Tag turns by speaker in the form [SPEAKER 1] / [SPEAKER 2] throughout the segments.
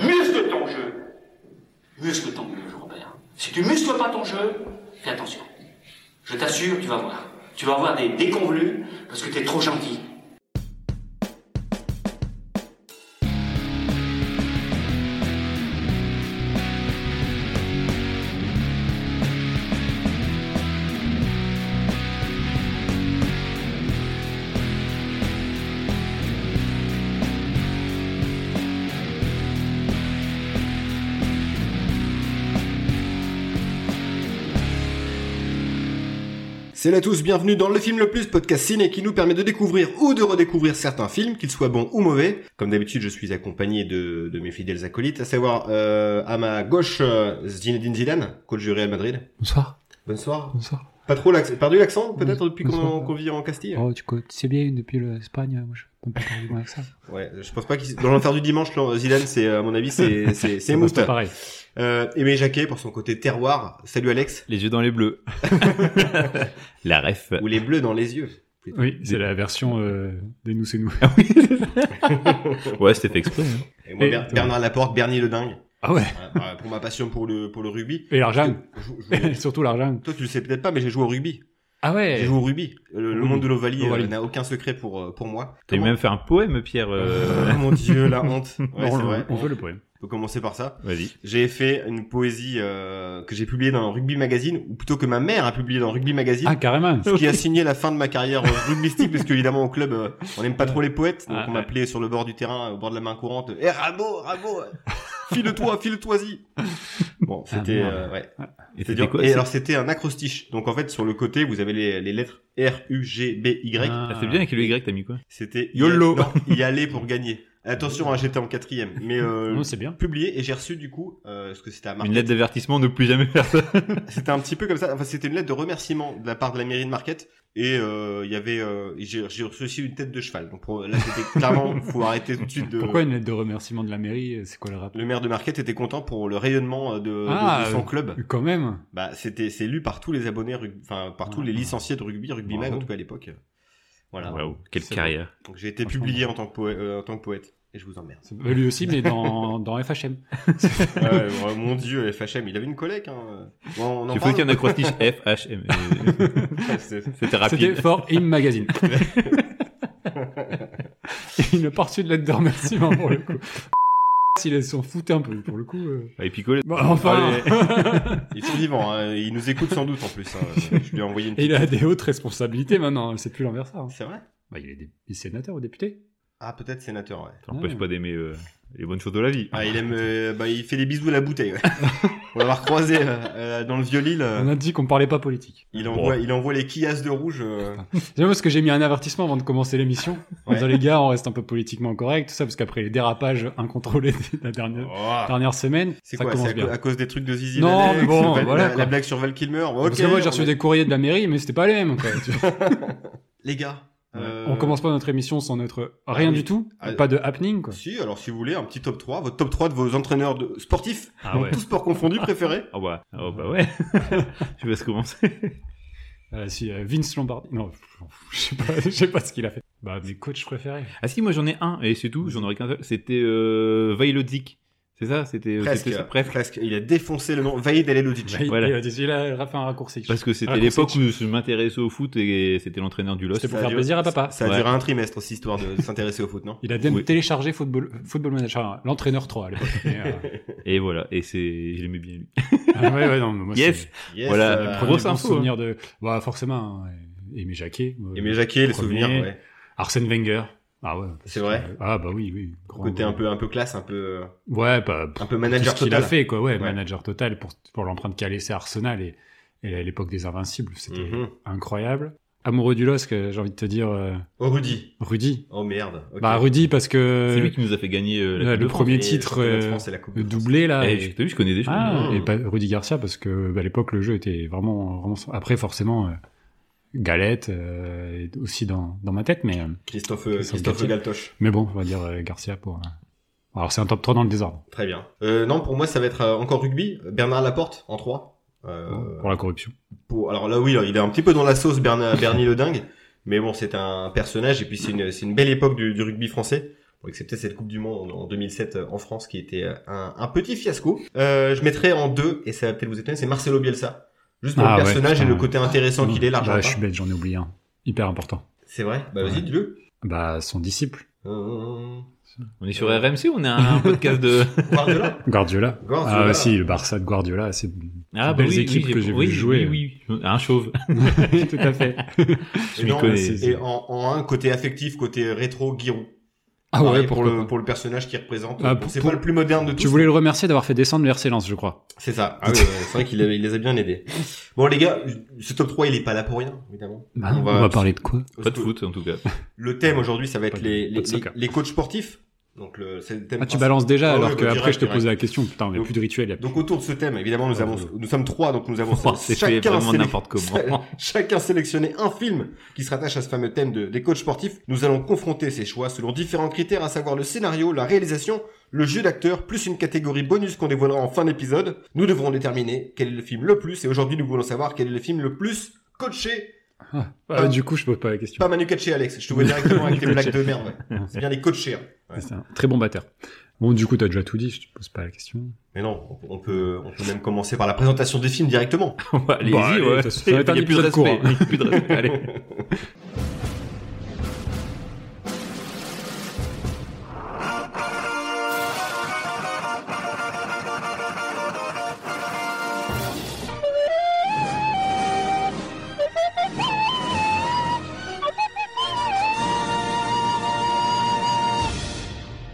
[SPEAKER 1] muscle ton jeu. Muscle ton jeu, Robert. Si tu muscles pas ton jeu, fais attention. Je t'assure, tu vas voir. Tu vas avoir des déconvenus parce que tu es trop gentil.
[SPEAKER 2] Salut à tous, bienvenue dans Le Film Le Plus, podcast ciné qui nous permet de découvrir ou de redécouvrir certains films, qu'ils soient bons ou mauvais. Comme d'habitude, je suis accompagné de, de mes fidèles acolytes, à savoir euh, à ma gauche euh, Zinedine Zidane, coach du Real Madrid.
[SPEAKER 3] Bonsoir.
[SPEAKER 2] Bonsoir.
[SPEAKER 3] Bonsoir.
[SPEAKER 2] Pas trop l'accent, perdu l'accent peut-être
[SPEAKER 3] Oui,
[SPEAKER 2] depuis qu'on
[SPEAKER 3] bonsoir.
[SPEAKER 2] qu'on vit en Castille.
[SPEAKER 3] Oh, tu co- tu sais bien, depuis l'Espagne, moi je peux pas parler moins que ça.
[SPEAKER 2] Ouais, je pense pas qu'il dans l'enfer du dimanche là, Zidane, c'est à mon avis c'est c'est c'est
[SPEAKER 4] Ça passe
[SPEAKER 2] Moust.
[SPEAKER 4] pas pareil.
[SPEAKER 2] Euh, Aimé Jacquet pour son côté terroir. Salut Alex.
[SPEAKER 5] Les yeux dans les bleus. la ref.
[SPEAKER 2] Ou les bleus dans les yeux. plutôt.
[SPEAKER 4] Oui, c'est la version euh, des nous c'est nous.
[SPEAKER 5] Ouais, c'était fait exprès. hein.
[SPEAKER 2] Et moi,
[SPEAKER 4] Et-
[SPEAKER 2] Ber- Bernard Laporte, Bernier le dingue.
[SPEAKER 4] Ah ouais.
[SPEAKER 2] Euh, pour ma passion pour le pour le rugby.
[SPEAKER 4] Et l'argent.
[SPEAKER 2] Je- je- je-
[SPEAKER 4] Surtout l'argent.
[SPEAKER 2] Toi, tu le sais peut-être pas, mais j'ai joué au rugby.
[SPEAKER 4] Ah
[SPEAKER 2] J'ai
[SPEAKER 4] ouais.
[SPEAKER 2] joué au rugby. Le, le
[SPEAKER 4] Rugby.
[SPEAKER 2] monde de l'Ovalie euh,
[SPEAKER 4] L'Ovalie.
[SPEAKER 2] n'a aucun secret pour, euh, pour moi.
[SPEAKER 5] T'as
[SPEAKER 2] Comment-
[SPEAKER 5] même fait un poème, Pierre. euh,
[SPEAKER 2] Oh mon dieu, la honte. Ouais,
[SPEAKER 4] on,
[SPEAKER 2] c'est vrai.
[SPEAKER 4] on veut le poème.
[SPEAKER 2] Faut commencer par ça.
[SPEAKER 5] Vas-y.
[SPEAKER 2] J'ai fait une poésie euh, que j'ai publiée dans Rugby Magazine, ou plutôt que ma mère a publiée dans Rugby Magazine.
[SPEAKER 4] Ah carrément.
[SPEAKER 2] Ce qui a signé la fin de ma carrière euh, rugbystique, parce qu'évidemment au club, euh, on n'aime pas trop les poètes, donc
[SPEAKER 4] Ah,
[SPEAKER 2] on
[SPEAKER 4] ouais.
[SPEAKER 2] m'appelait sur le bord du terrain, au bord de la main courante, Eh Rabot, Rabot, file-toi, file-toi-y Bon,
[SPEAKER 4] Ah,
[SPEAKER 2] c'était...
[SPEAKER 4] merde.
[SPEAKER 2] euh, ouais.
[SPEAKER 5] Et
[SPEAKER 2] C'est
[SPEAKER 5] c'était
[SPEAKER 2] dur.
[SPEAKER 5] quoi
[SPEAKER 2] Et
[SPEAKER 5] c'est-
[SPEAKER 2] alors c'était un acrostiche. Donc en fait sur le côté vous avez les, les lettres R U G B Y.
[SPEAKER 4] Ah.
[SPEAKER 5] Ah, C'est bien avec le Y, t'as mis quoi
[SPEAKER 2] C'était
[SPEAKER 5] YOLO.
[SPEAKER 2] Non, y aller pour gagner. Attention, hein, j'étais en quatrième, mais euh,
[SPEAKER 4] Non, c'est bien.
[SPEAKER 2] publié et j'ai reçu du coup euh, ce que c'était à
[SPEAKER 5] Une
[SPEAKER 2] Marquette.
[SPEAKER 5] lettre d'avertissement, ne plus jamais faire ça.
[SPEAKER 2] C'était un petit peu comme ça. Enfin c'était une lettre de remerciement de la part de la mairie de Marquette et euh, il y avait euh, j'ai j'ai reçu aussi une tête de cheval. Donc pour- là c'était clairement faut arrêter tout de suite de.
[SPEAKER 4] Pourquoi une lettre de remerciement de la mairie euh, C'est quoi le rapport
[SPEAKER 2] le maire de Marquette était content pour le rayonnement de, de-
[SPEAKER 4] Ah,
[SPEAKER 2] de son
[SPEAKER 4] euh,
[SPEAKER 2] club.
[SPEAKER 4] Quand même.
[SPEAKER 2] Bah, c'était c'est lu par tous les abonnés, rug- enfin par tous
[SPEAKER 4] Ah.
[SPEAKER 2] les licenciés de rugby, rugby mag
[SPEAKER 4] Bravo.
[SPEAKER 2] en tout cas à l'époque. Voilà.
[SPEAKER 5] Waouh, quelle
[SPEAKER 4] C'est
[SPEAKER 5] carrière.
[SPEAKER 2] Donc j'ai été
[SPEAKER 4] Franchement,
[SPEAKER 2] publié en tant que poète, en tant que poète et je vous emmerde.
[SPEAKER 4] C'est- euh, Lui aussi, mais dans, dans FHM.
[SPEAKER 2] Ouais, ouais, mon Dieu, FHM, il avait une collègue. Hein. Bon, on en
[SPEAKER 5] J'ai faut
[SPEAKER 2] parle.
[SPEAKER 5] qu'il y ait un acrostiche F, H, M. Euh,
[SPEAKER 2] C'est-
[SPEAKER 5] C'était
[SPEAKER 4] C'était
[SPEAKER 5] rapide.
[SPEAKER 4] Fort Im Magazine. Il n'a pas reçu de lettre de remerciement pour le coup. S'il s'en foutait un peu pour le coup. euh.
[SPEAKER 5] Ah, Et picolé.
[SPEAKER 4] Bon, enfin.
[SPEAKER 2] Ils sont vivants, hein. ils nous écoutent sans doute en plus. hein. Je lui ai envoyé une.
[SPEAKER 4] Et
[SPEAKER 2] Petite...
[SPEAKER 4] il a des hautes responsabilités maintenant, hein, c'est plus l'inverse. hein.
[SPEAKER 2] C'est vrai
[SPEAKER 4] Bah, il est dé- il est sénateur ou député
[SPEAKER 2] Ah, peut-être sénateur. Ouais.
[SPEAKER 5] Ça n'empêche pas d'aimer euh, les bonnes choses de la vie.
[SPEAKER 2] Ah, il aime, euh, bah, il fait des bisous à la bouteille. ouais. on va l'avoir croisé euh, euh, dans le vieux Lille. euh,
[SPEAKER 4] On a dit qu'on parlait pas politique.
[SPEAKER 2] il envoie,
[SPEAKER 5] Bon.
[SPEAKER 2] il envoie les quillasses de rouge. euh,
[SPEAKER 4] C'est parce que j'ai mis un avertissement avant de commencer l'émission. En
[SPEAKER 2] Ouais.
[SPEAKER 4] disant, les gars, on reste un peu politiquement correct, tout ça, parce qu'après les dérapages incontrôlés de la dernière,
[SPEAKER 5] Ah,
[SPEAKER 2] oh.
[SPEAKER 4] dernière semaine,
[SPEAKER 2] C'est
[SPEAKER 4] ça
[SPEAKER 2] quoi C'est
[SPEAKER 4] commence
[SPEAKER 2] à,
[SPEAKER 4] bien.
[SPEAKER 2] co- à cause des trucs de Zizi
[SPEAKER 4] Non,
[SPEAKER 2] Alex,
[SPEAKER 4] mais bon,
[SPEAKER 2] la-
[SPEAKER 4] voilà,
[SPEAKER 2] la,
[SPEAKER 4] quoi.
[SPEAKER 2] la blague sur Val Kilmer.
[SPEAKER 4] Parce
[SPEAKER 2] Ok,
[SPEAKER 4] que moi, j'ai
[SPEAKER 2] on
[SPEAKER 4] reçu
[SPEAKER 2] est-
[SPEAKER 4] des courriers de la mairie, mais c'était pas les mêmes. quoi, tu vois.
[SPEAKER 2] Les gars, euh,
[SPEAKER 4] On commence pas notre émission sans notre rien
[SPEAKER 2] Ah oui.
[SPEAKER 4] du tout,
[SPEAKER 2] Ah.
[SPEAKER 4] pas de happening. Quoi.
[SPEAKER 2] Si, alors si vous voulez, un petit top 3, votre top 3 de vos entraîneurs de... sportifs,
[SPEAKER 5] Ah ouais.
[SPEAKER 2] tous sports confondus préférés.
[SPEAKER 5] Ah bah, ah bah ouais. Je vais se commencer.
[SPEAKER 4] Euh, si euh, Vince Lombardi, non, je sais pas, je sais pas ce qu'il a fait. Bah, mes coachs préférés.
[SPEAKER 5] Ah si, moi j'en ai un, et c'est tout, j'en aurais qu'un seul. C'était euh, Vailodzic. C'est ça C'était euh,
[SPEAKER 2] Presque,
[SPEAKER 5] c'était ça
[SPEAKER 2] presque, Il a défoncé le nom. Vaïd El Elodic.
[SPEAKER 4] Il,
[SPEAKER 5] Voilà.
[SPEAKER 4] il a dit- il a fait un raccourci.
[SPEAKER 5] Parce que c'était
[SPEAKER 4] Ah,
[SPEAKER 5] l'époque
[SPEAKER 4] Kostic.
[SPEAKER 5] où je m'intéressais au foot et c'était l'entraîneur du LOS.
[SPEAKER 4] C'était pour
[SPEAKER 2] Ça
[SPEAKER 4] faire
[SPEAKER 2] dure-
[SPEAKER 4] plaisir à papa.
[SPEAKER 2] Ça a
[SPEAKER 5] Ouais.
[SPEAKER 2] duré un trimestre, cette histoire de s'intéresser au foot, non
[SPEAKER 4] Il a même
[SPEAKER 5] Oui.
[SPEAKER 4] téléchargé Football, football Manager, enfin, l'entraîneur 3 à l'époque. Mais, euh,
[SPEAKER 5] Et voilà, et c'est, je l'aimais bien lui.
[SPEAKER 4] ah ouais, ouais, non, mais moi,
[SPEAKER 5] Yes.
[SPEAKER 4] c'est
[SPEAKER 2] Yes,
[SPEAKER 5] Voilà,
[SPEAKER 4] le
[SPEAKER 2] euh,
[SPEAKER 4] premier
[SPEAKER 5] grosse
[SPEAKER 4] bon
[SPEAKER 5] info, hein.
[SPEAKER 4] souvenir de. Bah, forcément, hein, Aimé Jacquet. euh,
[SPEAKER 2] Et mes jaquets, les
[SPEAKER 4] Premier.
[SPEAKER 2] souvenirs, ouais.
[SPEAKER 4] Arsène Wenger. Ah ouais.
[SPEAKER 2] C'est vrai
[SPEAKER 4] Ah bah oui, oui. grand
[SPEAKER 2] Côté
[SPEAKER 4] goal.
[SPEAKER 2] un peu, un peu classe, un peu,
[SPEAKER 4] Ouais, bah, pff,
[SPEAKER 2] un peu
[SPEAKER 4] tout
[SPEAKER 2] manager
[SPEAKER 4] ce qu'il a
[SPEAKER 2] total.
[SPEAKER 4] fait, quoi. Ouais,
[SPEAKER 2] Ouais.
[SPEAKER 4] manager total pour, pour l'empreinte qu'a laissé Arsenal et, et à l'époque des Invincibles. C'était
[SPEAKER 2] Mhm.
[SPEAKER 4] incroyable. Amoureux du LOSC, euh, j'ai envie de te dire, euh,
[SPEAKER 2] Oh, Rudy.
[SPEAKER 4] Rudy.
[SPEAKER 2] Oh merde. ok.
[SPEAKER 4] Bah, Rudy, parce
[SPEAKER 5] C'est lui
[SPEAKER 4] que
[SPEAKER 5] qui nous a fait gagner euh, la
[SPEAKER 4] le,
[SPEAKER 5] Coupe de France.
[SPEAKER 4] premier
[SPEAKER 2] Et
[SPEAKER 4] titre
[SPEAKER 2] le championnat de
[SPEAKER 4] euh,
[SPEAKER 2] France et la Coupe de France.
[SPEAKER 4] doublé, là.
[SPEAKER 5] Eh,
[SPEAKER 4] et-
[SPEAKER 5] je- T'as vu, je connais des choses.
[SPEAKER 4] Ah,
[SPEAKER 2] Mmh.
[SPEAKER 4] et pas Rudy Garcia, parce que bah, à l'époque, le jeu était vraiment. vraiment... Après, forcément, euh, Galette euh, est aussi dans, dans ma tête, mais, euh,
[SPEAKER 2] Christophe, euh,
[SPEAKER 4] Christophe
[SPEAKER 2] Christophe
[SPEAKER 4] Galtier.
[SPEAKER 2] Galtoche.
[SPEAKER 4] mais bon, on va dire euh, Garcia pour. euh, Alors, c'est un top 3 dans le désordre,
[SPEAKER 2] Très bien. Euh, non, pour moi, ça va être euh, encore rugby. Bernard Laporte, en 3. Euh,
[SPEAKER 4] pour la corruption.
[SPEAKER 2] pour- alors là, oui, là, il est un petit peu dans la sauce, Bernard, Bernie le dingue. Mais bon, c'est un personnage, et puis c'est une, c'est une belle époque du, du rugby français. Bon, excepté cette Coupe du Monde en 2007 euh, en France qui était euh, un, un petit fiasco. Euh, je mettrai en deux, et ça va peut-être vous étonner, c'est Marcelo Bielsa. Juste pour
[SPEAKER 4] Ah
[SPEAKER 2] le
[SPEAKER 4] ouais,
[SPEAKER 2] personnage et
[SPEAKER 4] putain.
[SPEAKER 2] le côté intéressant qu'il est, l'argent.
[SPEAKER 4] Bah, je suis bête, j'en ai oublié un. Hyper important.
[SPEAKER 2] C'est vrai Bah
[SPEAKER 4] Ouais.
[SPEAKER 2] vas-y, dis-le.
[SPEAKER 4] Bah, son disciple,
[SPEAKER 2] Euh,
[SPEAKER 5] On est sur RMC ou on est à un podcast de.
[SPEAKER 2] Guardiola
[SPEAKER 4] Guardiola.
[SPEAKER 2] Guardiola.
[SPEAKER 4] Ah, si, le Barça de Guardiola, c'est
[SPEAKER 5] Ah,
[SPEAKER 4] Belles
[SPEAKER 5] oui,
[SPEAKER 4] équipes
[SPEAKER 5] oui,
[SPEAKER 4] que j'ai vu jouer.
[SPEAKER 5] Oui, oui, oui. Un chauve.
[SPEAKER 4] tout à fait.
[SPEAKER 5] Je
[SPEAKER 2] Et
[SPEAKER 5] m'y
[SPEAKER 2] non,
[SPEAKER 5] connais.
[SPEAKER 2] c'est- Et en, en un, côté affectif, côté rétro, Giroud.
[SPEAKER 4] Ah
[SPEAKER 2] Pareil
[SPEAKER 4] ouais,
[SPEAKER 2] pour
[SPEAKER 4] pourquoi
[SPEAKER 2] le,
[SPEAKER 4] pas.
[SPEAKER 2] pour le personnage qu'il représente.
[SPEAKER 4] Ah,
[SPEAKER 2] Bon,
[SPEAKER 4] pour-
[SPEAKER 2] c'est
[SPEAKER 4] pour-
[SPEAKER 2] pas le plus moderne de tous.
[SPEAKER 4] Tu voulais le remercier d'avoir fait descendre vers Lens, je crois.
[SPEAKER 2] C'est ça. Ah oui, ouais, c'est vrai qu'il a- il les a bien aidés. Bon, les gars, ce top 3, il est pas là pour rien, évidemment.
[SPEAKER 4] Bah, on, va... parler de quoi
[SPEAKER 5] Pas de foot, en tout cas.
[SPEAKER 2] Le thème aujourd'hui, ça va être
[SPEAKER 4] Pas de-
[SPEAKER 2] les,
[SPEAKER 4] pas de
[SPEAKER 2] les, les,
[SPEAKER 4] soccer.
[SPEAKER 2] les coachs sportifs. Donc, le, c'est le thème
[SPEAKER 4] Ah, tu
[SPEAKER 2] principal.
[SPEAKER 4] balances déjà,
[SPEAKER 2] Ah ouais,
[SPEAKER 4] alors
[SPEAKER 2] bah,
[SPEAKER 4] que après
[SPEAKER 2] direct,
[SPEAKER 4] je te pose
[SPEAKER 2] direct.
[SPEAKER 4] la question. Putain, il n'y a
[SPEAKER 2] Donc-
[SPEAKER 4] plus de rituel. il y a plus-
[SPEAKER 2] Donc, autour de ce thème, évidemment, nous,
[SPEAKER 4] Ouais,
[SPEAKER 2] avons,
[SPEAKER 4] ouais.
[SPEAKER 2] nous sommes trois, donc nous avons
[SPEAKER 5] C'est fait vraiment
[SPEAKER 2] sélectionné-
[SPEAKER 5] n'importe comment.
[SPEAKER 2] chacun sélectionné un film qui se rattache à ce fameux thème de- des coachs sportifs. Nous allons confronter ces choix selon différents critères, à savoir le scénario, la réalisation, le jeu d'acteur, plus une catégorie bonus qu'on dévoilera en fin d'épisode. Nous devrons déterminer quel est le film le plus, et aujourd'hui nous voulons savoir quel est le film le plus coaché.
[SPEAKER 4] Ah, bah, du coup, je pose pas la question.
[SPEAKER 2] Pas Manu Katché, Alex. Je te vois directement avec tes blagues de merde. ouais. C'est bien les coachés. hein. Ouais.
[SPEAKER 4] C'est un très bon batteur. Bon, du coup, t'as déjà tout dit, je te pose pas la question.
[SPEAKER 2] Mais non, on on peut, on peut même commencer par la présentation des films directement.
[SPEAKER 5] Bon, Allez-y,
[SPEAKER 4] Bah, allez,
[SPEAKER 5] ouais.
[SPEAKER 4] ça se fait
[SPEAKER 5] Il y a
[SPEAKER 4] un
[SPEAKER 5] plus de
[SPEAKER 4] épisode court,
[SPEAKER 5] respect.
[SPEAKER 4] hein.
[SPEAKER 5] Il y a plus de respect. Allez.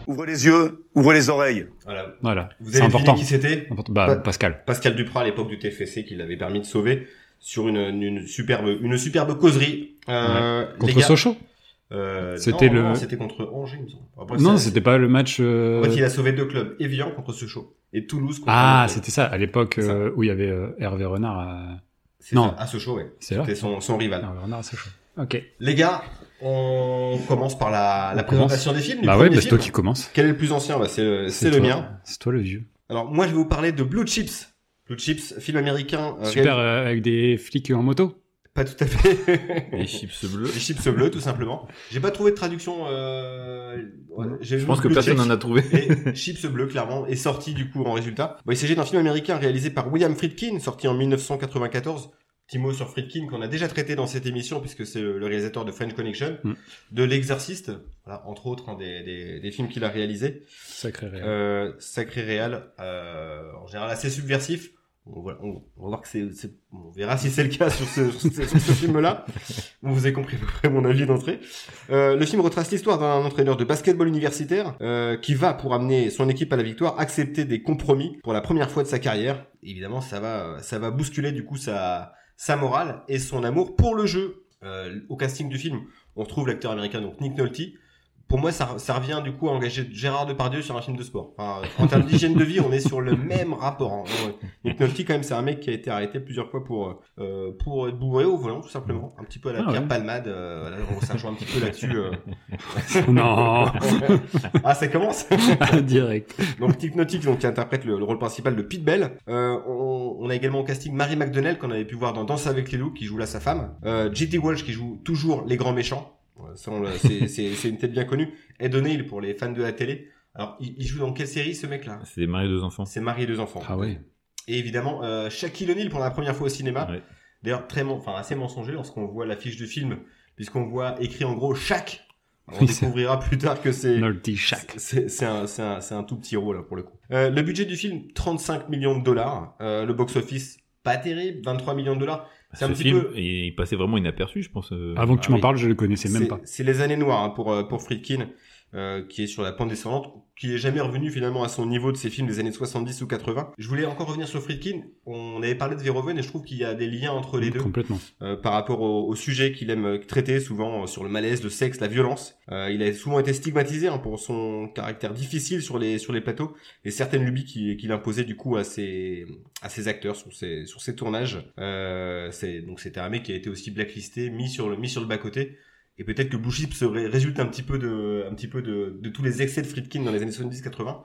[SPEAKER 6] Ouvre les yeux, ouvre les oreilles.
[SPEAKER 2] Voilà.
[SPEAKER 4] Voilà,
[SPEAKER 2] Vous
[SPEAKER 4] c'est
[SPEAKER 2] avez
[SPEAKER 4] important.
[SPEAKER 2] deviné qui c'était
[SPEAKER 4] Important. Bah,
[SPEAKER 2] Pas-
[SPEAKER 4] Pascal.
[SPEAKER 2] Pascal Duprat à l'époque du TFC qui l'avait permis de sauver sur une, une superbe une superbe causerie. Euh, les
[SPEAKER 4] Contre
[SPEAKER 2] gars,
[SPEAKER 4] Sochaux
[SPEAKER 2] euh,
[SPEAKER 4] C'était
[SPEAKER 2] non,
[SPEAKER 4] le-
[SPEAKER 2] non, c'était contre Angers, il me semble. Après,
[SPEAKER 4] Non,
[SPEAKER 2] ça,
[SPEAKER 4] c'était pas le match. euh,
[SPEAKER 2] En fait, il a sauvé deux clubs, Evian contre Sochaux et Toulouse contre.
[SPEAKER 4] Ah,
[SPEAKER 2] Monaco.
[SPEAKER 4] c'était ça, à l'époque
[SPEAKER 2] C'est ça.
[SPEAKER 4] euh, où il y avait euh, Hervé Renard. à-
[SPEAKER 2] C'est
[SPEAKER 4] non. Ah.
[SPEAKER 2] ça, à Sochaux, ouais.
[SPEAKER 4] C'est là
[SPEAKER 2] C'était son, son rival.
[SPEAKER 4] Hervé Renard à Sochaux. Ok.
[SPEAKER 2] Les gars, on commence par la, la
[SPEAKER 4] On commence.
[SPEAKER 2] présentation des films. du
[SPEAKER 4] Bah ouais,
[SPEAKER 2] premier
[SPEAKER 4] bah, c'est toi
[SPEAKER 2] film.
[SPEAKER 4] qui commence.
[SPEAKER 2] Quel est le plus ancien bah, C'est le, c'est le
[SPEAKER 4] toi.
[SPEAKER 2] mien.
[SPEAKER 4] C'est toi le vieux.
[SPEAKER 2] Alors moi, je vais vous parler de Blue Chips. Blue Chips, film américain. euh,
[SPEAKER 4] Super,
[SPEAKER 2] réalisé-
[SPEAKER 4] euh, avec des flics en moto.
[SPEAKER 2] Pas tout à fait.
[SPEAKER 5] Les chips bleus.
[SPEAKER 2] Les chips bleus, tout simplement. J'ai pas trouvé de traduction. Euh...
[SPEAKER 5] Je pense que personne n'en a trouvé.
[SPEAKER 2] Et Chips Bleu, clairement, est sorti du coup en résultat. Bon, il s'agit d'un film américain réalisé par William Friedkin, sorti en 1994. Petit mot sur Friedkin qu'on a déjà traité dans cette émission puisque c'est le réalisateur de French Connection,
[SPEAKER 5] Hmm.
[SPEAKER 4] Mm.
[SPEAKER 2] de L'Exorciste, voilà, entre autres hein, des, des, des films qu'il a réalisés.
[SPEAKER 4] Sacré réel.
[SPEAKER 2] Euh, sacré réal, euh, en général assez subversif. On, va- on- on va voir que c'est, c'est- on verra si c'est le cas sur ce, sur ce- sur ce film-là. Vous avez compris à peu près mon avis d'entrée. Euh, le film retrace l'histoire d'un entraîneur de basketball universitaire euh, qui va, pour amener son équipe à la victoire, accepter des compromis pour la première fois de sa carrière. Évidemment, ça va, ça va bousculer du coup sa, sa morale et son amour pour le jeu. Euh, au casting du film, on trouve l'acteur américain donc Nick Nolte, pour moi, ça, ça revient du coup à engager Gérard Depardieu sur un film de sport. Enfin, en termes d'hygiène de vie, on est sur le même rapport. hein. Donc, euh, Nick Nolte, quand même, c'est un mec qui a été arrêté plusieurs fois pour euh, pour être bourré au volant, tout simplement. Un petit peu à la
[SPEAKER 4] Ah
[SPEAKER 2] Pierre
[SPEAKER 4] ouais.
[SPEAKER 2] Palmade. euh, voilà, on s'en joue un petit peu là-dessus. euh.
[SPEAKER 4] non,
[SPEAKER 2] ah, ça commence.
[SPEAKER 4] direct.
[SPEAKER 2] Donc Nick Nolte, donc qui interprète le, le rôle principal de Pete Bell. Euh, on, on a également au casting Mary McDonnell qu'on avait pu voir dans Danse avec les loups qui joue là sa femme. Euh, J.T. Walsh qui joue toujours les grands méchants. Euh, ça, on le- c'est- C'est c'est une tête bien connue. Ed O'Neill pour les fans de la télé. Alors il, il joue dans quelle série ce mec-là
[SPEAKER 5] C'est des mariés deux enfants.
[SPEAKER 2] C'est Marie et deux enfants.
[SPEAKER 4] Ah ouais.
[SPEAKER 2] Et évidemment euh, Shaquille O'Neal pour la première fois au cinéma.
[SPEAKER 5] Ouais.
[SPEAKER 2] D'ailleurs très, men- enfin assez mensonger lorsqu'on voit l'affiche du film puisqu'on voit écrit en gros Shaq. On
[SPEAKER 4] Oui, c'est-
[SPEAKER 2] découvrira plus tard que c'est
[SPEAKER 4] Nolty Shack.
[SPEAKER 2] c'est c'est un, c'est un, c'est un tout petit rôle hein, pour le coup. Euh, le budget du film, 35 millions de dollars. Euh, le box-office, pas terrible, 23 millions de dollars. C'est un
[SPEAKER 5] Ce
[SPEAKER 2] petit
[SPEAKER 5] film,
[SPEAKER 2] peu-
[SPEAKER 5] il il passait vraiment inaperçu, je pense. euh.
[SPEAKER 4] Avant que
[SPEAKER 2] Ah
[SPEAKER 4] tu m'en
[SPEAKER 2] oui.
[SPEAKER 4] parles, je le connaissais même pas.
[SPEAKER 2] C'est les années noires hein, pour, euh, pour Friedkin, euh, qui est sur la pente descendante, qui est jamais revenu finalement à son niveau de ses films des années 70 ou 80. Je voulais encore revenir sur Friedkin. On avait parlé de Verhoeven et je trouve qu'il y a des liens entre les deux.
[SPEAKER 4] Complètement.
[SPEAKER 2] euh, par rapport au, au sujet qu'il aime euh, traiter, souvent euh, sur le malaise, le sexe, la violence. Euh, il a souvent été stigmatisé hein, pour son caractère difficile sur les, sur les plateaux et certaines lubies qu'il qu'il imposait du coup à ses, à ses acteurs sur ses, sur ses tournages. Euh, c'est- donc c'était un mec qui a été aussi blacklisté, mis sur le, mis sur le bas-côté. Et peut-être que Blue Chips ré- résulte un petit peu de, un petit peu de, de tous les excès de Friedkin dans les années 70-80.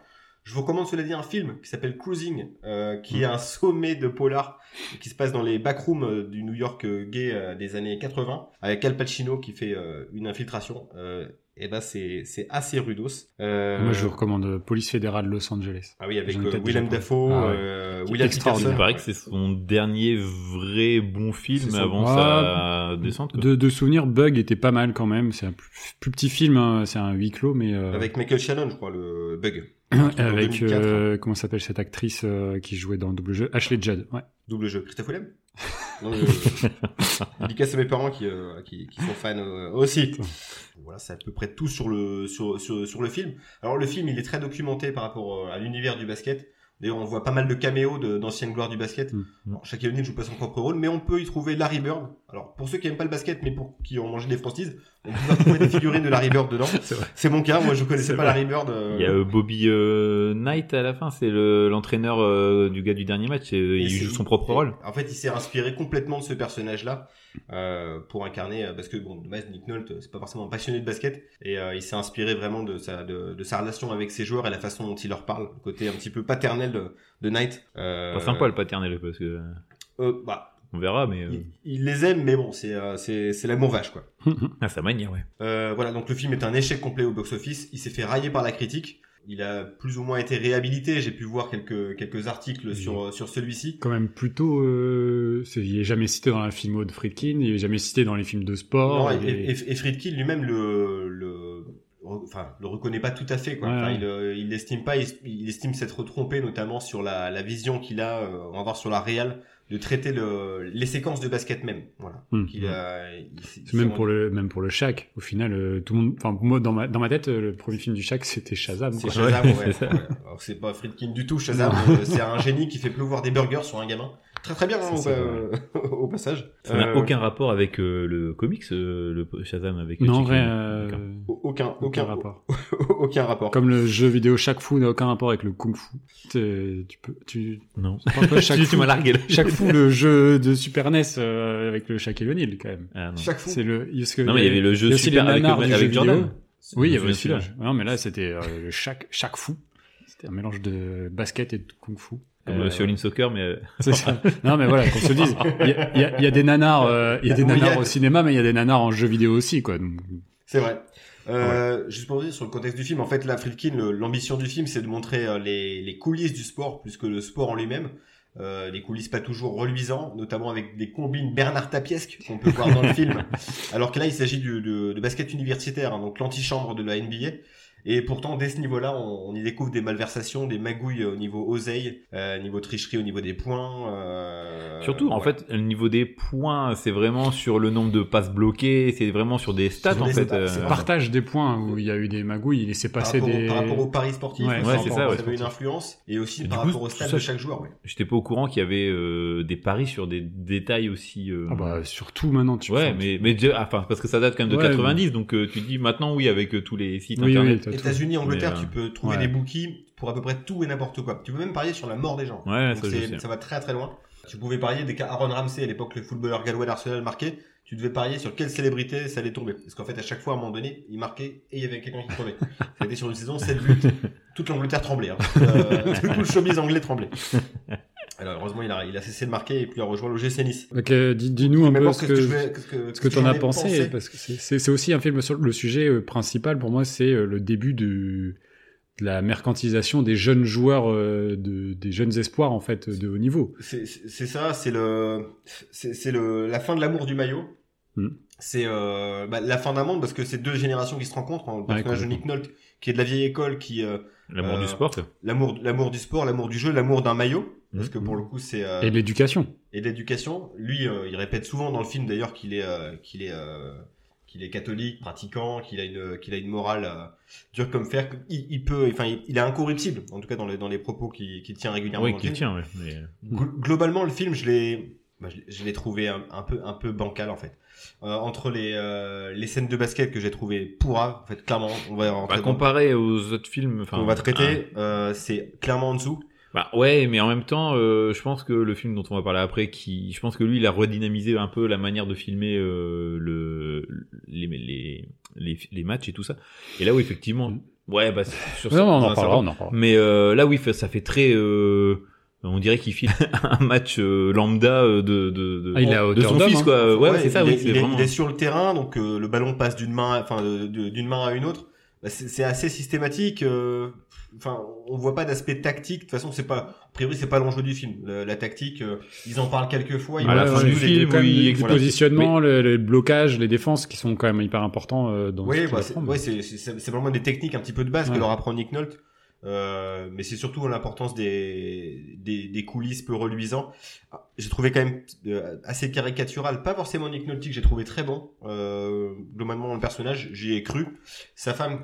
[SPEAKER 2] Je vous recommande cela dit un film qui s'appelle Cruising, euh,
[SPEAKER 4] Mm.
[SPEAKER 2] qui est un sommet de polar qui se passe dans les backrooms euh, du New York euh, gay euh, des années 80 avec Al Pacino qui fait euh, une infiltration euh, eh ben c'est c'est assez rudos. Euh,
[SPEAKER 4] Moi, je vous recommande Police fédérale de Los Angeles.
[SPEAKER 2] Ah oui, avec
[SPEAKER 4] j'en ai
[SPEAKER 2] euh,
[SPEAKER 4] peut-être
[SPEAKER 2] Willem
[SPEAKER 4] déjà parlé.
[SPEAKER 2] Dafoe,
[SPEAKER 4] Ah ouais.
[SPEAKER 2] euh,
[SPEAKER 4] Qui est
[SPEAKER 2] Willem Peterson.
[SPEAKER 4] extraordinaire.
[SPEAKER 5] Il paraît que c'est son dernier vrai bon film
[SPEAKER 4] C'est ça.
[SPEAKER 5] avant sa descente. quoi.
[SPEAKER 4] De, de souvenir, Bug était pas mal quand même. C'est un plus, plus petit film, hein, c'est un huis clos, mais euh,
[SPEAKER 2] Avec Michael Shannon, je crois, le bug.
[SPEAKER 4] avec,
[SPEAKER 2] 2004,
[SPEAKER 4] euh, comment s'appelle cette actrice euh, qui jouait dans le double jeu Ashley Judd. Ouais.
[SPEAKER 2] Double jeu. Christophe Willem Non, je... Dédicace à mes parents qui, euh, qui, qui sont fans euh, aussi. Voilà, c'est à peu près tout sur le, sur, sur, sur le film. Alors, le film, il est très documenté par rapport euh, à l'univers du basket. D'ailleurs, on voit pas mal de caméos de- d'anciennes gloires du basket.
[SPEAKER 4] Mm.
[SPEAKER 2] Alors, chaque O'Neal joue pas son propre rôle, mais on peut y trouver Larry Bird. Alors, pour ceux qui aiment pas le basket, mais pour qui ont mangé des frosties, on peut trouver des figurines de Larry Bird dedans.
[SPEAKER 5] C'est vrai.
[SPEAKER 2] C'est mon cas, moi je connaissais
[SPEAKER 5] C'est
[SPEAKER 2] pas
[SPEAKER 5] vrai.
[SPEAKER 2] Larry Bird. euh,
[SPEAKER 5] Il y a euh, Bobby euh, Knight à la fin, c'est le- l'entraîneur euh, du gars du dernier match. et, euh,
[SPEAKER 2] Et
[SPEAKER 5] il
[SPEAKER 2] c'est-
[SPEAKER 5] joue son propre
[SPEAKER 2] et-
[SPEAKER 5] rôle.
[SPEAKER 2] En fait, il s'est inspiré complètement de ce personnage-là euh, pour incarner, euh, parce que bon, de base, Nick Nolte, euh, c'est pas forcément un passionné de basket, et euh, il s'est inspiré vraiment de sa, de, de sa relation avec ses joueurs et la façon dont il leur parle, le côté un petit peu paternel de, de Knight. Euh,
[SPEAKER 5] Pas sympa le paternel parce que euh,
[SPEAKER 2] euh, bah,
[SPEAKER 5] on verra, mais euh,
[SPEAKER 2] il, il les aime, mais bon, c'est euh, c'est c'est l'amour vache quoi.
[SPEAKER 5] à sa manière, ouais.
[SPEAKER 2] Euh, voilà, donc le film est un échec complet au box-office. Il s'est fait railler par la critique. Il a plus ou moins été réhabilité. J'ai pu voir quelques quelques articles sur sur celui-ci.
[SPEAKER 4] Quand même plutôt, euh, c'est- il est jamais cité dans la filmo de Friedkin, il est jamais cité dans les films de sport.
[SPEAKER 2] Non, et,
[SPEAKER 4] il est-
[SPEAKER 2] et- et Friedkin lui-même le, le, re- enfin, le reconnaît pas tout à fait. Quoi.
[SPEAKER 4] Ouais,
[SPEAKER 2] Enfin,
[SPEAKER 4] ouais.
[SPEAKER 2] Il, euh, il l'estime pas. Il, il estime s'être trompé, notamment sur la, la vision qu'il a, euh, on va voir sur la réal, de traiter le, les séquences de basket même. Voilà.
[SPEAKER 4] Hum,
[SPEAKER 2] Qu'il
[SPEAKER 4] hum.
[SPEAKER 2] a- il s'est-
[SPEAKER 4] C'est même pour le même pour le Shaq. Au final, euh, tout le monde. Enfin, moi dans ma dans ma tête, euh, le premier film du Shaq c'était Shazam.
[SPEAKER 2] C'est
[SPEAKER 4] quoi.
[SPEAKER 2] Shazam,
[SPEAKER 5] Ouais,
[SPEAKER 2] ouais.
[SPEAKER 5] c'est ça.
[SPEAKER 2] Ouais. Alors, c'est pas Friedkin du tout, Shazam. euh, c'est un génie qui fait pleuvoir des burgers sur un gamin. Très très bien, hein,
[SPEAKER 4] C'est
[SPEAKER 2] au,
[SPEAKER 4] ça,
[SPEAKER 2] euh, au passage.
[SPEAKER 5] Ça n'a
[SPEAKER 2] Euh,
[SPEAKER 5] aucun rapport avec euh, le comics, euh, le Shazam avec.
[SPEAKER 4] Non, en
[SPEAKER 5] Shaquille.
[SPEAKER 4] vrai, euh,
[SPEAKER 5] D'accord.
[SPEAKER 2] Aucun,
[SPEAKER 4] aucun
[SPEAKER 2] aucun,
[SPEAKER 4] rapport.
[SPEAKER 2] aucun rapport.
[SPEAKER 4] Comme le jeu vidéo Shaq Fu n'a aucun rapport avec le Kung Fu. T'es- Tu peux, tu,
[SPEAKER 5] Non.
[SPEAKER 4] Enfin, toi, Shaq
[SPEAKER 5] Tu- tu
[SPEAKER 4] Fu-
[SPEAKER 5] m'as largué là.
[SPEAKER 4] Shaq Fu, le jeu de Super NES euh, avec le Shaq et l'O'Neal quand même.
[SPEAKER 5] Ah, non.
[SPEAKER 2] Chaque fois.
[SPEAKER 4] C'est le. parce que-
[SPEAKER 5] Non, mais il y avait le
[SPEAKER 4] il y
[SPEAKER 5] jeu
[SPEAKER 4] a aussi
[SPEAKER 5] super
[SPEAKER 4] les
[SPEAKER 5] avec,
[SPEAKER 4] nanars du jeu
[SPEAKER 5] avec
[SPEAKER 4] vidéo.
[SPEAKER 5] Jordan.
[SPEAKER 4] Oui, il y
[SPEAKER 5] Je
[SPEAKER 4] avait
[SPEAKER 5] me
[SPEAKER 4] aussi
[SPEAKER 5] souviens
[SPEAKER 4] là. Non, mais là c'était euh, le Shaq, Shaq Fu. C'était un mélange de basket et de Kung Fu.
[SPEAKER 5] Comme
[SPEAKER 4] Euh,
[SPEAKER 5] le Shaolin Soccer, mais euh,
[SPEAKER 4] C'est ça. Non, mais voilà, qu'on se le dise. Il y, a- il y a- il y a des nanars, euh, il y a des
[SPEAKER 2] Oui, il y a-
[SPEAKER 4] nanars au cinéma, mais il y a des nanars en jeu vidéo aussi, quoi. Donc,
[SPEAKER 5] Bah,
[SPEAKER 2] C'est vrai. Euh, Juste pour revenir sur le contexte du film, en fait, là, Friedkin, le- l'ambition du film, c'est de montrer euh, les, les coulisses du sport plus que le sport en lui-même. Euh, les coulisses pas toujours reluisants, notamment avec des combines Bernard Tapiesque qu'on peut voir dans le film. Alors que là, il s'agit du- de, de basket universitaire, hein, donc l'antichambre de la NBA. Et pourtant, dès ce niveau-là, on, on y découvre des malversations, des magouilles au niveau oseille, euh, niveau tricherie, au niveau des points. euh,
[SPEAKER 5] surtout, en
[SPEAKER 2] ouais.
[SPEAKER 5] fait, le niveau des points, c'est vraiment sur le nombre de passes bloquées, c'est vraiment sur des stats,
[SPEAKER 2] Sur
[SPEAKER 5] en
[SPEAKER 2] des
[SPEAKER 5] fait.
[SPEAKER 2] stats,
[SPEAKER 5] euh,
[SPEAKER 2] c'est pas-
[SPEAKER 4] partage des points où il y a eu des magouilles, il s'est
[SPEAKER 2] par
[SPEAKER 4] passé
[SPEAKER 2] rapport, au,
[SPEAKER 4] des.
[SPEAKER 2] par rapport au Paris sportif,
[SPEAKER 4] Ouais,
[SPEAKER 2] ça,
[SPEAKER 5] ouais, c'est ça, ouais,
[SPEAKER 2] avait une influence, et aussi
[SPEAKER 5] Et du
[SPEAKER 2] par
[SPEAKER 5] coup,
[SPEAKER 2] rapport au
[SPEAKER 5] tout
[SPEAKER 2] stade
[SPEAKER 5] ça,
[SPEAKER 2] de chaque joueur. ouais.
[SPEAKER 5] J'étais pas au courant qu'il y avait euh, des paris sur des détails aussi. euh,
[SPEAKER 4] Ah bah, surtout maintenant, tu
[SPEAKER 5] ouais,
[SPEAKER 4] enfin,
[SPEAKER 5] mais mais déjà- ah, enfin parce que ça date quand même de
[SPEAKER 4] Ouais,
[SPEAKER 5] 90, donc euh, tu te dis maintenant oui avec euh, tous les sites
[SPEAKER 4] Oui, oui,
[SPEAKER 5] internet.
[SPEAKER 4] t'as tout.
[SPEAKER 2] États-Unis, Angleterre,
[SPEAKER 5] Mais, euh,
[SPEAKER 2] tu peux trouver
[SPEAKER 4] ouais.
[SPEAKER 2] des bookies pour à peu près tout et n'importe quoi. Tu peux même parier sur la mort des gens.
[SPEAKER 5] Ouais,
[SPEAKER 2] Donc
[SPEAKER 5] ça, je
[SPEAKER 2] c'est-
[SPEAKER 5] sais.
[SPEAKER 2] ça va très très loin. Tu pouvais parier dès qu'Aaron Ramsey, à l'époque le footballeur gallois d'Arsenal, marquait, tu devais parier sur quelle célébrité ça allait tomber. Parce qu'en fait, à chaque fois, à un moment donné, il marquait et il y avait quelqu'un qui tombait. C'était sur une saison 7 buts. Toute l'Angleterre tremblait. Hein. Euh, tout le showbiz anglais tremblait. Alors heureusement, il a, il a cessé de marquer et puis il a rejoint le GC Nice.
[SPEAKER 4] Ok, dis- dis-nous un
[SPEAKER 2] Mais
[SPEAKER 4] peu
[SPEAKER 2] bon,
[SPEAKER 4] ce
[SPEAKER 2] qu'est-ce que je
[SPEAKER 4] que,
[SPEAKER 2] vais- qu'est-ce que,
[SPEAKER 4] ce que
[SPEAKER 2] qu'est-ce
[SPEAKER 4] t'en
[SPEAKER 2] j'en
[SPEAKER 4] as
[SPEAKER 2] ai
[SPEAKER 4] pensé, parce que c'est- c'est c'est aussi un film sur le sujet euh, principal pour moi, c'est euh, le début du- de la mercantilisation des jeunes joueurs, euh, de, des jeunes espoirs en fait de haut niveau.
[SPEAKER 2] C'est c'est ça, c'est le, c'est c'est le, la fin de l'amour du maillot.
[SPEAKER 4] Mm.
[SPEAKER 2] C'est euh, bah, la fin d'un monde parce que c'est deux générations qui se rencontrent. hein. Le personnage de Nick Nolte qui est de la vieille école, qui euh,
[SPEAKER 5] L'amour
[SPEAKER 2] Euh,
[SPEAKER 5] du sport. quoi.
[SPEAKER 2] l'amour, l'amour du sport, l'amour du jeu, l'amour d'un maillot. Parce
[SPEAKER 5] Mm.
[SPEAKER 2] que pour le coup, c'est euh,
[SPEAKER 4] Et de l'éducation.
[SPEAKER 2] et de l'éducation. Lui, euh, il répète souvent dans le film d'ailleurs qu'il est, euh, qu'il est, euh, qu'il est catholique, pratiquant, qu'il a une, qu'il a une morale euh, dure comme fer. Il, il peut, enfin, il, il est incorruptible. En tout cas, dans les, dans les propos qu'il qu'il tient régulièrement.
[SPEAKER 5] Oui,
[SPEAKER 2] dans le
[SPEAKER 5] qui
[SPEAKER 2] film.
[SPEAKER 5] tient. ouais, mais-
[SPEAKER 2] Gl- Globalement, le film, je l'ai, bah, je l'ai- je l'ai trouvé un, un peu, un peu bancal en fait. Euh, entre les, euh, les scènes de basket que j'ai trouvé pourraves, en fait, clairement, on va
[SPEAKER 5] Bah,
[SPEAKER 2] rentrer dans-
[SPEAKER 5] comparé aux autres films, enfin, ah.
[SPEAKER 2] qu'on va traiter, euh, c'est clairement en dessous.
[SPEAKER 5] Bah ouais, mais en même temps, euh, je pense que le film dont on va parler après, qui, je pense que lui, il a redynamisé un peu la manière de filmer euh, le les, les les les matchs et tout ça. Et là où effectivement, ouais, bah c'est- sur
[SPEAKER 4] Mm. Non,
[SPEAKER 5] ça-
[SPEAKER 4] non, on
[SPEAKER 5] sur
[SPEAKER 4] en
[SPEAKER 5] ça,
[SPEAKER 4] parlera,
[SPEAKER 5] bon.
[SPEAKER 4] on en parlera.
[SPEAKER 5] Mais euh, là oui, ça fait très euh, on dirait qu'il file un match euh, lambda euh, de, de, de,
[SPEAKER 4] Ah, il est à
[SPEAKER 5] de
[SPEAKER 4] hauteur
[SPEAKER 5] son
[SPEAKER 4] d'homme,
[SPEAKER 5] fils,
[SPEAKER 4] hein.
[SPEAKER 5] quoi. Euh, Ouais,
[SPEAKER 2] Ouais,
[SPEAKER 5] c'est ça,
[SPEAKER 2] il,
[SPEAKER 5] oui,
[SPEAKER 2] est,
[SPEAKER 5] c'est
[SPEAKER 2] il est-
[SPEAKER 5] vraiment-
[SPEAKER 2] il est sur le terrain, donc euh, le ballon passe d'une main, à- enfin de- de- d'une main à une autre. Bah, c'est c'est assez systématique. euh, Enfin, on voit pas d'aspect tactique. De toute façon, c'est pas. A priori, c'est pas l'enjeu du film. La, la tactique, euh, ils en parlent quelques fois. Ils
[SPEAKER 5] À la
[SPEAKER 4] Euh,
[SPEAKER 2] montrent
[SPEAKER 5] fin
[SPEAKER 2] les
[SPEAKER 5] du
[SPEAKER 2] deux, les
[SPEAKER 5] film,
[SPEAKER 2] deux, quand même,
[SPEAKER 5] oui,
[SPEAKER 2] les-
[SPEAKER 5] il
[SPEAKER 4] Les
[SPEAKER 2] voilà.
[SPEAKER 4] positionnements, le- les blocages, les défenses qui sont quand même hyper importants euh, dans
[SPEAKER 2] Oui,
[SPEAKER 4] ce qu'il
[SPEAKER 2] bah, c'est
[SPEAKER 4] apprend.
[SPEAKER 2] ouais, c'est- c'est- c'est- c'est vraiment des techniques un petit peu de base que
[SPEAKER 4] Ouais.
[SPEAKER 2] leur apprend Nick Nolte. Euh, mais c'est surtout l'importance des, des, des coulisses peu reluisants. Ah, J'ai trouvé quand même euh, assez caricatural, pas forcément Nick Nolte que j'ai trouvé très bon. Euh, globalement, le personnage, j'y ai cru. Sa femme,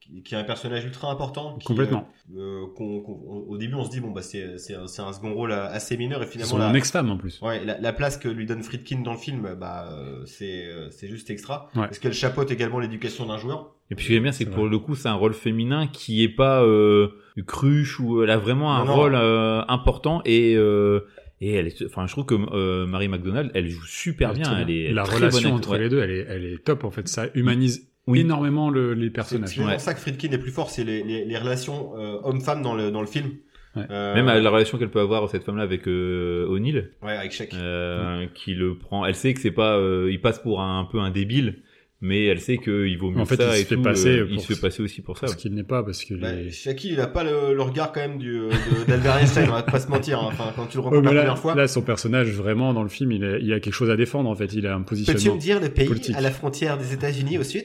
[SPEAKER 2] qui qui est un personnage ultra important. qui,
[SPEAKER 4] Complètement.
[SPEAKER 2] euh, euh, qu'on- qu'on- au début, on se dit bon bah c'est c'est un, c'est un second rôle euh, assez mineur et finalement
[SPEAKER 4] Son
[SPEAKER 2] la-
[SPEAKER 4] ex-femme en plus.
[SPEAKER 2] Ouais, la, la place que lui donne Friedkin dans le film, bah, euh, c'est euh, c'est juste extra.
[SPEAKER 4] Ouais.
[SPEAKER 2] Parce qu'elle chapeaute également l'éducation d'un joueur.
[SPEAKER 5] Et puis ce que j'aime bien, c'est que
[SPEAKER 4] C'est
[SPEAKER 5] pour le coup, c'est un rôle féminin qui est pas euh, cruche ou elle a vraiment un
[SPEAKER 2] Non, non.
[SPEAKER 5] rôle euh, important et euh, et elle est, enfin, je trouve que euh, Marie McDonald, elle joue super
[SPEAKER 4] Elle est
[SPEAKER 5] bien.
[SPEAKER 4] très
[SPEAKER 5] Elle est
[SPEAKER 4] La
[SPEAKER 5] très
[SPEAKER 4] relation
[SPEAKER 5] bonne actrice.
[SPEAKER 4] entre
[SPEAKER 5] Ouais.
[SPEAKER 4] les deux, elle est, elle est top en fait. Ça humanise
[SPEAKER 5] Oui.
[SPEAKER 4] énormément le- les
[SPEAKER 2] C'est
[SPEAKER 4] personnages.
[SPEAKER 2] c'est pour ça que Friedkin est plus fort, c'est les, les, les relations euh, homme-femme dans le, dans le film.
[SPEAKER 4] Ouais.
[SPEAKER 2] Euh,
[SPEAKER 5] Même à la relation qu'elle peut avoir cette femme-là avec euh, O'Neill,
[SPEAKER 2] Ouais, avec Shaq.
[SPEAKER 5] euh, qui le prend. Elle sait que c'est pas, euh, il passe pour un, un peu un débile, mais elle sait qu'il vaut mieux
[SPEAKER 4] En fait,
[SPEAKER 5] que ça
[SPEAKER 4] il se
[SPEAKER 5] et
[SPEAKER 4] fait
[SPEAKER 5] tout,
[SPEAKER 4] passer
[SPEAKER 5] euh, il
[SPEAKER 4] pour
[SPEAKER 5] se fait
[SPEAKER 4] ce-
[SPEAKER 5] passer aussi pour ça.
[SPEAKER 4] Ce
[SPEAKER 5] ouais.
[SPEAKER 4] qu'il n'est pas parce que
[SPEAKER 2] Bah,
[SPEAKER 4] les-
[SPEAKER 2] Shaq, il a pas le, le regard quand même du, euh, de- d'Albert Einstein, on va pas se mentir. hein. Enfin, quand tu le
[SPEAKER 4] Ouais,
[SPEAKER 2] rencontres
[SPEAKER 4] mais
[SPEAKER 2] la
[SPEAKER 4] là,
[SPEAKER 2] première fois.
[SPEAKER 4] là, son personnage vraiment dans le film, il, est- il a quelque chose à défendre en fait. Il a un
[SPEAKER 2] Peux-tu
[SPEAKER 4] positionnement.
[SPEAKER 2] me dire le pays
[SPEAKER 4] politique.
[SPEAKER 2] à la frontière des États-Unis au sud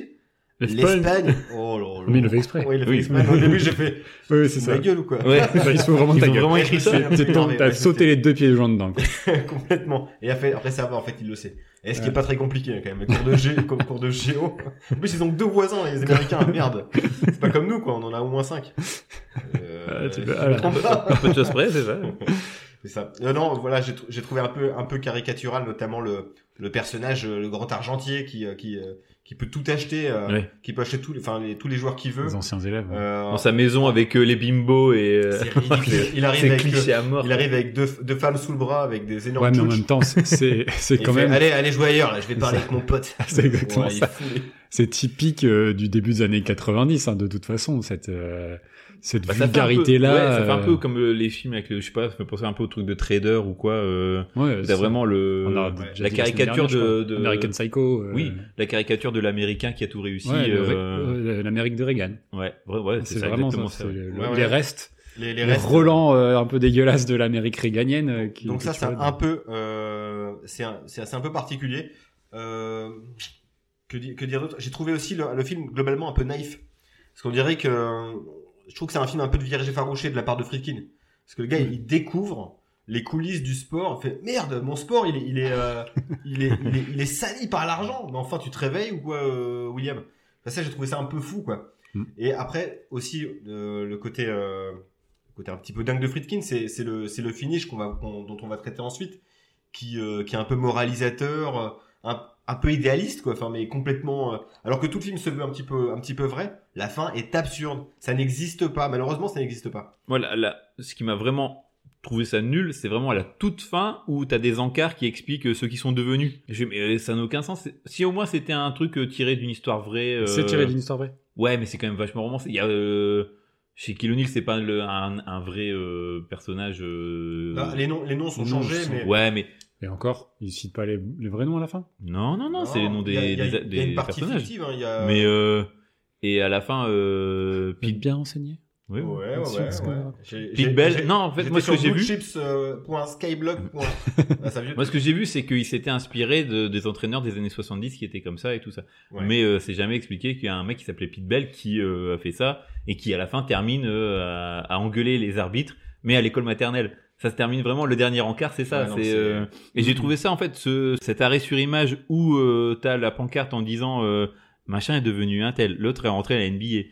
[SPEAKER 4] L'Espagne.
[SPEAKER 2] L'Espagne. Oh là là.
[SPEAKER 4] Mais il le fait exprès.
[SPEAKER 2] Oui, il le fait
[SPEAKER 5] Oui.
[SPEAKER 2] exprès. Au début, j'ai fait.
[SPEAKER 4] Oui, c'est
[SPEAKER 2] C'est
[SPEAKER 4] ça.
[SPEAKER 2] ma gueule ou quoi
[SPEAKER 5] Ouais.
[SPEAKER 4] Bah, ils se foutent vraiment de
[SPEAKER 5] Ils
[SPEAKER 4] ta
[SPEAKER 5] ont
[SPEAKER 4] gueule.
[SPEAKER 5] vraiment écrit ça.
[SPEAKER 4] T'es- t'es-
[SPEAKER 2] Non, mais
[SPEAKER 4] T'as
[SPEAKER 2] ouais,
[SPEAKER 4] sauté les deux pieds de gens dedans. quoi.
[SPEAKER 2] Complètement. Et après, après ça va, en fait, il le sait. Et ce qui est pas très compliqué, hein, quand même. Cours de, G, cours cours de géo. En plus, ils ont que deux voisins, les Américains. Merde. C'est pas comme nous, quoi. On en a au moins cinq. Euh,
[SPEAKER 4] Ah, tu peux-
[SPEAKER 2] je
[SPEAKER 4] ah là.
[SPEAKER 2] comprends pas.
[SPEAKER 5] Un peu de choses près, c'est ça.
[SPEAKER 2] C'est ça. Euh, non, voilà, j'ai tr- j'ai trouvé un peu, un peu caricatural, notamment le, le personnage, euh, le grand argentier qui, euh, qui, euh, qui peut tout acheter, euh,
[SPEAKER 5] Ouais.
[SPEAKER 2] qui peut acheter tous les, enfin, les- tous les joueurs qu'il veut.
[SPEAKER 4] Les anciens élèves. hein. ouais.
[SPEAKER 2] Euh,
[SPEAKER 5] Dans sa maison avec euh, les bimbos et euh,
[SPEAKER 2] c'est ridicule. Il arrive
[SPEAKER 5] c'est
[SPEAKER 2] avec, euh,
[SPEAKER 5] cliché à mort.
[SPEAKER 2] il arrive avec deux, deux femmes sous le bras, avec des énormes
[SPEAKER 4] Ouais, mais en
[SPEAKER 2] tchouches.
[SPEAKER 4] même temps, c'est- c'est c'est
[SPEAKER 2] Et
[SPEAKER 4] quand
[SPEAKER 2] il fait,
[SPEAKER 4] même.
[SPEAKER 2] Allez, allez jouer ailleurs, là, je vais parler avec mon pote.
[SPEAKER 4] C'est exactement
[SPEAKER 2] Ouais, il est
[SPEAKER 4] ça.
[SPEAKER 2] fou, lui.
[SPEAKER 4] C'est typique euh, du début des années 90, hein, de toute façon, cette, euh, cette
[SPEAKER 5] Bah, ça fait un peu-
[SPEAKER 4] vulgarité-là.
[SPEAKER 5] ouais, ça fait un peu
[SPEAKER 4] euh,
[SPEAKER 5] comme euh, les films avec le, je sais pas, ça me fait penser un peu au truc de trader ou quoi. Euh,
[SPEAKER 4] ouais,
[SPEAKER 5] t'as
[SPEAKER 4] c'est-
[SPEAKER 5] vraiment le,
[SPEAKER 4] on a
[SPEAKER 2] ouais,
[SPEAKER 4] déjà
[SPEAKER 5] la
[SPEAKER 4] dit semaine dernière,
[SPEAKER 5] caricature de,
[SPEAKER 4] je crois.
[SPEAKER 5] de-
[SPEAKER 4] American Psycho. euh,
[SPEAKER 5] oui, la caricature de l'américain qui a tout réussi.
[SPEAKER 4] ouais, le-
[SPEAKER 5] euh,
[SPEAKER 4] euh, l'Amérique de Reagan.
[SPEAKER 5] ouais, ouais, ouais, c'est
[SPEAKER 4] C'est
[SPEAKER 5] ça,
[SPEAKER 4] vraiment ça.
[SPEAKER 5] exactement
[SPEAKER 4] c'est
[SPEAKER 5] ça.
[SPEAKER 4] le- le-
[SPEAKER 2] Ouais, ouais.
[SPEAKER 4] Les restes,
[SPEAKER 2] Les, les
[SPEAKER 4] les,
[SPEAKER 2] restes-
[SPEAKER 4] relents euh, un peu dégueulasses de l'Amérique réganienne. euh, qui,
[SPEAKER 2] Donc
[SPEAKER 4] que
[SPEAKER 2] ça,
[SPEAKER 4] tu
[SPEAKER 2] c'est
[SPEAKER 4] vois,
[SPEAKER 2] un peu, euh, c'est un, c'est c'est un peu particulier. Euh, que, di- que dire d'autre J'ai trouvé aussi le, le film globalement un peu naïf, parce qu'on dirait que je trouve que c'est un film un peu de virage effarouché de la part de Friedkin, parce que le
[SPEAKER 4] Mm.
[SPEAKER 2] gars il découvre les coulisses du sport, il fait merde, mon sport il est, il est, euh, il est, il est, il est sali par l'argent. Mais enfin, tu te réveilles ou quoi, euh, William Enfin, Ça, j'ai trouvé ça un peu fou, quoi.
[SPEAKER 4] Mm.
[SPEAKER 2] Et après aussi euh, le côté euh, le côté un petit peu dingue de Friedkin, c'est c'est le c'est le finish qu'on va qu'on- dont on va traiter ensuite, qui euh, qui est un peu moralisateur, euh, un, un peu idéaliste quoi. Enfin, mais complètement. euh, alors que tout le film se veut un petit peu un petit peu vrai, la fin est absurde. Ça n'existe pas. Malheureusement, ça n'existe pas.
[SPEAKER 5] Moi, la- la- ce qui m'a vraiment trouvé ça nul, c'est vraiment à la toute fin où t'as des encarts qui expliquent euh, ce qu'ils sont devenus. Je- mais euh, ça n'a aucun sens. C'est- Si au moins c'était un truc euh, tiré d'une histoire vraie. euh,
[SPEAKER 4] C'est tiré d'une histoire vraie.
[SPEAKER 5] Ouais, mais c'est quand même vachement romancé. Il y a euh, chez Kill O'Neill, c'est pas le- un, un vrai euh, personnage. euh,
[SPEAKER 2] Là, Bah, les noms les noms sont
[SPEAKER 4] les noms
[SPEAKER 2] changés,
[SPEAKER 4] sont-
[SPEAKER 2] mais
[SPEAKER 5] Ouais, mais
[SPEAKER 4] Et encore, il cite pas les, les vrais noms à la fin.
[SPEAKER 5] non, non, non, c'est les noms
[SPEAKER 2] il y a-
[SPEAKER 5] des,
[SPEAKER 2] il y a-
[SPEAKER 5] des-
[SPEAKER 2] il y a
[SPEAKER 5] des
[SPEAKER 2] une partie
[SPEAKER 5] personnages.
[SPEAKER 2] fictive. hein, il y a-
[SPEAKER 5] Mais euh, et à la fin, euh,
[SPEAKER 4] Puis
[SPEAKER 5] Pete,
[SPEAKER 4] bien enseigné.
[SPEAKER 5] ouais, ouais.
[SPEAKER 2] Ouais, ouais,
[SPEAKER 4] Attention, parce
[SPEAKER 2] ouais.
[SPEAKER 4] que-
[SPEAKER 2] J'ai-
[SPEAKER 5] Pete
[SPEAKER 2] j'ai-
[SPEAKER 5] Bell.
[SPEAKER 2] j'ai-
[SPEAKER 5] Non, en fait,
[SPEAKER 2] j'étais
[SPEAKER 5] moi ce
[SPEAKER 2] sur euh,
[SPEAKER 5] que j'ai vu,
[SPEAKER 2] bluechips.skyblock. ah, ça vieux.
[SPEAKER 5] moi ce que j'ai vu, c'est qu'il s'était inspiré de, des entraîneurs des années 70 qui étaient comme ça et tout ça.
[SPEAKER 2] Ouais.
[SPEAKER 5] Mais euh, c'est jamais expliqué qu'il y a un mec qui s'appelait Pete Bell qui euh, a fait ça et qui à la fin termine euh, à, à engueuler les arbitres, mais à l'école maternelle. Ça se termine vraiment le dernier encart, c'est ça.
[SPEAKER 2] Ouais, non,
[SPEAKER 5] c'est,
[SPEAKER 2] c'est-
[SPEAKER 5] euh, Et j'ai trouvé ça en fait, ce, cet arrêt sur image où euh, t'as la pancarte en disant euh, machin est devenu un tel, l'autre est rentré à la NBA.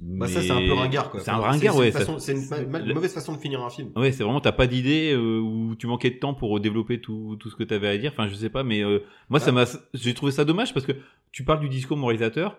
[SPEAKER 2] Bah, ça,
[SPEAKER 5] Mais-
[SPEAKER 2] c'est un peu ringard, quoi.
[SPEAKER 5] C'est un
[SPEAKER 2] Enfin,
[SPEAKER 5] ringard,
[SPEAKER 2] c'est une
[SPEAKER 5] ouais. ça-
[SPEAKER 2] façon- C'est une, ma- ma-
[SPEAKER 5] le-
[SPEAKER 2] mauvaise façon de finir un film.
[SPEAKER 5] Ouais, c'est vraiment, t'as pas d'idée euh, ou tu manquais de temps pour développer tout, tout ce que t'avais à dire. Enfin, je sais pas, mais euh, moi,
[SPEAKER 2] Ah.
[SPEAKER 5] ça m'a, j'ai trouvé ça dommage parce que tu parles du discours moralisateur.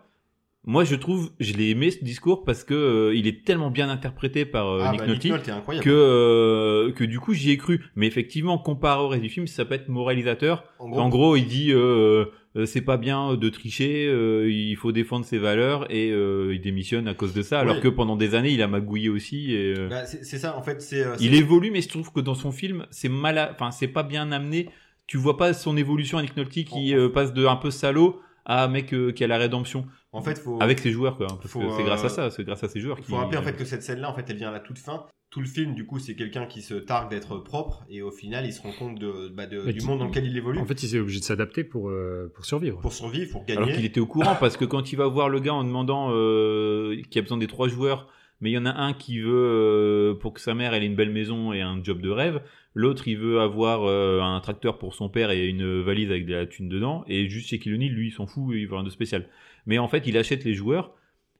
[SPEAKER 5] Moi, je trouve, je l'ai aimé ce discours parce que euh, il est tellement bien interprété par euh,
[SPEAKER 2] ah,
[SPEAKER 5] Nick
[SPEAKER 2] bah,
[SPEAKER 5] Nolte
[SPEAKER 2] Nick Nolte est incroyable.
[SPEAKER 5] que euh, que du coup, j'y ai cru. Mais effectivement, comparé au reste du film, ça peut être moralisateur.
[SPEAKER 2] En
[SPEAKER 5] En gros, il dit euh, euh, c'est pas bien de tricher, euh, il faut défendre ses valeurs et euh, il démissionne à cause de ça. Alors
[SPEAKER 2] Oui.
[SPEAKER 5] que pendant des années, il a magouillé aussi. Et, euh,
[SPEAKER 2] Bah, c'est c'est ça, en fait, c'est. euh,
[SPEAKER 5] il
[SPEAKER 2] c'est-
[SPEAKER 5] évolue, mais je trouve que dans son film, c'est mal, à- enfin, c'est pas bien amené. Tu vois pas son évolution avec Nolte qui
[SPEAKER 2] Oh.
[SPEAKER 5] euh, passe de un peu salaud à un mec euh, qui a la rédemption
[SPEAKER 2] En fait, faut.
[SPEAKER 5] avec ses joueurs, quoi. hein, Parce
[SPEAKER 2] faut,
[SPEAKER 5] que c'est
[SPEAKER 2] euh,
[SPEAKER 5] grâce à ça, c'est grâce à ses joueurs.
[SPEAKER 2] Il
[SPEAKER 5] qui-
[SPEAKER 2] faut rappeler en fait que cette scène-là, en fait, elle vient à la toute fin. Tout le film, du coup, c'est quelqu'un qui se targue d'être propre et au final, il se rend compte de, bah, de-
[SPEAKER 4] Mais
[SPEAKER 2] du
[SPEAKER 4] qui-
[SPEAKER 2] monde dans lequel il évolue
[SPEAKER 4] En fait, il est obligé de s'adapter pour, euh, pour survivre.
[SPEAKER 2] pour survivre, pour
[SPEAKER 5] Alors qu'il
[SPEAKER 2] gagner.
[SPEAKER 5] était au courant, parce que quand il va voir le gars en demandant euh, qu'il a besoin des trois joueurs, mais il y en a un qui veut, euh, pour que sa mère elle ait une belle maison et un job de rêve, l'autre il veut avoir euh, un tracteur pour son père et une valise avec de la thune dedans, et juste chez Kiloni, lui il s'en fout, il veut rien de spécial. Mais en fait, il achète les joueurs,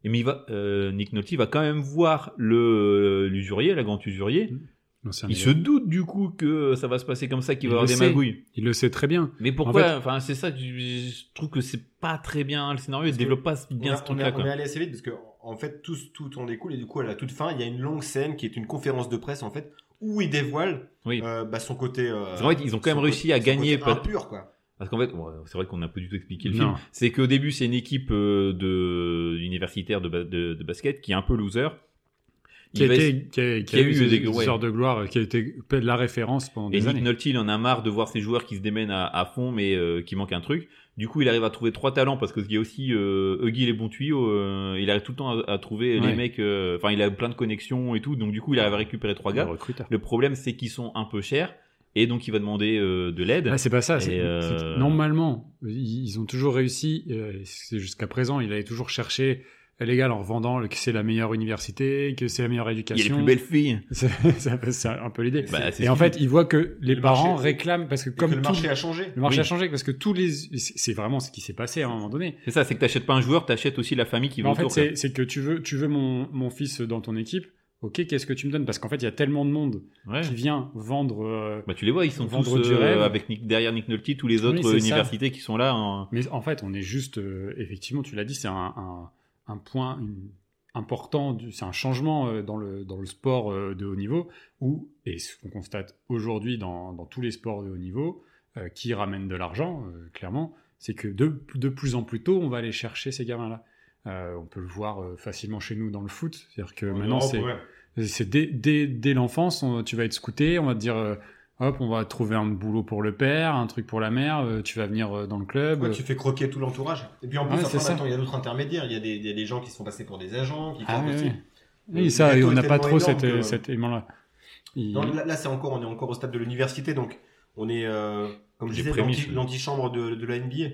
[SPEAKER 5] et mais il va, euh, Nick Nolte va quand même voir le euh, l'usurier, la grande usurier.
[SPEAKER 4] L'ancien
[SPEAKER 5] Il se
[SPEAKER 4] élève.
[SPEAKER 5] doute du coup que ça va se passer comme ça, qu'il va
[SPEAKER 4] Il
[SPEAKER 5] avoir
[SPEAKER 4] le
[SPEAKER 5] des
[SPEAKER 4] sait.
[SPEAKER 5] magouilles.
[SPEAKER 4] Il le sait très bien.
[SPEAKER 5] Mais pourquoi
[SPEAKER 4] En fait-
[SPEAKER 5] Enfin, c'est ça. que Je, je trouve que c'est pas très bien le scénario. Il
[SPEAKER 2] que
[SPEAKER 5] développe pas bien
[SPEAKER 2] on, a-
[SPEAKER 5] ce
[SPEAKER 2] on,
[SPEAKER 5] truc-là.
[SPEAKER 2] est- on est
[SPEAKER 5] quoi.
[SPEAKER 2] allé assez vite parce que en fait tout tout en découle et du coup à la toute fin il y a une longue scène qui est une conférence de presse en fait où il dévoile
[SPEAKER 5] Oui.
[SPEAKER 2] euh, bah, son côté. euh,
[SPEAKER 5] Parce qu'en fait, ils ont quand même
[SPEAKER 2] son
[SPEAKER 5] réussi
[SPEAKER 2] côté-
[SPEAKER 5] à
[SPEAKER 2] son
[SPEAKER 5] gagner
[SPEAKER 2] côté
[SPEAKER 5] par-
[SPEAKER 2] impur quoi.
[SPEAKER 5] Parce qu'en fait, bon, c'est vrai qu'on n'a pas du tout expliqué le
[SPEAKER 4] Non.
[SPEAKER 5] film. C'est qu'au début, c'est une équipe euh, de universitaire de, ba- de, de basket qui est un peu loser.
[SPEAKER 4] Qui a,
[SPEAKER 5] Il va-
[SPEAKER 4] été, qui a, qui
[SPEAKER 5] qui
[SPEAKER 4] a
[SPEAKER 5] a eu
[SPEAKER 4] eu des,
[SPEAKER 5] des- ouais.
[SPEAKER 4] sortes de gloire, qui a été la référence pendant
[SPEAKER 5] Et
[SPEAKER 4] des
[SPEAKER 5] Nick
[SPEAKER 4] années.
[SPEAKER 5] Nolte, il en a marre de voir ses joueurs qui se démènent à, à fond, mais euh, qui manquent un truc. Du coup, il arrive à trouver trois talents parce que il y a aussi euh, Huggy les bons tuyaux. euh, il arrive tout le temps à, à trouver les
[SPEAKER 4] Ouais.
[SPEAKER 5] mecs. euh, Enfin, il a plein de connexions et tout. Donc, du coup, il arrive à récupérer trois
[SPEAKER 4] Le
[SPEAKER 5] gars.
[SPEAKER 4] recruteur.
[SPEAKER 5] Le problème, c'est qu'ils sont un peu chers. Et donc, il va demander euh, de l'aide.
[SPEAKER 4] Ah, c'est pas ça.
[SPEAKER 5] Et,
[SPEAKER 4] c'est-
[SPEAKER 5] euh,
[SPEAKER 4] c'est- Normalement, ils ils ont toujours réussi. euh, c'est jusqu'à présent, il avait toujours cherché euh, les gars en vendant que c'est la meilleure université, que c'est la meilleure
[SPEAKER 5] il y a les
[SPEAKER 4] éducation.
[SPEAKER 5] plus belles filles.
[SPEAKER 4] C'est c'est- c'est un peu l'idée.
[SPEAKER 5] Bah, c'est
[SPEAKER 4] Et en
[SPEAKER 5] ce qu'il
[SPEAKER 4] fait, il voit que les
[SPEAKER 2] le marché-
[SPEAKER 4] parents réclament parce que
[SPEAKER 2] Comme
[SPEAKER 4] comme
[SPEAKER 2] que le
[SPEAKER 4] tout-
[SPEAKER 2] marché a changé.
[SPEAKER 4] le marché
[SPEAKER 5] Oui.
[SPEAKER 4] a changé parce que tous les c'est c'est vraiment ce qui s'est passé à un moment donné.
[SPEAKER 5] dit. C'est ça, c'est que t'achètes pas un joueur, t'achètes aussi la famille qui
[SPEAKER 4] Mais
[SPEAKER 5] va
[SPEAKER 4] en fait,
[SPEAKER 5] autour. quoi.
[SPEAKER 4] c'est c'est que tu veux tu veux mon mon fils dans ton équipe. Ok, qu'est-ce que tu me donnes Parce qu'en fait, il y a tellement de monde
[SPEAKER 5] Ouais.
[SPEAKER 4] qui vient vendre. euh,
[SPEAKER 5] Bah, tu les vois, ils sont tous
[SPEAKER 4] Vendre du
[SPEAKER 5] euh,
[SPEAKER 4] rêve.
[SPEAKER 5] avec Nick, derrière Nick Nolte, tous les
[SPEAKER 4] Oui,
[SPEAKER 5] autres
[SPEAKER 4] c'est
[SPEAKER 5] euh,
[SPEAKER 4] ça.
[SPEAKER 5] universités qui sont là. hein.
[SPEAKER 4] Mais en fait, on est juste, euh, effectivement, tu l'as dit, c'est un, un- un point une- important, du- c'est un changement euh, dans, le, dans le sport euh, de haut niveau, où, et ce qu'on constate aujourd'hui dans, dans tous les sports de haut niveau, euh, qui ramènent de l'argent, euh, clairement, c'est que de, de plus en plus tôt, on va aller chercher ces gamins-là. Euh, on peut le voir euh, facilement chez nous dans le foot, c'est-à-dire que maintenant, c'est... C'est dès, dès, dès l'enfance, on- tu vas être scouté, on va te dire, euh, hop, on va trouver un boulot pour le père, un truc pour la mère, euh, tu vas venir euh, dans le club.
[SPEAKER 2] Ouais, Bah, tu fais croquer tout l'entourage. Et puis en plus,
[SPEAKER 4] Ouais,
[SPEAKER 2] après,
[SPEAKER 4] c'est ça.
[SPEAKER 2] maintenant, il y a d'autres intermédiaires. Il y a des, des- des gens qui se font passer pour des agents, qui
[SPEAKER 4] Ah,
[SPEAKER 2] font
[SPEAKER 4] ouais,
[SPEAKER 2] aussi.
[SPEAKER 4] ouais.
[SPEAKER 2] Euh, le
[SPEAKER 4] Oui, ça, et
[SPEAKER 2] gâteau
[SPEAKER 4] on
[SPEAKER 2] est
[SPEAKER 4] n'a pas
[SPEAKER 2] tellement
[SPEAKER 4] trop cet,
[SPEAKER 2] énorme que-
[SPEAKER 4] cet élément-là. Il-
[SPEAKER 2] Non, là, là, c'est encore, on est encore au stade de l'université, donc on est, euh, comme je
[SPEAKER 5] Des
[SPEAKER 2] disais,
[SPEAKER 5] prémices,
[SPEAKER 2] l'anti-
[SPEAKER 5] oui.
[SPEAKER 2] l'antichambre de, de la NBA.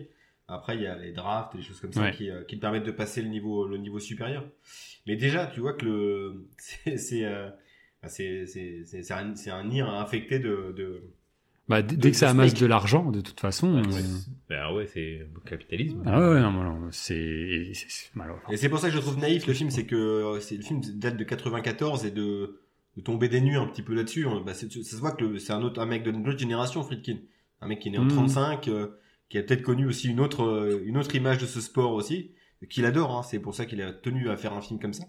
[SPEAKER 2] Après, il y a les drafts et les choses comme ça
[SPEAKER 4] Ouais.
[SPEAKER 2] qui, euh, qui te permettent de passer le niveau, le niveau supérieur. Mais déjà, tu vois que le, c'est, c'est, euh, bah, c'est, c'est, c'est- c'est un, c'est un nid infecté de, de-
[SPEAKER 4] Bah, d-
[SPEAKER 2] de-
[SPEAKER 4] dès que ça
[SPEAKER 2] de
[SPEAKER 4] amasse
[SPEAKER 2] steak.
[SPEAKER 4] de l'argent, de toute façon. euh,
[SPEAKER 5] Bah ouais, c'est le capitalisme.
[SPEAKER 4] Ah ouais, ouais, non, non, non, c'est. et c'est- c'est- alors,
[SPEAKER 2] Et c'est pour ça que je trouve naïf le film, c'est que euh, c'est, le film date de 94 et de, de tomber des nues un petit peu là-dessus. on- bah, c'est- ça se voit que le- c'est un autre, un mec de notre génération, Friedkin. Un mec qui est né en
[SPEAKER 5] Hmm.
[SPEAKER 4] Mhm.
[SPEAKER 2] 35, euh, qui a peut-être connu aussi une autre, euh, une autre image de ce sport aussi, qu'il adore, hein, c'est pour ça qu'il a tenu à faire un film comme ça.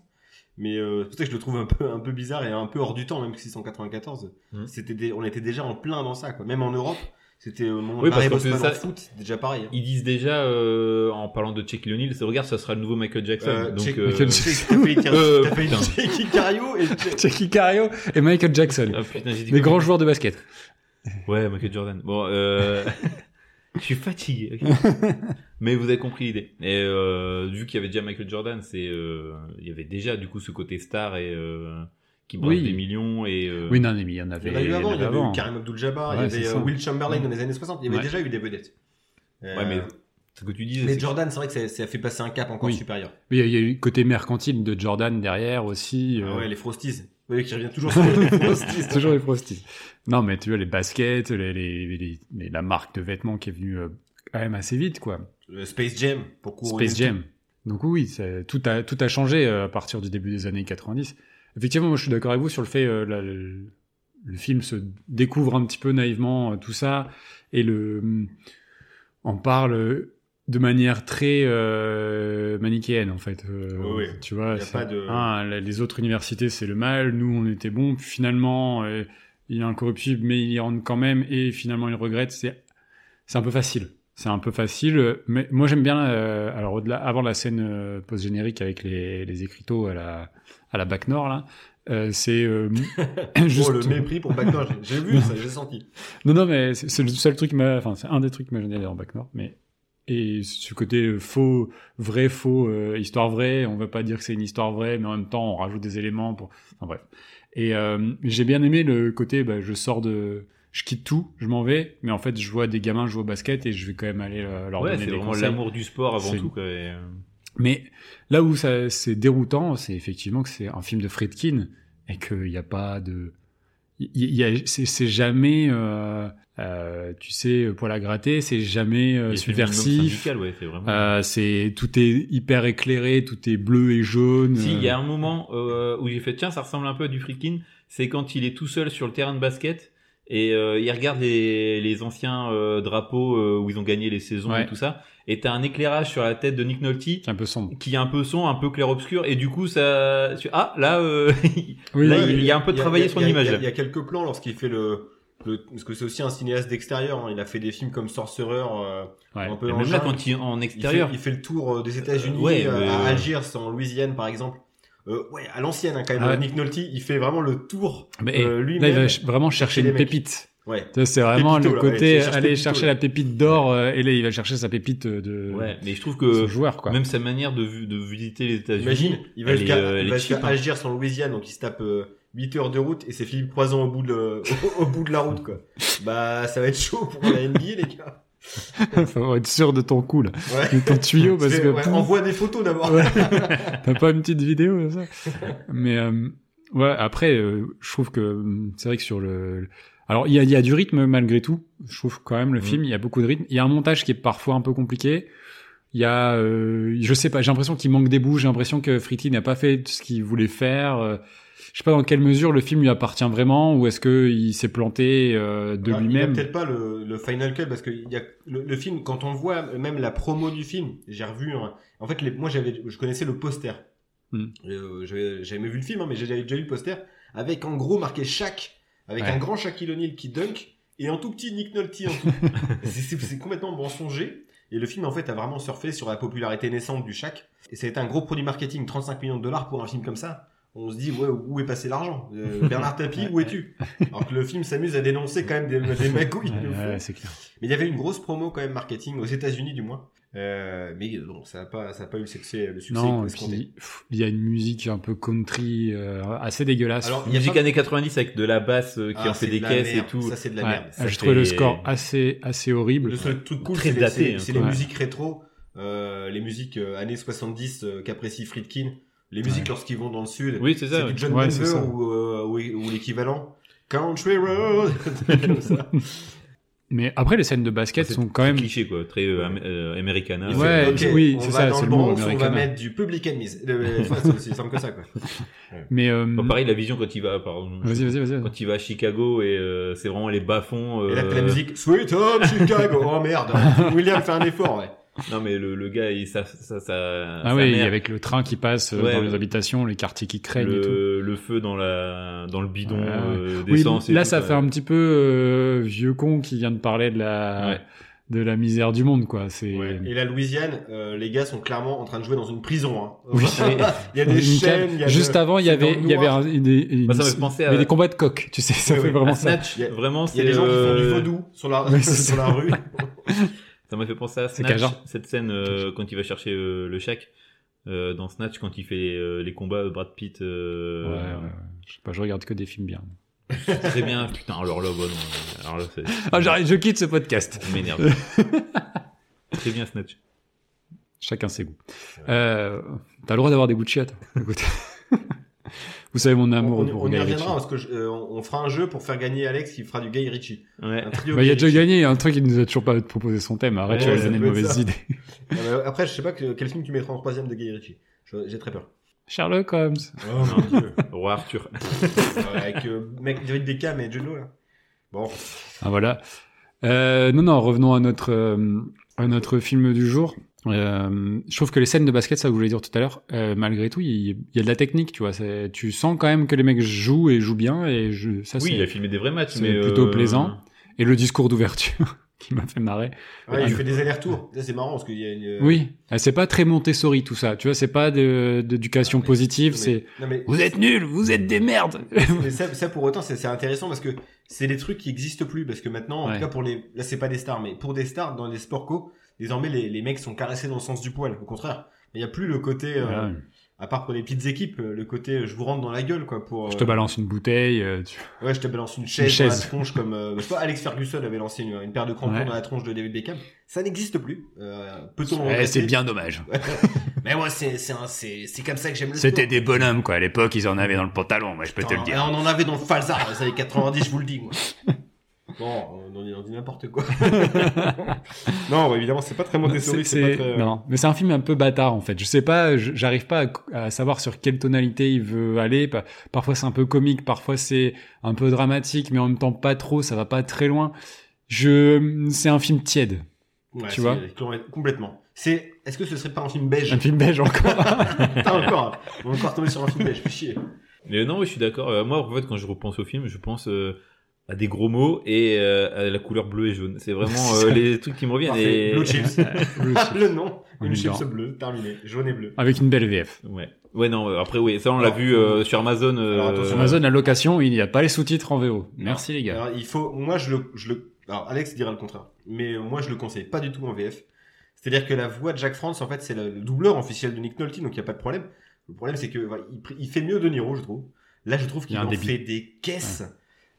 [SPEAKER 2] Mais euh, c'est pour ça que je le trouve un peu, un peu bizarre et un peu hors du temps, même si c'est en 94.
[SPEAKER 5] Mhm.
[SPEAKER 2] C'était des- on était déjà en plein dans ça, quoi. Même en Europe, c'était euh, au moment
[SPEAKER 5] Oui,
[SPEAKER 2] de
[SPEAKER 5] parce
[SPEAKER 2] Barry
[SPEAKER 5] qu'on faisait
[SPEAKER 2] Bosman en
[SPEAKER 5] ça-
[SPEAKER 2] foot, c'était déjà pareil. hein.
[SPEAKER 5] Ils disent déjà, euh, en parlant de Shaquille O'Neal, c'est regarde, ça sera le nouveau Michael Jackson.
[SPEAKER 2] Euh,
[SPEAKER 5] donc,
[SPEAKER 2] Shaq-
[SPEAKER 5] euh,
[SPEAKER 4] Michael
[SPEAKER 2] Tu sais que T'as failli dire-
[SPEAKER 5] Euh,
[SPEAKER 2] t'as failli dire Jackie Cario et
[SPEAKER 4] Jackie Cario et Michael Jackson,
[SPEAKER 5] ah, putain, j'ai dit
[SPEAKER 4] des
[SPEAKER 5] quoi
[SPEAKER 4] grands joueurs de basket.
[SPEAKER 5] Ouais, Michael Jordan. Bon, euh... je suis fatigué. ok. Mais vous avez compris l'idée. Et euh, vu qu'il y avait déjà Michael Jordan, c'est euh, il y avait déjà du coup ce côté star et euh, qui brasse
[SPEAKER 4] Oui.
[SPEAKER 5] des millions et euh,
[SPEAKER 4] Oui, non, mais il y en
[SPEAKER 2] Il y
[SPEAKER 4] avait.
[SPEAKER 2] en a eu avant, il y avait
[SPEAKER 4] avant.
[SPEAKER 2] eu Karim Abdul-Jabbar,
[SPEAKER 4] Ouais,
[SPEAKER 2] il y
[SPEAKER 4] c'est
[SPEAKER 2] avait euh,
[SPEAKER 4] ça.
[SPEAKER 2] Will Chamberlain dans les années 60, il y avait
[SPEAKER 4] Ouais.
[SPEAKER 2] déjà eu des vedettes. Euh,
[SPEAKER 5] Ouais, mais ce que tu disais.
[SPEAKER 2] mais
[SPEAKER 5] c'est-
[SPEAKER 2] Jordan, c'est vrai que ça, ça a fait passer un cap encore
[SPEAKER 4] Oui.
[SPEAKER 2] supérieur.
[SPEAKER 4] Mais il y a eu le côté mercantile de Jordan derrière aussi.
[SPEAKER 2] Ah
[SPEAKER 4] euh,
[SPEAKER 2] ouais, les Frosties. Vous voyez qu'il revient toujours sur les Frosties.
[SPEAKER 4] C'est toujours les prostis. Non, mais tu vois, les baskets, les, les- les- les- la marque de vêtements qui est venue euh, quand même assez vite, quoi.
[SPEAKER 2] Le Space Jam, pour couronner
[SPEAKER 4] Space
[SPEAKER 2] le
[SPEAKER 4] Jam. Donc oui, ça- tout a, tout a changé euh, à partir du début des années 90. Effectivement, moi je suis d'accord avec vous sur le fait euh, la- le, le film se découvre un petit peu naïvement euh, tout ça et le hum, en parle euh, de manière très euh, manichéenne en fait. Euh,
[SPEAKER 2] Oui, oui.
[SPEAKER 4] Tu vois,
[SPEAKER 2] Y a
[SPEAKER 4] c'est-
[SPEAKER 2] pas de-
[SPEAKER 4] hein, la- les autres universités c'est le mal, nous on était bons, puis finalement euh, il est incorruptible mais il y rentre quand même et finalement il regrette, c'est c'est un peu facile. C'est un peu facile, mais moi j'aime bien. euh, alors au-delà, avant la scène euh, post-générique avec les, les écriteaux à la à la bac nord là, euh, c'est euh, juste-
[SPEAKER 2] Oh, le mépris pour Bac Nord, j'ai j'ai vu ça, j'ai senti.
[SPEAKER 4] Non, non, mais c'est c'est le seul truc qui m'a. Enfin, c'est un des trucs qui m'a gêné d'aller en bac nord. Mais et ce côté euh, faux, vrai, faux, euh, histoire vraie. On va pas dire que c'est une histoire vraie, mais en même temps, on rajoute des éléments pour. Enfin bref. Et euh, j'ai bien aimé le côté. Bah, je sors de. Je quitte tout, je m'en vais, mais en fait, je vois des gamins jouer au basket et je vais quand même aller euh, leur
[SPEAKER 5] Ouais,
[SPEAKER 4] donner
[SPEAKER 5] c'est
[SPEAKER 4] des
[SPEAKER 5] vraiment
[SPEAKER 4] conseils.
[SPEAKER 5] l'amour du sport avant
[SPEAKER 4] C'est-
[SPEAKER 5] tout. Quoi, et, euh,
[SPEAKER 4] Mais là où ça c'est déroutant, c'est effectivement que c'est un film de Friedkin et qu'il n'y a pas de. il- il y a- c'est- C'est jamais, euh, euh, tu sais, poil à gratter, c'est jamais euh,
[SPEAKER 5] et c'est le minimum
[SPEAKER 4] subversif.
[SPEAKER 5] syndical, ouais, c'est vraiment.
[SPEAKER 4] Euh, c'est tout est hyper éclairé, tout est bleu et jaune.
[SPEAKER 5] Si, il y a
[SPEAKER 4] euh,
[SPEAKER 5] un moment euh, où j'ai fait tiens, ça ressemble un peu à du Friedkin, c'est quand il est tout seul sur le terrain de basket et euh, il regarde les, les anciens euh, drapeaux euh, où ils ont gagné les saisons
[SPEAKER 4] Ouais.
[SPEAKER 5] et tout ça, et t'as un éclairage sur la tête de Nick Nolte
[SPEAKER 4] c'est un peu sombre.
[SPEAKER 5] qui est un peu sombre, un peu clair obscur, et du coup ça, tu- ah là, euh,
[SPEAKER 4] Oui,
[SPEAKER 5] Là,
[SPEAKER 4] oui,
[SPEAKER 5] il
[SPEAKER 4] oui.
[SPEAKER 5] y a un peu
[SPEAKER 2] Il y a-
[SPEAKER 5] travaillé
[SPEAKER 2] il y a-
[SPEAKER 5] son
[SPEAKER 2] il y a-
[SPEAKER 5] image.
[SPEAKER 2] Il y a- il y a quelques plans lorsqu'il fait le. le- parce que c'est aussi un cinéaste d'extérieur, hein, il a fait des films comme Sorcerer, euh,
[SPEAKER 4] Ouais.
[SPEAKER 2] un peu
[SPEAKER 5] Mais
[SPEAKER 2] en
[SPEAKER 5] même là
[SPEAKER 2] jungle.
[SPEAKER 5] quand il est en
[SPEAKER 2] Il fait,
[SPEAKER 5] extérieur,
[SPEAKER 2] il fait le tour euh, des États-Unis,
[SPEAKER 5] Euh, ouais,
[SPEAKER 2] euh,
[SPEAKER 5] mais,
[SPEAKER 2] à
[SPEAKER 5] euh,
[SPEAKER 2] Algiers, en Louisiane par exemple. Euh, ouais, à l'ancienne hein, quand même.
[SPEAKER 4] Ah ouais.
[SPEAKER 2] Nick Nolte, il fait vraiment le tour.
[SPEAKER 4] Mais,
[SPEAKER 2] euh,
[SPEAKER 4] eh,
[SPEAKER 2] lui-même,
[SPEAKER 4] là, il va ch- vraiment chercher
[SPEAKER 2] les
[SPEAKER 4] une
[SPEAKER 2] mecs.
[SPEAKER 4] pépite.
[SPEAKER 2] Ouais.
[SPEAKER 4] Ça, C'est vraiment
[SPEAKER 2] Pépito,
[SPEAKER 4] le
[SPEAKER 2] là,
[SPEAKER 4] côté
[SPEAKER 2] ouais, c'est chercher
[SPEAKER 4] aller
[SPEAKER 2] Pépito,
[SPEAKER 4] chercher
[SPEAKER 2] là.
[SPEAKER 4] la pépite d'or euh, et là il va chercher sa pépite euh, de
[SPEAKER 5] ouais, mais je trouve
[SPEAKER 4] son
[SPEAKER 5] que
[SPEAKER 4] joueur quoi.
[SPEAKER 5] même sa manière de, vu- de visiter les États-Unis,
[SPEAKER 2] Imagine, il va
[SPEAKER 5] elle
[SPEAKER 2] jusqu'à
[SPEAKER 5] est, euh, elle
[SPEAKER 2] il
[SPEAKER 5] est
[SPEAKER 2] va
[SPEAKER 5] cheap,
[SPEAKER 2] jusqu'à
[SPEAKER 5] hein.
[SPEAKER 2] Algiers en Louisiane, donc il se tape euh, 8 heures de route et c'est Philippe Croison au bout de le- au, au bout de la route quoi. Bah ça va être chaud pour la NBA les gars.
[SPEAKER 4] Faut être sûr de ton coup là,
[SPEAKER 2] Ouais.
[SPEAKER 4] de ton tuyau parce
[SPEAKER 2] C'est-
[SPEAKER 4] que
[SPEAKER 2] ouais,
[SPEAKER 4] pouf,
[SPEAKER 2] envoie des photos d'abord.
[SPEAKER 4] Ouais. t'as pas une petite vidéo ça. Mais euh, ouais, après euh, je trouve que euh, c'est vrai que sur le alors il y a, il y a du rythme malgré tout. Je trouve quand même le
[SPEAKER 2] Mm.
[SPEAKER 4] film il y a beaucoup de rythme. Il y a un montage qui est parfois un peu compliqué. Il y a euh, je sais pas j'ai l'impression qu'il manque des bouts. J'ai l'impression que Friedkin n'a pas fait ce qu'il voulait faire. Euh, Je sais pas dans quelle mesure le film lui appartient vraiment ou est-ce que il s'est planté euh, de
[SPEAKER 2] Ah,
[SPEAKER 4] lui-même.
[SPEAKER 2] Il a peut-être pas le, le final cut parce que il y a le, le film quand on voit même la promo du film, j'ai revu. hein, en fait, les- moi j'avais, je connaissais le poster.
[SPEAKER 4] Hmm.
[SPEAKER 2] Euh, j'avais j'avais jamais vu le film, hein, mais j'avais déjà vu le poster avec en gros marqué Shaq, avec
[SPEAKER 4] Ouais.
[SPEAKER 2] un grand Shaquille O'Neal qui dunk et un tout petit Nick Nolte. en dessous. c'est c'est- c'est complètement mensonger. Et le film en fait a vraiment surfé sur la popularité naissante du Shaq. Et ça a été un gros produit marketing, 35 millions de dollars pour un film comme ça. On se dit, ouais, où est passé l'argent Euh, Bernard Tapie, où es-tu Alors que le film s'amuse à dénoncer quand même des, des magouilles.
[SPEAKER 4] Ouais,
[SPEAKER 2] de fou.
[SPEAKER 4] ouais, c'est clair.
[SPEAKER 2] Mais il y avait une grosse promo quand même marketing aux États-Unis du moins. Euh, mais bon, ça n'a pas, ça a pas eu le succès, le succès
[SPEAKER 4] Non, et
[SPEAKER 2] escompté.
[SPEAKER 4] puis pff, il y a une musique un peu country euh, assez dégueulasse.
[SPEAKER 2] Alors, il y a
[SPEAKER 5] musique
[SPEAKER 2] pas-
[SPEAKER 5] années 90 avec de la basse euh, qui
[SPEAKER 2] Ah,
[SPEAKER 5] en fait
[SPEAKER 2] c'est
[SPEAKER 5] des
[SPEAKER 2] de la
[SPEAKER 5] caisses
[SPEAKER 2] merde.
[SPEAKER 5] et tout.
[SPEAKER 2] Ça c'est de la
[SPEAKER 4] Ouais,
[SPEAKER 2] merde.
[SPEAKER 5] ça
[SPEAKER 4] j'ai trouvé le
[SPEAKER 5] fait-
[SPEAKER 4] score assez assez horrible.
[SPEAKER 2] Le seul truc cool,
[SPEAKER 5] Très
[SPEAKER 2] c'est les,
[SPEAKER 5] daté,
[SPEAKER 2] c'est-
[SPEAKER 5] hein,
[SPEAKER 2] c'est les
[SPEAKER 4] quoi.
[SPEAKER 2] musiques rétro, euh, les musiques euh, années 70 euh, qu'apprécie Friedkin, les musiques lorsqu'ils vont dans le sud.
[SPEAKER 5] Oui, c'est
[SPEAKER 2] c'est
[SPEAKER 5] ça. ouais.
[SPEAKER 2] du John
[SPEAKER 4] Ouais, c'est
[SPEAKER 2] Denver
[SPEAKER 4] ça.
[SPEAKER 2] ou, euh, ou, ou l'équivalent. Country Road, comme ça.
[SPEAKER 4] Mais après les scènes de basket
[SPEAKER 5] C'est
[SPEAKER 4] sont quand
[SPEAKER 5] Très
[SPEAKER 4] même
[SPEAKER 5] cliché quoi, très euh, am- euh, americana.
[SPEAKER 4] Ouais,
[SPEAKER 5] Euh,
[SPEAKER 2] Ok,
[SPEAKER 4] oui,
[SPEAKER 2] on
[SPEAKER 4] c'est
[SPEAKER 2] va
[SPEAKER 4] ça,
[SPEAKER 2] dans
[SPEAKER 4] c'est
[SPEAKER 2] le
[SPEAKER 4] le mot
[SPEAKER 2] Bronx, on va
[SPEAKER 4] Americana.
[SPEAKER 2] mettre du public enemies. Euh, tu vois, c'est aussi simple que ça, quoi.
[SPEAKER 4] mais euh,
[SPEAKER 5] Enfin, pareil, la vision quand il va, pardon,
[SPEAKER 4] vas-y vas-y vas-y.
[SPEAKER 5] quand il va à Chicago et euh, c'est vraiment les bas-fonds.
[SPEAKER 2] Et là, t'as la
[SPEAKER 5] euh,
[SPEAKER 2] musique Sweet Home Chicago. Oh merde, William fait un effort, ouais.
[SPEAKER 5] Non, mais le, le gars, il, ça, ça, ça,
[SPEAKER 4] Ah
[SPEAKER 5] sa
[SPEAKER 4] oui,
[SPEAKER 5] mère,
[SPEAKER 4] avec le train qui passe euh,
[SPEAKER 5] Ouais,
[SPEAKER 4] dans
[SPEAKER 5] ouais.
[SPEAKER 4] les habitations, les quartiers qui craignent et tout.
[SPEAKER 5] le, le feu dans la dans le bidon
[SPEAKER 4] Ouais.
[SPEAKER 5] euh,
[SPEAKER 4] Oui,
[SPEAKER 5] d'essence. et
[SPEAKER 4] là
[SPEAKER 5] tout,
[SPEAKER 4] ça
[SPEAKER 5] quoi.
[SPEAKER 4] fait un petit peu euh, vieux con qui vient de parler de la
[SPEAKER 5] Ouais.
[SPEAKER 4] de la misère du monde quoi. C'est
[SPEAKER 2] Ouais. Et la Louisiane, euh, les gars sont clairement en train de jouer dans une prison. hein.
[SPEAKER 4] Oui.
[SPEAKER 2] il y a
[SPEAKER 4] Dans
[SPEAKER 2] des
[SPEAKER 4] une cave.
[SPEAKER 2] chaînes, il y a
[SPEAKER 4] Juste
[SPEAKER 2] de-
[SPEAKER 4] avant, il y
[SPEAKER 2] c'est dans
[SPEAKER 4] avait
[SPEAKER 2] le
[SPEAKER 4] il y avait
[SPEAKER 2] noir.
[SPEAKER 4] un- une- une-
[SPEAKER 5] Moi, ça me fait penser à-
[SPEAKER 4] mais des combats de coqs, tu sais, ça
[SPEAKER 2] Ouais,
[SPEAKER 4] fait
[SPEAKER 2] ouais.
[SPEAKER 5] À
[SPEAKER 4] vraiment ça.
[SPEAKER 5] Snatch,
[SPEAKER 2] Il y a-
[SPEAKER 5] vraiment,
[SPEAKER 2] Il y a
[SPEAKER 5] c'est
[SPEAKER 2] des gens qui font du
[SPEAKER 5] euh,
[SPEAKER 2] vaudou sur la,
[SPEAKER 4] Ouais, c'est
[SPEAKER 2] sur la rue.
[SPEAKER 5] ça m'a fait penser à
[SPEAKER 4] C'est
[SPEAKER 5] Snatch,
[SPEAKER 4] Cajun.
[SPEAKER 5] cette scène euh, quand il va chercher euh, le shack euh, dans Snatch quand il fait euh, les combats euh, Brad Pitt.
[SPEAKER 4] Ouais, ouais,
[SPEAKER 5] Euh,
[SPEAKER 4] ouais. Je sais pas, je regarde que des films bien.
[SPEAKER 5] Très bien, putain, alors là, bon, non, alors là, c'est-
[SPEAKER 4] Ah, j'arrête, je quitte ce podcast.
[SPEAKER 5] ça m'énerve. Très bien Snatch.
[SPEAKER 4] Chacun ses goûts. Euh, T'as le droit d'avoir des goûts de chiottes. Écoute. Vous savez mon
[SPEAKER 2] on
[SPEAKER 4] amour
[SPEAKER 2] on-
[SPEAKER 4] pour
[SPEAKER 2] on y
[SPEAKER 4] Guy
[SPEAKER 2] reviendra parce
[SPEAKER 4] Ritchie.
[SPEAKER 2] que je- euh, on on fera un jeu pour faire gagner Alex qui fera du Gay Ritchie.
[SPEAKER 5] Ouais.
[SPEAKER 2] Un trio
[SPEAKER 4] Bah, il a
[SPEAKER 2] Guy Ritchie.
[SPEAKER 4] déjà gagné un truc, il nous a toujours pas proposé son thème. Arrête,
[SPEAKER 2] Ouais,
[SPEAKER 4] tu vas
[SPEAKER 2] ça
[SPEAKER 4] donner de
[SPEAKER 2] peut être
[SPEAKER 4] mauvaises
[SPEAKER 2] ça.
[SPEAKER 4] idées.
[SPEAKER 2] Euh, Après, je sais pas que- quel film tu mettras en troisième de Gay Ritchie. Je- J'ai très peur.
[SPEAKER 4] Sherlock Holmes.
[SPEAKER 2] Oh mon dieu.
[SPEAKER 5] Roi Arthur.
[SPEAKER 4] Ah,
[SPEAKER 2] avec, euh, mec, avec des cams et Juno là. Bon,
[SPEAKER 4] Ah, voilà. Euh, non, non, revenons à notre, euh, à notre film du jour. Euh, je trouve que les scènes de basket, ça que je voulais dire tout à l'heure, euh, malgré tout, il il y a de la technique, tu vois. C'est- Tu sens quand même que les mecs jouent et jouent bien, et je, ça bah,
[SPEAKER 5] Oui,
[SPEAKER 4] c'est-
[SPEAKER 5] il a filmé des vrais matchs,
[SPEAKER 4] c'est
[SPEAKER 5] mais
[SPEAKER 4] plutôt
[SPEAKER 5] euh,
[SPEAKER 4] plaisant. Et le discours d'ouverture. qui m'a fait marrer.
[SPEAKER 2] Ouais, il fait des allers-retours. Ça, c'est marrant parce qu'il y a une.
[SPEAKER 4] Ah,
[SPEAKER 2] euh,
[SPEAKER 4] Oui, Ah, c'est pas très Montessori tout ça. Tu vois, c'est pas de- d'éducation
[SPEAKER 2] Non, mais-
[SPEAKER 4] positive.
[SPEAKER 2] Non, mais-
[SPEAKER 4] C'est
[SPEAKER 2] Non, mais
[SPEAKER 4] vous êtes nuls, vous êtes des merdes.
[SPEAKER 2] Mais ça, ça, pour autant, c'est c'est intéressant parce que c'est des trucs qui existent plus. Parce que maintenant, en
[SPEAKER 4] Ouais.
[SPEAKER 2] tout cas, pour les. Là, c'est pas des stars, mais pour des stars, dans les sports co, désormais, les, les mecs sont caressés dans le sens du poil. Au contraire. Il n'y a plus le côté, euh,
[SPEAKER 4] Voilà.
[SPEAKER 2] à part pour les petites équipes, euh, le côté euh, je vous rentre dans la gueule, quoi. Pour,
[SPEAKER 4] Je te
[SPEAKER 2] euh,
[SPEAKER 4] balance une bouteille. euh, tu-
[SPEAKER 2] Ouais, je te balance une chaise,
[SPEAKER 4] chaise.
[SPEAKER 2] dans la tronche comme. euh, je sais pas, Alex Ferguson avait lancé une, une paire de crampons
[SPEAKER 4] Ouais.
[SPEAKER 2] dans la tronche de David Beckham. Ça n'existe plus. Euh, Peut-on le
[SPEAKER 4] Eh,
[SPEAKER 2] regretter
[SPEAKER 4] c'est bien dommage.
[SPEAKER 2] Mais moi, c'est c'est un- c'est- c'est comme ça que j'aime le
[SPEAKER 4] C'était
[SPEAKER 2] sport.
[SPEAKER 4] des bonhommes quoi. À l'époque, ils en avaient dans le pantalon. Moi, je peux te le
[SPEAKER 2] Putain,
[SPEAKER 4] dire.
[SPEAKER 2] et On en avait dans le Falzar, dans les années 90, je vous le dis, moi. Bon, on en dit- on dit n'importe quoi. non, bah, évidemment, c'est pas très Montessori,
[SPEAKER 4] C'est-
[SPEAKER 2] c'est
[SPEAKER 4] c'est-
[SPEAKER 2] pas très... euh,
[SPEAKER 4] Non, mais c'est un film un peu bâtard en fait. Je sais pas, je- j'arrive pas à, à savoir sur quelle tonalité il veut aller. Pa- Parfois c'est un peu comique, parfois c'est un peu dramatique, mais en même temps pas trop. Ça va pas très loin. Je, c'est un film tiède,
[SPEAKER 2] Ouais,
[SPEAKER 4] tu
[SPEAKER 2] c'est-
[SPEAKER 4] vois.
[SPEAKER 2] cl- Complètement. C'est... Est-ce que ce serait pas un film beige
[SPEAKER 4] un film belge encore.
[SPEAKER 2] Putain, encore. On est encore tombé sur un film beige, fais chier.
[SPEAKER 5] Mais non, oui, je suis d'accord. Euh, moi, en fait, quand je repense au film, je pense euh, à des gros mots et euh, à la couleur bleue et jaune. C'est vraiment
[SPEAKER 4] C'est
[SPEAKER 5] euh,
[SPEAKER 4] ça.
[SPEAKER 5] les trucs qui me reviennent.
[SPEAKER 2] Parfait.
[SPEAKER 5] Et...
[SPEAKER 2] Blue chips. le nom.
[SPEAKER 4] On
[SPEAKER 2] Une
[SPEAKER 4] est
[SPEAKER 2] chips
[SPEAKER 4] dedans.
[SPEAKER 2] bleue, terminé. Jaune et bleu.
[SPEAKER 4] Avec une belle VF.
[SPEAKER 5] Ouais. Ouais, non, euh, après, oui, ça, on l'a vu euh, sur Amazon. euh, Euh,
[SPEAKER 2] Alors, attention,
[SPEAKER 4] Sur Amazon, la location, il n'y a pas les sous-titres en VO. Merci les gars.
[SPEAKER 2] Alors, il faut... Moi, je le... Je le... Alors, Alex dira le contraire. Mais moi, je le conseille pas du tout en VF. C'est-à-dire que la voix de Jack France, en fait, c'est le le doubleur officiel de Nick Nolte, donc il n'y a pas de problème. Le problème, c'est que voilà, il, pr- il fait mieux De Niro, je trouve. Là, je trouve
[SPEAKER 4] Il y
[SPEAKER 2] qu'il
[SPEAKER 4] a un
[SPEAKER 2] en
[SPEAKER 4] débit.
[SPEAKER 2] fait des caisses.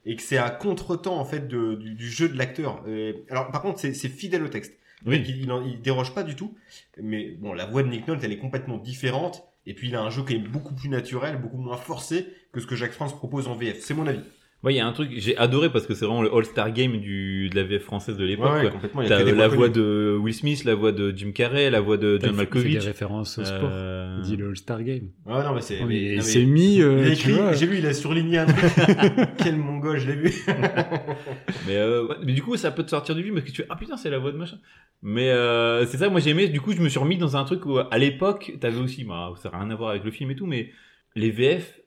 [SPEAKER 2] Et que c'est à contre-temps, en fait, de- du, du jeu de l'acteur. Euh, alors, par contre, c'est c'est fidèle au texte.
[SPEAKER 5] Oui.
[SPEAKER 2] Il, il en- il déroge pas du tout. Mais bon, la voix de Nick Nolte, elle est complètement différente. Et puis, il a un jeu qui est beaucoup plus naturel, beaucoup moins forcé que ce que Jack France propose en VF. C'est mon avis.
[SPEAKER 5] Ouais, il y a un truc, j'ai adoré parce que c'est vraiment le All-Star Game du, de la VF française de l'époque. quoi.
[SPEAKER 2] complètement. il y a
[SPEAKER 5] T'as
[SPEAKER 2] que des
[SPEAKER 5] euh, la
[SPEAKER 2] voix
[SPEAKER 5] voix
[SPEAKER 2] connues.
[SPEAKER 5] de Will Smith, la voix de Jim Carrey, la voix de John
[SPEAKER 4] Il fait des
[SPEAKER 5] Malkovich.
[SPEAKER 4] références au sport.
[SPEAKER 5] Euh, Eh,
[SPEAKER 4] Il dit le All-Star Game.
[SPEAKER 2] Ouais, non, mais c'est.
[SPEAKER 4] Oui,
[SPEAKER 2] mais-
[SPEAKER 4] il
[SPEAKER 2] non, mais-
[SPEAKER 4] s'est mis.
[SPEAKER 2] Il
[SPEAKER 4] euh,
[SPEAKER 2] a
[SPEAKER 4] tu
[SPEAKER 2] écrit,
[SPEAKER 4] vois.
[SPEAKER 2] j'ai vu, il a surligné un truc. Quel mongol, je l'ai vu.
[SPEAKER 5] Mais, euh, ouais, mais du coup, ça peut te sortir du film parce que tu fais ah putain, c'est la voix de machin. Mais euh, c'est ça, moi j'ai aimé. Du coup, je me suis remis dans un truc où à l'époque, t'avais aussi, bah, ça n'a rien à voir avec le film et tout, mais les VF,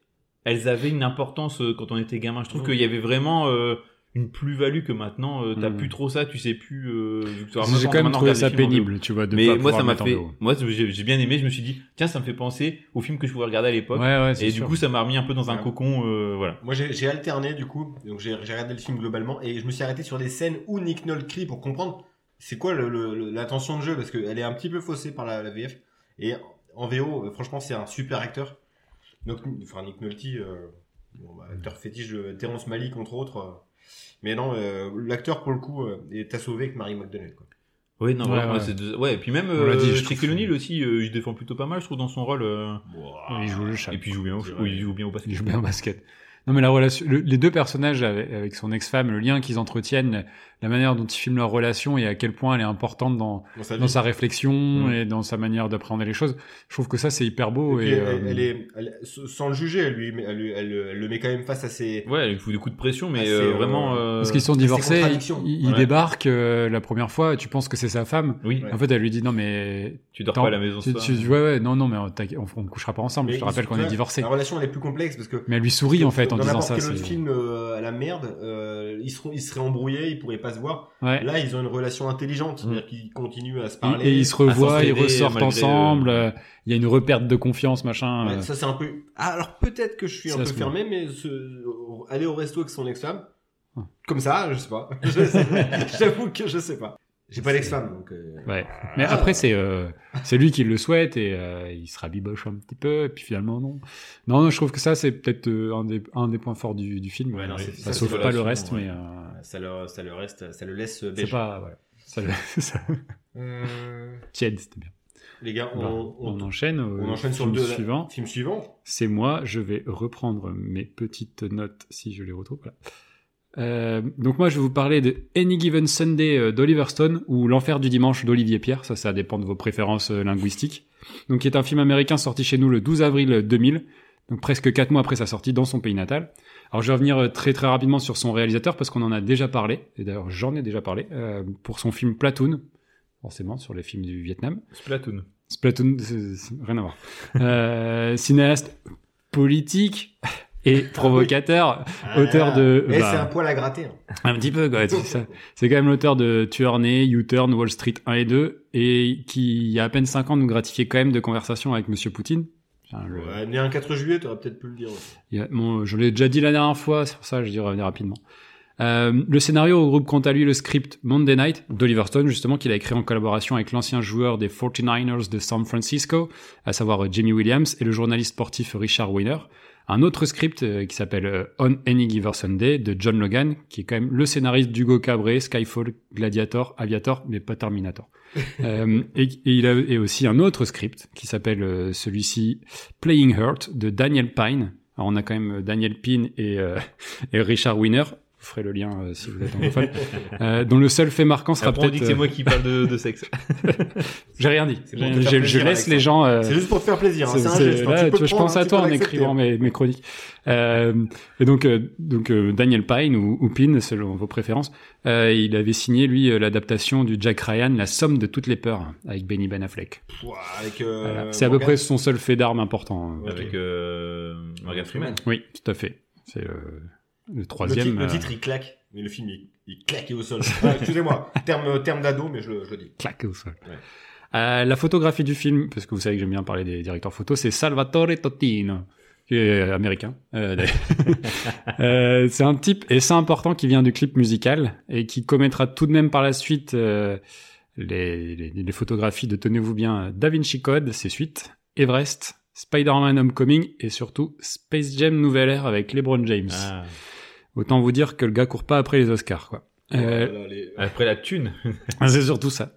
[SPEAKER 5] elles avaient une importance euh, quand on était gamin. Je trouve
[SPEAKER 2] Mhm.
[SPEAKER 5] qu'il y avait vraiment euh, une plus-value que maintenant. euh, T'as
[SPEAKER 4] Mhm.
[SPEAKER 5] plus trop ça, tu sais plus. euh, vu que tu-
[SPEAKER 4] J'ai
[SPEAKER 5] maintenant,
[SPEAKER 4] quand même
[SPEAKER 5] maintenant, on
[SPEAKER 4] trouvé
[SPEAKER 5] regarde
[SPEAKER 4] ça
[SPEAKER 5] les films en
[SPEAKER 4] pénible, tu vois. De pas
[SPEAKER 5] mais moi
[SPEAKER 4] pouvoir
[SPEAKER 5] ça m'a
[SPEAKER 4] mettre en
[SPEAKER 5] fait
[SPEAKER 4] VO.
[SPEAKER 5] moi j'ai j'ai bien aimé je me suis dit tiens ça me fait penser au film que je pouvais regarder à l'époque
[SPEAKER 4] Ouais, ouais, c'est
[SPEAKER 5] et
[SPEAKER 4] sûr.
[SPEAKER 5] du coup ça m'a remis un peu dans un
[SPEAKER 2] Ouais.
[SPEAKER 5] cocon euh, voilà
[SPEAKER 2] Moi, j'ai j'ai alterné, du coup. Donc, j'ai j'ai regardé le film globalement. Et je me suis arrêté sur des scènes où Nick Nolte crie pour comprendre c'est quoi le- le- le- la tension de jeu. Parce qu'elle est un petit peu faussée par la, la VF. Et en VO, euh, franchement, c'est un super acteur. Donc, enfin, Nick Nolte, euh, bon, bah, acteur fétiche de Terrence Malick, entre autres. euh. mais non, euh, l'acteur, pour le coup, euh, est à sauver avec Mary McDonnell. quoi.
[SPEAKER 5] oui non
[SPEAKER 4] Ouais,
[SPEAKER 5] voilà, moi,
[SPEAKER 4] ouais.
[SPEAKER 5] c'est de- ouais et puis même
[SPEAKER 4] On l'a
[SPEAKER 5] euh,
[SPEAKER 4] dit, je
[SPEAKER 5] Shaquille
[SPEAKER 4] trouve.
[SPEAKER 5] O'Neal aussi euh, il défend plutôt pas mal je trouve dans son rôle euh,
[SPEAKER 4] Il joue le chat.
[SPEAKER 5] et puis il joue bien au,
[SPEAKER 2] C'est
[SPEAKER 5] oui,
[SPEAKER 2] vrai.
[SPEAKER 5] il joue bien au
[SPEAKER 4] Il
[SPEAKER 5] basket
[SPEAKER 4] joue bien au basket. Non, mais la relation, le- les deux personnages avec, avec son ex-femme, le lien qu'ils entretiennent, la manière dont ils filment leur relation et à quel point elle est importante dans,
[SPEAKER 2] Dans sa vie.
[SPEAKER 4] dans sa réflexion
[SPEAKER 5] Ah Mm.
[SPEAKER 4] et dans sa manière d'appréhender les choses. Je trouve que ça, c'est hyper
[SPEAKER 2] Et
[SPEAKER 4] beau.
[SPEAKER 2] puis,
[SPEAKER 4] Et,
[SPEAKER 2] elle,
[SPEAKER 4] euh,
[SPEAKER 2] elle est, elle- sans le juger, elle, lui, met- elle, lui- elle- elle le met quand même face à ses.
[SPEAKER 5] ouais il fout des coups de pression mais
[SPEAKER 2] Ah, c'est,
[SPEAKER 5] euh,
[SPEAKER 2] euh,
[SPEAKER 5] vraiment euh,
[SPEAKER 4] Parce qu'ils sont
[SPEAKER 2] c'est
[SPEAKER 4] divorcés, ils,
[SPEAKER 2] contradiction.
[SPEAKER 4] ils
[SPEAKER 2] Ouais.
[SPEAKER 4] débarquent euh, la première fois, tu penses que c'est sa femme.
[SPEAKER 5] oui
[SPEAKER 2] Ouais.
[SPEAKER 4] En fait, elle lui dit non, mais
[SPEAKER 5] tu dors
[SPEAKER 4] Attends,
[SPEAKER 5] pas à la maison
[SPEAKER 4] tu,
[SPEAKER 5] ce
[SPEAKER 4] tu-
[SPEAKER 5] soir.
[SPEAKER 4] ouais, ouais, non, non, mais on, t'inquiète, on, on couchera pas ensemble.
[SPEAKER 2] Mais
[SPEAKER 4] je te rappelle
[SPEAKER 2] ils- Ah
[SPEAKER 4] qu'on
[SPEAKER 2] tu
[SPEAKER 4] est
[SPEAKER 2] vois,
[SPEAKER 4] divorcés.
[SPEAKER 2] La relation, elle est plus complexe parce que.
[SPEAKER 4] Mais elle lui sourit en fait en
[SPEAKER 2] dans
[SPEAKER 4] disant
[SPEAKER 2] n'importe
[SPEAKER 4] ça.
[SPEAKER 2] quel autre
[SPEAKER 4] c'est-
[SPEAKER 2] film euh, à la merde, euh, ils, seront, ils seraient embrouillés, ils pourraient pas se voir.
[SPEAKER 4] Ouais. Mm.
[SPEAKER 2] Là, ils ont une relation intelligente, c'est-à-dire qu'ils continuent à se parler.
[SPEAKER 4] Et ils se revoient, ils
[SPEAKER 5] s'entraider,
[SPEAKER 4] ressortent
[SPEAKER 5] malgré,
[SPEAKER 4] ensemble.
[SPEAKER 5] euh,
[SPEAKER 4] euh, Il y a une reperte de confiance, machin.
[SPEAKER 2] Ouais,
[SPEAKER 4] euh.
[SPEAKER 2] ça, c'est un peu. Ah, alors peut-être que je suis un
[SPEAKER 4] Ça
[SPEAKER 2] peu
[SPEAKER 4] se voit.
[SPEAKER 2] fermé, mais ce- aller au resto avec son ex-femme,
[SPEAKER 4] Ah.
[SPEAKER 2] comme ça, je sais pas. Je sais- J'avoue que je sais pas. J'ai pas d'ex-femme, donc. euh,
[SPEAKER 4] Ouais. Mais
[SPEAKER 2] Ah.
[SPEAKER 4] après, c'est euh, c'est lui qui le souhaite et euh, il se rabiboche un petit peu. Et puis finalement, non. Non, non je trouve que ça, c'est peut-être euh, un, des, un des points forts du, du film.
[SPEAKER 2] Ouais, non, c'est-
[SPEAKER 4] ça
[SPEAKER 2] ça,
[SPEAKER 4] sauve
[SPEAKER 2] c'est
[SPEAKER 4] pas le
[SPEAKER 5] relation,
[SPEAKER 4] reste,
[SPEAKER 5] ouais.
[SPEAKER 4] mais euh,
[SPEAKER 2] Ça le, ça le reste, ça le laisse
[SPEAKER 4] c'est
[SPEAKER 2] beige.
[SPEAKER 4] pas. Voilà. Ça, ça-
[SPEAKER 2] Euh,
[SPEAKER 4] tiède, c'était bien.
[SPEAKER 2] Les gars, on,
[SPEAKER 4] Bah,
[SPEAKER 2] on,
[SPEAKER 4] on, enchaîne. au
[SPEAKER 2] on enchaîne sur le
[SPEAKER 4] film
[SPEAKER 2] deux, là.
[SPEAKER 4] suivant.
[SPEAKER 2] film suivant.
[SPEAKER 4] C'est moi, je vais reprendre mes petites notes si je les retrouve. voilà. Euh, donc moi, je vais vous parler de Any Given Sunday euh, d'Oliver Stone ou L'enfer du dimanche d'Olivier Pierre. Ça, ça dépend de vos préférences euh, linguistiques. Donc, qui est un film américain sorti chez nous le 12 avril 2000, donc presque quatre mois après sa sortie dans son pays natal. Alors, je vais revenir euh, très très rapidement sur son réalisateur parce qu'on en a déjà parlé. Et d'ailleurs, j'en ai déjà parlé euh, pour son film Platoon, forcément sur les films du Vietnam.
[SPEAKER 5] Splatoon
[SPEAKER 4] Splatoon, c'est- c'est- rien à voir. Euh, cinéaste politique, et provocateur, auteur de...
[SPEAKER 2] Et
[SPEAKER 4] bah,
[SPEAKER 2] Eh, c'est un poil à gratter. hein.
[SPEAKER 4] un petit peu, quoi. C'est ça. C'est quand même l'auteur de Tueur né, U-Turn, Wall Street 1 et 2, et qui, il y a à peine 5 ans, nous gratifiait quand même de conversations avec Monsieur Poutine. Enfin, le-
[SPEAKER 2] Ouais, né un 4 juillet, t'aurais peut-être pu le dire. aussi.
[SPEAKER 4] il y a- bon, je l'ai déjà dit la dernière fois, c'est pour ça que je dis revenir rapidement. Euh, le scénario regroupe quant à lui le script Monday Night d'Oliver Stone, justement, qu'il a écrit en collaboration avec l'ancien joueur des 49ers de San Francisco, à savoir euh, Jimmy Williams, et le journaliste sportif Richard Weiner. Un autre script euh, qui s'appelle euh, On Any Giver Sunday de John Logan, qui est quand même le scénariste d'Hugo Cabré, Skyfall, Gladiator, Aviator, mais pas Terminator. Euh, et, et il a et aussi un autre script qui s'appelle euh, celui-ci Playing Hurt de Daniel Pine. Alors on a quand même euh, Daniel Pine et, euh, et Richard Winner. Vous ferez le lien euh, si vous êtes anglophone. euh, dont le seul fait marquant sera
[SPEAKER 5] Après, on
[SPEAKER 4] peut-être.
[SPEAKER 5] dit que c'est
[SPEAKER 4] euh,
[SPEAKER 5] moi qui parle de, de sexe.
[SPEAKER 4] J'ai rien dit.
[SPEAKER 2] C'est bon,
[SPEAKER 4] J'ai-
[SPEAKER 2] te faire
[SPEAKER 4] je- je
[SPEAKER 2] plaisir,
[SPEAKER 4] laisse
[SPEAKER 2] Alexandre.
[SPEAKER 4] les gens. euh,
[SPEAKER 2] C'est juste pour te faire plaisir. hein,
[SPEAKER 4] c'est-
[SPEAKER 2] C'est un
[SPEAKER 4] c'est-
[SPEAKER 2] geste. hein,
[SPEAKER 4] là,
[SPEAKER 2] tu peux
[SPEAKER 4] tu vois,
[SPEAKER 2] le
[SPEAKER 4] je
[SPEAKER 2] prendre,
[SPEAKER 4] pense à
[SPEAKER 2] tu
[SPEAKER 4] toi
[SPEAKER 2] peux
[SPEAKER 4] en
[SPEAKER 2] l'accepter,
[SPEAKER 4] écrivant
[SPEAKER 2] hein.
[SPEAKER 4] mes, mes chroniques. Euh, et donc, euh, donc euh, Daniel Pine ou, ou Pine, selon vos préférences, euh, il avait signé lui euh, l'adaptation du Jack Ryan, La somme de toutes les peurs, avec Benny Ben Affleck.
[SPEAKER 2] Pouah, avec, euh,
[SPEAKER 4] Voilà. C'est à peu
[SPEAKER 2] Morgan.
[SPEAKER 4] près son seul fait d'armes important. hein.
[SPEAKER 2] Ouais.
[SPEAKER 5] Avec euh, Morgan Freeman.
[SPEAKER 4] Oui, tout à fait. C'est le, le
[SPEAKER 2] Le,
[SPEAKER 4] troisième.
[SPEAKER 2] titre- le
[SPEAKER 4] euh,
[SPEAKER 2] titre, il claque, mais le film, il, il claque au sol. Ah, Excusez-moi, terme, terme d'ado, mais je, le- je le dis.
[SPEAKER 4] claque au sol.
[SPEAKER 2] Ouais.
[SPEAKER 4] Euh, la photographie du film, parce que vous savez que j'aime bien parler des directeurs photos, c'est Salvatore Totino, qui est américain. euh, d'ailleurs. Euh, c'est un type, et c'est important, qui vient du clip musical et qui commettra tout de même par la suite euh, les, les- les photographies de, tenez-vous bien, Da Vinci Code, ses suites, Everest, Spider-Man Homecoming et surtout Space Jam Nouvelle Ère avec LeBron James.
[SPEAKER 5] Ah.
[SPEAKER 4] Autant vous dire que le gars court pas après les Oscars, quoi. Euh,
[SPEAKER 2] Voilà, les-
[SPEAKER 5] Après la thune.
[SPEAKER 4] ah, C'est surtout ça.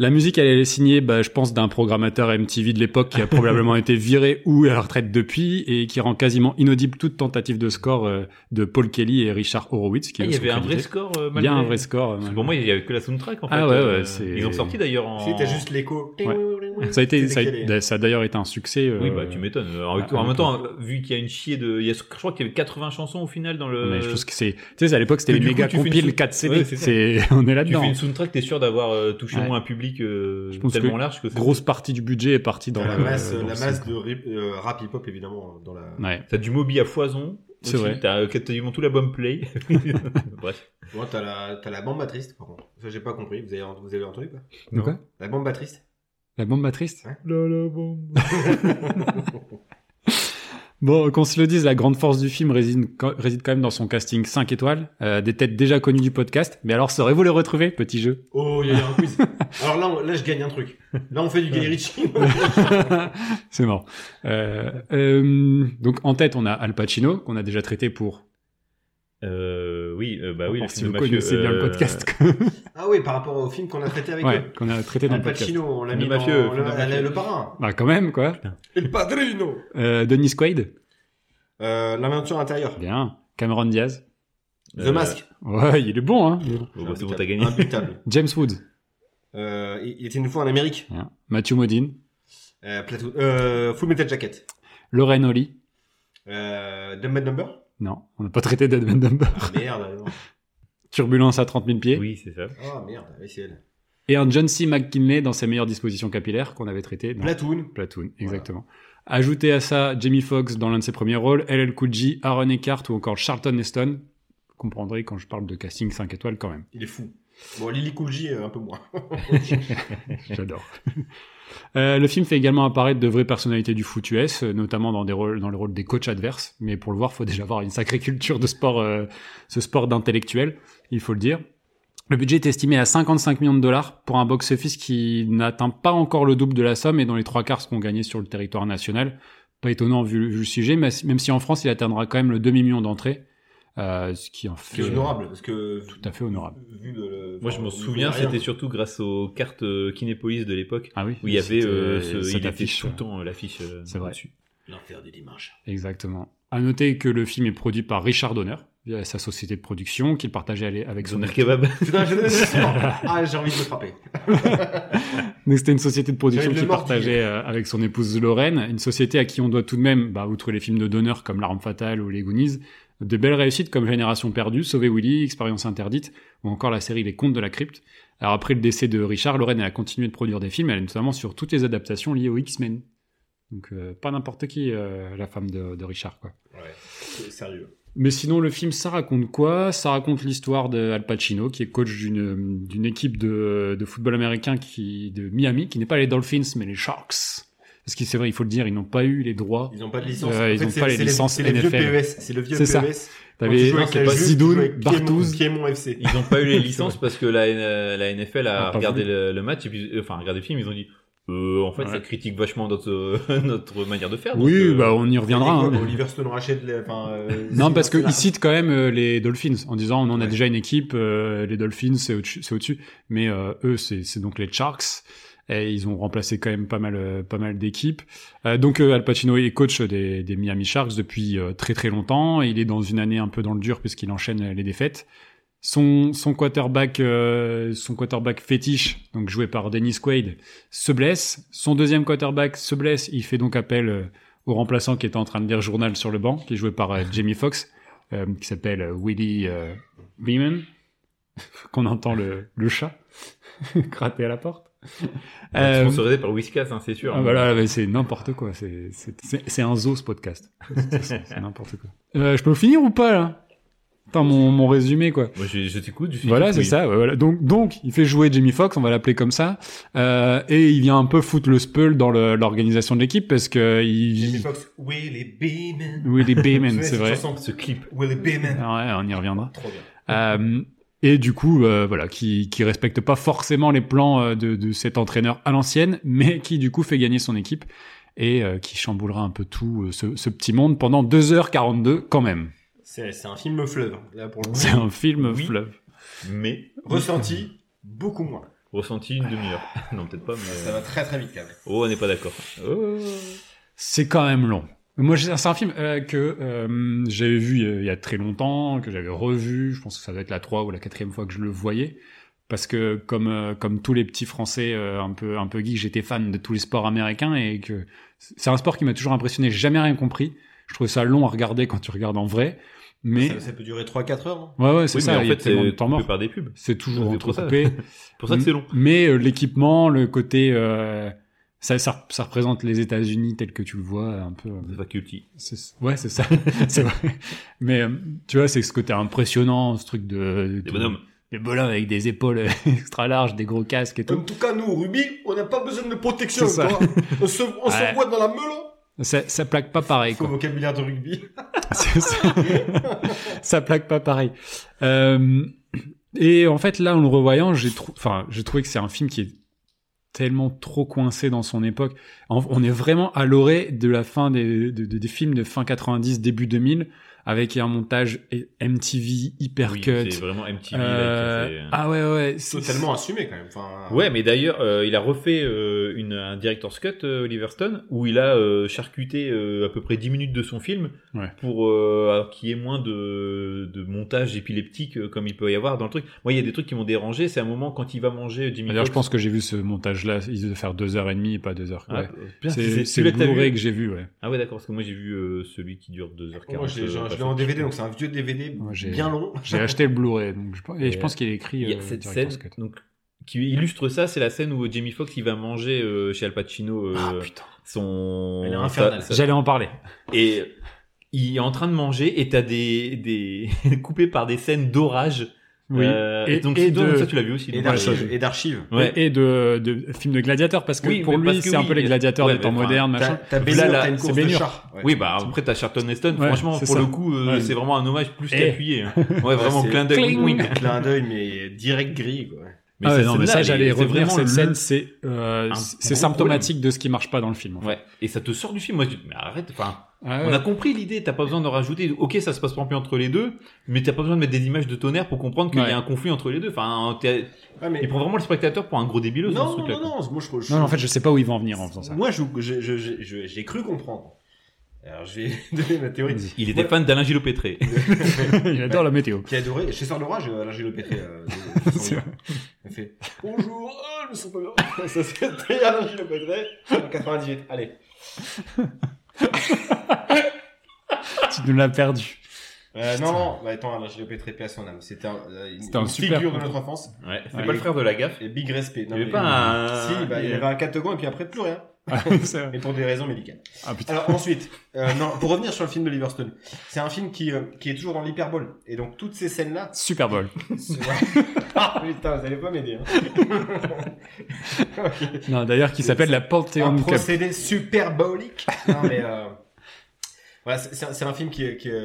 [SPEAKER 4] La musique, elle, elle est signée, bah, je pense, d'un programmateur MTV de l'époque qui a probablement été viré ou à la retraite depuis et qui rend quasiment inaudible toute tentative de score euh, de Paul Kelly et Richard Horowitz. Qui
[SPEAKER 5] Ah,
[SPEAKER 4] eux,
[SPEAKER 5] il y
[SPEAKER 4] sont
[SPEAKER 5] avait un vrai
[SPEAKER 4] crédités.
[SPEAKER 5] score euh,
[SPEAKER 4] Il y
[SPEAKER 5] malgré-
[SPEAKER 4] a un vrai score. euh,
[SPEAKER 5] Parce que Pour moi, il y avait que la soundtrack en fait.
[SPEAKER 4] Ah ouais, ouais,
[SPEAKER 5] euh,
[SPEAKER 4] c'est-
[SPEAKER 5] Ils ont sorti d'ailleurs
[SPEAKER 4] Oh.
[SPEAKER 5] en.
[SPEAKER 2] Si, t'as juste l'écho.
[SPEAKER 4] Ouais. ça a été, ça a,
[SPEAKER 2] décalé.
[SPEAKER 4] ça a d'ailleurs été un succès. euh,
[SPEAKER 5] Oui, bah tu m'étonnes. En,
[SPEAKER 4] Ah,
[SPEAKER 5] en
[SPEAKER 4] en
[SPEAKER 5] même temps, vu qu'il y a une chier de. il y a- je crois qu'il y avait 80 chansons au final dans le.
[SPEAKER 4] mais je pense que c'est, tu sais, à l'époque, c'était
[SPEAKER 5] que
[SPEAKER 4] les
[SPEAKER 5] euh, du coup,
[SPEAKER 4] méga
[SPEAKER 5] tu fais une
[SPEAKER 4] compiles
[SPEAKER 5] sou-
[SPEAKER 4] 4 CD.
[SPEAKER 5] Ouais, c'est ça.
[SPEAKER 4] c'est, on est
[SPEAKER 5] tu
[SPEAKER 4] là-dedans.
[SPEAKER 5] fais une soundtrack, t'es sûr d'avoir euh, touché au
[SPEAKER 4] Ouais.
[SPEAKER 5] moins un public euh,
[SPEAKER 4] Je pense
[SPEAKER 5] tellement
[SPEAKER 4] que
[SPEAKER 5] large que c'est-
[SPEAKER 4] Grosse partie du budget est partie dans
[SPEAKER 2] la
[SPEAKER 4] le-
[SPEAKER 2] masse,
[SPEAKER 4] dans le Mm.
[SPEAKER 2] la
[SPEAKER 4] son.
[SPEAKER 2] masse de rip- euh, rap hip-hop, évidemment, dans la...
[SPEAKER 4] Ouais.
[SPEAKER 5] T'as du Moby à foison.
[SPEAKER 4] C'est
[SPEAKER 5] aussi.
[SPEAKER 4] vrai.
[SPEAKER 5] T'as euh, quasiment tout l'album Play. Bref.
[SPEAKER 2] Ouais, t'as la, t'as la bande batteriste, par contre. Ça, j'ai pas compris. Vous avez, vous avez entendu, pas
[SPEAKER 4] De quoi
[SPEAKER 2] La bande batteriste
[SPEAKER 4] La bombe matrice
[SPEAKER 2] Ouais.
[SPEAKER 4] Bon, qu'on se le dise, la grande force du film réside, réside quand même dans son casting 5 étoiles, euh, des têtes déjà connues du podcast. Mais alors, saurez-vous les retrouver Petit jeu.
[SPEAKER 2] Oh, il y a eu un quiz. Alors là, on- là, je gagne un truc. Là, on fait du Gay Ritchie.
[SPEAKER 4] C'est mort. Euh, euh, donc, en tête, on a Al Pacino, qu'on a déjà traité pour...
[SPEAKER 5] Euh, oui, euh, bah
[SPEAKER 4] Alors,
[SPEAKER 5] oui, le
[SPEAKER 4] Ah, si
[SPEAKER 5] film
[SPEAKER 4] vous
[SPEAKER 5] de mafieux,
[SPEAKER 4] connaissez bien le
[SPEAKER 5] euh,
[SPEAKER 4] podcast.
[SPEAKER 2] ah oui, par rapport au film qu'on a traité avec
[SPEAKER 4] ouais,
[SPEAKER 2] eux.
[SPEAKER 4] qu'on a traité dans
[SPEAKER 2] Al
[SPEAKER 4] le podcast.
[SPEAKER 2] Pacino, on l'a
[SPEAKER 5] Le
[SPEAKER 2] mis
[SPEAKER 5] mafieux,
[SPEAKER 2] dans
[SPEAKER 5] film de
[SPEAKER 2] le, la- la-
[SPEAKER 5] mafieux.
[SPEAKER 2] le parrain.
[SPEAKER 4] Bah, quand même, quoi.
[SPEAKER 2] Il padrino.
[SPEAKER 4] Euh, Denis Quaid.
[SPEAKER 2] Euh, L'aventure intérieure.
[SPEAKER 4] Bien. Cameron Diaz.
[SPEAKER 2] The
[SPEAKER 5] Euh,
[SPEAKER 2] Mask.
[SPEAKER 4] Ouais, il est bon, hein.
[SPEAKER 5] Bon, bah, c'est bon, t'as gagné.
[SPEAKER 2] Imbutable.
[SPEAKER 4] James Wood.
[SPEAKER 2] Euh, il il était une fois en Amérique.
[SPEAKER 4] Bien. Matthew Modine.
[SPEAKER 2] Euh, Plateau- euh, Full Metal Jacket.
[SPEAKER 4] Lorraine Holly.
[SPEAKER 2] Euh, Dumb and Number.
[SPEAKER 4] Non, on n'a pas traité d'Ed Van Dumber.
[SPEAKER 2] Ah merde, alors.
[SPEAKER 4] Turbulence à 30 000 pieds.
[SPEAKER 5] Oui, c'est ça.
[SPEAKER 2] Ah merde, oui, c'est elle.
[SPEAKER 4] Et un John C. McKinley dans ses meilleures dispositions capillaires qu'on avait traité dans
[SPEAKER 2] Platoon.
[SPEAKER 4] Platoon. Exactement. Ajoutez à ça Jamie Foxx dans l'un de ses premiers rôles, LL Cool J, Aaron Eckhart ou encore Charlton Heston. Vous comprendrez quand je parle de casting 5 étoiles quand même.
[SPEAKER 2] Il est fou. Bon, Lily Cool J, euh, un peu moins.
[SPEAKER 4] J'adore. Euh, le film fait également apparaître de vraies personnalités du foot US, euh, notamment dans, des rôles, dans le rôle des coachs adverses. Mais pour le voir, faut déjà avoir une sacrée culture de sport, euh, ce sport d'intellectuel, il faut le dire. Le budget est estimé à 55 millions de dollars pour un box-office qui n'atteint pas encore le double de la somme et dont les trois quarts seront gagnés sur le territoire national. Pas étonnant vu, le- vu le sujet, mais si- même si en France, il atteindra quand même le demi-million d'entrées, euh, ce qui en
[SPEAKER 2] C'est
[SPEAKER 4] fait
[SPEAKER 2] honorable, parce que.
[SPEAKER 4] tout à fait honorable.
[SPEAKER 2] Vu le- le-
[SPEAKER 5] Moi, je m'en
[SPEAKER 2] enfin,
[SPEAKER 5] souviens,
[SPEAKER 2] rien.
[SPEAKER 5] c'était surtout grâce aux cartes euh, Kinépolis de l'époque.
[SPEAKER 4] Ah oui,
[SPEAKER 5] Où il y avait
[SPEAKER 4] c'était-
[SPEAKER 5] euh, ce,
[SPEAKER 4] cette
[SPEAKER 5] il était
[SPEAKER 4] affiche,
[SPEAKER 5] tout le temps euh, l'affiche. euh,
[SPEAKER 4] C'est vrai.
[SPEAKER 5] dessus.
[SPEAKER 2] L'enfer du dimanche.
[SPEAKER 4] Exactement. À noter que le film est produit par Richard Donner via sa société de production qu'il partageait avec son
[SPEAKER 5] Zoner kebab.
[SPEAKER 2] Putain, j'ai Ah, j'ai envie de le frapper.
[SPEAKER 4] Donc c'était une société de production
[SPEAKER 2] J'avais de
[SPEAKER 4] qui
[SPEAKER 2] le mordiller.
[SPEAKER 4] partageait euh, avec son épouse Lorraine, une société à qui on doit tout de même, bah, outre les films de Donner comme L'Arme Fatale ou Les Goonies, de belles réussites comme Génération Perdue, Sauver Willy, Expérience Interdite ou encore la série Les Contes de la Crypte. Alors après le décès de Richard, Lorraine elle a continué de produire des films, elle est notamment sur toutes les adaptations liées aux X-Men. Donc euh, pas n'importe qui, euh, la femme de, de Richard, quoi.
[SPEAKER 2] Ouais. C'est sérieux.
[SPEAKER 4] Mais sinon, le film, ça raconte quoi Ça raconte l'histoire d'Al Pacino, qui est coach d'une d'une équipe de, de football américain qui, de Miami, qui n'est pas les Dolphins, mais les Sharks. Parce qu'il c'est vrai, il faut le dire, ils n'ont pas eu les droits.
[SPEAKER 2] Ils n'ont pas de licence.
[SPEAKER 4] Euh, ils
[SPEAKER 2] fait,
[SPEAKER 4] ont
[SPEAKER 2] c'est-
[SPEAKER 4] pas les
[SPEAKER 2] c'est
[SPEAKER 4] licences
[SPEAKER 2] C'est les vieux
[SPEAKER 4] NFL.
[SPEAKER 2] PES. C'est le vieux E
[SPEAKER 4] C'est ça.
[SPEAKER 2] PES.
[SPEAKER 4] T'avais, non, c'est pas Sidoun, Bartouz.
[SPEAKER 2] Piémont FC.
[SPEAKER 5] Ils n'ont pas eu les licences parce que la, N- euh, la NFL
[SPEAKER 4] Ah,
[SPEAKER 5] a
[SPEAKER 4] pas
[SPEAKER 5] regardé
[SPEAKER 4] voulu.
[SPEAKER 5] le, le match, et puis, euh, enfin, regardé le film, ils ont dit euh, en fait,
[SPEAKER 4] Ouais.
[SPEAKER 5] ça critique vachement notre, euh, notre manière de faire. donc,
[SPEAKER 4] Oui,
[SPEAKER 5] euh,
[SPEAKER 4] bah, on y reviendra. hein, mais-
[SPEAKER 2] Oliver Stone rachète les. Enfin, euh,
[SPEAKER 4] Non, parce
[SPEAKER 2] c'est-
[SPEAKER 4] qu'ils citent quand même euh, les Dolphins en disant on en a
[SPEAKER 2] Ouais.
[SPEAKER 4] déjà une équipe, euh, les Dolphins c'est au-dessus, c'est au-dessus. mais euh, eux c'est c'est donc les Sharks et ils ont remplacé quand même pas mal, euh, pas mal d'équipes. Euh, donc euh, Al Pacino est coach des, des Miami Sharks depuis euh, très très longtemps. Il est dans une année un peu dans le dur puisqu'il enchaîne euh, les défaites. Son, son quarterback, euh, son quarterback fétiche, donc joué par Dennis Quaid, se blesse. Son deuxième quarterback se blesse. Il fait donc appel euh, au remplaçant qui était en train de lire journal sur le banc, qui est joué par euh, Jamie Foxx, euh, qui s'appelle euh, Willie euh, Beeman, qu'on entend le, le chat gratter à la porte. Euh,
[SPEAKER 5] euh, Sponsorisé par Whiskas, hein, c'est sûr.
[SPEAKER 4] ah, voilà, mais c'est n'importe quoi. C'est- C'est c'est- c'est un zoo ce podcast. C'est c'est n'importe quoi. Euh, je peux finir ou pas là Putain, mon, mon résumé quoi.
[SPEAKER 5] Moi, je, je t'écoute. je suis-
[SPEAKER 4] Voilà, c'est
[SPEAKER 5] oui.
[SPEAKER 4] ça. ouais, voilà. Donc, donc, il fait jouer Jimmy Fox, on va l'appeler comme ça, euh, et il vient un peu foutre le speul dans le- l'organisation de l'équipe parce que
[SPEAKER 2] Jimmy
[SPEAKER 4] il,
[SPEAKER 2] Fox. Willie Beeman.
[SPEAKER 4] Willie
[SPEAKER 2] Tu
[SPEAKER 4] Beeman,
[SPEAKER 2] sais,
[SPEAKER 4] c'est
[SPEAKER 2] cette
[SPEAKER 4] vrai.
[SPEAKER 2] chanson,
[SPEAKER 5] Ce clip.
[SPEAKER 2] Willie Beeman.
[SPEAKER 4] Ah ouais, on y reviendra.
[SPEAKER 2] Trop bien.
[SPEAKER 4] Euh, et du coup, euh, voilà, qui, qui respecte pas forcément les plans euh, de, de cet entraîneur à l'ancienne, mais qui du coup fait gagner son équipe et euh, qui chamboulera un peu tout euh, ce, ce petit monde pendant 2h42 quand même.
[SPEAKER 2] C'est c'est un film fleuve. hein. Là, pour le
[SPEAKER 4] C'est
[SPEAKER 2] coup.
[SPEAKER 4] un film
[SPEAKER 5] Oui.
[SPEAKER 4] fleuve.
[SPEAKER 5] Mais
[SPEAKER 2] Ressenti beaucoup moins.
[SPEAKER 5] ressenti une demi-heure. non, peut-être pas, mais.
[SPEAKER 2] Ça va très très vite quand même.
[SPEAKER 5] Oh, on n'est pas d'accord. Oh.
[SPEAKER 4] C'est quand même long. Moi, j'ai- c'est un film euh, que euh, j'avais vu euh, il y a très longtemps, que j'avais revu. Je pense que ça doit être la trois ou la quatrième fois que je le voyais. Parce que comme euh, comme tous les petits Français euh, un peu un peu geeks, j'étais fan de tous les sports américains et que c'est un sport qui m'a toujours impressionné. J'ai jamais rien compris. Je trouvais ça long à regarder quand tu regardes en vrai. Mais
[SPEAKER 2] Ça, ça peut durer 3-4 heures, hein. non
[SPEAKER 4] ouais ouais c'est
[SPEAKER 5] Oui,
[SPEAKER 4] ça. il
[SPEAKER 5] mais
[SPEAKER 4] y
[SPEAKER 5] en
[SPEAKER 4] a
[SPEAKER 5] fait,
[SPEAKER 4] tellement de
[SPEAKER 5] c'est
[SPEAKER 4] temps
[SPEAKER 5] coupé
[SPEAKER 4] mort.
[SPEAKER 5] par des pubs.
[SPEAKER 4] C'est toujours
[SPEAKER 5] C'est pour ça.
[SPEAKER 4] entrecoupé.
[SPEAKER 5] C'est pour ça que c'est long.
[SPEAKER 4] Mais euh, l'équipement, le côté, euh, ça, ça ça représente les États-Unis tel que tu le vois un peu. euh,
[SPEAKER 5] The Faculty.
[SPEAKER 4] c'est- Ouais, c'est ça. c'est vrai. Mais euh, tu vois, c'est ce côté impressionnant, ce truc de.
[SPEAKER 5] Des bonhommes.
[SPEAKER 4] Des bonhommes avec des épaules extra larges, des gros casques et tout.
[SPEAKER 2] En tout cas, nous, Ruby, on n'a pas besoin de protection.
[SPEAKER 4] C'est ça.
[SPEAKER 2] quoi. On se, on se
[SPEAKER 4] Ouais.
[SPEAKER 2] voit dans la meule.
[SPEAKER 4] Ça, ça plaque pas pareil,
[SPEAKER 2] Au
[SPEAKER 4] quoi.
[SPEAKER 2] vocabulaire de rugby.
[SPEAKER 4] C'est ça. ça plaque pas pareil. Euh, et en fait, là, en le revoyant, j'ai trou- enfin, j'ai trouvé que c'est un film qui est tellement trop coincé dans son époque. En- On est vraiment à l'orée de la fin des, de- de- des films de fin 90, début 2000, avec un montage MTV hyper
[SPEAKER 5] Oui,
[SPEAKER 4] cut.
[SPEAKER 5] c'est vraiment MTV. là,
[SPEAKER 4] Euh,
[SPEAKER 5] qui- c'est-
[SPEAKER 4] ah ouais, ouais. c'est-
[SPEAKER 2] Totalement assumé quand même.
[SPEAKER 4] Ah.
[SPEAKER 2] Enfin,
[SPEAKER 5] Ouais, mais d'ailleurs, euh, il a refait euh, une, un director's cut, euh, Oliver Stone, où il a euh, charcuté euh, à peu près 10 minutes de son film
[SPEAKER 4] Ouais.
[SPEAKER 5] pour euh, qu'il y ait moins de, de montage épileptique euh, comme il peut y avoir dans le truc. Moi, il y a des trucs qui m'ont dérangé. C'est un moment quand il va manger Jimmy
[SPEAKER 4] D'ailleurs,
[SPEAKER 5] Fox.
[SPEAKER 4] je pense que j'ai vu ce montage-là, il devait faire deux heures et demie et pas deux heures.
[SPEAKER 5] Ah,
[SPEAKER 4] ouais.
[SPEAKER 5] euh, putain,
[SPEAKER 4] C'est c'est le
[SPEAKER 5] que t'as
[SPEAKER 4] Blu-ray
[SPEAKER 5] vu
[SPEAKER 4] que j'ai vu, ouais.
[SPEAKER 5] Ah ouais, d'accord, parce que moi j'ai vu euh, celui qui dure 2h40.
[SPEAKER 2] Oh, Moi, je l'ai- je
[SPEAKER 5] euh,
[SPEAKER 2] je l'ai en DVD, donc c'est un vieux DVD
[SPEAKER 4] Moi, j'ai-
[SPEAKER 2] bien long.
[SPEAKER 4] J'ai acheté le Blu-ray, donc je, pense- et je
[SPEAKER 5] Et,
[SPEAKER 4] pense qu'il est écrit.
[SPEAKER 5] Il y a
[SPEAKER 4] euh,
[SPEAKER 5] cette scène
[SPEAKER 4] Director's Cut.
[SPEAKER 5] donc, qui illustre ça, c'est la scène où Jamie Foxx il va manger euh, chez Al Pacino euh,
[SPEAKER 4] Ah, putain.
[SPEAKER 5] son...
[SPEAKER 2] Elle est infernale.
[SPEAKER 5] sa- sa-
[SPEAKER 4] J'allais en parler.
[SPEAKER 5] Et il est en train de manger et t'as des, des coupé par des scènes d'orage.
[SPEAKER 4] Oui.
[SPEAKER 5] Euh, et,
[SPEAKER 4] Et-
[SPEAKER 5] donc
[SPEAKER 4] et
[SPEAKER 5] c'est donc
[SPEAKER 4] de-
[SPEAKER 5] ça tu l'as vu aussi.
[SPEAKER 2] Et
[SPEAKER 5] donc,
[SPEAKER 4] d'archives.
[SPEAKER 2] d'archives. Et d'archives.
[SPEAKER 5] Ouais.
[SPEAKER 4] Et et de, de films de gladiateurs, parce que
[SPEAKER 5] Oui,
[SPEAKER 4] pour
[SPEAKER 5] mais
[SPEAKER 4] lui,
[SPEAKER 5] parce que
[SPEAKER 4] c'est un
[SPEAKER 5] oui,
[SPEAKER 4] peu les
[SPEAKER 5] il y a-
[SPEAKER 4] gladiateurs
[SPEAKER 5] ouais,
[SPEAKER 4] des temps
[SPEAKER 5] mais enfin,
[SPEAKER 4] modernes,
[SPEAKER 2] T'as
[SPEAKER 4] machin.
[SPEAKER 2] t'as
[SPEAKER 5] Là,
[SPEAKER 2] Bélier,
[SPEAKER 5] là,
[SPEAKER 2] t'as une
[SPEAKER 5] c'est
[SPEAKER 2] course de
[SPEAKER 4] Bélier.
[SPEAKER 2] char. Ouais.
[SPEAKER 5] Oui bah après t'as Charlton Heston.
[SPEAKER 4] Ouais,
[SPEAKER 5] Franchement
[SPEAKER 4] c'est
[SPEAKER 5] pour
[SPEAKER 4] ça.
[SPEAKER 5] le coup euh,
[SPEAKER 4] Ouais.
[SPEAKER 5] c'est vraiment un hommage plus
[SPEAKER 4] Et-
[SPEAKER 5] qu'appuyé. hein. Ouais vraiment
[SPEAKER 2] c'est-
[SPEAKER 5] clin d'œil.
[SPEAKER 4] Cling.
[SPEAKER 5] wink, wink.
[SPEAKER 2] Clin d'œil, mais direct gris. quoi.
[SPEAKER 5] Mais
[SPEAKER 4] Ah ouais,
[SPEAKER 5] cette
[SPEAKER 4] non, mais
[SPEAKER 5] scène-là,
[SPEAKER 4] ça,
[SPEAKER 5] elle est-
[SPEAKER 4] j'allais
[SPEAKER 5] c'est
[SPEAKER 4] revenir.
[SPEAKER 5] vraiment
[SPEAKER 4] Cette
[SPEAKER 5] le-
[SPEAKER 4] scène, c'est euh,
[SPEAKER 5] un
[SPEAKER 4] c'est
[SPEAKER 5] gros
[SPEAKER 4] symptomatique de ce qui marche pas dans le film. en fait.
[SPEAKER 5] Ouais. Et ça te sort du film. Moi je dis mais arrête. Enfin
[SPEAKER 4] Ah ouais.
[SPEAKER 5] on a compris l'idée. T'as pas besoin d'en rajouter. Ok ça se passe pas plus entre les deux. Mais t'as pas besoin de mettre des images de tonnerre pour comprendre qu'il
[SPEAKER 4] Ouais.
[SPEAKER 5] y a un conflit entre les deux. Enfin t'es-
[SPEAKER 2] Ouais, mais-
[SPEAKER 5] il prend vraiment le spectateur pour un gros débileux. dans ce
[SPEAKER 2] Non, non,
[SPEAKER 5] truc-là,
[SPEAKER 2] non,
[SPEAKER 5] quoi.
[SPEAKER 2] non, Moi, je, je-
[SPEAKER 4] Non, non, en fait, je sais pas où ils vont en venir en faisant ça.
[SPEAKER 2] Moi, je- je- je- je- je- j'ai cru comprendre. Alors, je vais donner ma théorie.
[SPEAKER 4] Vas-y.
[SPEAKER 5] Il était
[SPEAKER 2] Ouais.
[SPEAKER 5] fan d'Alain Gilopétré.
[SPEAKER 4] Il adore la météo.
[SPEAKER 2] qui a adoré chez Sœur l'orage Alain Gilopétré euh, de- de-
[SPEAKER 4] C'est vrai.
[SPEAKER 2] il fait bonjour oh, je me sens pas bien ça c'était Alain Gilopétré en 98 allez
[SPEAKER 4] Tu nous l'as perdu.
[SPEAKER 2] euh, non non bah, attends Alain Gilopétré paix à son âme c'était un, euh, une,
[SPEAKER 4] C'était un
[SPEAKER 2] une
[SPEAKER 4] super
[SPEAKER 2] figure de
[SPEAKER 4] contre.
[SPEAKER 2] notre enfance
[SPEAKER 5] Ouais, c'est
[SPEAKER 4] Ouais.
[SPEAKER 5] pas le frère de la gaffe.
[SPEAKER 2] et big respect euh,
[SPEAKER 5] Il y avait pas un-
[SPEAKER 2] si bah, il y avait un catagon et puis après plus rien
[SPEAKER 4] C'est-
[SPEAKER 2] et pour des raisons médicales.
[SPEAKER 4] ah putain.
[SPEAKER 2] Alors ensuite, euh, non, pour revenir sur le film de Liverstone, c'est un film qui, euh, qui est toujours dans l'hyperbole. Et donc toutes ces scènes-là...
[SPEAKER 4] Super Bowl.
[SPEAKER 2] se- ah putain, vous allez pas m'aider. hein. Ok.
[SPEAKER 4] Non, d'ailleurs, qui s'appelle la
[SPEAKER 2] un
[SPEAKER 4] Panthéon Cup.
[SPEAKER 2] procédé super baulique. Non, mais euh, voilà, c'est- c'est un- c'est un film qui, est- qui est-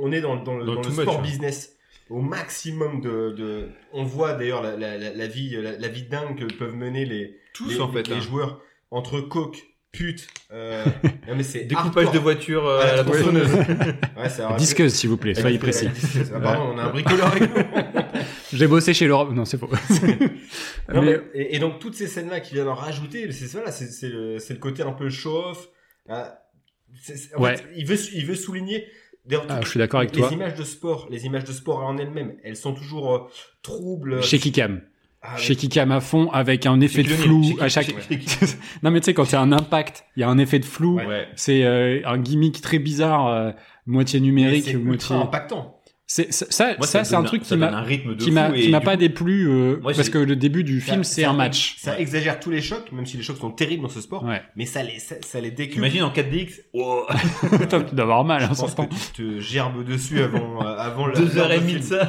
[SPEAKER 2] on est dans, dans le,
[SPEAKER 5] Dans
[SPEAKER 2] dans
[SPEAKER 5] too
[SPEAKER 2] le
[SPEAKER 5] much,
[SPEAKER 2] sport
[SPEAKER 5] hein.
[SPEAKER 2] business au maximum de, de- on voit d'ailleurs la, la- la- la vie la, la vie dingue que peuvent mener les
[SPEAKER 5] Tous,
[SPEAKER 2] les,
[SPEAKER 5] en fait,
[SPEAKER 2] les
[SPEAKER 5] hein.
[SPEAKER 2] joueurs entre coke pute euh, non, mais c'est
[SPEAKER 5] Découpage de
[SPEAKER 2] hardcore.
[SPEAKER 5] voiture euh,
[SPEAKER 2] Ah,
[SPEAKER 5] à la
[SPEAKER 2] oui.
[SPEAKER 5] tronçonneuse.
[SPEAKER 2] ouais, c'est un-
[SPEAKER 4] Disqueuse, s'il vous plaît,
[SPEAKER 2] Ouais,
[SPEAKER 4] soyez
[SPEAKER 2] c'est-
[SPEAKER 4] précis.
[SPEAKER 2] c'est- ah, pardon, on a un bricoleur avec nous.
[SPEAKER 4] euh, J'ai bossé chez l'Europe. Non, c'est faux.
[SPEAKER 2] Non,
[SPEAKER 4] Mais-
[SPEAKER 2] mais- et, et donc toutes ces scènes-là qui viennent en rajouter, c'est ça là, c'est c'est le, c'est le côté un peu show-off. hein. C'est- c'est- en
[SPEAKER 4] Ouais.
[SPEAKER 2] fait, il veut, il veut souligner. D'ailleurs,
[SPEAKER 4] Ah,
[SPEAKER 2] tout-
[SPEAKER 4] je suis d'accord avec
[SPEAKER 2] les
[SPEAKER 4] toi.
[SPEAKER 2] images de sport, les images de sport en elles-mêmes, elles sont toujours euh, troubles.
[SPEAKER 4] Chez Kikam.
[SPEAKER 2] Ah,
[SPEAKER 4] Chez Kikam à fond avec un effet de
[SPEAKER 5] Chez
[SPEAKER 4] flou
[SPEAKER 5] Clooney,
[SPEAKER 4] à
[SPEAKER 5] chez-
[SPEAKER 4] chaque.
[SPEAKER 5] chez-
[SPEAKER 4] non mais tu sais quand c'est un impact, il y a un effet de flou.
[SPEAKER 2] Ouais.
[SPEAKER 5] Ouais.
[SPEAKER 4] C'est euh, un gimmick très bizarre, euh, moitié
[SPEAKER 2] mais
[SPEAKER 4] numérique,
[SPEAKER 2] c'est
[SPEAKER 4] moitié.
[SPEAKER 2] ultra impactant.
[SPEAKER 4] C'est ça, ça,
[SPEAKER 5] Moi,
[SPEAKER 4] ça, c'est un
[SPEAKER 5] donne
[SPEAKER 4] truc qui
[SPEAKER 5] ça donne
[SPEAKER 4] m'a
[SPEAKER 5] un rythme de
[SPEAKER 4] qui m'a
[SPEAKER 5] fou et
[SPEAKER 4] qui m'a
[SPEAKER 5] du
[SPEAKER 4] pas
[SPEAKER 5] coup-
[SPEAKER 4] déplu euh,
[SPEAKER 5] Moi,
[SPEAKER 4] parce
[SPEAKER 5] j'ai-
[SPEAKER 4] que le début du
[SPEAKER 2] Ça-
[SPEAKER 4] film
[SPEAKER 2] ça-
[SPEAKER 4] c'est un match.
[SPEAKER 2] Ça exagère tous les chocs, même si les chocs sont terribles dans ce sport,
[SPEAKER 4] Ouais.
[SPEAKER 2] mais ça les, ça, ça les décuple.
[SPEAKER 5] T'imagines en 4DX wow,
[SPEAKER 4] Toi, tu dois avoir mal
[SPEAKER 2] Je
[SPEAKER 4] en
[SPEAKER 2] pense
[SPEAKER 4] ce temps.
[SPEAKER 2] que tu te gerbes dessus avant, euh, avant la-
[SPEAKER 5] Deux heures et
[SPEAKER 2] l'heure de
[SPEAKER 5] demie de
[SPEAKER 2] film.
[SPEAKER 5] ça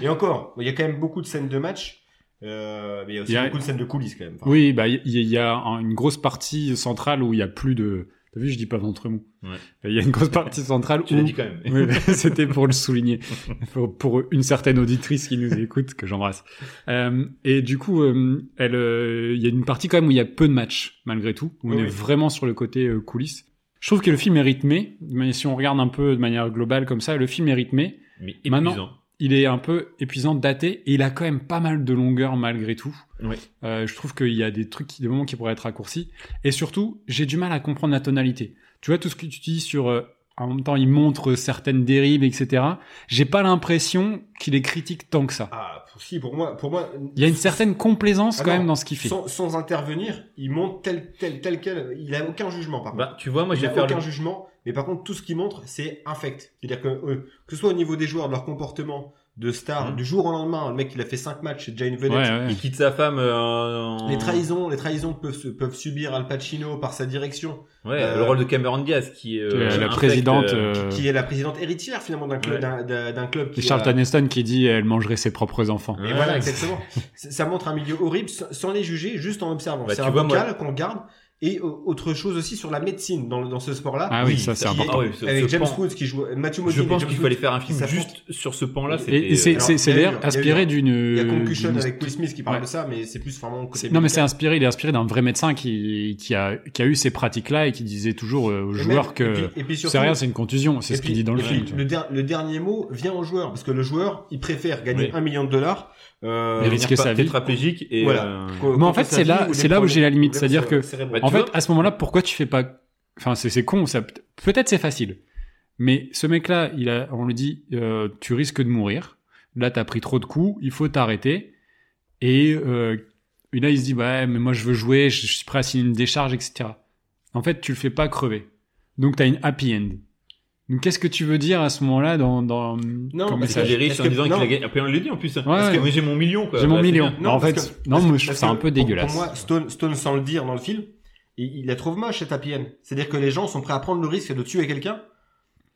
[SPEAKER 2] Et encore, il y a quand même beaucoup de scènes de match, euh, mais il y a aussi
[SPEAKER 4] Il y a-
[SPEAKER 2] beaucoup de scènes de coulisses quand même. Enfin,
[SPEAKER 4] Oui, bah il y, il y a un- une grosse partie centrale où il y a plus de. T'as vu, je dis pas ventre mou.
[SPEAKER 5] Ouais.
[SPEAKER 4] Il y a une grosse partie centrale
[SPEAKER 5] Tu l'as
[SPEAKER 4] où
[SPEAKER 5] dit quand même.
[SPEAKER 4] Oui, mais c'était pour le souligner, pour, pour une certaine auditrice qui nous écoute, que j'embrasse. Euh, et du coup, euh, elle, euh, il y a une partie quand même où il y a peu de matchs, malgré tout, où on
[SPEAKER 2] Oui,
[SPEAKER 4] est
[SPEAKER 2] oui.
[SPEAKER 4] vraiment sur le côté euh, coulisses. Je trouve que le film est rythmé, mais si on regarde un peu de manière globale comme ça, le film est rythmé,
[SPEAKER 5] Mais
[SPEAKER 4] Maintenant-
[SPEAKER 5] épuisant.
[SPEAKER 4] il est un peu épuisant, daté, et il a quand même pas mal de longueur malgré tout.
[SPEAKER 5] Oui.
[SPEAKER 4] Euh, je trouve qu'il y a des trucs, qui- des moments qui pourraient être raccourcis. Et surtout, j'ai du mal à comprendre la tonalité. Tu vois, tout ce que tu dis sur... euh, en même temps, il montre certaines dérives, etc. J'ai pas l'impression qu'il les critique tant que ça.
[SPEAKER 2] Ah, pour, si, pour moi, pour moi,
[SPEAKER 4] Il y a une certaine complaisance
[SPEAKER 2] Ah
[SPEAKER 4] quand
[SPEAKER 2] non,
[SPEAKER 4] même dans ce qu'il fait.
[SPEAKER 2] sans, sans intervenir, il monte tel, tel, tel quel. Il a aucun jugement, par contre.
[SPEAKER 5] Bah, tu vois, moi,
[SPEAKER 2] il
[SPEAKER 5] je
[SPEAKER 2] a
[SPEAKER 5] vais faire
[SPEAKER 2] aucun
[SPEAKER 5] le...
[SPEAKER 2] jugement, mais par contre, tout ce qu'il montre, c'est infect. C'est-à-dire que, euh, que ce soit au niveau des joueurs, de leur comportement de star,
[SPEAKER 5] Mhm.
[SPEAKER 2] du jour au lendemain, le mec, il a fait 5 matchs, c'est déjà une vedette.
[SPEAKER 4] Ouais, ouais.
[SPEAKER 5] Il quitte sa femme euh, en...
[SPEAKER 2] Les trahisons, les trahisons que peuvent, se- peuvent subir Al Pacino par sa direction,
[SPEAKER 5] Ouais,
[SPEAKER 2] Euh,
[SPEAKER 5] le rôle de Cameron Diaz qui est... euh,
[SPEAKER 4] La- la
[SPEAKER 5] infect,
[SPEAKER 4] présidente,
[SPEAKER 5] euh,
[SPEAKER 4] euh,
[SPEAKER 2] qui est la présidente héritière finalement d'un club,
[SPEAKER 5] Ouais.
[SPEAKER 2] d'un- d'un d'un club qui
[SPEAKER 4] et Charlton
[SPEAKER 2] a-
[SPEAKER 4] Heston qui dit elle mangerait ses propres enfants.
[SPEAKER 2] Et
[SPEAKER 5] Ouais.
[SPEAKER 2] voilà, exactement. C- ça montre un milieu horrible sans sans les juger, juste en observant.
[SPEAKER 5] Bah,
[SPEAKER 2] c'est
[SPEAKER 5] tu
[SPEAKER 2] un
[SPEAKER 5] vois, moi-
[SPEAKER 2] vocal qu'on garde. Et euh, autre chose aussi sur la médecine dans, le- dans ce sport-là.
[SPEAKER 4] Ah oui, ça, c'est
[SPEAKER 2] qui est-
[SPEAKER 4] important.
[SPEAKER 5] Ah oui, ce-
[SPEAKER 2] avec
[SPEAKER 5] ce
[SPEAKER 2] James
[SPEAKER 5] pan.
[SPEAKER 2] Woods qui joue, euh, Matthew
[SPEAKER 5] Je
[SPEAKER 2] Modine et
[SPEAKER 5] pense
[SPEAKER 2] James
[SPEAKER 5] qu'il
[SPEAKER 2] Woods.
[SPEAKER 5] fallait faire un film
[SPEAKER 2] ça
[SPEAKER 5] juste sur ce pan-là.
[SPEAKER 2] Et-
[SPEAKER 5] c'était,
[SPEAKER 4] Et, et c'est
[SPEAKER 5] euh,
[SPEAKER 2] alors,
[SPEAKER 4] c'est- c'est
[SPEAKER 2] il y a eu- il
[SPEAKER 4] d'ailleurs
[SPEAKER 2] y a eu-
[SPEAKER 4] inspiré d'une...
[SPEAKER 2] Il y a Concussion
[SPEAKER 4] d'une-
[SPEAKER 2] avec Will Smith qui parle
[SPEAKER 4] Ouais.
[SPEAKER 2] de ça, mais c'est plus vraiment côté
[SPEAKER 4] Non, mais c'est
[SPEAKER 2] médical.
[SPEAKER 4] inspiré, il est inspiré d'un vrai médecin qui, qui, a, qui a eu ces pratiques-là et qui disait toujours euh, aux
[SPEAKER 2] Et
[SPEAKER 4] joueurs
[SPEAKER 2] même-
[SPEAKER 4] que
[SPEAKER 2] et puis- et puis surtout-
[SPEAKER 4] c'est rien, c'est une contusion. C'est
[SPEAKER 2] et
[SPEAKER 4] ce
[SPEAKER 2] puis-
[SPEAKER 4] qu'il dit dans le
[SPEAKER 2] et
[SPEAKER 4] film.
[SPEAKER 2] puis
[SPEAKER 4] tu vois.
[SPEAKER 2] Le, der- le dernier mot vient au joueur, parce que le joueur, il préfère gagner
[SPEAKER 5] Oui.
[SPEAKER 2] un million de dollars. euh,
[SPEAKER 4] Il risque risquer
[SPEAKER 5] par-
[SPEAKER 4] sa vie.
[SPEAKER 5] tétraplégique et...
[SPEAKER 2] Voilà.
[SPEAKER 5] euh,
[SPEAKER 2] qu'au-
[SPEAKER 4] Mais en
[SPEAKER 2] qu'au
[SPEAKER 4] fait,
[SPEAKER 2] sa
[SPEAKER 4] c'est
[SPEAKER 2] vie
[SPEAKER 4] là-
[SPEAKER 2] ou des
[SPEAKER 4] c'est là où
[SPEAKER 2] problèmes-
[SPEAKER 4] j'ai la limite,
[SPEAKER 2] problèmes
[SPEAKER 4] c'est-à-dire que-
[SPEAKER 2] cérébraux.
[SPEAKER 5] Bah,
[SPEAKER 4] En
[SPEAKER 5] tu
[SPEAKER 4] fait,
[SPEAKER 5] vois-
[SPEAKER 4] à ce moment-là, pourquoi tu fais pas. Enfin, c'est c'est con, ça. Peut-être c'est facile. Mais ce mec-là, il a, on lui dit, euh, tu risques de mourir. Là, t'as pris trop de coups, il faut t'arrêter. Et, euh, et là, il se dit, bah, mais moi, je veux jouer, je, je suis prêt à signer une décharge, etc. En fait, tu le fais pas crever. Donc, t'as une happy end. Donc, qu'est-ce que tu veux dire à ce moment-là dans, dans
[SPEAKER 2] Non,
[SPEAKER 4] comme
[SPEAKER 2] mais
[SPEAKER 5] Ça
[SPEAKER 2] Est-ce
[SPEAKER 4] message
[SPEAKER 2] c'est-
[SPEAKER 5] dérive
[SPEAKER 2] est-ce
[SPEAKER 5] en
[SPEAKER 2] que-
[SPEAKER 5] disant qu'il
[SPEAKER 2] non.
[SPEAKER 5] a gagné. Après, on le dit en plus. hein.
[SPEAKER 4] Ouais,
[SPEAKER 5] Parce que
[SPEAKER 4] ouais.
[SPEAKER 5] moi, j'ai mon million, quoi.
[SPEAKER 4] J'ai
[SPEAKER 5] Bah,
[SPEAKER 4] mon
[SPEAKER 5] c'est
[SPEAKER 4] million.
[SPEAKER 5] bien.
[SPEAKER 4] en
[SPEAKER 2] parce
[SPEAKER 4] fait,
[SPEAKER 2] que-
[SPEAKER 4] non,
[SPEAKER 2] parce
[SPEAKER 4] moi,
[SPEAKER 2] que-
[SPEAKER 4] je trouve
[SPEAKER 2] parce
[SPEAKER 4] ça un
[SPEAKER 2] que
[SPEAKER 4] peu
[SPEAKER 2] pour-
[SPEAKER 4] dégueulasse.
[SPEAKER 2] Pour moi, Stone, Stone sans le dire dans le film, il, il la trouve moche cette happy end. C'est-à-dire que les gens sont prêts à prendre le risque de tuer quelqu'un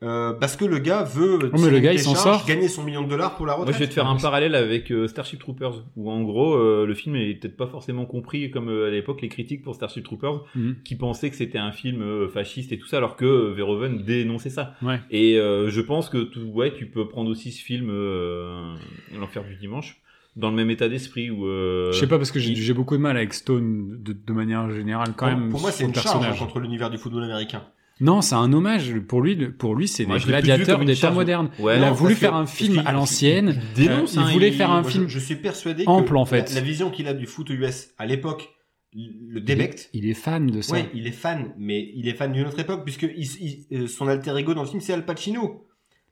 [SPEAKER 2] euh, parce que le gars veut
[SPEAKER 4] mais
[SPEAKER 2] tirer
[SPEAKER 4] le
[SPEAKER 2] une
[SPEAKER 4] gars, il s'en
[SPEAKER 2] décharge,
[SPEAKER 4] sort.
[SPEAKER 2] gagner son million de dollars pour la
[SPEAKER 5] Moi,
[SPEAKER 2] retraite.
[SPEAKER 5] je vais te faire un parallèle avec euh, Starship Troopers, où en gros, euh, le film est peut-être pas forcément compris comme euh, à l'époque les critiques pour Starship Troopers,
[SPEAKER 4] Mhm.
[SPEAKER 5] qui pensaient que c'était un film euh, fasciste et tout ça, alors que euh, Verhoeven dénonçait ça.
[SPEAKER 4] Ouais.
[SPEAKER 5] Et euh, je pense que tu, ouais, tu peux prendre aussi ce film, euh, L'enfer du dimanche, dans le même état d'esprit où. euh,
[SPEAKER 4] Je sais pas parce que j'ai
[SPEAKER 5] il-
[SPEAKER 4] j'ai beaucoup de mal avec Stone de, de manière générale quand
[SPEAKER 2] Pour-
[SPEAKER 4] même.
[SPEAKER 2] pour moi, c'est
[SPEAKER 4] sur le
[SPEAKER 2] une charge hein,
[SPEAKER 4] personnage.
[SPEAKER 2] contre l'univers du football américain.
[SPEAKER 4] Non, c'est un hommage. Pour lui, le- pour lui, c'est
[SPEAKER 5] Moi,
[SPEAKER 4] des
[SPEAKER 5] je l'ai plus vu
[SPEAKER 4] gladiateurs
[SPEAKER 5] comme une
[SPEAKER 4] des temps
[SPEAKER 5] charge.
[SPEAKER 4] modernes.
[SPEAKER 5] Ouais,
[SPEAKER 4] il a
[SPEAKER 5] non,
[SPEAKER 4] voulu
[SPEAKER 2] parce que-
[SPEAKER 4] faire un film à l'ancienne.
[SPEAKER 5] il dénonce,
[SPEAKER 4] Euh, il
[SPEAKER 5] hein,
[SPEAKER 4] voulait faire un
[SPEAKER 2] Moi, je-
[SPEAKER 4] film
[SPEAKER 2] Je, suis persuadé
[SPEAKER 4] ample,
[SPEAKER 2] que
[SPEAKER 4] en fait.
[SPEAKER 2] la, la vision qu'il a du foot US à l'époque le débecte.
[SPEAKER 4] Il est fan de ça.
[SPEAKER 2] Ouais, il est fan, mais il est fan d'une autre époque puisque il- il- euh, son alter ego dans le film c'est Al Pacino.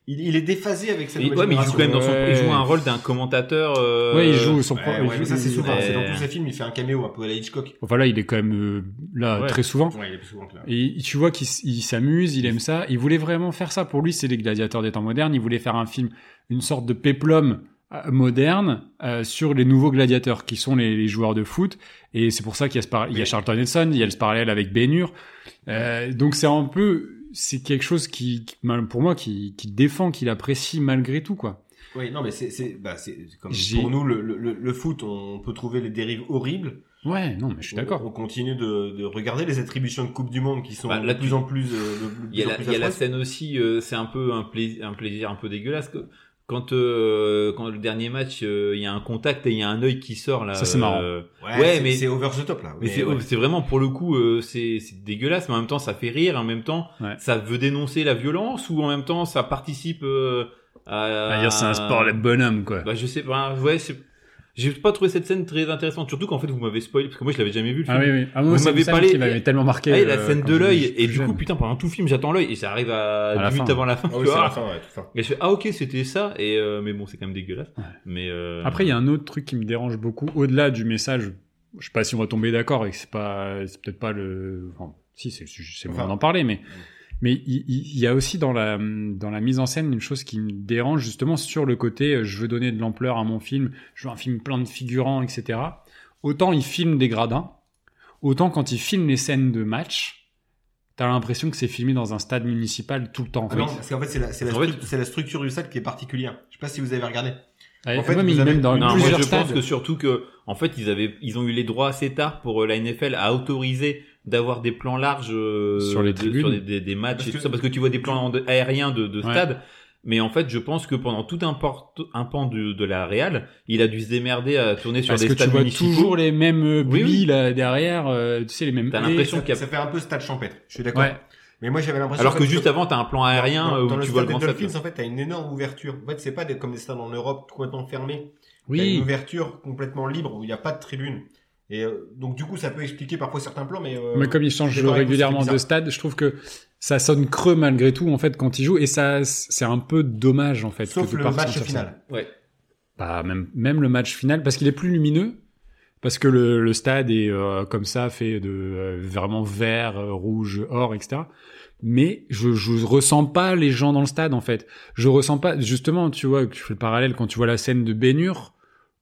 [SPEAKER 2] Il, il est déphasé avec cette
[SPEAKER 5] Et-
[SPEAKER 2] nouvelle
[SPEAKER 5] ouais, mais il
[SPEAKER 2] génération.
[SPEAKER 5] joue quand même dans son. Il joue
[SPEAKER 4] Ouais.
[SPEAKER 5] un rôle d'un commentateur. euh,
[SPEAKER 4] Ouais, il joue son
[SPEAKER 2] Ouais,
[SPEAKER 4] propre.
[SPEAKER 2] ouais, mais ça c'est souvent,
[SPEAKER 5] Ouais.
[SPEAKER 2] c'est dans tous ses films, il fait un caméo un peu à la Hitchcock.
[SPEAKER 4] Enfin là, il est quand même euh, là
[SPEAKER 5] Ouais.
[SPEAKER 4] très souvent.
[SPEAKER 2] Ouais, il est plus souvent que là.
[SPEAKER 4] Et tu vois qu'il s- il s'amuse, il aime ça. Il voulait vraiment faire ça. Pour lui, c'est les gladiateurs des temps modernes. Il voulait faire un film, une sorte de péplum euh, moderne euh, sur les nouveaux gladiateurs qui sont les, les joueurs de foot. Et c'est pour ça qu'il y a, ce par- il y a Charlton Heston, il y a ce parallèle avec Ben Hur. Euh, donc c'est un peu, c'est quelque chose qui, qui- mal- pour moi, qui, qui défend, qu'il apprécie malgré tout, quoi.
[SPEAKER 2] Oui, non, mais c'est, c'est, bah, c'est c'est comme
[SPEAKER 4] J'ai-
[SPEAKER 2] pour nous le, le- le- le foot, on peut trouver les dérives horribles.
[SPEAKER 4] Ouais, non, mais je suis d'accord.
[SPEAKER 2] On, on continue de, de regarder les attributions de Coupe du Monde qui sont
[SPEAKER 5] Bah, là,
[SPEAKER 2] de plus
[SPEAKER 5] tu-
[SPEAKER 2] en plus. euh, de- de
[SPEAKER 5] Il y
[SPEAKER 2] plus
[SPEAKER 5] a
[SPEAKER 2] en
[SPEAKER 5] la,
[SPEAKER 2] plus
[SPEAKER 5] il y a la
[SPEAKER 2] affreuses.
[SPEAKER 5] scène aussi, euh, c'est un peu un, plais- un plaisir un peu dégueulasse. que- Quand, euh, quand le dernier match, euh, il y a un contact et il y a un œil qui sort là.
[SPEAKER 4] Ça, c'est marrant.
[SPEAKER 5] euh,
[SPEAKER 2] Ouais,
[SPEAKER 5] Ouais,
[SPEAKER 2] c'est-
[SPEAKER 5] mais-
[SPEAKER 2] c'est over the top là.
[SPEAKER 5] mais c'est oh,
[SPEAKER 2] ouais.
[SPEAKER 5] c'est vraiment pour le coup, euh, c'est c'est dégueulasse, mais en même temps ça fait rire, en même temps
[SPEAKER 4] Ouais.
[SPEAKER 5] ça veut dénoncer la violence ou en même temps ça participe euh, à.
[SPEAKER 4] Bah, dire, c'est un sport, les bonhommes, quoi.
[SPEAKER 5] Bah je sais pas, ouais, c'est- j'ai pas trouvé cette scène très intéressante, surtout qu'en fait vous m'avez spoilé parce que moi je l'avais jamais vu. Le film.
[SPEAKER 4] ah oui, oui. Ah,
[SPEAKER 5] Vous
[SPEAKER 4] moi, c'est
[SPEAKER 5] m'avez
[SPEAKER 4] une scène
[SPEAKER 5] parlé-
[SPEAKER 4] qui m'avait tellement marqué.
[SPEAKER 5] Ah, et la
[SPEAKER 4] euh,
[SPEAKER 5] scène
[SPEAKER 4] quand
[SPEAKER 5] de
[SPEAKER 4] j'étais
[SPEAKER 5] l'œil
[SPEAKER 4] plus
[SPEAKER 5] et du coup
[SPEAKER 4] jeune.
[SPEAKER 5] putain pendant tout le film j'attends l'œil et ça arrive à,
[SPEAKER 4] À la
[SPEAKER 5] 10 minutes
[SPEAKER 4] fin.
[SPEAKER 5] avant la fin.
[SPEAKER 2] Ah oui,
[SPEAKER 5] tu
[SPEAKER 2] c'est
[SPEAKER 5] vois.
[SPEAKER 2] la fin, ouais, tout ça.
[SPEAKER 5] Et je fais ah ok c'était ça et euh, mais bon c'est quand même dégueulasse.
[SPEAKER 4] Ouais.
[SPEAKER 5] Mais euh,
[SPEAKER 4] Après, il y a un autre truc qui me dérange beaucoup, au-delà du message. Je sais pas si on va tomber d'accord et que c'est pas, c'est peut-être pas le. Enfin, si, c'est le sujet, c'est le moment
[SPEAKER 2] Enfin.
[SPEAKER 4] d'en parler, mais. Mais il, il- il y a aussi dans la, dans la mise en scène une chose qui me dérange justement sur le côté euh, je veux donner de l'ampleur à mon film, je veux un film plein de figurants, etc. Autant il filme des gradins, autant quand il filme les scènes de match, t'as l'impression que c'est filmé dans un stade municipal tout le temps. en
[SPEAKER 2] Ah
[SPEAKER 4] fait.
[SPEAKER 2] non, parce qu'en fait, c'est la, c'est la
[SPEAKER 5] En fait-
[SPEAKER 2] stru- c'est la structure du stade qui est particulière. Je sais pas si vous avez regardé.
[SPEAKER 4] Ouais,
[SPEAKER 2] en fait,
[SPEAKER 4] ouais, mais
[SPEAKER 2] vous
[SPEAKER 4] même
[SPEAKER 2] avez-
[SPEAKER 4] dans
[SPEAKER 5] non, moi,
[SPEAKER 4] plusieurs
[SPEAKER 5] je
[SPEAKER 4] stades.
[SPEAKER 5] pense que surtout que en fait ils avaient ils ont eu les droits assez tard pour euh, la NFL à autoriser d'avoir des plans larges euh,
[SPEAKER 4] Sur les
[SPEAKER 5] de-
[SPEAKER 4] tribunes.
[SPEAKER 5] sur des, des- des matchs
[SPEAKER 2] Parce
[SPEAKER 5] et tout
[SPEAKER 2] que-
[SPEAKER 5] ça parce que tu vois des plans de- aériens de, de
[SPEAKER 4] Ouais.
[SPEAKER 5] stade. Mais en fait, je pense que pendant tout un, porte- un pan de, de la Real, il a dû se démerder à tourner sur
[SPEAKER 4] Parce
[SPEAKER 5] des
[SPEAKER 4] que tu
[SPEAKER 5] stades
[SPEAKER 4] vois
[SPEAKER 5] municipaux.
[SPEAKER 4] toujours les mêmes euh,
[SPEAKER 5] Oui,
[SPEAKER 4] bullies
[SPEAKER 5] oui.
[SPEAKER 4] là derrière, euh, tu sais les mêmes.
[SPEAKER 5] T'as
[SPEAKER 4] haies.
[SPEAKER 5] l'impression
[SPEAKER 2] Ça,
[SPEAKER 5] qu'il y a-
[SPEAKER 2] ça fait un peu stade champêtre. Je suis d'accord.
[SPEAKER 4] Ouais.
[SPEAKER 2] Mais moi, j'avais l'impression.
[SPEAKER 5] Alors
[SPEAKER 2] en
[SPEAKER 5] que
[SPEAKER 2] fait,
[SPEAKER 5] juste avant, t'as un plan aérien
[SPEAKER 2] dans-
[SPEAKER 5] euh,
[SPEAKER 2] dans
[SPEAKER 5] où
[SPEAKER 2] le
[SPEAKER 5] tu vois le
[SPEAKER 2] stade
[SPEAKER 5] grand
[SPEAKER 2] des
[SPEAKER 5] stade.
[SPEAKER 2] Dolphins, en fait, t'as une énorme ouverture. En fait, c'est pas des- comme des stades en Europe complètement fermés. T'as une
[SPEAKER 4] Oui.
[SPEAKER 2] ouverture complètement libre où il n'y a pas de tribune. Et euh, donc, du coup, ça peut expliquer parfois certains plans, mais. euh,
[SPEAKER 4] Mais comme ils changent
[SPEAKER 2] d'accord avec vous,
[SPEAKER 4] régulièrement
[SPEAKER 2] c'est
[SPEAKER 4] de stade, je trouve que ça sonne creux malgré tout en fait quand ils jouent et ça c'est un peu dommage en fait.
[SPEAKER 2] Sauf
[SPEAKER 4] que de
[SPEAKER 2] le
[SPEAKER 4] partir
[SPEAKER 2] match
[SPEAKER 4] sur ça.
[SPEAKER 2] final.
[SPEAKER 5] Ouais.
[SPEAKER 4] Bah, même même le match final parce qu'il est plus lumineux. Parce que le, le stade est euh, comme ça, fait de euh, vraiment vert, euh, rouge, or, etc. Mais je, je ressens pas les gens dans le stade en fait. Je ressens pas justement, tu vois, tu fais le parallèle quand tu vois la scène de Bénure,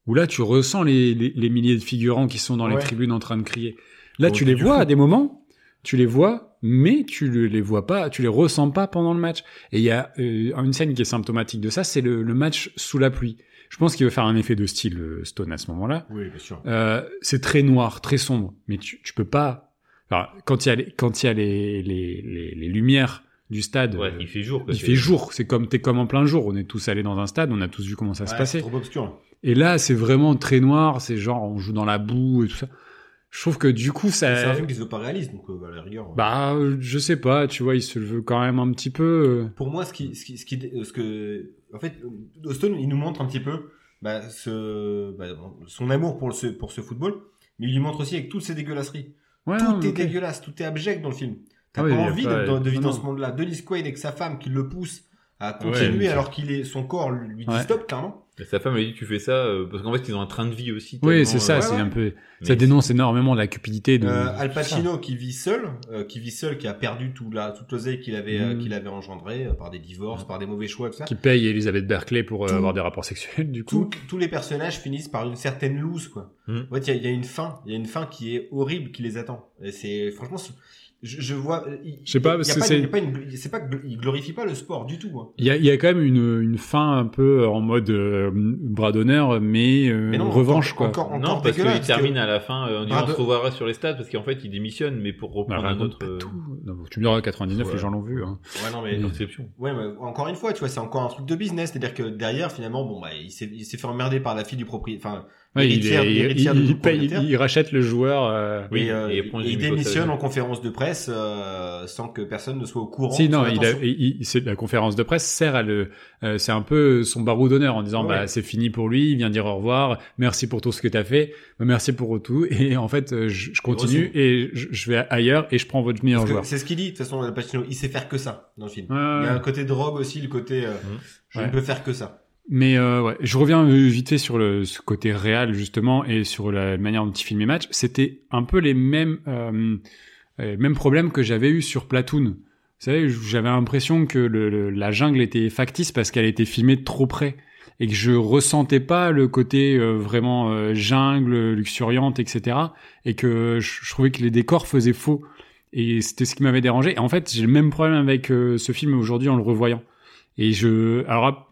[SPEAKER 4] où là tu ressens les, les- les milliers de figurants qui sont dans
[SPEAKER 2] Ouais.
[SPEAKER 4] les tribunes en train de crier. Là
[SPEAKER 5] Bon,
[SPEAKER 4] tu les
[SPEAKER 5] du
[SPEAKER 4] vois
[SPEAKER 5] fou.
[SPEAKER 4] à des moments, tu les vois, mais tu le- les vois pas, tu les ressens pas pendant le match. Et il y a euh, une scène qui est symptomatique de ça, c'est le, le match sous la pluie. Je pense qu'il veut faire un effet de style euh, Stone à ce moment-là.
[SPEAKER 2] Oui, bien sûr.
[SPEAKER 4] Euh, c'est très noir, très sombre, mais tu, tu peux pas. Enfin, quand il y a les, quand il y a les, les, les, les lumières du stade,
[SPEAKER 5] Ouais,
[SPEAKER 4] euh,
[SPEAKER 5] il fait jour. quoi.
[SPEAKER 4] il fait jour. C'est comme t'es comme en plein jour. On est tous allés dans un stade, on a tous vu comment ça se passait.
[SPEAKER 2] trop obscur.
[SPEAKER 4] Et là, c'est vraiment très noir. C'est genre on joue dans la boue et tout ça. Je trouve que du coup,
[SPEAKER 2] C'est un
[SPEAKER 4] ça.
[SPEAKER 2] film qui se veut pas réaliste, donc euh, à la rigueur.
[SPEAKER 4] Euh, Bah, euh, je sais pas. Tu vois, il se le veut quand même un petit peu. euh,
[SPEAKER 2] pour moi, ce qui, ce qui, ce qui- euh, ce que, en fait, euh, Austin, il nous montre un petit peu bah, ce, bah, son amour pour ce, pour ce football, mais il lui montre aussi avec toutes ses dégueulasseries.
[SPEAKER 4] Ouais,
[SPEAKER 2] tout
[SPEAKER 4] non,
[SPEAKER 2] est
[SPEAKER 4] ok.
[SPEAKER 2] dégueulasse, tout est abject dans le film. T'as
[SPEAKER 4] Ah oui,
[SPEAKER 2] pas
[SPEAKER 4] il y a
[SPEAKER 2] envie
[SPEAKER 4] pas-
[SPEAKER 2] d'être dans- de, vivre
[SPEAKER 4] non,
[SPEAKER 2] dans ce
[SPEAKER 4] non.
[SPEAKER 2] monde-là. Dennis Quaid avec sa femme qui le pousse à continuer
[SPEAKER 4] mais-
[SPEAKER 2] alors qu'il est, son corps lui dit
[SPEAKER 4] Ouais.
[SPEAKER 2] stop clairement.
[SPEAKER 5] Et Sa femme lui dit tu fais ça euh, parce qu'en fait ils ont un train de vie aussi.
[SPEAKER 4] Oui,
[SPEAKER 5] tellement,
[SPEAKER 4] c'est ça.
[SPEAKER 5] euh,
[SPEAKER 4] c'est
[SPEAKER 2] ouais.
[SPEAKER 4] un peu.
[SPEAKER 5] mais
[SPEAKER 4] Ça dénonce énormément la cupidité de.
[SPEAKER 2] Euh, Al Pacino qui vit seul, euh, qui vit seul, qui a perdu tout la, toute l'oseille qu'il avait, euh,
[SPEAKER 4] Mm.
[SPEAKER 2] qu'il avait engendrée euh, par des divorces, par des mauvais choix, tout ça.
[SPEAKER 4] qui paye Elisabeth Berkeley pour euh,
[SPEAKER 2] Tout-
[SPEAKER 4] avoir des rapports sexuels, du coup.
[SPEAKER 2] Tout- tous les personnages finissent par une certaine loose, quoi.
[SPEAKER 5] Mm.
[SPEAKER 2] En fait, il y a- il y, a une fin, il y a une fin qui est horrible qui les attend. Et c'est franchement, c'est- je, je vois. euh, il-
[SPEAKER 4] Je sais pas,
[SPEAKER 2] il y a
[SPEAKER 4] parce que
[SPEAKER 2] une-
[SPEAKER 4] c'est-
[SPEAKER 2] il y a pas une- C'est pas que- il glorifie pas le sport du tout. hein.
[SPEAKER 4] Il y a, il y a quand même une, une fin un peu en mode euh, bras d'honneur, mais, euh,
[SPEAKER 2] Mais non,
[SPEAKER 4] revanche,
[SPEAKER 2] encore-
[SPEAKER 4] quoi.
[SPEAKER 2] encore-
[SPEAKER 5] non parce
[SPEAKER 2] dégueulasse,
[SPEAKER 5] qu'il termine à la fin euh, en disant
[SPEAKER 2] Pardon.
[SPEAKER 5] on se revoira sur les stades parce qu'en fait il démissionne mais pour
[SPEAKER 4] Bah,
[SPEAKER 5] reprendre un
[SPEAKER 4] raconte
[SPEAKER 5] autre
[SPEAKER 4] pas
[SPEAKER 5] euh,
[SPEAKER 4] tout. Non, bon, tu me diras, 99,
[SPEAKER 5] Ouais.
[SPEAKER 4] les gens l'ont vu. Hein.
[SPEAKER 2] Ouais, non, mais.
[SPEAKER 5] une conception.
[SPEAKER 2] Ouais, mais encore une fois, tu vois, c'est encore un truc de business. C'est-à-dire que derrière, finalement, bon, bah, il s'est il s'est fait emmerder par la fille du propriétaire. Enfin,
[SPEAKER 4] Ouais, il,
[SPEAKER 2] Héritière-
[SPEAKER 4] est- il-
[SPEAKER 2] héritière du
[SPEAKER 4] il paye,
[SPEAKER 2] propriétaire.
[SPEAKER 4] il, il rachète le joueur. euh,
[SPEAKER 5] Oui,
[SPEAKER 2] et, euh,
[SPEAKER 5] et prend
[SPEAKER 2] il-
[SPEAKER 5] Jimmy
[SPEAKER 2] il
[SPEAKER 5] Costa
[SPEAKER 2] démissionne
[SPEAKER 5] dedans.
[SPEAKER 2] en conférence de presse euh, sans que personne ne soit au courant.
[SPEAKER 4] Si non,
[SPEAKER 2] Fais
[SPEAKER 4] il a,
[SPEAKER 2] attention.
[SPEAKER 4] il- il- c'est- la conférence de presse sert à le, euh, c'est un peu son barreau d'honneur en disant
[SPEAKER 2] Ouais.
[SPEAKER 4] bah c'est fini pour lui, il vient dire au revoir, merci pour tout ce que t'as fait, bah, merci pour tout et en fait euh, je, je continue et je, je vais ailleurs et je prends votre meilleur
[SPEAKER 2] Parce que
[SPEAKER 4] joueur.
[SPEAKER 2] C'est ce qu'il dit. De toute façon, Al Pacino, il sait faire que ça dans le film.
[SPEAKER 4] Ouais, ouais,
[SPEAKER 2] Il y a
[SPEAKER 4] ouais.
[SPEAKER 2] un côté de robe aussi, le côté euh,
[SPEAKER 5] Mmh.
[SPEAKER 2] je
[SPEAKER 4] Ouais.
[SPEAKER 2] ne peux faire que ça.
[SPEAKER 4] Mais euh, ouais, je reviens euh, vite fait sur le, ce côté réel justement et sur la manière dont ils filment les matchs. C'était un peu les mêmes euh, euh, mêmes problèmes que j'avais eu sur Platoon. Vous savez, j'avais l'impression que le- le- la jungle était factice parce qu'elle était filmée de trop près. et que je ressentais pas le côté euh, vraiment euh, jungle, luxuriante, etc. Et que je, je trouvais que les décors faisaient faux. Et c'était ce qui m'avait dérangé. Et en fait, j'ai le même problème avec euh, ce film aujourd'hui en le revoyant. Et je, alors,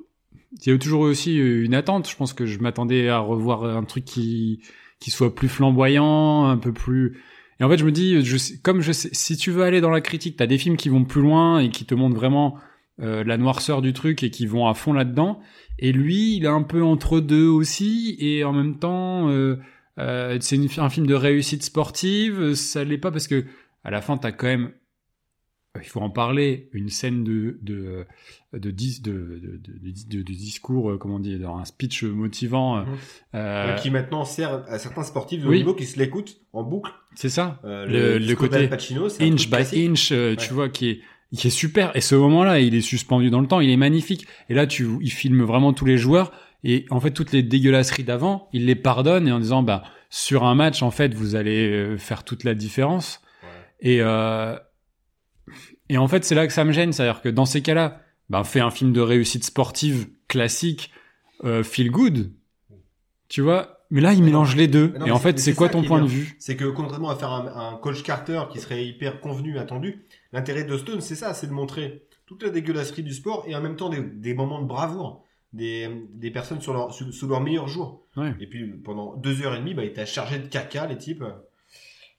[SPEAKER 4] il y a toujours eu aussi une attente. Je pense que je m'attendais à revoir un truc qui, qui soit plus flamboyant, un peu plus, et en fait, je me dis, je sais- comme je sais, si tu veux aller dans la critique, t'as des films qui vont plus loin et qui te montrent vraiment euh, la noirceur du truc et qui vont à fond là-dedans. Et lui, il est un peu entre deux aussi, et en même temps, euh, euh, c'est une- un film de réussite sportive. Ça l'est pas parce que à la fin, t'as quand même, euh, il faut en parler, une scène de de de, dis- de, de, de- de- de discours, euh, comment dire, un speech motivant. euh,
[SPEAKER 2] Mhm.
[SPEAKER 4] euh,
[SPEAKER 2] Qui maintenant sert à certains sportifs de haut
[SPEAKER 4] oui.
[SPEAKER 2] niveau qui se l'écoutent en boucle.
[SPEAKER 4] C'est ça.
[SPEAKER 2] Euh,
[SPEAKER 4] Le- le
[SPEAKER 2] discours
[SPEAKER 4] côté
[SPEAKER 2] d'Al Pacino, c'est un
[SPEAKER 4] inch
[SPEAKER 2] truc
[SPEAKER 4] by
[SPEAKER 2] classique.
[SPEAKER 4] inch, euh,
[SPEAKER 2] Ouais.
[SPEAKER 4] tu vois, qui est, qui est super. Et ce moment-là, il est suspendu dans le temps, il est magnifique. Et là, tu, il filme vraiment tous les joueurs. Et en fait, toutes les dégueulasseries d'avant, il les pardonne et en disant, bah, sur un match, en fait, vous allez euh, faire toute la différence. Et, euh, et en fait, c'est là que ça me gêne. C'est-à-dire que dans ces cas-là, ben, fais un film de réussite sportive classique, euh, feel good. Tu vois? Mais là, il
[SPEAKER 2] Mais
[SPEAKER 4] mélange les deux.
[SPEAKER 2] Mais non,
[SPEAKER 4] et
[SPEAKER 2] mais
[SPEAKER 4] en
[SPEAKER 2] c'est- mais
[SPEAKER 4] fait,
[SPEAKER 2] c'est
[SPEAKER 4] c'est quoi
[SPEAKER 2] ça
[SPEAKER 4] ton
[SPEAKER 2] qui est
[SPEAKER 4] point de
[SPEAKER 2] bien.
[SPEAKER 4] vue?
[SPEAKER 2] C'est que contrairement à faire un, un coach Carter qui serait hyper convenu, attendu, l'intérêt de Stone, c'est ça, c'est de montrer toute la dégueulasserie du sport et en même temps des, des moments de bravoure, des, des personnes sur leur, sous, sous leur meilleur jour.
[SPEAKER 4] Ouais.
[SPEAKER 2] Et puis pendant deux heures et demie, bah, il t'a chargé de caca, les types.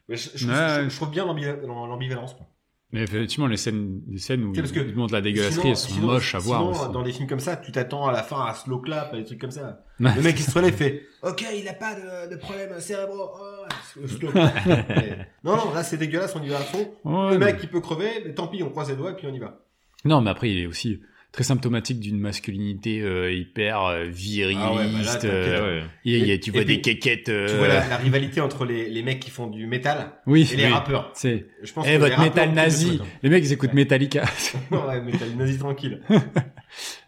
[SPEAKER 2] Mais je, je trouve,
[SPEAKER 4] Ouais.
[SPEAKER 2] je- je trouve bien l'ambi- l'ambivalence. quoi.
[SPEAKER 4] Mais effectivement, les scènes, les scènes où
[SPEAKER 2] C'est parce que
[SPEAKER 4] ils montrent la dégueulasserie,
[SPEAKER 2] Sinon-
[SPEAKER 4] elles sont
[SPEAKER 2] sinon-
[SPEAKER 4] moches à voir.
[SPEAKER 2] sinon,
[SPEAKER 4] aussi.
[SPEAKER 2] dans les films comme ça, tu t'attends à la fin à slow clap, à des trucs comme ça.
[SPEAKER 4] Ouais.
[SPEAKER 2] Le mec qui se relève fait Ok, il a pas de, de problème cérébraux. oh, slow clap. Mais- non, non, là c'est dégueulasse, on y va à fond.
[SPEAKER 4] Ouais,
[SPEAKER 2] Le
[SPEAKER 4] mais-
[SPEAKER 2] mec il peut crever, mais tant pis, on croise les doigts et puis on y va.
[SPEAKER 4] Non, mais après, il est aussi très symptomatique d'une masculinité euh, hyper euh, viriliste.
[SPEAKER 2] Ah ouais, bah là, t'inquiète.
[SPEAKER 4] euh,
[SPEAKER 5] Ouais.
[SPEAKER 4] il y a- il y a-
[SPEAKER 2] Et
[SPEAKER 4] tu vois
[SPEAKER 2] puis-
[SPEAKER 4] des quéquettes.
[SPEAKER 2] Tu
[SPEAKER 4] euh,
[SPEAKER 2] vois la, la rivalité entre les, les mecs qui font du métal
[SPEAKER 4] Oui,
[SPEAKER 2] et les
[SPEAKER 4] oui.
[SPEAKER 2] rappeurs.
[SPEAKER 4] C'est.
[SPEAKER 2] Je pense
[SPEAKER 4] Eh,
[SPEAKER 2] que les
[SPEAKER 4] votre
[SPEAKER 2] rappeurs
[SPEAKER 4] métal
[SPEAKER 2] ont fait
[SPEAKER 4] nazi.
[SPEAKER 2] des trucs.
[SPEAKER 4] Les mecs, ils écoutent
[SPEAKER 2] Ouais.
[SPEAKER 4] Metallica.
[SPEAKER 2] ouais, métal nazi tranquille.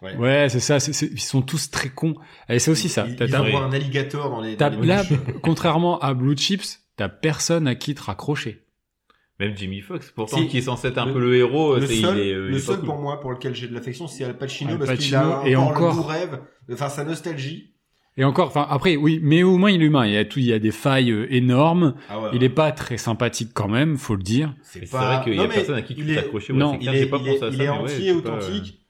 [SPEAKER 4] ouais, c'est ça. c'est- c'est- ils sont tous très cons. Et c'est aussi ça.
[SPEAKER 2] Ils,
[SPEAKER 4] T'as-
[SPEAKER 2] ils
[SPEAKER 4] t'as-
[SPEAKER 2] envoient un alligator dans les.
[SPEAKER 4] t'as-
[SPEAKER 2] Dans les
[SPEAKER 4] là,
[SPEAKER 2] douches.
[SPEAKER 4] contrairement à Blue Chips, t'as personne à qui te raccrocher.
[SPEAKER 5] Même Jimmy Fox, pourtant,
[SPEAKER 2] Si.
[SPEAKER 5] qui est censé être un
[SPEAKER 2] Le-
[SPEAKER 5] peu le héros,
[SPEAKER 2] Le
[SPEAKER 5] c'est-
[SPEAKER 2] seul,
[SPEAKER 5] il est, euh, il
[SPEAKER 2] le
[SPEAKER 5] est pas
[SPEAKER 2] seul
[SPEAKER 5] cool.
[SPEAKER 2] pour moi pour lequel j'ai de l'affection, c'est Al Pacino,
[SPEAKER 4] Al
[SPEAKER 2] parce qu'il a
[SPEAKER 4] Pacino, et encore.
[SPEAKER 2] le doux rêve, enfin sa nostalgie.
[SPEAKER 4] Et encore, enfin, après, oui, mais au moins, il est humain. Il y a tout, il y a des failles euh, énormes.
[SPEAKER 2] Ah ouais,
[SPEAKER 4] Il est pas très sympathique quand même, faut le dire.
[SPEAKER 5] Mais
[SPEAKER 2] c'est
[SPEAKER 5] C'est
[SPEAKER 2] pas-
[SPEAKER 5] vrai qu'il y
[SPEAKER 2] Non,
[SPEAKER 5] a
[SPEAKER 2] mais
[SPEAKER 5] personne à qui tu
[SPEAKER 2] il
[SPEAKER 5] peux
[SPEAKER 2] est-
[SPEAKER 5] t'accrocher. ouais,
[SPEAKER 4] non,
[SPEAKER 5] c'est
[SPEAKER 2] Il
[SPEAKER 5] clair,
[SPEAKER 2] est,
[SPEAKER 5] j'ai pas
[SPEAKER 2] il
[SPEAKER 5] pensé
[SPEAKER 2] est-
[SPEAKER 5] à
[SPEAKER 2] il
[SPEAKER 5] ça,
[SPEAKER 2] est
[SPEAKER 5] mais ouais,
[SPEAKER 2] entier,
[SPEAKER 5] c'est pas, euh,
[SPEAKER 2] authentique.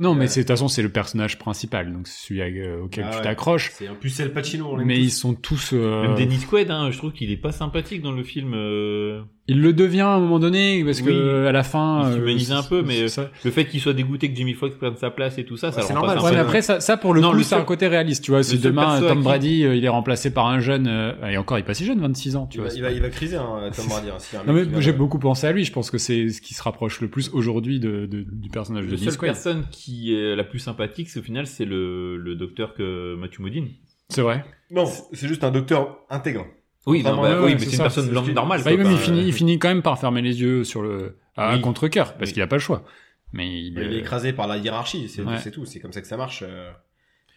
[SPEAKER 4] Non, mais
[SPEAKER 2] Euh.
[SPEAKER 4] c'est de toute façon c'est le personnage principal, donc c'est celui euh, auquel
[SPEAKER 2] Ah
[SPEAKER 4] tu
[SPEAKER 2] ouais.
[SPEAKER 4] t'accroches.
[SPEAKER 2] C'est un pucelle Pacino. on l'aime
[SPEAKER 4] Mais
[SPEAKER 2] tous.
[SPEAKER 4] ils sont tous. euh,
[SPEAKER 5] Même Dennis Quaid, hein, je trouve qu'il est pas sympathique dans le film. euh,
[SPEAKER 4] Il le devient à un moment donné parce que euh,
[SPEAKER 5] Oui.
[SPEAKER 4] à la fin.
[SPEAKER 5] Il s'humanise
[SPEAKER 4] euh,
[SPEAKER 5] un peu,
[SPEAKER 4] c'est-
[SPEAKER 5] mais-
[SPEAKER 4] c'est ça.
[SPEAKER 5] Le fait qu'il soit dégoûté que Jimmy Fox prenne sa place et tout ça, ça
[SPEAKER 2] Ouais,
[SPEAKER 5] le
[SPEAKER 2] c'est
[SPEAKER 5] rend pas
[SPEAKER 2] normal,
[SPEAKER 4] Ouais,
[SPEAKER 5] sympa.
[SPEAKER 4] mais après ça, ça pour le
[SPEAKER 5] Non,
[SPEAKER 4] coup,
[SPEAKER 5] le
[SPEAKER 4] c'est un
[SPEAKER 5] seul-
[SPEAKER 4] côté réaliste, tu vois. Si
[SPEAKER 5] seul
[SPEAKER 4] demain
[SPEAKER 5] perso à
[SPEAKER 4] Tom
[SPEAKER 5] qui-
[SPEAKER 4] Brady, euh, il est remplacé par un jeune, euh, et encore, il est pas si jeune, 26 ans, tu
[SPEAKER 2] Il va,
[SPEAKER 4] vois.
[SPEAKER 2] il va- il va criser, hein, Tom Brady. hein, s'il y a un
[SPEAKER 4] Non,
[SPEAKER 2] mec qui
[SPEAKER 4] mais
[SPEAKER 2] va-
[SPEAKER 4] j'ai beaucoup pensé à lui. Je pense que c'est ce qui se rapproche le plus aujourd'hui de, de- du personnage de
[SPEAKER 5] La
[SPEAKER 4] Dennis
[SPEAKER 5] seule
[SPEAKER 4] Quaid.
[SPEAKER 5] personne qui est la plus sympathique, c'est au final, c'est le, le docteur que Matthew Modine.
[SPEAKER 4] C'est vrai.
[SPEAKER 2] Non, c'est juste un docteur intègre. euh,
[SPEAKER 5] Oui,
[SPEAKER 2] Enfin,
[SPEAKER 5] non,
[SPEAKER 2] ouais,
[SPEAKER 5] bah,
[SPEAKER 4] ouais,
[SPEAKER 5] oui, mais
[SPEAKER 4] c'est
[SPEAKER 5] c'est une
[SPEAKER 4] ça,
[SPEAKER 5] personne
[SPEAKER 4] c'est-
[SPEAKER 5] lambda
[SPEAKER 4] c'est-
[SPEAKER 5] normale.
[SPEAKER 4] Bah,
[SPEAKER 5] quoi,
[SPEAKER 4] même, il,
[SPEAKER 5] pas-
[SPEAKER 4] finit, il finit quand même par fermer les yeux sur le à
[SPEAKER 5] Oui.
[SPEAKER 4] contre cœur parce
[SPEAKER 5] Oui.
[SPEAKER 4] qu'il a pas le choix. Mais
[SPEAKER 2] Il
[SPEAKER 4] il,
[SPEAKER 2] est
[SPEAKER 4] euh,
[SPEAKER 2] écrasé par la hiérarchie, c'est
[SPEAKER 4] Ouais.
[SPEAKER 2] c'est tout. C'est comme ça que ça marche. euh,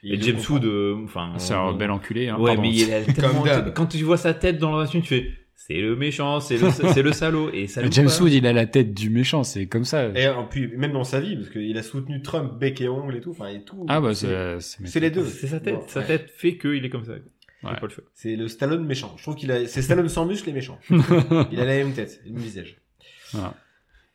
[SPEAKER 5] Et
[SPEAKER 2] il le
[SPEAKER 5] James
[SPEAKER 2] comprend.
[SPEAKER 5] Wood, euh, enfin.
[SPEAKER 4] Ah, c'est
[SPEAKER 5] on-
[SPEAKER 4] un bel enculé. Hein.
[SPEAKER 5] Ouais,
[SPEAKER 4] Pardon.
[SPEAKER 5] mais il a tellement-
[SPEAKER 2] d'hab.
[SPEAKER 5] Quand tu vois sa tête dans le film, tu fais. C'est le méchant, c'est le, c'est le salaud. Et ça
[SPEAKER 4] Mais
[SPEAKER 5] le
[SPEAKER 4] James
[SPEAKER 5] pas.
[SPEAKER 4] Wood, il a la tête du méchant, c'est comme ça.
[SPEAKER 2] Et euh, puis même dans sa vie, parce qu'il a soutenu Trump, bec et ongle et tout. Enfin, et tout.
[SPEAKER 4] Ah bah
[SPEAKER 2] c'est
[SPEAKER 4] c'est
[SPEAKER 2] c'est les deux.
[SPEAKER 5] C'est sa tête.
[SPEAKER 2] Non,
[SPEAKER 5] sa
[SPEAKER 2] ouais.
[SPEAKER 5] tête fait qu'il est comme ça. C'est
[SPEAKER 4] Ouais.
[SPEAKER 5] pas le feu.
[SPEAKER 2] C'est le Stallone méchant. Je trouve qu'il a. C'est Stallone sans muscle et méchant. Il a la même tête, le même visage.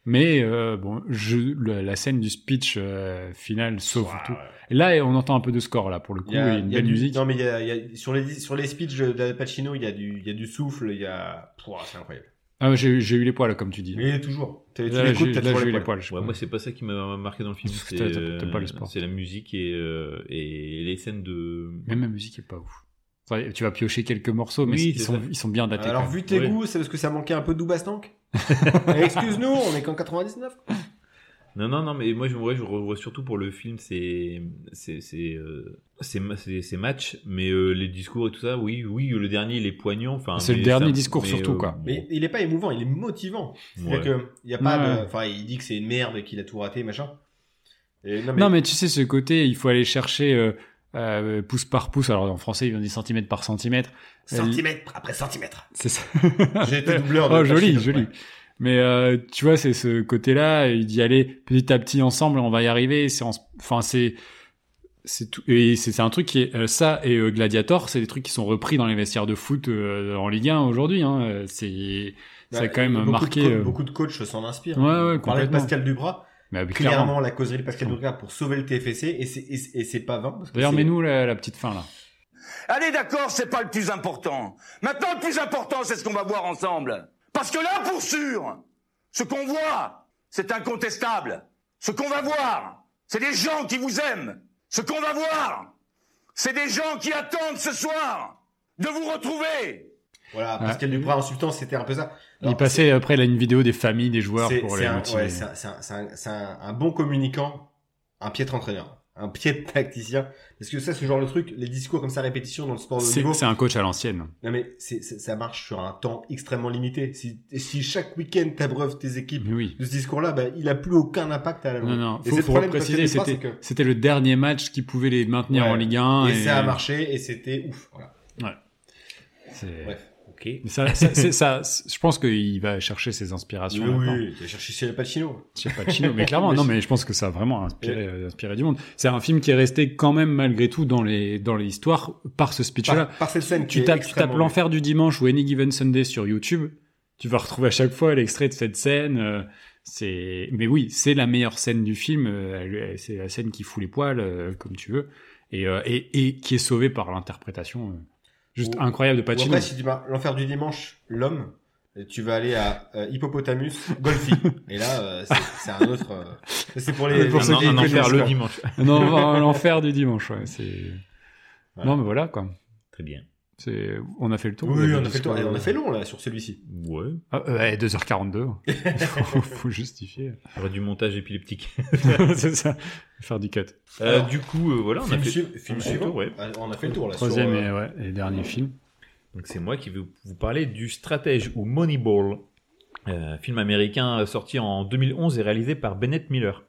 [SPEAKER 4] Mais euh, bon, je, le- la scène du speech euh, final sauve
[SPEAKER 2] Ah,
[SPEAKER 4] tout. Et là, on entend un peu de score là pour le coup,
[SPEAKER 2] Il y a,
[SPEAKER 4] et une
[SPEAKER 2] il y a
[SPEAKER 4] belle
[SPEAKER 2] du-
[SPEAKER 4] musique.
[SPEAKER 2] Non, mais il y a, il y a- sur, les, sur les speeches d'Al Pacino, il y, a du, il y a du souffle, il y a. Pouah, c'est incroyable.
[SPEAKER 4] Ah, j'ai j'ai eu les poils comme tu dis.
[SPEAKER 2] Mais toujours. T'as- Tu
[SPEAKER 4] Là,
[SPEAKER 2] l'écoutes,
[SPEAKER 4] j'ai-
[SPEAKER 2] t'as
[SPEAKER 4] là,
[SPEAKER 2] toujours
[SPEAKER 4] j'ai eu
[SPEAKER 2] les
[SPEAKER 4] les
[SPEAKER 2] poils.
[SPEAKER 4] poils. je
[SPEAKER 5] Ouais,
[SPEAKER 4] crois.
[SPEAKER 5] moi, c'est pas ça qui m'a marqué dans le film.
[SPEAKER 4] Parce que
[SPEAKER 5] C'est
[SPEAKER 4] t'as- t'as- t'aimes pas le
[SPEAKER 5] euh,
[SPEAKER 4] sport.
[SPEAKER 5] c'est la musique et, euh, et les scènes de.
[SPEAKER 4] Même la musique est pas ouf. Ouais, tu vas piocher quelques morceaux, mais
[SPEAKER 5] Oui,
[SPEAKER 4] ils
[SPEAKER 5] c'est
[SPEAKER 4] sont
[SPEAKER 5] ça.
[SPEAKER 4] ils sont bien datés.
[SPEAKER 2] Alors,
[SPEAKER 4] quand même.
[SPEAKER 2] vu tes
[SPEAKER 5] Ouais.
[SPEAKER 2] goûts, c'est parce que ça manquait un peu d'Oubastank Eh, Excuse-nous, on est qu'en 99.
[SPEAKER 5] Non, non, non, mais moi, je, ouais, je revois surtout pour le film ces, ces, ces, euh, ces, ma- ces- ces matchs, mais euh, les discours et tout ça, oui, oui, le dernier, il est poignant. enfin,
[SPEAKER 4] C'est le
[SPEAKER 5] mais
[SPEAKER 4] dernier
[SPEAKER 5] ça- euh,
[SPEAKER 4] discours surtout, quoi.
[SPEAKER 5] bon,
[SPEAKER 2] Mais il est pas émouvant, il est motivant.
[SPEAKER 5] ouais.
[SPEAKER 2] C'est-à-dire que il y a pas
[SPEAKER 4] Ouais.
[SPEAKER 2] de. Enfin, il dit que c'est une merde et qu'il a tout raté, machin. Et non, mais,
[SPEAKER 4] Non, mais tu sais, ce côté, il faut aller chercher euh, euh, pouce par pouce. Alors en français, ils ont dit centimètre par centimètre.
[SPEAKER 2] Centimètre après centimètre.
[SPEAKER 4] C'est ça.
[SPEAKER 2] J'ai été doubleur de
[SPEAKER 4] Oh, joli,
[SPEAKER 2] Pacino,
[SPEAKER 4] joli.
[SPEAKER 2] ouais.
[SPEAKER 4] Mais euh, tu vois, c'est ce côté-là, il d'y aller petit à petit ensemble, on va y arriver. C'est en- enfin c'est c'est tout et c'est c'est un truc qui est euh, ça et euh, Gladiator c'est des trucs qui sont repris dans les vestiaires de foot euh, en Ligue 1 aujourd'hui hein Euh, c'est ça a
[SPEAKER 2] Bah,
[SPEAKER 4] quand même
[SPEAKER 2] beaucoup
[SPEAKER 4] marqué
[SPEAKER 2] De co-
[SPEAKER 4] euh,
[SPEAKER 2] Beaucoup de coachs s'en inspirent.
[SPEAKER 4] Ouais, ouais,
[SPEAKER 2] On parlait de
[SPEAKER 4] complètement.
[SPEAKER 2] Pascal Dubras. Clairement,
[SPEAKER 4] mais bah, clairement
[SPEAKER 2] la causerie de Pascal Dubras pour sauver le TFC. Et c'est- et c'est et c'est pas vain. parce que
[SPEAKER 4] d'ailleurs
[SPEAKER 2] c'est-
[SPEAKER 4] mais nous la, la petite fin là
[SPEAKER 6] Allez, d'accord, c'est pas le plus important. Maintenant, le plus important, c'est ce qu'on va voir ensemble. Parce que là, pour sûr, ce qu'on voit, c'est incontestable. Ce qu'on va voir, c'est des gens qui vous aiment. Ce qu'on va voir, c'est des gens qui attendent ce soir de vous retrouver.
[SPEAKER 2] Voilà,
[SPEAKER 4] Ouais.
[SPEAKER 2] Pascal Dubras en substance, c'était un peu ça.
[SPEAKER 4] il
[SPEAKER 2] Alors,
[SPEAKER 4] passait après là une vidéo des familles des joueurs
[SPEAKER 2] C'est
[SPEAKER 4] pour
[SPEAKER 2] c'est
[SPEAKER 4] les
[SPEAKER 2] un,
[SPEAKER 4] motiver
[SPEAKER 2] ouais, c'est un- c'est un- c'est un- c'est un- un bon communicant, un piètre entraîneur, un piètre tacticien. Parce que ça, ce genre de truc, les discours comme ça, à répétition dans le sport de haut niveau, Mhm.
[SPEAKER 4] c'est c'est un coach à l'ancienne
[SPEAKER 2] non mais c'est- c'est- ça marche sur un temps extrêmement limité. Si, si chaque week-end t'abreuves tes équipes
[SPEAKER 4] mais oui
[SPEAKER 2] de ce discours-là, bah, il a plus aucun impact à la
[SPEAKER 4] Mm. non
[SPEAKER 2] longue.
[SPEAKER 4] non
[SPEAKER 2] Ah Et c'est
[SPEAKER 4] faut,
[SPEAKER 2] le
[SPEAKER 4] faut
[SPEAKER 2] problème de
[SPEAKER 4] préciser
[SPEAKER 2] Pascal Duprat,
[SPEAKER 4] c'était
[SPEAKER 2] c'est que-
[SPEAKER 4] c'était le dernier match qui pouvait les maintenir
[SPEAKER 2] Ouais.
[SPEAKER 4] en Ligue 1
[SPEAKER 2] et ça a marché et c'était ouf. Voilà.
[SPEAKER 4] c'est-
[SPEAKER 2] Bref.
[SPEAKER 1] Ok.
[SPEAKER 4] Mais ça, ça- c'est- ça- c'est- je pense qu'il va chercher ses inspirations. là-dedans.
[SPEAKER 2] t'as cherché chez Pacino.
[SPEAKER 4] Je sais pas, Chino, mais clairement, non, mais je pense que ça a vraiment inspiré, euh, inspiré du monde. C'est un film qui est resté quand même malgré tout dans les dans les histoires par ce speech-là.
[SPEAKER 2] Par, par cette scène qui
[SPEAKER 4] Tu
[SPEAKER 2] est
[SPEAKER 4] tapes, tu
[SPEAKER 2] extrêmement-
[SPEAKER 4] tapes l'enfer du dimanche ou Any Given Sunday sur YouTube, tu vas retrouver à chaque fois l'extrait de cette scène. euh, c'est, mais oui, c'est la meilleure scène du film. euh, elle- elle- c'est la scène qui fout les poils, euh, comme tu veux, et euh, et, et qui est sauvée par l'interprétation euh, juste
[SPEAKER 2] Ou-
[SPEAKER 4] incroyable de
[SPEAKER 2] Ou
[SPEAKER 4] Pacino.
[SPEAKER 2] après, si tu vas l'enfer du dimanche, l'homme, tu vas aller à euh, Hippopotamus, Golfi. et là, euh, c'est- c'est un autre. euh, c'est pour les.
[SPEAKER 4] Pour
[SPEAKER 2] les-
[SPEAKER 4] ceux
[SPEAKER 5] non,
[SPEAKER 2] les-
[SPEAKER 5] non, non,
[SPEAKER 2] les-
[SPEAKER 5] faire le
[SPEAKER 2] les-
[SPEAKER 5] dimanche.
[SPEAKER 4] non, enfin, l'enfer du dimanche, ouais, c'est.
[SPEAKER 2] Voilà.
[SPEAKER 4] Non, mais voilà quoi.
[SPEAKER 5] Très bien.
[SPEAKER 4] C'est, on a fait le tour. euh,
[SPEAKER 2] Oui,
[SPEAKER 4] des
[SPEAKER 2] on a fait le tour.
[SPEAKER 4] discours.
[SPEAKER 2] Et on a fait long là sur celui-ci.
[SPEAKER 5] Ouais.
[SPEAKER 4] Ah, euh, ouais, 2h42. faut, hein. faut justifier.
[SPEAKER 5] Faire du montage épileptique.
[SPEAKER 4] c'est ça. Faire du cut.
[SPEAKER 5] Euh,
[SPEAKER 2] Alors,
[SPEAKER 5] du coup, euh, voilà, on a
[SPEAKER 2] Film
[SPEAKER 5] fait.
[SPEAKER 2] su- film
[SPEAKER 5] on a fait le
[SPEAKER 2] suivant.
[SPEAKER 5] tour, ouais.
[SPEAKER 2] Ah, On a fait le tour là. sur,
[SPEAKER 4] Troisième
[SPEAKER 2] euh,
[SPEAKER 4] et, ouais, et dernier film.
[SPEAKER 5] Donc c'est moi qui vais vous parler du Stratège ou Moneyball, euh, film américain sorti en 2011 et réalisé par Bennett Miller.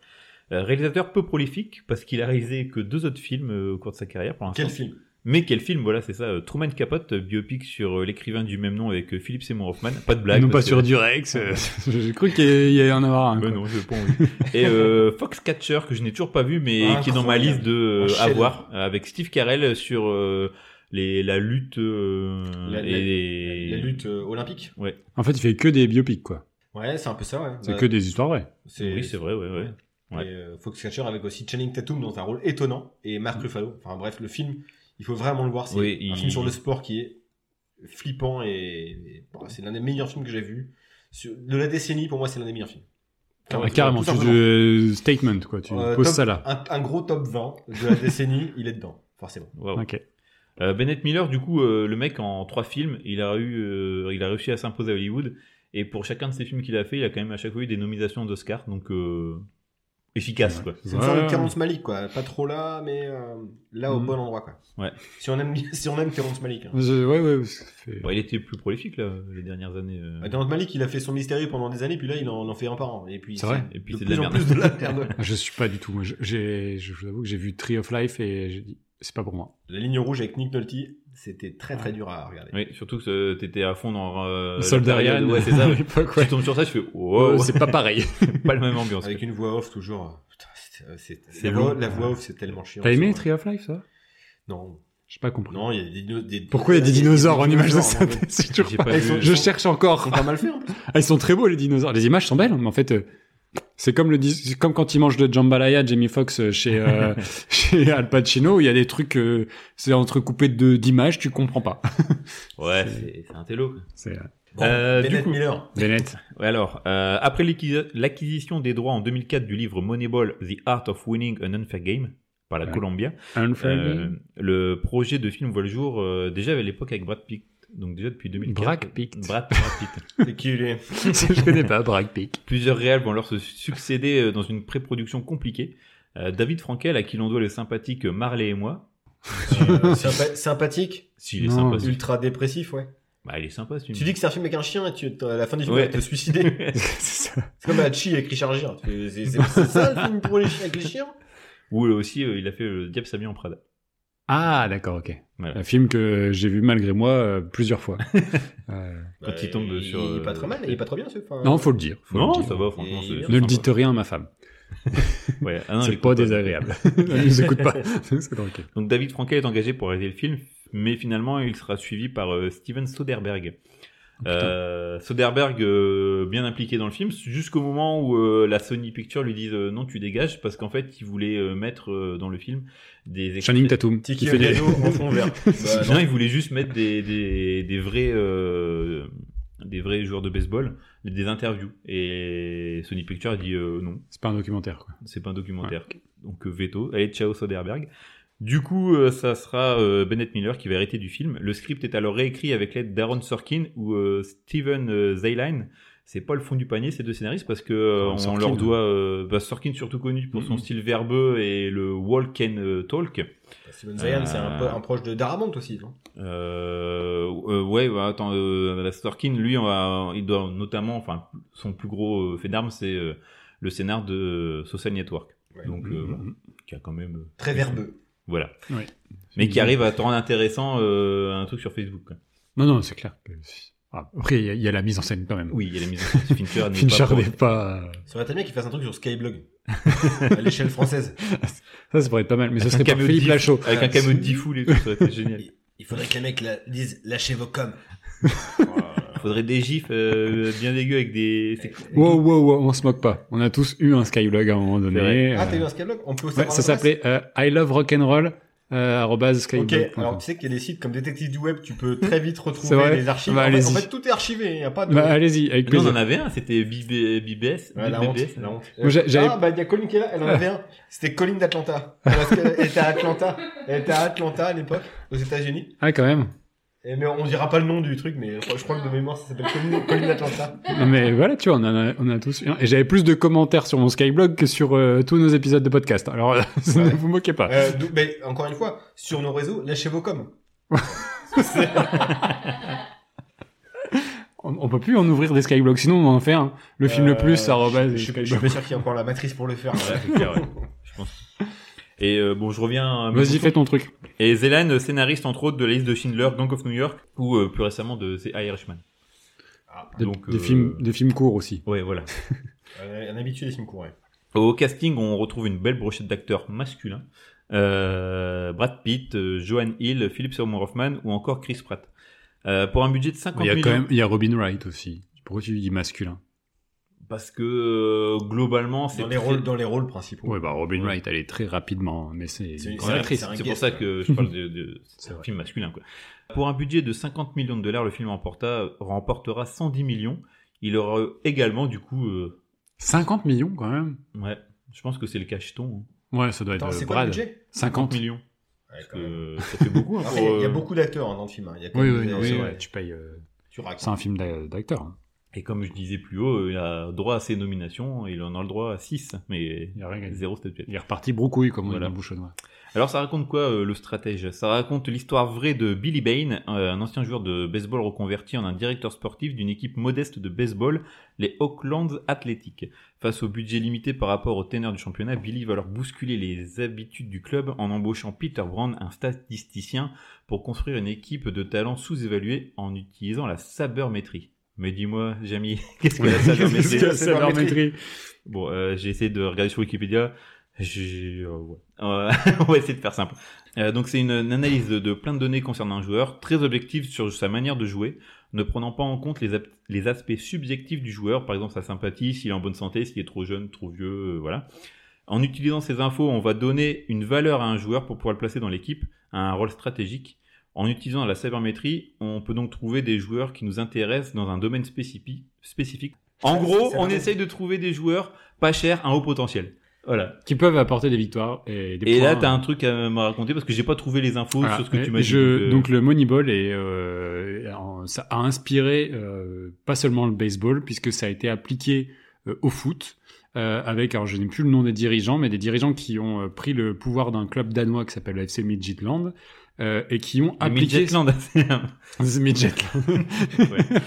[SPEAKER 5] Euh, réalisateur peu prolifique parce qu'il a réalisé que deux autres films euh, au cours de sa carrière pour l'instant.
[SPEAKER 2] Quel film
[SPEAKER 5] Mais quel film, voilà, c'est ça. euh, Truman Capote, euh, biopic sur euh, l'écrivain du même nom avec euh, Philippe Seymour Hoffman. Pas de blague.
[SPEAKER 4] non, pas
[SPEAKER 5] parce que-
[SPEAKER 4] sur Durex. euh, J'ai cru qu'il y allait y en avoir un. quoi.
[SPEAKER 5] Ouais, Euh, non, je pas envie. Et euh, Foxcatcher que je n'ai toujours pas vu, mais qui est dans ma
[SPEAKER 2] Ah, Incroyable.
[SPEAKER 5] liste de
[SPEAKER 2] Un
[SPEAKER 5] euh, à
[SPEAKER 2] chef-d'œuvre.
[SPEAKER 5] voir euh, avec Steve Carell sur euh, les, la lutte euh,
[SPEAKER 2] La- la-
[SPEAKER 5] et
[SPEAKER 2] La lutte euh, olympique.
[SPEAKER 4] En fait, il fait que des biopics, quoi.
[SPEAKER 2] Ouais, c'est un peu ça. Ouais.
[SPEAKER 4] C'est
[SPEAKER 2] Bah,
[SPEAKER 4] que des histoires vraies.
[SPEAKER 5] Oui, c'est vrai, ouais, ouais. Ouais.
[SPEAKER 2] Et, euh, Foxcatcher avec aussi Channing Tatum dans un rôle étonnant et Mark Ruffalo. Enfin bref, le film, il faut vraiment le voir. C'est
[SPEAKER 5] Mm. Oui,
[SPEAKER 2] un
[SPEAKER 5] il-
[SPEAKER 2] film sur le sport qui est flippant et, et, bon, c'est l'un des meilleurs films que j'ai vu Sur- de la décennie. Pour moi, c'est l'un des meilleurs films.
[SPEAKER 4] Ah, carrément,
[SPEAKER 2] tout
[SPEAKER 4] tu
[SPEAKER 2] simplement.
[SPEAKER 4] du statement, quoi. Tu
[SPEAKER 2] Euh,
[SPEAKER 4] poses
[SPEAKER 2] top-
[SPEAKER 4] ça là.
[SPEAKER 2] Un, un gros top 20 de la décennie, il est dedans, forcément.
[SPEAKER 5] Waouh.
[SPEAKER 4] Ok.
[SPEAKER 5] Euh, Bennett Miller, du coup, euh, le mec en trois films, il a eu, euh, il a réussi à s'imposer à Hollywood. Et pour chacun de ses films qu'il a fait, il a quand même à chaque fois eu des nominations d'Oscar, donc euh, efficace quoi.
[SPEAKER 2] C'est une
[SPEAKER 4] Ouais.
[SPEAKER 2] sorte de Terrence Malick, quoi. Pas trop là, mais euh, là au
[SPEAKER 4] Mhm.
[SPEAKER 2] bon endroit, quoi.
[SPEAKER 5] Ouais.
[SPEAKER 2] Si on aime, si on aime Terrence Malick. hein.
[SPEAKER 4] Je- Ouais, ouais. ça fait-
[SPEAKER 5] Bon, il était plus prolifique là les dernières années. euh.
[SPEAKER 2] Bah, Terrence Malick, il a fait son mystérieux pendant des années, puis là, il en, en fait un par an. Et puis,
[SPEAKER 4] C'est vrai.
[SPEAKER 5] Et puis
[SPEAKER 2] de
[SPEAKER 5] c'est de
[SPEAKER 2] plus
[SPEAKER 5] la
[SPEAKER 2] en
[SPEAKER 5] merde.
[SPEAKER 2] plus de la merde.
[SPEAKER 4] Ah, Je suis pas du tout. Moi, je- j'ai, je vous avoue que j'ai vu Tree of Life et j'ai dit, c'est pas pour moi.
[SPEAKER 2] La ligne rouge avec Nick Nolte, c'était très très dur à regarder.
[SPEAKER 5] Oui, surtout que euh, t'étais à fond dans euh, la
[SPEAKER 4] Soldarian,
[SPEAKER 5] période- Ouais, c'est ça. ouais.
[SPEAKER 4] l'époque,
[SPEAKER 5] Tu
[SPEAKER 4] ouais.
[SPEAKER 5] tombes sur ça, tu fais wow,
[SPEAKER 4] c'est pas pareil.
[SPEAKER 5] pas la même ambiance.
[SPEAKER 2] Avec
[SPEAKER 5] quoi.
[SPEAKER 2] une voix off toujours. euh, Putain, c'est- euh, c'est-
[SPEAKER 5] C'est
[SPEAKER 2] la, voix,
[SPEAKER 5] long.
[SPEAKER 2] la voix off, c'est tellement chiant.
[SPEAKER 4] T'as aimé
[SPEAKER 2] Ça,
[SPEAKER 4] Tree of Life, ça
[SPEAKER 2] Non,
[SPEAKER 4] J'ai pas compris.
[SPEAKER 2] non, il y a des, dino- des-
[SPEAKER 4] Pourquoi il y a des dinosaures en images de
[SPEAKER 2] dinosaures, non,
[SPEAKER 4] synthèse
[SPEAKER 2] mais-
[SPEAKER 4] C'est toujours
[SPEAKER 5] J'ai
[SPEAKER 4] pas-
[SPEAKER 5] pas vu.
[SPEAKER 4] Je cherche encore.
[SPEAKER 2] Ils sont pas mal fait. en plus.
[SPEAKER 4] Ah, ils sont très beaux les dinosaures. Les images sont belles, mais en fait, euh, c'est comme le dis- c'est comme quand ils mangent de jambalaya, Jamie Foxx euh, chez euh, chez Al Pacino. Il y a des trucs, euh, c'est entrecoupé de d'images, tu comprends pas.
[SPEAKER 5] Ouais, c'est c'est un télo. quoi.
[SPEAKER 4] C'est euh,
[SPEAKER 2] Bon,
[SPEAKER 5] Euh,
[SPEAKER 2] Bennett
[SPEAKER 5] du coup-
[SPEAKER 2] Miller.
[SPEAKER 4] Bennett.
[SPEAKER 5] Ouais, Alors, euh, après l'acquis- l'acquisition des droits en 2004 du livre Moneyball, The Art of Winning an Unfair Game par la
[SPEAKER 4] Ouais.
[SPEAKER 5] Columbia,
[SPEAKER 4] Unfriendly.
[SPEAKER 5] euh, le projet de film voit le jour euh, déjà à l'époque avec Brad Pitt. Donc déjà depuis 2004.
[SPEAKER 4] Brad Pitt.
[SPEAKER 5] Brad, Brad Pitt.
[SPEAKER 2] C'est qui il est
[SPEAKER 4] je connais pas Brad Pitt.
[SPEAKER 5] Plusieurs réels vont leur se succéder euh, dans une pré-production compliquée. Euh, David Frankel, à qui l'on doit le sympathique Marley et moi. Euh,
[SPEAKER 2] Sympa- Sympathique,
[SPEAKER 5] S'il est
[SPEAKER 4] Non.
[SPEAKER 5] sympa, celui-
[SPEAKER 2] ultra dépressif, ouais.
[SPEAKER 5] bah, il est sympa celui
[SPEAKER 2] Tu dis que c'est un film avec un chien et tu, à la fin du film,
[SPEAKER 5] Ouais.
[SPEAKER 2] tu vas te suicider.
[SPEAKER 4] C'est ça.
[SPEAKER 2] C'est comme Hachi avec Richard Gere. Tu fais, C'est c'est- c'est ça le film pour les chiens avec les chiens
[SPEAKER 5] Ou euh, aussi, euh, il a fait Le Diable s'habille en Prada.
[SPEAKER 4] Ah d'accord, ok.
[SPEAKER 5] Voilà.
[SPEAKER 4] Un film que j'ai vu malgré moi euh, plusieurs fois. Euh,
[SPEAKER 5] Quand il tombe
[SPEAKER 2] Bah, il,
[SPEAKER 5] sur,
[SPEAKER 2] Il est
[SPEAKER 5] euh,
[SPEAKER 2] pas trop mal, il est pas trop bien ce. hein. enfin,
[SPEAKER 4] non, faut le dire. faut
[SPEAKER 5] non,
[SPEAKER 4] le dire.
[SPEAKER 5] ça va, franchement.
[SPEAKER 2] Et-
[SPEAKER 5] c'est-
[SPEAKER 2] Ne
[SPEAKER 5] c'est
[SPEAKER 4] Ne le
[SPEAKER 5] sympa.
[SPEAKER 4] dites rien à ma femme.
[SPEAKER 5] Ouais, ah non,
[SPEAKER 4] c'est
[SPEAKER 5] il
[SPEAKER 4] pas
[SPEAKER 5] écoute
[SPEAKER 4] désagréable. ne nous écoute pas. C'est tranquille.
[SPEAKER 5] Donc David Frankel est engagé pour réaliser le film, mais finalement il sera suivi par euh, Steven Soderbergh.
[SPEAKER 4] Oh,
[SPEAKER 5] Euh, Soderbergh euh, bien impliqué dans le film jusqu'au moment où euh, la Sony Pictures lui dit euh, non tu dégages parce qu'en fait il voulait euh, mettre euh, dans le film des extraits-
[SPEAKER 4] Channing Tatum.
[SPEAKER 2] Tiki
[SPEAKER 4] qui fait des-
[SPEAKER 2] Oriano en fond vert. Bah,
[SPEAKER 5] non, il voulait juste mettre des, des, des vrais euh, des vrais joueurs de baseball des interviews et Sony Pictures dit euh, non
[SPEAKER 4] C'est pas un documentaire, quoi.
[SPEAKER 5] c'est pas un documentaire. Donc euh, veto. Allez, ciao Soderbergh. Du coup, euh, ça sera euh, Bennett Miller qui va hériter du film. Le script est alors réécrit avec l'aide d'Aaron Sorkin ou euh, Steven euh, Zeyline. C'est pas le fond du panier ces deux scénaristes parce que euh,
[SPEAKER 4] Aaron
[SPEAKER 5] on
[SPEAKER 4] Sorkin,
[SPEAKER 5] leur
[SPEAKER 4] hein.
[SPEAKER 5] doit euh, bah, Sorkin surtout connu pour son
[SPEAKER 4] Mhm.
[SPEAKER 5] style verbeux et le walk and euh, talk.
[SPEAKER 2] Simon Zayan, Bah, c'est
[SPEAKER 4] Euh.
[SPEAKER 2] un, po- un proche de Darabont aussi, non
[SPEAKER 5] Euh, euh, ouais, bah, attends, euh, Storkin, lui, on va- il doit notamment, enfin, son plus gros euh, fait d'armes, c'est euh, le scénar de euh, Social Network.
[SPEAKER 2] Ouais.
[SPEAKER 5] Donc, euh,
[SPEAKER 4] Mhm.
[SPEAKER 5] voilà, qui a quand même. euh,
[SPEAKER 2] Très verbeux.
[SPEAKER 5] Voilà.
[SPEAKER 4] Ouais.
[SPEAKER 5] Mais
[SPEAKER 4] Mm-hmm.
[SPEAKER 5] qui arrive à te rendre intéressant euh, un truc sur Facebook. quoi.
[SPEAKER 4] Non, non, c'est clair. que- Ah, après, il y, a- il y a la mise en scène quand même.
[SPEAKER 5] Oui, il y a la mise en scène. Fincher n'est
[SPEAKER 4] Fincher
[SPEAKER 5] pas. pro.
[SPEAKER 4] n'est pas. euh,
[SPEAKER 2] Ça aurait été bien qu'il fasse un truc sur Skyblog. à l'échelle française.
[SPEAKER 4] Ça, ça pourrait être pas mal, mais ça
[SPEAKER 5] Avec un
[SPEAKER 4] serait par
[SPEAKER 5] cameo de
[SPEAKER 4] Philippe
[SPEAKER 5] Diff-
[SPEAKER 4] Lachaud.
[SPEAKER 5] Avec un cameo de Diffoul et tout, ça aurait été génial.
[SPEAKER 2] Il faudrait que les mecs la- disent lâchez vos coms.
[SPEAKER 5] Faudrait des gifs euh, bien dégueux avec des. c'est-
[SPEAKER 4] Wow, wow, wow, on se moque pas. On a tous eu un Skyblog à un moment donné.
[SPEAKER 2] Ah, t'as
[SPEAKER 4] Euh,
[SPEAKER 2] eu un Skyblog On peut
[SPEAKER 4] ouais,
[SPEAKER 2] savoir
[SPEAKER 4] ça
[SPEAKER 2] l'adresse
[SPEAKER 4] s'appelait euh, I Love Rock'n'Roll, euh,
[SPEAKER 2] Ok,
[SPEAKER 4] arrobase skyblog.com.
[SPEAKER 2] alors tu sais qu'il y a des sites comme Détective du Web, tu peux très vite
[SPEAKER 4] C'est
[SPEAKER 2] retrouver
[SPEAKER 4] vrai
[SPEAKER 2] les archives.
[SPEAKER 4] Bah,
[SPEAKER 2] en, fait,
[SPEAKER 4] allez-y.
[SPEAKER 2] en fait, tout est archivé, il n'y a pas de.
[SPEAKER 4] Bah, allez-y, avec
[SPEAKER 5] Mais non, on
[SPEAKER 4] plaisir.
[SPEAKER 5] en avait un, c'était BB- BBS.
[SPEAKER 2] Ouais, la honte,
[SPEAKER 5] BBS.
[SPEAKER 2] la honte.
[SPEAKER 4] Moi, j'ai- j'avais-
[SPEAKER 2] ah, bah, il y a Colin qui est là, elle en avait un. C'était Colin d'Atlanta. Parce qu'elle était à Atlanta. Elle était à Atlanta à l'époque, aux États-Unis.
[SPEAKER 4] Ah, quand même.
[SPEAKER 2] Et mais on dira pas le nom du truc, mais je crois- je crois que de mémoire, ça s'appelle Colin, Colin d'Atlanta.
[SPEAKER 4] Non, mais voilà, tu vois, on en a, on a tous eu un. Et j'avais plus de commentaires sur mon Skyblog que sur euh, tous nos épisodes de podcast. Alors, euh,
[SPEAKER 2] Ouais.
[SPEAKER 4] ne vous moquez pas.
[SPEAKER 2] Euh, d'où- mais encore une fois, sur nos réseaux, lâchez vos coms.
[SPEAKER 4] On, on peut plus en ouvrir des Skyblogs, sinon on en fait un. Le film le plus,
[SPEAKER 2] Euh,
[SPEAKER 4] arrobase
[SPEAKER 2] Je je- je suis
[SPEAKER 4] Skyblog.
[SPEAKER 2] pas sûr qu'il y ait encore la matrice pour le faire.
[SPEAKER 5] Voilà, c'est clair, ouais. Je pense. Et euh, bon, je reviens. à mes
[SPEAKER 4] Vas-y,
[SPEAKER 5] moutons.
[SPEAKER 4] fais ton truc.
[SPEAKER 5] Et Zélane, scénariste entre autres de la liste de Schindler, Gang of New York, ou euh, plus récemment de The Irishman.
[SPEAKER 4] Des,
[SPEAKER 5] Donc,
[SPEAKER 4] des
[SPEAKER 5] euh,
[SPEAKER 4] films, des films courts aussi.
[SPEAKER 5] Ouais, voilà.
[SPEAKER 2] Euh, Un, un habitué des films courts, ouais.
[SPEAKER 5] Au casting, on retrouve une belle brochette d'acteurs masculins. Euh, Brad Pitt, euh, Joanne Hill, Philip Seymour Hoffman ou encore Chris Pratt. Euh, pour un budget de 50
[SPEAKER 4] Il y a
[SPEAKER 5] millions.
[SPEAKER 4] quand même, il y a Robin Wright aussi. Pourquoi tu dis masculin
[SPEAKER 5] Parce que euh, globalement, c'est
[SPEAKER 2] Dans les
[SPEAKER 5] très-
[SPEAKER 2] rôles, dans les rôles principaux.
[SPEAKER 4] Ouais, bah Robin
[SPEAKER 5] Ouais.
[SPEAKER 4] Wright, elle est très rapidement, hein, mais c'est
[SPEAKER 2] C'est-
[SPEAKER 4] une
[SPEAKER 5] c'est
[SPEAKER 4] grande
[SPEAKER 5] un-
[SPEAKER 4] actrice.
[SPEAKER 2] c'est un
[SPEAKER 5] C'est pour
[SPEAKER 2] guest,
[SPEAKER 5] ça que je parle de, de-
[SPEAKER 4] C'est
[SPEAKER 5] un
[SPEAKER 4] vrai.
[SPEAKER 5] film masculin. Quoi. Pour un budget de 50 millions de dollars, le film emporta, remportera 110 millions. Il aura également du coup, euh,
[SPEAKER 4] 50 millions quand même.
[SPEAKER 5] ouais, je pense que c'est le cacheton. hein.
[SPEAKER 4] Ouais, ça doit être
[SPEAKER 2] Attends,
[SPEAKER 4] euh,
[SPEAKER 2] c'est quoi le
[SPEAKER 4] Brad.
[SPEAKER 2] budget
[SPEAKER 4] 50
[SPEAKER 5] millions.
[SPEAKER 2] Ouais,
[SPEAKER 5] Parce
[SPEAKER 2] quand même.
[SPEAKER 5] que ça fait beaucoup. hein,
[SPEAKER 2] Après,
[SPEAKER 5] pour,
[SPEAKER 2] Il y a- il y a
[SPEAKER 5] euh,
[SPEAKER 2] beaucoup d'acteurs hein, dans le film. hein. Il y a quand
[SPEAKER 4] Oui,
[SPEAKER 2] même
[SPEAKER 4] oui,
[SPEAKER 2] des-
[SPEAKER 4] oui,
[SPEAKER 2] c'est
[SPEAKER 4] ouais,
[SPEAKER 2] vrai.
[SPEAKER 4] tu payes. euh,
[SPEAKER 2] Tu racontes.
[SPEAKER 4] C'est un film d'a- d'acteur. hein.
[SPEAKER 5] Et comme je disais plus haut, euh, il a droit à ses nominations, il en a le droit à 6, mais
[SPEAKER 4] Il a rien gagné.
[SPEAKER 5] zéro statuette.
[SPEAKER 4] Il est reparti broucouille comme on dit
[SPEAKER 5] Voilà.
[SPEAKER 4] dans Bouchonnois.
[SPEAKER 5] Alors ça raconte quoi euh, le stratège Ça raconte l'histoire vraie de Billy Bain, euh, un ancien joueur de baseball reconverti en un directeur sportif d'une équipe modeste de baseball, les Oakland Athletic. Face au budget limité par rapport au teneur du championnat, Billy va leur bousculer les habitudes du club en embauchant Peter Brand, un statisticien, pour construire une équipe de talents sous-évalués en utilisant la sabermétrie. Mais dis-moi, Jamie, qu'est-ce que la sabermétrie
[SPEAKER 2] que la sabermétrie
[SPEAKER 5] Bon, euh, j'ai essayé de regarder sur Wikipédia. J'ai- euh, ouais. Euh, on va essayer de faire simple. Euh, donc c'est une, une analyse de, de plein de données concernant un joueur, très objective sur sa manière de jouer, ne prenant pas en compte les, ap- les aspects subjectifs du joueur, par exemple sa sympathie, s'il est en bonne santé, s'il est trop jeune, trop vieux, euh, voilà. En utilisant ces infos, on va donner une valeur à un joueur pour pouvoir le placer dans l'équipe, à un rôle stratégique. En utilisant la cybermétrie, on peut donc trouver des joueurs qui nous intéressent dans un domaine spécifi- spécifique. En gros,
[SPEAKER 2] c'est
[SPEAKER 5] on
[SPEAKER 2] vrai.
[SPEAKER 5] essaye de trouver des joueurs pas chers, un haut potentiel. Voilà.
[SPEAKER 4] Qui peuvent apporter des victoires et des
[SPEAKER 5] Et
[SPEAKER 4] points. euh,
[SPEAKER 5] là, t'as un truc à me raconter parce que j'ai pas trouvé les infos
[SPEAKER 4] Voilà.
[SPEAKER 5] sur ce que
[SPEAKER 4] Et
[SPEAKER 5] tu m'as
[SPEAKER 4] je-
[SPEAKER 5] dit. euh,
[SPEAKER 4] Donc le Moneyball est, euh, en- ça a inspiré euh, pas seulement le baseball puisque ça a été appliqué euh, au foot euh, avec alors je n'ai plus le nom des dirigeants mais des dirigeants qui ont euh, pris le pouvoir d'un club danois qui s'appelle le FC Midgetland euh, et qui ont appliqué
[SPEAKER 5] Midgetland, c'est un-
[SPEAKER 4] The Midgetland.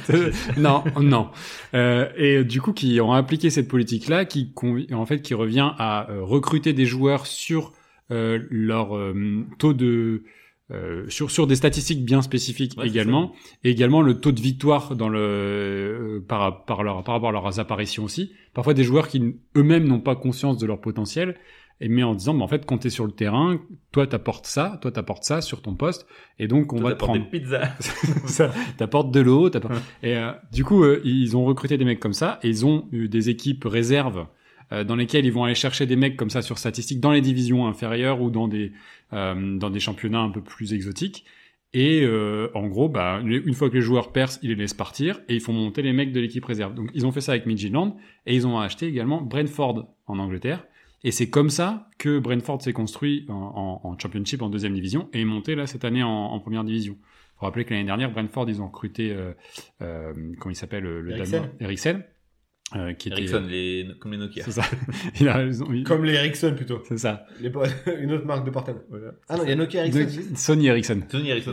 [SPEAKER 4] non, non. Euh, et du coup, qui ont appliqué cette politique-là, qui convi- en fait qui revient à euh, recruter des joueurs sur euh, leur euh, taux de euh, sur, sur des statistiques bien spécifiques
[SPEAKER 5] Ouais, c'est
[SPEAKER 4] également, et également le taux de victoire dans le, euh, par, par, leur, par rapport à leurs apparitions aussi. Parfois des joueurs qui n- eux-mêmes n'ont pas conscience de leur potentiel, et mais en disant, bah, en fait, quand t'es sur le terrain, toi t'apportes ça, toi t'apportes ça sur ton poste, et donc on
[SPEAKER 5] Toi,
[SPEAKER 4] va te
[SPEAKER 5] t'apportes
[SPEAKER 4] prendre.
[SPEAKER 5] des pizzas.
[SPEAKER 4] Ça, t'apportes de l'eau, t'apportes- Et euh, du coup, euh, ils ont recruté des mecs comme ça, et ils ont eu des équipes réserves euh, dans lesquelles ils vont aller chercher des mecs comme ça sur statistiques dans les divisions inférieures ou dans des euh, dans des championnats un peu plus exotiques. Et euh, en gros, bah, les- une fois que les joueurs percent, ils les laissent partir et ils font monter les mecs de l'équipe réserve. Donc ils ont fait ça avec Midgetland et ils ont acheté également Brentford en Angleterre. Et c'est comme ça que Brentford s'est construit en, en- en Championship en deuxième division et est monté là cette année en, en première division. Faut rappeler que l'année dernière, Brentford, ils ont recruté euh, euh, comment il s'appelle euh, le
[SPEAKER 2] Eriksen.
[SPEAKER 4] Danois Eriksen, euh, qui était
[SPEAKER 5] Ericsson, les... comme les Nokia.
[SPEAKER 4] c'est ça. Il a raison. Il-
[SPEAKER 2] Comme les Ericsson plutôt.
[SPEAKER 4] C'est ça.
[SPEAKER 2] Les po- Une autre marque de portable. Ah non, il y a Nokia Ericsson.
[SPEAKER 4] De- Sony Ericsson.
[SPEAKER 5] Sony Ericsson.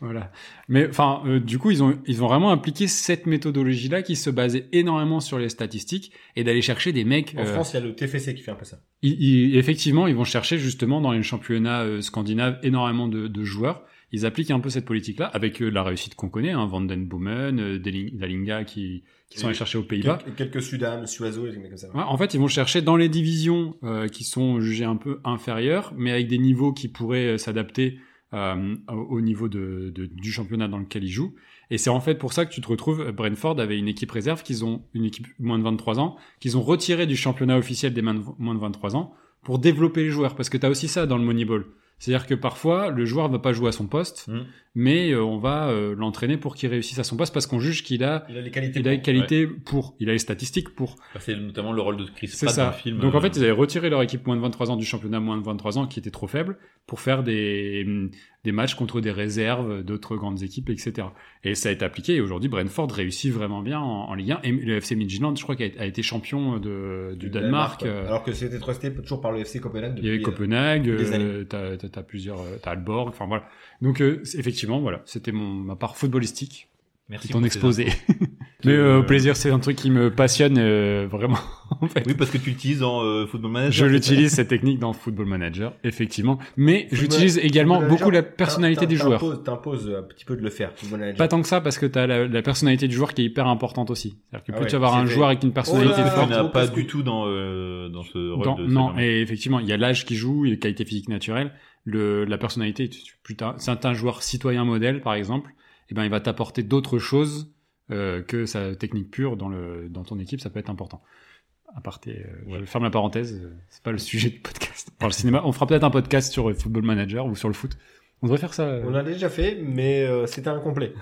[SPEAKER 4] voilà. Mais enfin, euh, du coup, ils ont, ils ont vraiment appliqué cette méthodologie-là qui se basait énormément sur les statistiques et d'aller chercher des mecs.
[SPEAKER 2] En
[SPEAKER 4] euh,
[SPEAKER 2] France, il y a le TFC qui fait un peu ça.
[SPEAKER 4] ils- ils- effectivement, ils vont chercher justement dans les championnats euh, scandinaves énormément de, de joueurs. Ils appliquent un peu cette politique-là avec euh, la réussite qu'on connaît, hein, Vandenboomen, euh, Deling- Dalinga qui, qui sont allés chercher aux Pays-Bas.
[SPEAKER 2] Quel- Quelques Sudam, Suazo et des mecs comme ça.
[SPEAKER 4] Ouais, en fait, ils vont chercher dans les divisions euh, qui sont jugées un peu inférieures, mais avec des niveaux qui pourraient euh, s'adapter euh, au- au niveau de, de- du championnat dans lequel ils jouent. Et c'est en fait pour ça que tu te retrouves, euh, Brentford avait une équipe réserve, qu'ils ont une équipe moins de 23 ans, qu'ils ont retirée du championnat officiel des mains de- moins de 23 ans pour développer les joueurs, parce que tu as aussi ça dans le Moneyball. C'est-à-dire que parfois, le joueur va pas jouer à son poste,
[SPEAKER 5] Mm.
[SPEAKER 4] mais euh, on va euh, l'entraîner pour qu'il réussisse à son poste, parce qu'on juge qu'il a,
[SPEAKER 2] Il a les qualités.
[SPEAKER 4] il a les
[SPEAKER 2] pour.
[SPEAKER 4] qualités pour, il a les statistiques pour.
[SPEAKER 5] Bah, C'est notamment le rôle de Chris
[SPEAKER 4] C'est
[SPEAKER 5] Pratt dans
[SPEAKER 4] ça.
[SPEAKER 5] le film.
[SPEAKER 4] Donc en
[SPEAKER 5] euh,
[SPEAKER 4] fait, ils avaient retiré leur équipe moins de 23 ans du championnat moins de 23 ans qui était trop faible pour faire des, des matchs contre des réserves d'autres grandes équipes, etc. Et ça a été appliqué et aujourd'hui, Brentford réussit vraiment bien en, en Ligue 1. Et le FC Midtjylland, je crois, qu'a- a, été champion de, du Danemark.
[SPEAKER 2] ouais.
[SPEAKER 4] euh,
[SPEAKER 2] Alors que c'était trusté toujours par le FC Copenhague.
[SPEAKER 4] il y avait
[SPEAKER 2] depuis, euh,
[SPEAKER 4] Copenhague,
[SPEAKER 2] depuis des
[SPEAKER 4] euh, t'as t'as- t'as plusieurs, euh, t'as Alborg, enfin voilà. Donc euh, c'est- effectivement, voilà, c'était mon ma part footballistique,
[SPEAKER 5] merci
[SPEAKER 4] de ton
[SPEAKER 5] pour
[SPEAKER 4] exposé.
[SPEAKER 5] ces
[SPEAKER 4] Mais euh,
[SPEAKER 5] infos.
[SPEAKER 4] au plaisir, c'est un truc qui me passionne euh, vraiment. En fait.
[SPEAKER 5] Oui, parce que tu l'utilises dans euh, Football
[SPEAKER 4] Je
[SPEAKER 5] Manager. c'est ça
[SPEAKER 4] l'utilise cette technique dans Football Manager, effectivement, mais
[SPEAKER 2] Football-
[SPEAKER 4] j'utilise également
[SPEAKER 2] Football
[SPEAKER 4] beaucoup la
[SPEAKER 2] Manager,
[SPEAKER 4] personnalité
[SPEAKER 2] t'im-
[SPEAKER 4] des joueurs.
[SPEAKER 2] t'imposes- T'imposes un petit peu de le faire. Football Manager.
[SPEAKER 4] Pas tant que ça parce que t'as la, la personnalité du joueur qui est hyper importante aussi. C'est-à-dire que
[SPEAKER 2] Ah
[SPEAKER 4] plus
[SPEAKER 2] ouais,
[SPEAKER 4] tu vas avoir un
[SPEAKER 2] c'est vrai.
[SPEAKER 4] joueur avec une personnalité
[SPEAKER 2] Oh là là,
[SPEAKER 5] Tu
[SPEAKER 4] forte,
[SPEAKER 5] n'as
[SPEAKER 2] Trop
[SPEAKER 5] pas
[SPEAKER 2] casse-cou.
[SPEAKER 5] du tout dans, euh, dans ce rôle
[SPEAKER 4] dans-
[SPEAKER 5] de
[SPEAKER 4] non,
[SPEAKER 5] Spider-Man.
[SPEAKER 4] et effectivement, il y a l'âge qui joue, il y a la qualité physique naturelle, le, la personnalité. Tu, tu- plus t'as- c'est un joueur citoyen modèle, par exemple, et ben il va t'apporter d'autres choses euh, que sa technique pure dans le dans ton équipe, ça peut être important. À part euh, je ferme la parenthèse, euh, c'est pas le sujet du podcast. Enfin, le cinéma, on fera peut-être un podcast sur euh, Football Manager ou sur le foot. On devrait faire ça. euh.
[SPEAKER 2] On l'a déjà fait, mais euh, c'était incomplet.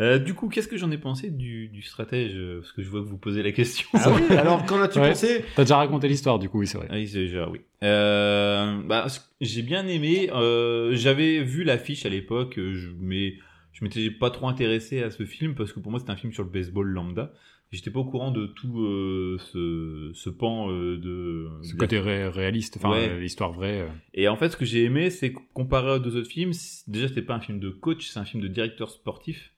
[SPEAKER 5] Euh, du coup, qu'est-ce que j'en ai pensé du, du stratège euh, Parce que je vois que vous posez la question.
[SPEAKER 2] oui, alors quand as-tu
[SPEAKER 4] Ah Ouais.
[SPEAKER 2] pensé
[SPEAKER 4] T'as déjà raconté l'histoire, du coup, oui, c'est vrai.
[SPEAKER 5] Ah oui, c'est déjà, oui. Euh, bah, ce- j'ai bien aimé. euh, j'avais vu l'affiche à l'époque, euh, je- mais je m'étais pas trop intéressé à ce film parce que pour moi c'était un film sur le baseball lambda. J'étais pas au courant de tout euh, ce, ce pan euh, de.
[SPEAKER 4] Ce
[SPEAKER 5] de la
[SPEAKER 4] côté ré- réaliste, enfin,
[SPEAKER 5] Ouais.
[SPEAKER 4] euh, l'histoire vraie. euh.
[SPEAKER 5] Et en fait, ce que j'ai aimé, c'est que comparé aux deux autres films, c- déjà, c'était pas un film de coach, c'est un film de directeur sportif.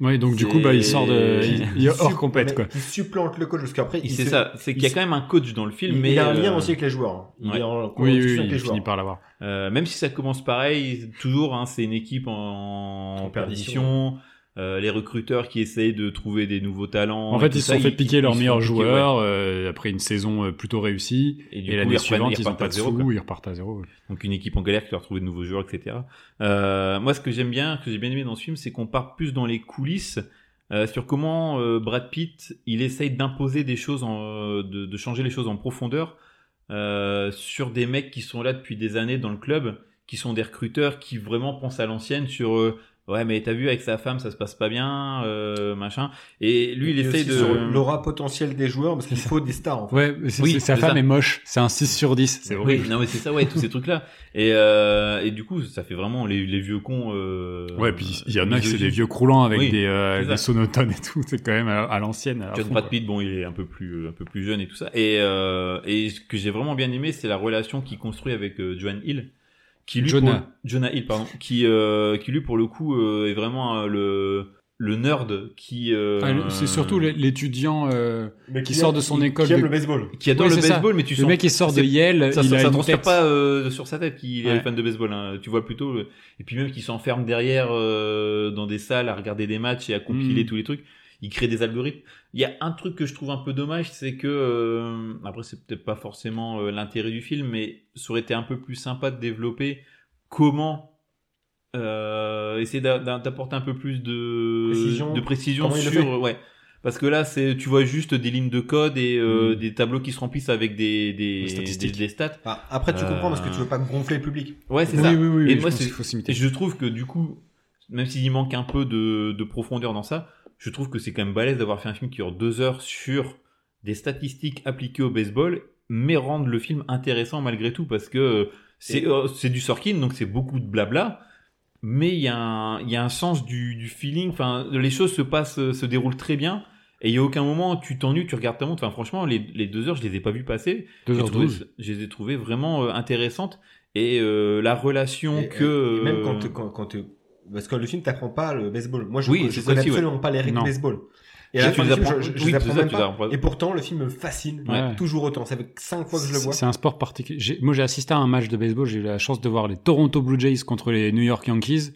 [SPEAKER 4] Ouais, donc du coup,
[SPEAKER 5] C'est-
[SPEAKER 4] bah, il sort de. Il, il est hors
[SPEAKER 2] Sup-
[SPEAKER 4] compète,
[SPEAKER 2] mais
[SPEAKER 4] quoi.
[SPEAKER 2] Il supplante le coach parce qu'après
[SPEAKER 5] Et
[SPEAKER 2] il
[SPEAKER 5] C'est
[SPEAKER 2] se-
[SPEAKER 5] ça, c'est qu'il y a
[SPEAKER 2] il-
[SPEAKER 5] quand même un coach dans le
[SPEAKER 2] Il,
[SPEAKER 5] film,
[SPEAKER 2] il
[SPEAKER 5] mais
[SPEAKER 2] a un lien
[SPEAKER 5] euh,
[SPEAKER 2] aussi avec les joueurs. hein. Il
[SPEAKER 5] ouais.
[SPEAKER 2] est en
[SPEAKER 4] Oui, oui,
[SPEAKER 2] compétition
[SPEAKER 4] oui,
[SPEAKER 2] avec les
[SPEAKER 4] il
[SPEAKER 2] joueurs.
[SPEAKER 4] finit par l'avoir.
[SPEAKER 5] euh, même si ça commence pareil, toujours, hein, c'est une équipe en,
[SPEAKER 2] En
[SPEAKER 5] perdition. euh, les recruteurs qui essayent de trouver des nouveaux talents.
[SPEAKER 4] En
[SPEAKER 5] et
[SPEAKER 4] fait,
[SPEAKER 5] tout
[SPEAKER 4] ils se
[SPEAKER 5] ça,
[SPEAKER 4] sont fait piquer leurs
[SPEAKER 5] ils se
[SPEAKER 4] meilleurs
[SPEAKER 5] font piquer,
[SPEAKER 4] joueurs euh, après une saison euh, plutôt réussie.
[SPEAKER 5] ouais. Et du
[SPEAKER 4] Et
[SPEAKER 5] coup, ils
[SPEAKER 4] l'année
[SPEAKER 5] reprennent-
[SPEAKER 4] suivante, ils
[SPEAKER 5] repartent
[SPEAKER 4] ont pas
[SPEAKER 5] à
[SPEAKER 4] de
[SPEAKER 5] zéro,
[SPEAKER 4] sous,
[SPEAKER 5] quoi.
[SPEAKER 4] ils repartent à zéro.
[SPEAKER 5] Donc une équipe en galère qui doit retrouver de nouveaux joueurs, etc. Euh, moi, ce que j'aime bien, que j'ai bien aimé dans ce film, c'est qu'on part plus dans les coulisses euh, sur comment euh, Brad Pitt, il essaye d'imposer des choses, en, euh, de, de changer les choses en profondeur euh, sur des mecs qui sont là depuis des années dans le club, qui sont des recruteurs qui vraiment pensent à l'ancienne sur euh, ouais mais t'as vu avec sa femme ça se passe pas bien euh, machin et lui il
[SPEAKER 2] Et
[SPEAKER 5] essaye
[SPEAKER 2] aussi
[SPEAKER 5] de
[SPEAKER 2] sur l'aura potentielle des joueurs parce qu'il faut des stars. En fait.
[SPEAKER 4] Ouais, c'est-
[SPEAKER 5] Oui,
[SPEAKER 4] c'est- sa
[SPEAKER 5] c'est
[SPEAKER 4] femme
[SPEAKER 5] ça.
[SPEAKER 4] est moche. C'est un 6 sur 10. C'est
[SPEAKER 5] oui,
[SPEAKER 4] horrible.
[SPEAKER 5] non mais c'est ça, ouais, tous ces trucs-là. Et, euh, et du coup, ça fait vraiment les, les vieux cons. Euh,
[SPEAKER 4] Ouais, puis il y en a qui c'est des
[SPEAKER 5] misogynes.
[SPEAKER 4] vieux croulants avec
[SPEAKER 5] Oui,
[SPEAKER 4] des, euh,
[SPEAKER 5] c'est ça.
[SPEAKER 4] des sonotones et tout. C'est quand même à, à l'ancienne. à
[SPEAKER 5] John
[SPEAKER 4] fond,
[SPEAKER 5] Brad
[SPEAKER 4] quoi.
[SPEAKER 5] Pitt, bon, il est un peu plus, un peu plus jeune et tout ça. Et, euh, et ce que j'ai vraiment bien aimé, c'est la relation qu'il construit avec euh, Joan Hill, qui lui,
[SPEAKER 4] Jonah.
[SPEAKER 5] pour- Jonah Hill, pardon, qui, euh, qui lui pour le coup euh, est vraiment euh, le le nerd qui euh,
[SPEAKER 4] Enfin, Ah, c'est surtout l'é- l'étudiant euh,
[SPEAKER 2] Mais
[SPEAKER 4] qui sort de son école
[SPEAKER 2] Qui aime
[SPEAKER 4] de-
[SPEAKER 2] le baseball.
[SPEAKER 5] qui adore
[SPEAKER 4] Oui,
[SPEAKER 5] le
[SPEAKER 4] c'est ça.
[SPEAKER 5] baseball, mais tu
[SPEAKER 4] le
[SPEAKER 5] sens
[SPEAKER 4] mec il sort de
[SPEAKER 5] c'est-
[SPEAKER 4] Yale,
[SPEAKER 5] ça,
[SPEAKER 4] il
[SPEAKER 5] ça,
[SPEAKER 4] a
[SPEAKER 5] ça
[SPEAKER 4] une
[SPEAKER 5] transpire
[SPEAKER 4] tête.
[SPEAKER 5] pas euh, sur sa tête qu'il est
[SPEAKER 4] Ouais.
[SPEAKER 5] fan de baseball. hein. Tu vois plutôt euh, et puis même qu'il s'enferme derrière euh, dans des salles à regarder des matchs et à compiler
[SPEAKER 4] Mm.
[SPEAKER 5] tous les trucs. Il crée des algorithmes. Il y a un truc que je trouve un peu dommage, c'est que euh, après c'est peut-être pas forcément euh, l'intérêt du film, mais ça aurait été un peu plus sympa de développer comment euh, essayer d'a- d'a- d'apporter un peu plus de
[SPEAKER 2] Précision.
[SPEAKER 5] de précision
[SPEAKER 2] Comment il le
[SPEAKER 5] sur ouais parce que là c'est tu vois juste des lignes de code et
[SPEAKER 4] Mm.
[SPEAKER 5] euh, des tableaux qui se remplissent avec des des,
[SPEAKER 4] Des statistiques.
[SPEAKER 5] des- des stats
[SPEAKER 2] Enfin, après, tu
[SPEAKER 5] Euh,
[SPEAKER 2] comprends parce que tu veux pas gonfler le public.
[SPEAKER 5] ouais c'est
[SPEAKER 4] oui,
[SPEAKER 5] ça
[SPEAKER 4] oui, oui, oui,
[SPEAKER 5] Et
[SPEAKER 4] je
[SPEAKER 5] moi,
[SPEAKER 4] pense
[SPEAKER 5] c'est-
[SPEAKER 4] qu'il faut
[SPEAKER 5] et
[SPEAKER 4] s'imiter.
[SPEAKER 5] je trouve que du coup même s'il manque un peu de, de profondeur dans ça je trouve que c'est quand même balèze d'avoir fait un film qui dure deux heures sur des statistiques appliquées au baseball mais rendre le film intéressant malgré tout parce que euh, c'est euh, c'est du Sorkin donc c'est beaucoup de blabla mais il y, a un- il y a un sens du, du feeling enfin les choses se passent euh, se déroulent très bien et il y a aucun moment tu t'ennuies tu regardes ta montre enfin franchement les, les deux heures je les ai pas vues passer j'ai trouvé-
[SPEAKER 3] 2h12.
[SPEAKER 5] Je les ai trouvées vraiment euh, intéressantes. Et euh, la relation
[SPEAKER 2] Et-
[SPEAKER 5] que.
[SPEAKER 2] et même quand,
[SPEAKER 5] euh,
[SPEAKER 2] quand, quand tu- parce que le film t'apprend pas le baseball. Moi, je,
[SPEAKER 5] Oui,
[SPEAKER 2] je
[SPEAKER 5] c'est ça
[SPEAKER 2] connais
[SPEAKER 5] aussi, ouais.
[SPEAKER 2] absolument pas les règles
[SPEAKER 4] Non.
[SPEAKER 2] du baseball. Et
[SPEAKER 5] ça,
[SPEAKER 2] à la
[SPEAKER 5] tu
[SPEAKER 2] fin
[SPEAKER 5] les
[SPEAKER 2] du film,
[SPEAKER 5] apprends-
[SPEAKER 2] je, je- je
[SPEAKER 5] oui,
[SPEAKER 2] les
[SPEAKER 5] c'est
[SPEAKER 2] apprends
[SPEAKER 5] ça,
[SPEAKER 2] même
[SPEAKER 5] tu
[SPEAKER 2] pas.
[SPEAKER 5] les apprends-
[SPEAKER 2] Et pourtant, le film me fascine
[SPEAKER 4] Ouais.
[SPEAKER 2] toujours autant. Ça fait cinq fois que je le vois.
[SPEAKER 4] C'est-
[SPEAKER 2] C'est
[SPEAKER 4] C'est un sport particulier. J'ai- Moi, j'ai assisté à un match de baseball. J'ai eu la chance de voir les Toronto Blue Jays contre les New York Yankees.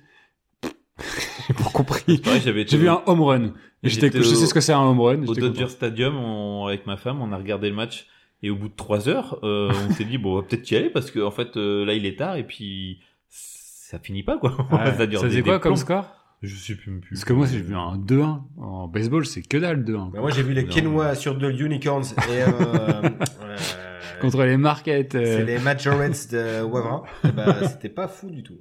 [SPEAKER 4] j'ai pas compris.
[SPEAKER 5] pareil, j'avais été
[SPEAKER 4] J'ai vu
[SPEAKER 5] au-
[SPEAKER 4] un home run. Et j'étais-
[SPEAKER 5] J'étais
[SPEAKER 4] je sais
[SPEAKER 5] au-
[SPEAKER 4] ce que c'est un home run.
[SPEAKER 5] au
[SPEAKER 4] j'étais
[SPEAKER 5] Dodger
[SPEAKER 4] content.
[SPEAKER 5] Stadium on- avec ma femme. On a regardé le match. Et au bout de trois heures, euh, on s'est dit, bon, on va peut-être y aller parce que en fait, euh, là, il est tard. Et puis, ça finit pas, quoi.
[SPEAKER 4] Ouais.
[SPEAKER 5] ça dure
[SPEAKER 4] Ça
[SPEAKER 5] des-
[SPEAKER 4] faisait
[SPEAKER 5] des
[SPEAKER 4] quoi comme
[SPEAKER 5] plombes.
[SPEAKER 4] score
[SPEAKER 5] Je sais plus. plus.
[SPEAKER 4] Parce que moi, j'ai vu un 2-1. En baseball, c'est que dalle 2-1.
[SPEAKER 2] Bah, moi, j'ai vu les
[SPEAKER 5] Non.
[SPEAKER 2] Kenois sur deux Unicorns et euh, euh,
[SPEAKER 4] Contre les Marquettes. euh,
[SPEAKER 2] c'est les Majorettes de Wavrin. Et bah, c'était pas fou du tout.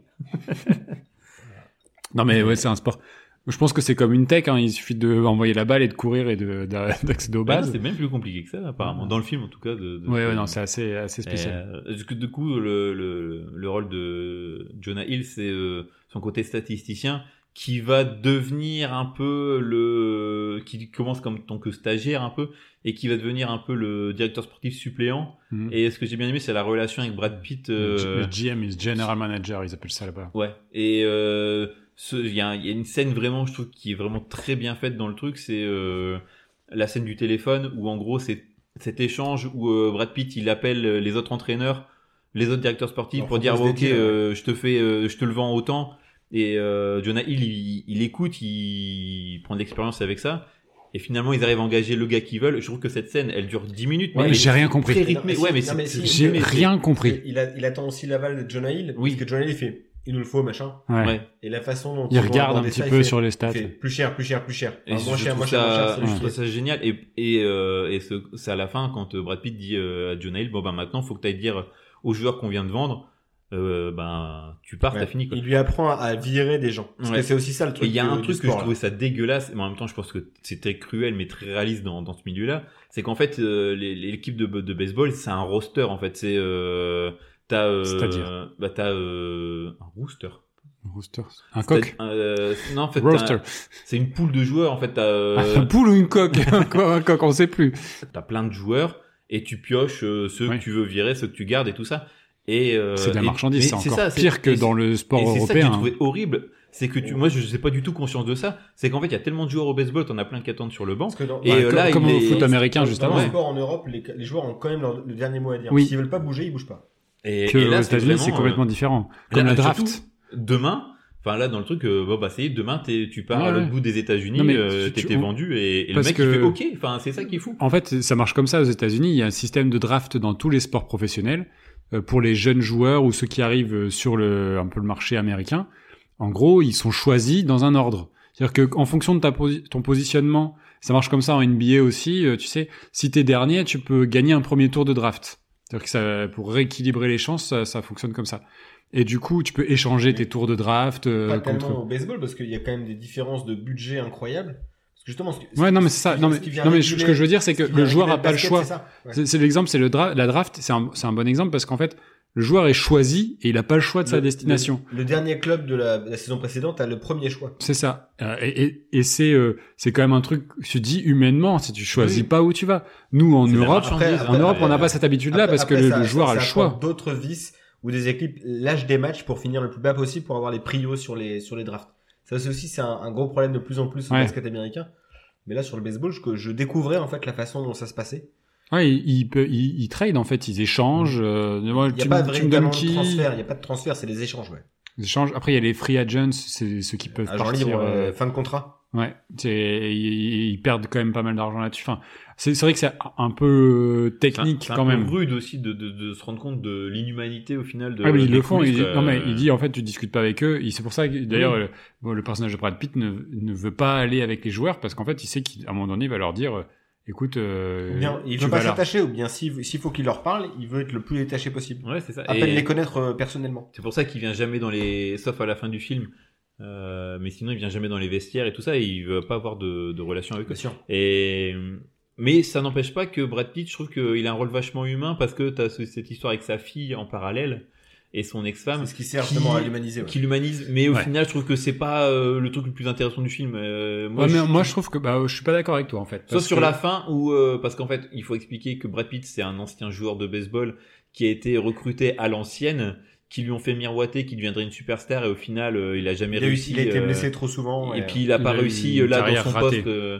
[SPEAKER 4] Non, mais ouais, c'est un sport. Je pense que c'est comme une tech. hein, Il suffit de envoyer la balle et de courir et de- d'a- d'accéder aux
[SPEAKER 5] Ah non,
[SPEAKER 4] bases.
[SPEAKER 5] C'est même plus compliqué que ça, apparemment. Dans le film, en tout cas. De, de-
[SPEAKER 4] Ouais, ouais, non, c'est assez, assez spécial.
[SPEAKER 5] Euh, parce que du coup, le, le, le rôle de Jonah Hill, c'est euh, son côté statisticien qui va devenir un peu le qui commence comme tant que stagiaire un peu et qui va devenir un peu le directeur sportif suppléant
[SPEAKER 4] Mhm.
[SPEAKER 5] et ce que j'ai bien aimé c'est la relation avec Brad Pitt
[SPEAKER 4] Le G-
[SPEAKER 5] euh,
[SPEAKER 4] Le GM is General Manager, ils appellent ça là-bas.
[SPEAKER 5] Ouais. Et euh, ce- il y, a un- il y a une scène vraiment, je trouve, qui est vraiment très bien faite dans le truc. C'est euh, la scène du téléphone où, en gros, c'est cet échange où euh, Brad Pitt il appelle euh, les autres entraîneurs, les autres directeurs sportifs
[SPEAKER 2] Leur
[SPEAKER 5] pour dire
[SPEAKER 2] propose
[SPEAKER 5] ok,
[SPEAKER 2] des deals, ouais.
[SPEAKER 5] euh, je te fais, euh, je te le vends autant. Et euh, Jonah Hill, il, il écoute, il, prend de l'expérience avec ça. Et finalement, ils arrivent à engager le gars qu'ils veulent. Je trouve que cette scène, elle dure 10 minutes. mais
[SPEAKER 4] Ouais,
[SPEAKER 5] elle
[SPEAKER 4] j'ai
[SPEAKER 5] est
[SPEAKER 4] rien
[SPEAKER 5] très
[SPEAKER 4] compris.
[SPEAKER 2] Non,
[SPEAKER 5] rythmée.
[SPEAKER 2] mais si,
[SPEAKER 5] Ouais, mais
[SPEAKER 2] non,
[SPEAKER 5] c'est-
[SPEAKER 2] mais si,
[SPEAKER 4] J'ai
[SPEAKER 5] mais-
[SPEAKER 4] rien compris.
[SPEAKER 2] Il, a- il attend aussi l'aval de Jonah Hill.
[SPEAKER 5] Oui.
[SPEAKER 2] Parce que Jonah Hill, il fait, il nous le faut, machin.
[SPEAKER 4] Ouais.
[SPEAKER 5] Ouais.
[SPEAKER 2] Et la façon dont
[SPEAKER 4] Il
[SPEAKER 2] ils vont
[SPEAKER 4] regarde un
[SPEAKER 2] aborder
[SPEAKER 4] petit
[SPEAKER 2] ça, il
[SPEAKER 4] peu
[SPEAKER 2] fait-
[SPEAKER 4] sur les stats.
[SPEAKER 2] fait plus cher, plus cher, plus cher.
[SPEAKER 5] Et
[SPEAKER 2] Enfin,
[SPEAKER 5] je
[SPEAKER 2] moins cher,
[SPEAKER 5] trouve
[SPEAKER 2] moins cher,
[SPEAKER 5] ça,
[SPEAKER 2] moins cher,
[SPEAKER 5] je
[SPEAKER 2] celui
[SPEAKER 5] trouve
[SPEAKER 2] qui-
[SPEAKER 5] ça génial. Et, et, euh, et ce- c'est à la fin quand euh, Brad Pitt dit euh, à John Hill, bon ben maintenant faut que tu ailles dire aux joueurs qu'on vient de vendre, euh, ben tu pars,
[SPEAKER 2] Ouais.
[SPEAKER 5] t'as fini quoi.
[SPEAKER 2] Il lui apprend à- à virer des gens. Parce que
[SPEAKER 5] Ouais.
[SPEAKER 2] c'est aussi ça le
[SPEAKER 5] Et
[SPEAKER 2] truc.
[SPEAKER 5] il y a
[SPEAKER 2] euh,
[SPEAKER 5] un
[SPEAKER 2] du
[SPEAKER 5] truc que je
[SPEAKER 2] sport, là.
[SPEAKER 5] trouvais ça dégueulasse, mais en même temps je pense que c'est très cruel mais très réaliste dans, dans ce milieu-là, c'est qu'en fait euh, les- l'équipe de, de baseball c'est un roster en fait, c'est euh, t'as euh,
[SPEAKER 4] C'est-à-dire
[SPEAKER 5] bah t'as euh, un rooster,
[SPEAKER 4] Rooster. Un coq.
[SPEAKER 5] Euh, non en fait
[SPEAKER 4] Roster.
[SPEAKER 5] t'as- c'est une poule de joueurs en fait t'as euh,
[SPEAKER 4] Un poule ou une coque Quoi, un coq, on sait plus.
[SPEAKER 5] t'as plein de joueurs et tu pioches euh, ceux
[SPEAKER 4] Oui.
[SPEAKER 5] que tu veux virer, ceux que tu gardes et tout ça. Et euh,
[SPEAKER 4] C'est de la
[SPEAKER 5] et-
[SPEAKER 4] marchandise,
[SPEAKER 5] mais
[SPEAKER 4] c'est encore
[SPEAKER 5] ça,
[SPEAKER 4] pire que
[SPEAKER 5] et-
[SPEAKER 4] dans le sport
[SPEAKER 5] et c'est ça que
[SPEAKER 4] européen. hein.
[SPEAKER 5] j'ai trouvé horrible, c'est que tu, moi je n'ai pas du tout conscience de ça. C'est qu'en fait il y a tellement de joueurs au baseball, t'en as plein qui attendent sur le banc.
[SPEAKER 2] Parce que dans-
[SPEAKER 5] Et,
[SPEAKER 2] dans-
[SPEAKER 5] euh,
[SPEAKER 4] comme
[SPEAKER 5] là,
[SPEAKER 4] comme
[SPEAKER 5] il
[SPEAKER 4] au
[SPEAKER 5] est-
[SPEAKER 4] foot américain,
[SPEAKER 2] dans
[SPEAKER 4] juste
[SPEAKER 2] le
[SPEAKER 4] avant.
[SPEAKER 2] sport en Europe, les, les joueurs ont quand même leur- le dernier mot à dire.
[SPEAKER 4] Oui.
[SPEAKER 2] S'ils veulent pas bouger, ils bougent pas.
[SPEAKER 5] Et,
[SPEAKER 4] Que
[SPEAKER 5] et
[SPEAKER 4] aux
[SPEAKER 5] là c'est
[SPEAKER 4] États-Unis,
[SPEAKER 5] vraiment,
[SPEAKER 4] c'est complètement
[SPEAKER 5] euh,
[SPEAKER 4] différent. Comme
[SPEAKER 5] là,
[SPEAKER 4] le draft.
[SPEAKER 5] surtout, demain. Enfin là dans le truc, euh, bon bah c'est demain t'es- tu pars
[SPEAKER 4] Ouais,
[SPEAKER 5] à
[SPEAKER 4] ouais.
[SPEAKER 5] l'autre bout des États-Unis,
[SPEAKER 4] Non, mais
[SPEAKER 5] euh,
[SPEAKER 4] tu- tu-
[SPEAKER 5] t'étais
[SPEAKER 4] on-
[SPEAKER 5] vendu et, et le
[SPEAKER 4] parce
[SPEAKER 5] mec
[SPEAKER 4] que-
[SPEAKER 5] il fait ok, enfin c'est ça qui est fou.
[SPEAKER 4] En fait, ça marche comme ça aux États-Unis. Il y a un système de draft dans tous les sports professionnels euh, pour les jeunes joueurs ou ceux qui arrivent euh, sur le, un peu le marché américain. En gros, ils sont choisis dans un ordre. C'est-à-dire que en fonction de ta posi- ton positionnement, ça marche comme ça en NBA aussi. euh, Tu sais, si t'es dernier, tu peux gagner un premier tour de draft. C'est-à-dire que ça, pour rééquilibrer les chances, ça, ça fonctionne comme ça. Et du coup, tu peux échanger tes tours de draft euh,
[SPEAKER 2] pas
[SPEAKER 4] contre.
[SPEAKER 2] tellement au baseball parce qu'il y a quand même des différences de budget incroyables. Parce que justement, ce que-
[SPEAKER 4] Ouais,
[SPEAKER 2] ce-
[SPEAKER 4] non, mais
[SPEAKER 2] ce
[SPEAKER 4] c'est ça.
[SPEAKER 2] qui-
[SPEAKER 4] Non,
[SPEAKER 2] ce
[SPEAKER 4] mais,
[SPEAKER 2] qui vient
[SPEAKER 4] non, mais
[SPEAKER 2] réguler-
[SPEAKER 4] ce que je veux dire, c'est que
[SPEAKER 2] ce qui vient
[SPEAKER 4] le joueur
[SPEAKER 2] réguler
[SPEAKER 4] a pas le
[SPEAKER 2] basket,
[SPEAKER 4] choix.
[SPEAKER 2] c'est ça. Ouais.
[SPEAKER 4] C'est c'est l'exemple, c'est le dra- la draft, c'est un, c'est un bon exemple parce qu'en fait, le joueur est choisi et il n'a pas le choix de sa
[SPEAKER 2] Le-
[SPEAKER 4] destination.
[SPEAKER 2] Le, le dernier club de la, la saison précédente a le premier choix.
[SPEAKER 4] C'est ça. Euh, et et, et c'est euh, c'est quand même un truc, je dis humainement, si tu choisis
[SPEAKER 5] Oui.
[SPEAKER 4] pas où tu vas. Nous, en
[SPEAKER 5] C'est de la
[SPEAKER 4] Europe,
[SPEAKER 5] marchandise,
[SPEAKER 2] après-
[SPEAKER 4] en Europe, on n'a
[SPEAKER 5] euh,
[SPEAKER 4] pas cette habitude-là
[SPEAKER 2] Après-
[SPEAKER 4] parce que
[SPEAKER 2] après,
[SPEAKER 4] le,
[SPEAKER 2] ça-
[SPEAKER 4] le joueur
[SPEAKER 2] ça-
[SPEAKER 4] a le
[SPEAKER 2] ça
[SPEAKER 4] choix.
[SPEAKER 2] apporte D'autres vices où des équipes lâchent des matchs pour finir le plus bas possible pour avoir les prios sur les, sur les drafts. Ça, Ça, c'est aussi, c'est un, un gros problème de plus en plus au
[SPEAKER 4] Ouais.
[SPEAKER 2] basket américain. Mais là, sur le baseball, je, je découvrais en fait la façon dont ça se passait.
[SPEAKER 4] Ouais, ils, ils pe- ils- ils trade en fait, ils échangent. euh, moi,
[SPEAKER 2] Mm. Il n'y a
[SPEAKER 4] tu
[SPEAKER 2] pas
[SPEAKER 4] me- tu me donnes
[SPEAKER 2] véritablement de
[SPEAKER 4] qui
[SPEAKER 2] transfert, il n'y a pas de transfert, c'est des échanges, ouais.
[SPEAKER 4] Ils échangent. Après, il y a les free agents, c'est ceux qui peuvent
[SPEAKER 2] Agent
[SPEAKER 4] partir.
[SPEAKER 2] libre,
[SPEAKER 4] euh,
[SPEAKER 2] euh, fin de contrat.
[SPEAKER 4] Ouais, c'est- ils, ils perdent quand même pas mal d'argent là-dessus. Enfin, c'est c'est vrai que c'est un peu euh,
[SPEAKER 5] C'est un-
[SPEAKER 4] technique
[SPEAKER 5] c'est un
[SPEAKER 4] quand
[SPEAKER 5] peu
[SPEAKER 4] même.
[SPEAKER 5] rude aussi de, de- de se rendre compte de l'inhumanité au final de.
[SPEAKER 4] Ouais, mais Ah ils
[SPEAKER 5] des
[SPEAKER 4] le font.
[SPEAKER 5] coulisses,
[SPEAKER 4] Ils, disent- Non, mais
[SPEAKER 5] euh,
[SPEAKER 4] il dit en fait, tu discutes pas avec eux. Et c'est pour ça que d'ailleurs, euh, bon, le personnage de Brad Pitt ne, ne veut pas aller avec les joueurs parce qu'en fait, il sait qu'à un moment donné, il va leur dire, euh, écoute, euh,
[SPEAKER 2] Ou bien, il
[SPEAKER 4] tu
[SPEAKER 2] veut pas
[SPEAKER 4] vas là.
[SPEAKER 2] s'attacher, ou bien s'il s'il faut qu'il leur parle, il veut être le plus détaché possible.
[SPEAKER 5] Ouais, c'est ça.
[SPEAKER 2] À
[SPEAKER 5] Et
[SPEAKER 2] peine les connaître euh, personnellement.
[SPEAKER 5] C'est pour ça qu'il vient jamais dans les, sauf à la fin du film. Euh, mais sinon, il vient jamais dans les vestiaires et tout ça. Et il veut pas avoir de, de relation avec eux.
[SPEAKER 2] Bien sûr.
[SPEAKER 5] Et mais ça n'empêche pas que Brad Pitt, je trouve qu'il a un rôle vachement humain parce que t'as ce- cette histoire avec sa fille en parallèle et son ex-femme
[SPEAKER 2] C'est ce qui Ah, sert
[SPEAKER 5] qui-
[SPEAKER 2] justement à l'humaniser. ouais.
[SPEAKER 5] qui l'humanise. Mais au
[SPEAKER 4] Ouais.
[SPEAKER 5] final, je trouve que c'est pas euh, le truc le plus intéressant du film. Euh,
[SPEAKER 4] Ouais, mais
[SPEAKER 5] je-
[SPEAKER 4] moi, je trouve que bah, je suis pas d'accord avec toi en fait.
[SPEAKER 5] Sauf
[SPEAKER 4] parce
[SPEAKER 5] sur
[SPEAKER 4] que-
[SPEAKER 5] la fin où, euh, parce qu'en fait, il faut expliquer que Brad Pitt, c'est un ancien joueur de baseball qui a été recruté à l'ancienne, qui lui ont fait miroiter qu'il deviendrait une superstar et au final, euh, il a jamais
[SPEAKER 2] Il a, eu-
[SPEAKER 5] réussi.
[SPEAKER 2] il a été
[SPEAKER 5] euh,
[SPEAKER 2] blessé trop souvent.
[SPEAKER 5] et
[SPEAKER 2] ouais.
[SPEAKER 5] puis il a
[SPEAKER 4] il
[SPEAKER 5] pas
[SPEAKER 4] a eu
[SPEAKER 5] réussi
[SPEAKER 4] une
[SPEAKER 5] euh, là dans
[SPEAKER 4] carrière
[SPEAKER 5] son
[SPEAKER 4] ratée.
[SPEAKER 5] poste. euh,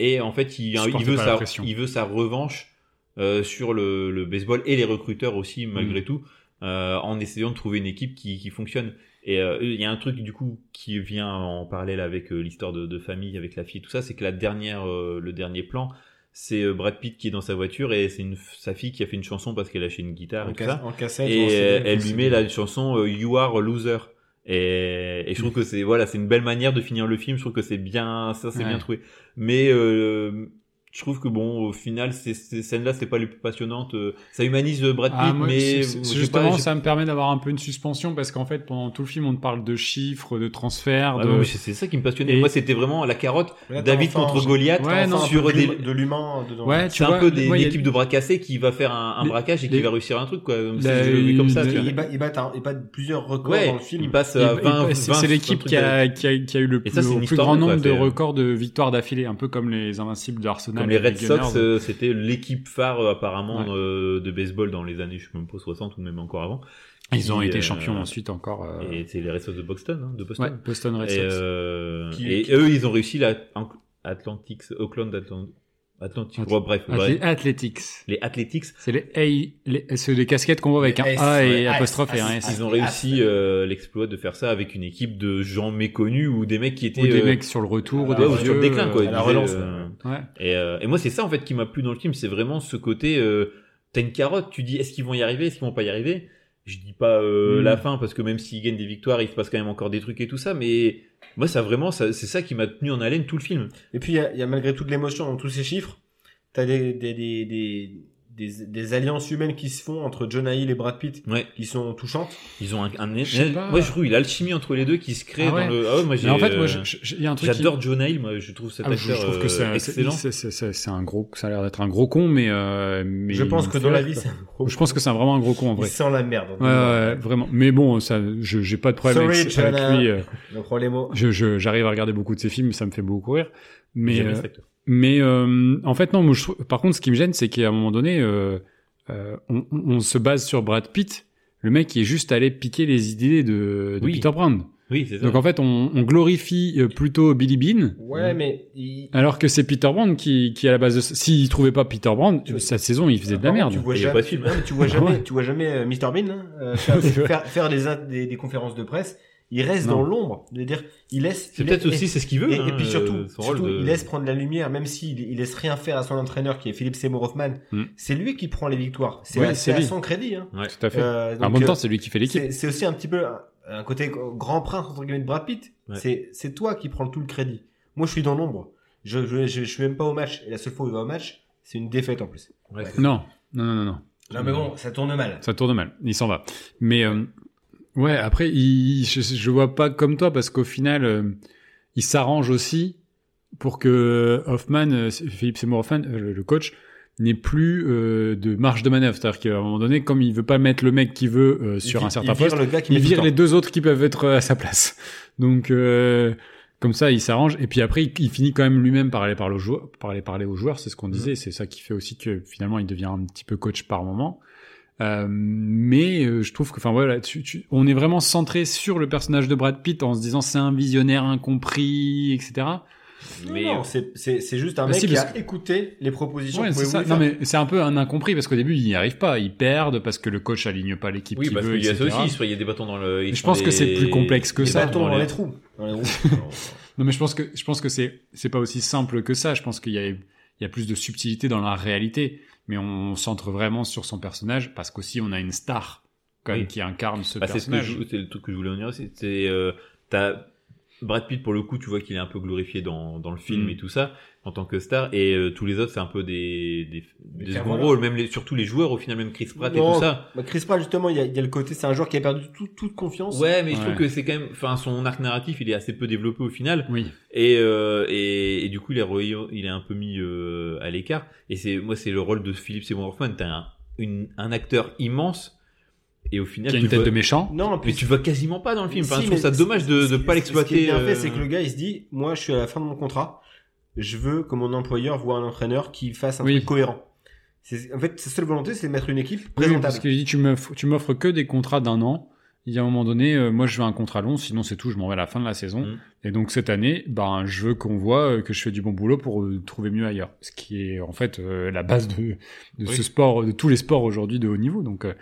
[SPEAKER 5] et en fait, il,
[SPEAKER 4] Il
[SPEAKER 5] il
[SPEAKER 4] supportait
[SPEAKER 5] veut
[SPEAKER 4] pas
[SPEAKER 5] sa,
[SPEAKER 4] la pression.
[SPEAKER 5] il veut sa revanche euh, sur le, le baseball et les recruteurs aussi
[SPEAKER 4] Mm.
[SPEAKER 5] malgré tout, euh, en essayant de trouver une équipe qui, qui fonctionne. Et euh, il y a un truc du coup qui vient en parallèle avec euh, l'histoire de, de famille, avec la fille, tout ça, c'est que la dernière, euh, le dernier plan, c'est euh, Brad Pitt qui est dans sa voiture et c'est une- sa fille qui a fait une chanson parce qu'elle a acheté une guitare
[SPEAKER 2] en,
[SPEAKER 5] et tout
[SPEAKER 2] cas-
[SPEAKER 5] ça
[SPEAKER 2] en cassette. ou en
[SPEAKER 5] et
[SPEAKER 2] CD,
[SPEAKER 5] euh,
[SPEAKER 2] ou en
[SPEAKER 5] elle lui
[SPEAKER 2] CD.
[SPEAKER 5] met la chanson euh, You Are a Loser. Et, et je trouve que c'est voilà, c'est une belle manière de finir le film. Je trouve que c'est bien, ça c'est
[SPEAKER 4] Ouais.
[SPEAKER 5] bien trouvé. Mais euh, je trouve que bon, au final, ces, ces scènes-là, c'est pas les plus passionnantes. Euh, Ça humanise euh, Brad Pitt,
[SPEAKER 4] Ah, moi,
[SPEAKER 5] mais
[SPEAKER 4] c'est- c'est-
[SPEAKER 5] je sais
[SPEAKER 4] justement,
[SPEAKER 5] pas, j'ai-
[SPEAKER 4] ça me permet d'avoir un peu une suspension parce qu'en fait, pendant tout le film, on te parle de chiffres, de transferts,
[SPEAKER 5] Ah
[SPEAKER 4] de.
[SPEAKER 5] non, mais c'est c'est ça qui me passionnait.
[SPEAKER 4] Et-
[SPEAKER 5] Moi, c'était vraiment la carotte
[SPEAKER 2] Mais là, t'as
[SPEAKER 5] David
[SPEAKER 2] enfin-
[SPEAKER 5] contre Goliath
[SPEAKER 4] Ouais,
[SPEAKER 2] t'as enfin
[SPEAKER 4] non,
[SPEAKER 2] un
[SPEAKER 5] sur
[SPEAKER 2] peu de
[SPEAKER 5] des.
[SPEAKER 2] l'hum- de l'humain euh, dedans.
[SPEAKER 4] Ouais, tu
[SPEAKER 5] C'est un
[SPEAKER 4] vois,
[SPEAKER 5] peu des,
[SPEAKER 4] moi,
[SPEAKER 5] une
[SPEAKER 4] il y a-
[SPEAKER 5] équipe de bras cassés qui va faire un, un
[SPEAKER 4] Les-
[SPEAKER 5] braquage et qui
[SPEAKER 4] les-
[SPEAKER 5] va réussir un truc quoi. C'est-
[SPEAKER 4] La-
[SPEAKER 5] je le vis comme ça.
[SPEAKER 4] la-
[SPEAKER 5] tu vois.
[SPEAKER 2] Il bat, il bat un- il bat plusieurs records
[SPEAKER 5] Ouais,
[SPEAKER 2] dans le film.
[SPEAKER 5] il passe
[SPEAKER 4] Il-
[SPEAKER 5] à
[SPEAKER 4] il-
[SPEAKER 5] 20
[SPEAKER 4] c'est
[SPEAKER 5] 20,
[SPEAKER 4] c'est
[SPEAKER 5] un
[SPEAKER 4] l'équipe
[SPEAKER 5] truc
[SPEAKER 4] qui
[SPEAKER 5] de-
[SPEAKER 4] a, qui, a, qui a eu le
[SPEAKER 5] Et
[SPEAKER 4] plus,
[SPEAKER 5] ça, c'est
[SPEAKER 4] le
[SPEAKER 5] une
[SPEAKER 4] plus
[SPEAKER 5] histoire,
[SPEAKER 4] grand
[SPEAKER 5] quoi,
[SPEAKER 4] nombre de
[SPEAKER 5] c'est-
[SPEAKER 4] records de victoires d'affilée, un peu comme les invincibles d'Arsenal.
[SPEAKER 5] Comme les Red
[SPEAKER 4] Gunners.
[SPEAKER 5] Sox, euh, c'était l'équipe phare euh, apparemment
[SPEAKER 4] Ouais.
[SPEAKER 5] euh, de baseball dans les années, je sais même pas 60 ou même encore avant.
[SPEAKER 4] Ils ont
[SPEAKER 5] Qui,
[SPEAKER 4] été
[SPEAKER 5] euh,
[SPEAKER 4] champions ensuite encore. euh,
[SPEAKER 5] Et c'est les Red Sox de Boston, hein, de
[SPEAKER 4] ouais,
[SPEAKER 5] Boston.
[SPEAKER 4] Boston Red
[SPEAKER 5] et,
[SPEAKER 4] Sox.
[SPEAKER 5] euh,
[SPEAKER 2] Qui-
[SPEAKER 5] et
[SPEAKER 2] qui-
[SPEAKER 5] eux, ils ont réussi la An- Atlantic, Oakland Atlan- Atlantic,
[SPEAKER 4] Atl- Ah,
[SPEAKER 5] ouais, bref,
[SPEAKER 4] Athle-
[SPEAKER 5] bref.
[SPEAKER 4] Athletics.
[SPEAKER 5] les Athletics,
[SPEAKER 4] C'est les A, les, ceux des casquettes qu'on voit avec un
[SPEAKER 2] Les S,
[SPEAKER 4] A et
[SPEAKER 2] ouais, S,
[SPEAKER 4] apostrophe et un
[SPEAKER 2] S,
[SPEAKER 4] S.
[SPEAKER 5] ils ont réussi euh, l'exploit de faire ça avec une équipe de gens méconnus ou des mecs qui étaient
[SPEAKER 4] Ou des
[SPEAKER 5] euh,
[SPEAKER 4] mecs sur le retour,
[SPEAKER 5] ouais,
[SPEAKER 4] des
[SPEAKER 5] ou sur le
[SPEAKER 4] vieux,
[SPEAKER 5] déclin quoi.
[SPEAKER 4] euh,
[SPEAKER 5] Ils
[SPEAKER 2] à la
[SPEAKER 5] disaient,
[SPEAKER 2] relance,
[SPEAKER 5] euh,
[SPEAKER 4] ouais.
[SPEAKER 5] Et, euh, et moi, c'est ça en fait qui m'a plu dans le film, c'est vraiment ce côté. Euh, T'as une carotte, tu dis est-ce qu'ils vont y arriver, est-ce qu'ils vont pas y arriver. Je dis pas euh,
[SPEAKER 4] Mm.
[SPEAKER 5] la fin parce que même s'ils gagnent des victoires, il se passe quand même encore des trucs et tout ça. Mais moi, ça vraiment, ça- c'est ça qui m'a tenu en haleine tout le film.
[SPEAKER 2] Et puis, il y a- il y, a malgré toute l'émotion dans tous ces chiffres, t'as des, des, des, des, des, des alliances humaines qui se font entre Jonah Hill et Brad Pitt
[SPEAKER 5] Ouais,
[SPEAKER 2] qui sont touchantes.
[SPEAKER 5] ils ont un. un-
[SPEAKER 4] Je sais pas.
[SPEAKER 5] moi, je trouve une alchimie entre les deux qui se crée
[SPEAKER 4] Ah ouais.
[SPEAKER 5] dans le. Ah ouais, moi, j'ai,
[SPEAKER 4] Mais en fait, moi,
[SPEAKER 5] euh,
[SPEAKER 4] je- je- il y a un truc. qui-
[SPEAKER 5] j'adore John Hill. Moi, je trouve cet
[SPEAKER 4] Ah, je,
[SPEAKER 5] acteur
[SPEAKER 4] je trouve
[SPEAKER 5] euh,
[SPEAKER 4] que c'est un- c'est-
[SPEAKER 5] excellent.
[SPEAKER 4] c'est- c'est- c'est- c'est un gros, ça a l'air d'être un gros con, mais, euh, mais
[SPEAKER 2] je pense
[SPEAKER 4] il
[SPEAKER 2] que
[SPEAKER 4] me
[SPEAKER 2] dans la
[SPEAKER 4] fait
[SPEAKER 2] vie,
[SPEAKER 4] rire,
[SPEAKER 2] c'est un gros
[SPEAKER 4] quoi. je pense que c'est un- vraiment un gros con en
[SPEAKER 2] il
[SPEAKER 4] vrai.
[SPEAKER 2] sent la merde.
[SPEAKER 4] Ouais, ouais, ouais, vraiment. Mais bon, ça, je- j'ai pas de problème
[SPEAKER 2] Sorry,
[SPEAKER 4] avec, avec
[SPEAKER 2] Jonah.
[SPEAKER 4] lui. euh,
[SPEAKER 2] Le problème, au-
[SPEAKER 4] je- je- J'arrive à regarder beaucoup de ses films, ça me fait beaucoup rire. Mais,
[SPEAKER 5] J'aime
[SPEAKER 4] euh,
[SPEAKER 5] cet acteur.
[SPEAKER 4] mais euh, en fait, non, moi, je trouve- par contre, ce qui me gêne, c'est qu'à un moment donné, euh, euh, on, on- on se base sur Brad Pitt. Le mec qui est juste allé piquer les idées de, de
[SPEAKER 5] Oui.
[SPEAKER 4] Peter Brown.
[SPEAKER 5] Oui, c'est ça.
[SPEAKER 4] Donc en fait, on, on glorifie euh, plutôt Billy Bean.
[SPEAKER 2] ouais, mais il-
[SPEAKER 4] Alors que c'est Peter Brand qui, qui est à la base de ça. S'il trouvait pas Peter Brand,
[SPEAKER 2] Tu vois,
[SPEAKER 4] sa saison, il faisait de la
[SPEAKER 2] Apparemment,
[SPEAKER 4] merde.
[SPEAKER 2] Tu vois
[SPEAKER 5] Il y a
[SPEAKER 2] jamais,
[SPEAKER 5] pas de film.
[SPEAKER 2] non, mais tu vois
[SPEAKER 4] Ah
[SPEAKER 2] jamais,
[SPEAKER 4] ouais.
[SPEAKER 2] tu vois jamais euh, Mr Bean hein, euh, faire,
[SPEAKER 4] C'est vrai.
[SPEAKER 2] faire, faire des, in- des, des conférences de presse. Il reste
[SPEAKER 4] Non.
[SPEAKER 2] dans l'ombre. C'est-à-dire, il laisse.
[SPEAKER 5] C'est
[SPEAKER 2] il
[SPEAKER 5] peut-être
[SPEAKER 2] laisse-
[SPEAKER 5] aussi c'est ce qu'il veut.
[SPEAKER 2] Et, et
[SPEAKER 5] hein,
[SPEAKER 2] puis surtout,
[SPEAKER 5] euh, son rôle
[SPEAKER 2] surtout,
[SPEAKER 5] de-
[SPEAKER 2] il laisse prendre la lumière, même s'il il laisse rien faire à son entraîneur qui est Philippe Seymour Hoffman.
[SPEAKER 4] Mm.
[SPEAKER 2] C'est lui qui prend les victoires. C'est
[SPEAKER 4] Ouais,
[SPEAKER 2] à,
[SPEAKER 4] c'est
[SPEAKER 2] c'est à
[SPEAKER 4] lui.
[SPEAKER 2] son crédit. Hein.
[SPEAKER 5] Ouais.
[SPEAKER 4] Tout à fait.
[SPEAKER 2] Euh,
[SPEAKER 4] en
[SPEAKER 2] donc,
[SPEAKER 4] même
[SPEAKER 2] euh,
[SPEAKER 4] temps, c'est lui qui fait l'équipe.
[SPEAKER 2] c'est c'est aussi un petit peu un, un côté grand prince entre guillemets de Brad Pitt.
[SPEAKER 5] Ouais.
[SPEAKER 2] C'est c'est toi qui prends tout le crédit. Moi, je suis dans l'ombre. Je, je, je, je suis même pas au match. Et la seule fois où il va au match, c'est une défaite en plus.
[SPEAKER 5] Ouais, c'est-
[SPEAKER 4] Non, non, non, non, non.
[SPEAKER 2] Non, mais
[SPEAKER 4] Hmm.
[SPEAKER 2] bon, ça tourne mal.
[SPEAKER 4] Ça tourne mal. Il s'en va. Mais euh, ouais, après, il, je, je vois pas comme toi parce qu'au final, euh, il s'arrange aussi pour que Hoffman, euh, Philippe Seymour Hoffman, euh, le, le coach, n'ait plus euh, de marge de manœuvre. C'est-à-dire qu'à un moment donné, comme il veut pas mettre le mec qu'il veut euh, sur
[SPEAKER 2] Il-
[SPEAKER 4] un certain
[SPEAKER 2] il vire
[SPEAKER 4] poste,
[SPEAKER 2] le gars qui
[SPEAKER 4] il
[SPEAKER 2] met tout
[SPEAKER 4] vire
[SPEAKER 2] le
[SPEAKER 4] les
[SPEAKER 2] temps.
[SPEAKER 4] deux autres qui peuvent être euh, à sa place. Donc, euh, comme ça, il s'arrange. Et puis après, il, il finit quand même lui-même par aller parler aux
[SPEAKER 5] Mm.
[SPEAKER 4] joueurs. Par aller parler aux joueurs, c'est ce qu'on disait. C'est ça qui fait aussi que finalement, il devient un petit peu coach par moment. Euh, mais euh, je trouve que, enfin voilà, tu- tu- on est vraiment centré sur le personnage de Brad Pitt en se disant c'est un visionnaire incompris, etc.
[SPEAKER 5] Mais-
[SPEAKER 2] Mais non, c'est- c'est c'est juste un
[SPEAKER 4] Bah
[SPEAKER 2] mec
[SPEAKER 4] si,
[SPEAKER 2] qui
[SPEAKER 4] parce
[SPEAKER 2] a écouté les propositions.
[SPEAKER 4] Ouais,
[SPEAKER 2] que
[SPEAKER 4] c'est
[SPEAKER 2] vous
[SPEAKER 4] ça.
[SPEAKER 2] voulez
[SPEAKER 4] Non
[SPEAKER 2] faire.
[SPEAKER 4] mais c'est un peu un incompris parce qu'au début ils n'y arrivent pas, ils perdent parce que le coach aligne pas l'équipe
[SPEAKER 5] Oui,
[SPEAKER 4] qu'il
[SPEAKER 5] parce
[SPEAKER 4] veut,
[SPEAKER 5] qu'il y a ça
[SPEAKER 4] etc.
[SPEAKER 5] aussi, soit il y a des bâtons dans le. ils
[SPEAKER 4] Je
[SPEAKER 5] font
[SPEAKER 4] pense que c'est
[SPEAKER 5] des-
[SPEAKER 4] plus complexe que
[SPEAKER 5] des
[SPEAKER 4] ça.
[SPEAKER 2] Bâton dans les trous. Dans les roues.
[SPEAKER 4] Non, mais je pense que je pense que c'est c'est pas aussi simple que ça. Je pense qu'il y a il y a plus de subtilité dans la réalité, mais on, centre vraiment sur son personnage parce qu'aussi on a une star quand même
[SPEAKER 5] Oui.
[SPEAKER 4] qui incarne ce
[SPEAKER 5] Bah, c'est ce que
[SPEAKER 4] personnage.
[SPEAKER 5] je- c'est le truc que je voulais en dire aussi. C'est euh, t'as Brad Pitt pour le coup, tu vois qu'il est un peu glorifié dans, dans le film
[SPEAKER 4] Mm.
[SPEAKER 5] et tout ça en tant que star, et euh, tous les autres c'est un peu des des, des
[SPEAKER 2] Des
[SPEAKER 5] seconds
[SPEAKER 2] fervents.
[SPEAKER 5] rôles, même les, surtout les joueurs au final, même Chris Pratt et
[SPEAKER 2] Non.
[SPEAKER 5] tout ça.
[SPEAKER 2] Bah, Chris Pratt, justement, il y, a, il y a le côté, c'est un joueur qui a perdu tout- toute confiance.
[SPEAKER 5] Ouais, mais je trouve
[SPEAKER 4] Ouais.
[SPEAKER 5] que c'est quand même, enfin son arc narratif il est assez peu développé au final.
[SPEAKER 4] Oui,
[SPEAKER 5] et, euh, et, et du coup il est, re- il est un peu mis euh, à l'écart et c'est moi c'est le rôle de Philippe Seymour Hoffman t'as un, une- un acteur immense et au final
[SPEAKER 4] qui a
[SPEAKER 5] tu
[SPEAKER 4] une tête
[SPEAKER 5] le
[SPEAKER 4] de
[SPEAKER 5] vois,
[SPEAKER 4] méchant.
[SPEAKER 2] Non, en
[SPEAKER 5] mais
[SPEAKER 2] plus,
[SPEAKER 5] tu le vois quasiment pas dans le film enfin,
[SPEAKER 2] Si,
[SPEAKER 5] je trouve
[SPEAKER 2] mais
[SPEAKER 5] ça
[SPEAKER 2] ce-
[SPEAKER 5] dommage de
[SPEAKER 2] ce-
[SPEAKER 5] ne
[SPEAKER 2] ce-
[SPEAKER 5] pas
[SPEAKER 2] Ce qui
[SPEAKER 5] l'exploiter
[SPEAKER 2] est bien
[SPEAKER 5] euh,
[SPEAKER 2] fait, c'est que le gars, il se dit, moi, je suis à la fin de mon contrat. Je veux que mon employeur voit un entraîneur qui fasse un
[SPEAKER 4] Oui.
[SPEAKER 2] truc cohérent. C'est- En fait, sa seule volonté, c'est de mettre une équipe
[SPEAKER 4] Oui,
[SPEAKER 2] présentable.
[SPEAKER 4] parce qu'il dit tu m'offres tu m'offres que des contrats d'un an. Il y a un moment donné, euh, moi je veux un contrat long, sinon c'est tout, je m'en vais à la fin de la saison.
[SPEAKER 5] Mm.
[SPEAKER 4] Et donc cette année, ben je veux qu'on voit euh, que je fais du bon boulot pour euh, trouver mieux ailleurs. Ce qui est en fait euh, la base de, de
[SPEAKER 5] Oui.
[SPEAKER 4] ce sport, de tous les sports aujourd'hui de haut niveau. Donc euh,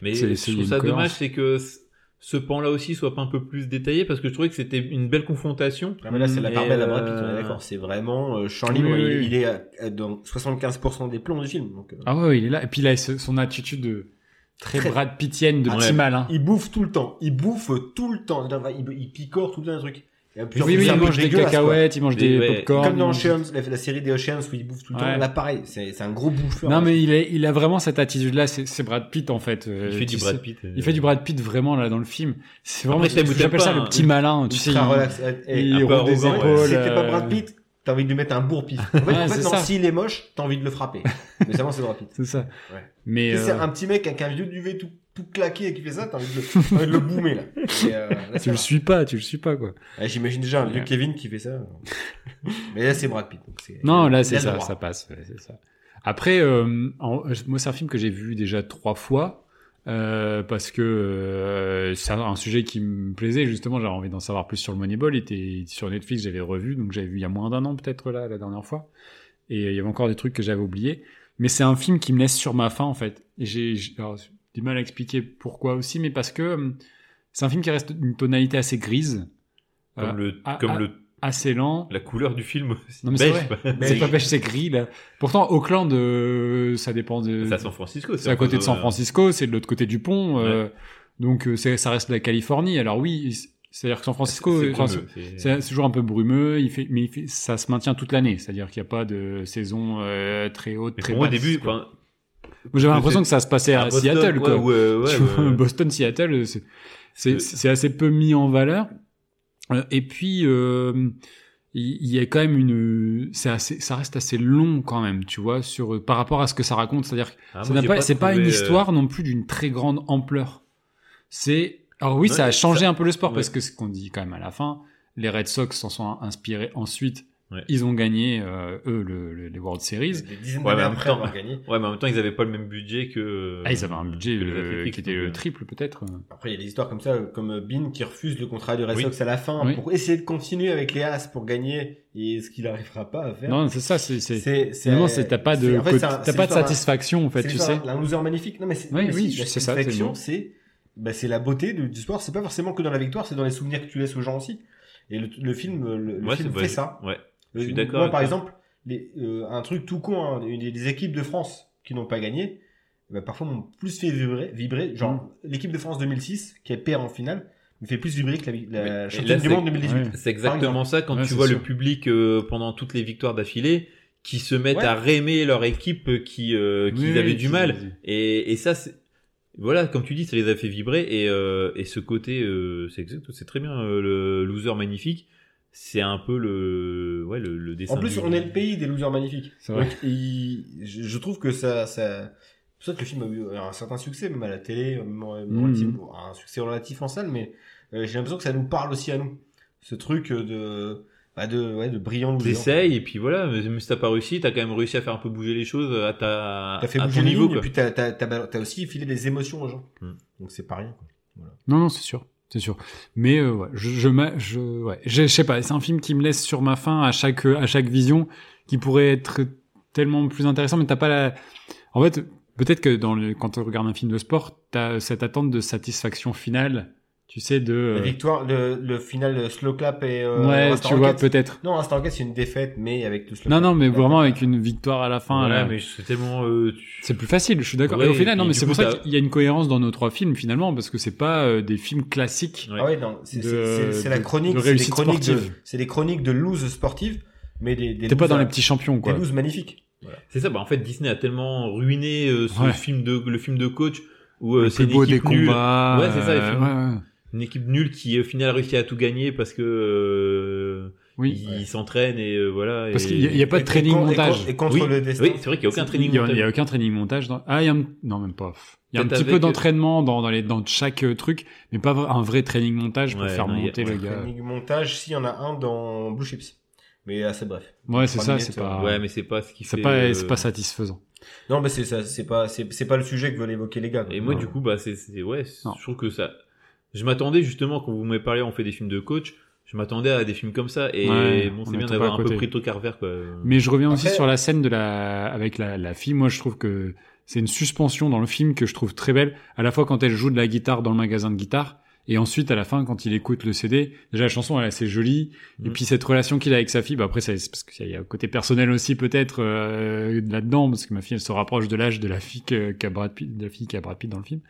[SPEAKER 5] mais
[SPEAKER 4] c'est-
[SPEAKER 5] je
[SPEAKER 4] c'est
[SPEAKER 5] trouve
[SPEAKER 4] une
[SPEAKER 5] ça
[SPEAKER 4] cohérence.
[SPEAKER 5] dommage c'est que c- ce pan là aussi soit pas un peu plus détaillé parce que je trouvais que c'était une belle confrontation
[SPEAKER 2] Ah, mais là, c'est la
[SPEAKER 5] Et,
[SPEAKER 2] barbelle à Brad Pitt, on
[SPEAKER 5] euh,
[SPEAKER 2] est d'accord. C'est vraiment euh, Charlie,
[SPEAKER 4] Oui,
[SPEAKER 2] moi,
[SPEAKER 4] oui,
[SPEAKER 2] il,
[SPEAKER 4] oui.
[SPEAKER 2] il est à- à- dans 75% des plombs du film. Donc, euh,
[SPEAKER 4] Ah ouais, ouais, il est là. Et puis il a ce- son attitude de très,
[SPEAKER 2] Très-
[SPEAKER 4] Brad Pittienne, de
[SPEAKER 5] Ah,
[SPEAKER 4] petit
[SPEAKER 5] ouais.
[SPEAKER 4] malin.
[SPEAKER 2] Il bouffe tout le temps. Il bouffe tout le temps. Il, il picore tout le temps des trucs. Et puis, en
[SPEAKER 4] Oui,
[SPEAKER 2] plus,
[SPEAKER 4] oui,
[SPEAKER 2] c'est un
[SPEAKER 4] il
[SPEAKER 2] peu
[SPEAKER 4] mange des
[SPEAKER 2] dégueulasse, quoi.
[SPEAKER 4] cacahuètes, il mange
[SPEAKER 5] Des-
[SPEAKER 4] des
[SPEAKER 5] ouais.
[SPEAKER 4] popcorn.
[SPEAKER 2] Comme dans
[SPEAKER 4] il mange-
[SPEAKER 2] Oceans, la, la série des Oceans où il bouffe tout le temps.
[SPEAKER 4] Ouais.
[SPEAKER 2] Là, pareil, c'est c'est un gros bouffeur.
[SPEAKER 4] Non, mais il, est, il a vraiment cette attitude-là. C'est c'est Brad Pitt, en fait. euh,
[SPEAKER 5] il fait
[SPEAKER 4] tu
[SPEAKER 5] du
[SPEAKER 4] sais.
[SPEAKER 5] Brad Pitt euh,
[SPEAKER 4] Il fait du Brad Pitt vraiment là dans le film. C'est vraiment.
[SPEAKER 5] Après, t'aimes ou t'aimes
[SPEAKER 4] J'appelle ça
[SPEAKER 5] pas,
[SPEAKER 4] le
[SPEAKER 5] hein.
[SPEAKER 4] petit malin. Tu sais,
[SPEAKER 2] ultra
[SPEAKER 4] il-
[SPEAKER 2] relax.
[SPEAKER 4] il
[SPEAKER 2] Et
[SPEAKER 5] un peu
[SPEAKER 4] roule des
[SPEAKER 5] arrogant,
[SPEAKER 4] épaules.
[SPEAKER 2] si t'es pas
[SPEAKER 4] euh,
[SPEAKER 2] Brad Pitt, t'as envie de lui mettre un bourre-pif. En fait,
[SPEAKER 4] Ouais,
[SPEAKER 2] en fait,
[SPEAKER 4] c'est
[SPEAKER 2] non,
[SPEAKER 4] ça.
[SPEAKER 2] s'il est moche, t'as envie de le frapper. Mais seulement, c'est Brad Pitt.
[SPEAKER 4] C'est ça.
[SPEAKER 2] Ouais.
[SPEAKER 4] Mais
[SPEAKER 2] Si c'est
[SPEAKER 4] euh,
[SPEAKER 2] un petit mec avec un vieux duvet tout, tout claqué et qui fait ça, t'as envie de le, t'as envie de le boomer, là. Et, euh, là,
[SPEAKER 4] tu
[SPEAKER 2] ça
[SPEAKER 4] le
[SPEAKER 2] va.
[SPEAKER 4] suis pas, tu le suis pas quoi.
[SPEAKER 2] Ouais, J'imagine déjà un vieux
[SPEAKER 4] Ouais.
[SPEAKER 2] Kevin qui fait ça. Mais là, c'est Brad Pitt. donc c'est-
[SPEAKER 4] Non, là
[SPEAKER 2] il
[SPEAKER 4] c'est
[SPEAKER 2] a le
[SPEAKER 4] ça,
[SPEAKER 2] droit.
[SPEAKER 4] ça passe. ouais, c'est ça. Après, euh, en- euh, moi c'est un film que j'ai vu déjà trois fois euh, parce que euh, c'est un- un sujet qui me plaisait justement. J'avais envie d'en savoir plus sur le Moneyball. Il était sur Netflix, j'avais revu, donc j'avais vu il y a moins d'un an peut-être là la dernière fois. Et il y avait encore des trucs que j'avais oubliés. Mais c'est un film qui me laisse sur ma faim en fait. Et j'ai j'ai- alors, j'ai du mal à expliquer pourquoi aussi, mais parce que hum, c'est un film qui reste une tonalité assez grise,
[SPEAKER 5] comme le
[SPEAKER 4] ah,
[SPEAKER 5] comme
[SPEAKER 4] ah,
[SPEAKER 5] le
[SPEAKER 4] assez lent.
[SPEAKER 5] la couleur du film Ben, aussi.
[SPEAKER 4] Non, mais c'est
[SPEAKER 5] Beige,
[SPEAKER 4] vrai.
[SPEAKER 5] pas-
[SPEAKER 4] C'est pas pêche, c'est gris là. Pourtant, Auckland, euh, ça dépend de.
[SPEAKER 5] c'est à San Francisco
[SPEAKER 4] C'est à côté de San Francisco, c'est de l'autre côté du pont. euh, donc euh, c'est- ça reste la Californie. Alors oui, c'est- c'est-à-dire que San Francisco,
[SPEAKER 5] c'est
[SPEAKER 4] enfin,
[SPEAKER 5] brumeux, c'est-
[SPEAKER 4] c'est c'est toujours un peu brumeux, il fait, mais il fait- ça se maintient toute l'année. C'est-à-dire qu'il n'y a pas de saison euh, très haute,
[SPEAKER 5] Mais
[SPEAKER 4] très
[SPEAKER 5] pour moi, au
[SPEAKER 4] basse,
[SPEAKER 5] début,
[SPEAKER 4] quoi.
[SPEAKER 5] enfin,
[SPEAKER 4] Moi, j'avais l'impression que ça se passait à,
[SPEAKER 5] à Boston,
[SPEAKER 4] Seattle, quoi.
[SPEAKER 5] ouais, ouais, ouais,
[SPEAKER 4] Tu vois,
[SPEAKER 5] ouais.
[SPEAKER 4] Boston, Seattle, euh, c'est- c'est
[SPEAKER 5] Euh,
[SPEAKER 4] c'est assez peu mis en valeur. Euh, Et puis, euh, il il y, a quand même une, c'est assez, ça reste assez long quand même, tu vois, sur euh, par rapport à ce que ça raconte. C'est-à-dire, que
[SPEAKER 5] Ah,
[SPEAKER 4] ça
[SPEAKER 5] moi,
[SPEAKER 4] n'a
[SPEAKER 5] j'ai
[SPEAKER 4] pas, c'est pas une
[SPEAKER 5] trouvé, euh,
[SPEAKER 4] histoire non plus d'une très grande ampleur. C'est, alors oui,
[SPEAKER 5] Non,
[SPEAKER 4] ça a
[SPEAKER 5] mais
[SPEAKER 4] changé
[SPEAKER 5] ça-
[SPEAKER 4] un peu le sport
[SPEAKER 5] Ouais.
[SPEAKER 4] parce que ce qu'on dit quand même à la fin, les Red Sox s'en sont inspirés ensuite.
[SPEAKER 5] Ouais.
[SPEAKER 4] Ils ont gagné euh, eux le- le- les World Series.
[SPEAKER 2] Des dizaines d'années
[SPEAKER 5] Ouais, mais en même
[SPEAKER 2] après
[SPEAKER 5] temps-
[SPEAKER 2] avoir gagné.
[SPEAKER 5] Ouais, mais en même temps, ils avaient pas le même budget que.
[SPEAKER 4] Ah, ils avaient un budget
[SPEAKER 5] que les
[SPEAKER 4] euh,
[SPEAKER 5] Athletics,
[SPEAKER 4] qui était
[SPEAKER 5] donc,
[SPEAKER 4] euh,
[SPEAKER 5] euh,
[SPEAKER 4] triple peut-être.
[SPEAKER 2] Après, il y a des histoires comme ça, comme euh, Bean qui refuse le contrat de Red
[SPEAKER 5] Oui.
[SPEAKER 2] Sox à la fin
[SPEAKER 4] Oui.
[SPEAKER 2] pour essayer de continuer avec les As pour gagner et ce qu'il n'arrivera pas à faire.
[SPEAKER 4] Non, c'est ça, c'est. c'est-
[SPEAKER 2] c'est, c'est-
[SPEAKER 4] Non, non, c'est- t'as pas de,
[SPEAKER 2] c'est- en fait,
[SPEAKER 4] côté-
[SPEAKER 2] c'est un-
[SPEAKER 4] t'as
[SPEAKER 2] c'est
[SPEAKER 4] pas de
[SPEAKER 2] l'histoire d'un-
[SPEAKER 4] satisfaction, en fait,
[SPEAKER 2] c'est
[SPEAKER 4] tu sais.
[SPEAKER 2] l'histoire d'un loser magnifique. Non, mais c'est,
[SPEAKER 4] Oui,
[SPEAKER 2] mais
[SPEAKER 4] oui,
[SPEAKER 2] si, la
[SPEAKER 4] c'est ça,
[SPEAKER 2] satisfaction, c'est, bah, c'est la beauté de- du sport. C'est pas forcément que dans la victoire, c'est dans les souvenirs que tu laisses aux gens aussi. Et le, le film, le, le
[SPEAKER 5] ouais,
[SPEAKER 2] film
[SPEAKER 5] c'est-
[SPEAKER 2] fait
[SPEAKER 5] ouais,
[SPEAKER 2] ça.
[SPEAKER 5] Ouais.
[SPEAKER 2] Le-
[SPEAKER 5] Je suis d'accord
[SPEAKER 2] Euh, Moi,
[SPEAKER 5] avec
[SPEAKER 2] par
[SPEAKER 5] toi.
[SPEAKER 2] exemple, les- euh, un truc tout con, hein, une des- des équipes de France qui n'ont pas gagné, eh ben, parfois m'ont plus fait vibrer. vibrer genre,
[SPEAKER 4] Mm.
[SPEAKER 2] l'équipe de France 2006, qui est perd en finale, me fait plus vibrer que la, la
[SPEAKER 5] Mais-
[SPEAKER 2] championne
[SPEAKER 5] là,
[SPEAKER 2] du
[SPEAKER 5] c'est-
[SPEAKER 2] monde 2018.
[SPEAKER 4] ouais.
[SPEAKER 5] C'est exactement ça quand
[SPEAKER 4] Ouais,
[SPEAKER 5] tu
[SPEAKER 4] c'est
[SPEAKER 5] vois
[SPEAKER 4] sûr.
[SPEAKER 5] le public euh, pendant toutes les victoires d'affilée qui se mettent
[SPEAKER 2] Ouais.
[SPEAKER 5] à réaimer leur équipe euh, qui, euh, qui
[SPEAKER 4] Oui,
[SPEAKER 5] avaient
[SPEAKER 4] oui,
[SPEAKER 5] du
[SPEAKER 4] tu-
[SPEAKER 5] mal. Et, et ça, c'est- voilà, comme tu dis, ça les a fait vibrer. Et, euh, et ce côté, euh, c'est exact- c'est très bien euh, le loser magnifique. C'est un peu le, ouais, le, le dessin.
[SPEAKER 2] En plus,
[SPEAKER 5] du-
[SPEAKER 2] on est le pays des losers magnifiques.
[SPEAKER 4] C'est vrai.
[SPEAKER 2] Donc, il- je, je trouve que ça, ça... c'est pour ça que le film a eu euh, un certain succès, même à la télé, même en-
[SPEAKER 4] Mhm.
[SPEAKER 2] relative- un succès relatif en salle, mais euh, j'ai l'impression que ça nous parle aussi à nous. Ce truc euh, de... bah, de, ouais, de brillants losers.
[SPEAKER 5] T'essayes, et puis voilà, mais mais si t'as pas réussi, t'as quand même réussi à faire un peu bouger les choses à, ta,
[SPEAKER 2] T'as fait
[SPEAKER 5] à
[SPEAKER 2] bouger
[SPEAKER 5] ton
[SPEAKER 2] les
[SPEAKER 5] niveau.
[SPEAKER 2] lignes, et
[SPEAKER 5] quoi.
[SPEAKER 2] puis t'as, t'as, t'as bal- t'as aussi filé des émotions aux gens.
[SPEAKER 5] Hmm.
[SPEAKER 2] Donc c'est pas rien. Quoi.
[SPEAKER 4] Non, non, c'est sûr. C'est sûr. Mais euh, ouais, je, je, m'a- je, ouais, je, je sais pas, c'est un film qui me laisse sur ma faim à chaque, euh, à chaque vision, qui pourrait être tellement plus intéressant, mais t'as pas la... En fait, peut-être que dans le, quand on regarde un film de sport, t'as euh, cette attente de satisfaction finale, tu sais, de... euh,
[SPEAKER 2] La victoire, le, le final euh, slow clap et. euh,
[SPEAKER 4] ouais,
[SPEAKER 2] Instant
[SPEAKER 4] tu vois,
[SPEAKER 2] Rocket,
[SPEAKER 4] peut-être.
[SPEAKER 2] Non, Instant Rocket, c'est une défaite, mais avec tout slow
[SPEAKER 4] Non,
[SPEAKER 2] clap.
[SPEAKER 4] non, mais vraiment avec une victoire à la fin.
[SPEAKER 5] Voilà,
[SPEAKER 4] là.
[SPEAKER 5] mais c'est tellement. euh, tu-
[SPEAKER 4] C'est plus facile, je suis d'accord.
[SPEAKER 5] Ouais,
[SPEAKER 4] et au final,
[SPEAKER 5] et
[SPEAKER 4] non, mais
[SPEAKER 5] du
[SPEAKER 4] c'est
[SPEAKER 5] coup,
[SPEAKER 4] pour ça
[SPEAKER 5] t'as-
[SPEAKER 4] qu'il y a une cohérence dans nos trois films finalement, parce que c'est pas euh, des films classiques.
[SPEAKER 5] Ouais.
[SPEAKER 2] Ah ouais, non, c'est,
[SPEAKER 4] De-
[SPEAKER 2] c'est, c'est, c'est la
[SPEAKER 4] de-
[SPEAKER 2] chronique,
[SPEAKER 4] de
[SPEAKER 2] c'est des
[SPEAKER 4] réussite
[SPEAKER 2] chroniques de,
[SPEAKER 4] sportive.
[SPEAKER 2] c'est des chroniques de lose sportive, mais des, des
[SPEAKER 4] T'es pas
[SPEAKER 2] losers-
[SPEAKER 4] dans les petits champions,
[SPEAKER 2] des
[SPEAKER 4] quoi.
[SPEAKER 2] loses magnifiques.
[SPEAKER 5] C'est ça, bah en fait Disney a tellement ruiné euh, ce
[SPEAKER 4] Ouais.
[SPEAKER 5] film de le film de coach où euh,
[SPEAKER 4] Le
[SPEAKER 5] c'est
[SPEAKER 4] plus
[SPEAKER 5] une
[SPEAKER 4] beau des
[SPEAKER 5] équipe nulle,
[SPEAKER 4] combats.
[SPEAKER 5] Ouais, c'est ça, les
[SPEAKER 4] euh,
[SPEAKER 5] films.
[SPEAKER 4] ouais, ouais.
[SPEAKER 5] une équipe nulle qui au final réussit à tout gagner parce que euh,
[SPEAKER 4] Oui.
[SPEAKER 5] ils ils s'entraînent et euh, voilà.
[SPEAKER 4] Parce
[SPEAKER 5] et-
[SPEAKER 4] qu'il n'y a, pas
[SPEAKER 2] Et- et
[SPEAKER 4] de training
[SPEAKER 2] con- et con-
[SPEAKER 4] montage.
[SPEAKER 2] Et, contre
[SPEAKER 5] oui,
[SPEAKER 2] le destin.
[SPEAKER 5] oui, c'est vrai qu'il n'y a aucun
[SPEAKER 4] Il
[SPEAKER 5] training
[SPEAKER 4] n'y a, il y
[SPEAKER 5] montage.
[SPEAKER 4] a aucun training montage. Dans... Ah, il y a un... non même pas. Il y a un
[SPEAKER 5] Peut-être
[SPEAKER 4] petit peu
[SPEAKER 5] avec-
[SPEAKER 4] d'entraînement dans, dans les dans chaque euh, truc, mais pas un vrai training montage pour
[SPEAKER 5] Ouais,
[SPEAKER 4] faire
[SPEAKER 5] non, il y a-
[SPEAKER 4] monter le gars.
[SPEAKER 2] Training montage, s'il y en a un dans Blue Chips. Mais assez bref.
[SPEAKER 4] Ouais, c'est
[SPEAKER 2] Trois
[SPEAKER 4] ça,
[SPEAKER 2] minutes,
[SPEAKER 4] c'est pas.
[SPEAKER 5] euh, Ouais, mais c'est pas ce qui
[SPEAKER 4] C'est
[SPEAKER 5] fait.
[SPEAKER 4] pas,
[SPEAKER 5] euh,
[SPEAKER 4] c'est pas satisfaisant.
[SPEAKER 2] Non, mais c'est ça, c'est pas, c'est, c'est pas le sujet que veulent évoquer les gars. quoi.
[SPEAKER 5] Et moi
[SPEAKER 2] Non.
[SPEAKER 5] du coup bah c'est c'est- ouais, c'est-
[SPEAKER 4] Non.
[SPEAKER 5] je trouve que ça. Je m'attendais justement quand vous m'avez parlé on fait des films de coach. Je m'attendais à des films comme ça et
[SPEAKER 4] Ouais,
[SPEAKER 5] bon
[SPEAKER 4] on
[SPEAKER 5] c'est bien
[SPEAKER 4] était pas à
[SPEAKER 5] d'avoir un peu
[SPEAKER 4] côté.
[SPEAKER 5] pris le truc à revers quoi.
[SPEAKER 4] Mais je reviens aussi
[SPEAKER 2] Après-
[SPEAKER 4] sur la scène de la avec la, la fille. Moi, je trouve que c'est une suspension dans le film que je trouve très belle. À la fois quand elle joue de la guitare dans le magasin de guitare, et ensuite à la fin quand il écoute le CD. Déjà la chanson, elle est assez jolie. Et
[SPEAKER 5] Mhm.
[SPEAKER 4] puis cette relation qu'il a avec sa fille. Bah après, ça, c'est parce qu'il y a un côté personnel aussi peut-être euh, là-dedans, parce que ma fille, elle se rapproche de l'âge de la fille que- qu'a Brad Pitt, de la fille qu'a Brad Pitt dans le film.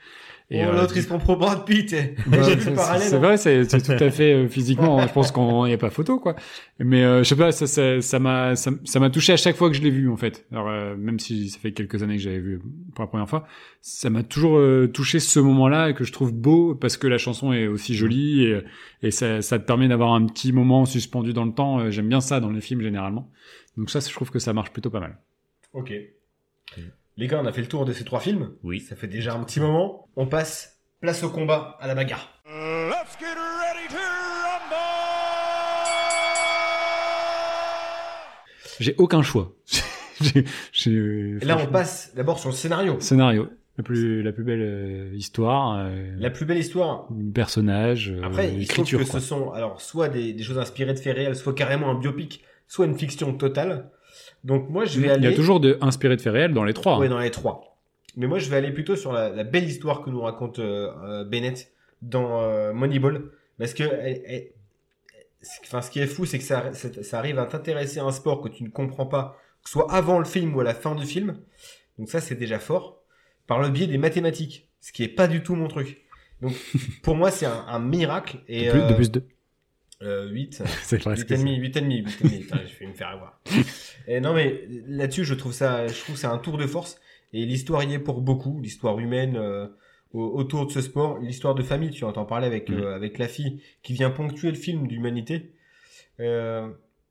[SPEAKER 2] oh,
[SPEAKER 4] euh,
[SPEAKER 2] l'autre, il se prend pour Brad Pitt. eh.
[SPEAKER 4] bah,
[SPEAKER 2] J'ai
[SPEAKER 4] c'est-
[SPEAKER 2] du
[SPEAKER 4] c'est
[SPEAKER 2] parallèle,
[SPEAKER 4] c'est
[SPEAKER 2] hein.
[SPEAKER 4] vrai, c'est c'est tout à fait euh, physiquement. Je pense qu'on n'y a pas photo, quoi. Mais euh, je sais pas, ça ça ça m'a ça ça m'a touché à chaque fois que je l'ai vu, en fait. Alors euh, même si ça fait quelques années que j'avais vu pour la première fois, ça m'a toujours euh, touché ce moment-là que je trouve beau parce que la chanson est aussi jolie et, et ça ça te permet d'avoir un petit moment suspendu dans le temps. Euh, J'aime bien ça dans les films généralement. Donc ça, je trouve que ça marche plutôt pas mal.
[SPEAKER 2] Ok. Les gars, on a fait le tour de ces trois films.
[SPEAKER 5] Oui.
[SPEAKER 2] Ça fait déjà un petit moment. On passe place au combat, à la bagarre.
[SPEAKER 7] Let's get ready to rumble!
[SPEAKER 4] J'ai aucun choix. J'ai- j'ai-
[SPEAKER 2] Et là, on passe d'abord sur le scénario.
[SPEAKER 4] scénario. La plus, la plus belle euh, histoire. euh,
[SPEAKER 2] La plus belle histoire.
[SPEAKER 4] personnage, euh,
[SPEAKER 2] Après, il se trouve
[SPEAKER 4] écriture.
[SPEAKER 2] que
[SPEAKER 4] quoi.
[SPEAKER 2] ce sont alors soit des, des choses inspirées de faits réels, soit carrément un biopic, soit une fiction totale. Donc moi, je vais
[SPEAKER 4] Il
[SPEAKER 2] aller.
[SPEAKER 4] y a toujours de inspiré de faits réels dans les trois.
[SPEAKER 2] Ouais,
[SPEAKER 4] hein.
[SPEAKER 2] dans les trois. Mais moi, je vais aller plutôt sur la, la belle histoire que nous raconte euh, euh, Bennett dans euh, Moneyball, parce que elle- elle- c'est- enfin, ce qui est fou, c'est que ça, c'est- ça arrive à t'intéresser à un sport que tu ne comprends pas, que ce soit avant le film ou à la fin du film. Donc ça, c'est déjà fort. Par le biais des mathématiques, ce qui est pas du tout mon truc. Donc pour moi, c'est un, un miracle. Et,
[SPEAKER 4] De plus, de
[SPEAKER 2] euh, euh,
[SPEAKER 4] plus deux.
[SPEAKER 2] 8.
[SPEAKER 4] C'est presque
[SPEAKER 2] 8,5,
[SPEAKER 4] ça.
[SPEAKER 2] 8,5, 8,5. Putain, je vais me faire avoir. Et non, mais là-dessus, je trouve ça, je trouve que c'est un tour de force. Et l'histoire y est pour beaucoup. L'histoire humaine euh, au- autour de ce sport, l'histoire de famille. Tu entends parler avec, euh, avec la fille qui vient ponctuer le film d'humanité. Euh,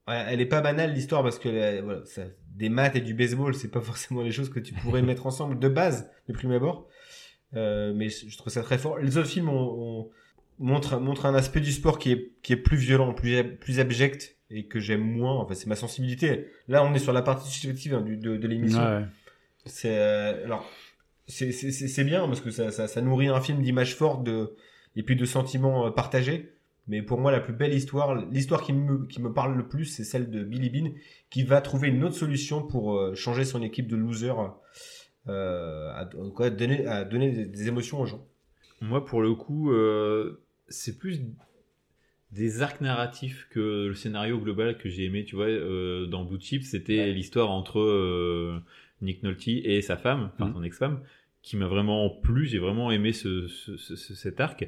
[SPEAKER 2] ouais, elle est pas banale l'histoire parce que euh, voilà, ça- des maths et du baseball, c'est pas forcément les choses que tu pourrais mettre ensemble de base de prime abord. Euh, mais je je trouve ça très fort. Les autres films ont, ont- montrent, montrent un aspect du sport qui est, qui est plus violent, plus, ab- plus abject et que j'aime moins. Enfin, c'est ma sensibilité. Là, on est sur la partie subjective hein, du- de, de
[SPEAKER 4] Ouais,
[SPEAKER 2] l'émission.
[SPEAKER 4] ouais.
[SPEAKER 2] C'est euh, alors c'est c'est c'est c'est bien parce que ça ça, ça nourrit un film d'images fortes de et puis de sentiments euh, partagés. Mais pour moi, la plus belle histoire, l'histoire qui me qui me parle le plus, c'est celle de Billy Bean qui va trouver une autre solution pour euh, changer son équipe de losers, euh, à, quoi, donner à donner des, des émotions aux gens.
[SPEAKER 5] Moi, pour le coup, euh, c'est plus des arcs narratifs que le scénario global que j'ai aimé. Tu vois, euh, dans Blue Chip, c'était l'histoire entre euh, Nick Nolte et sa femme, enfin
[SPEAKER 4] Mhm.
[SPEAKER 5] son ex-femme, qui m'a vraiment plu. J'ai vraiment aimé ce, ce- ce- ce- cet arc.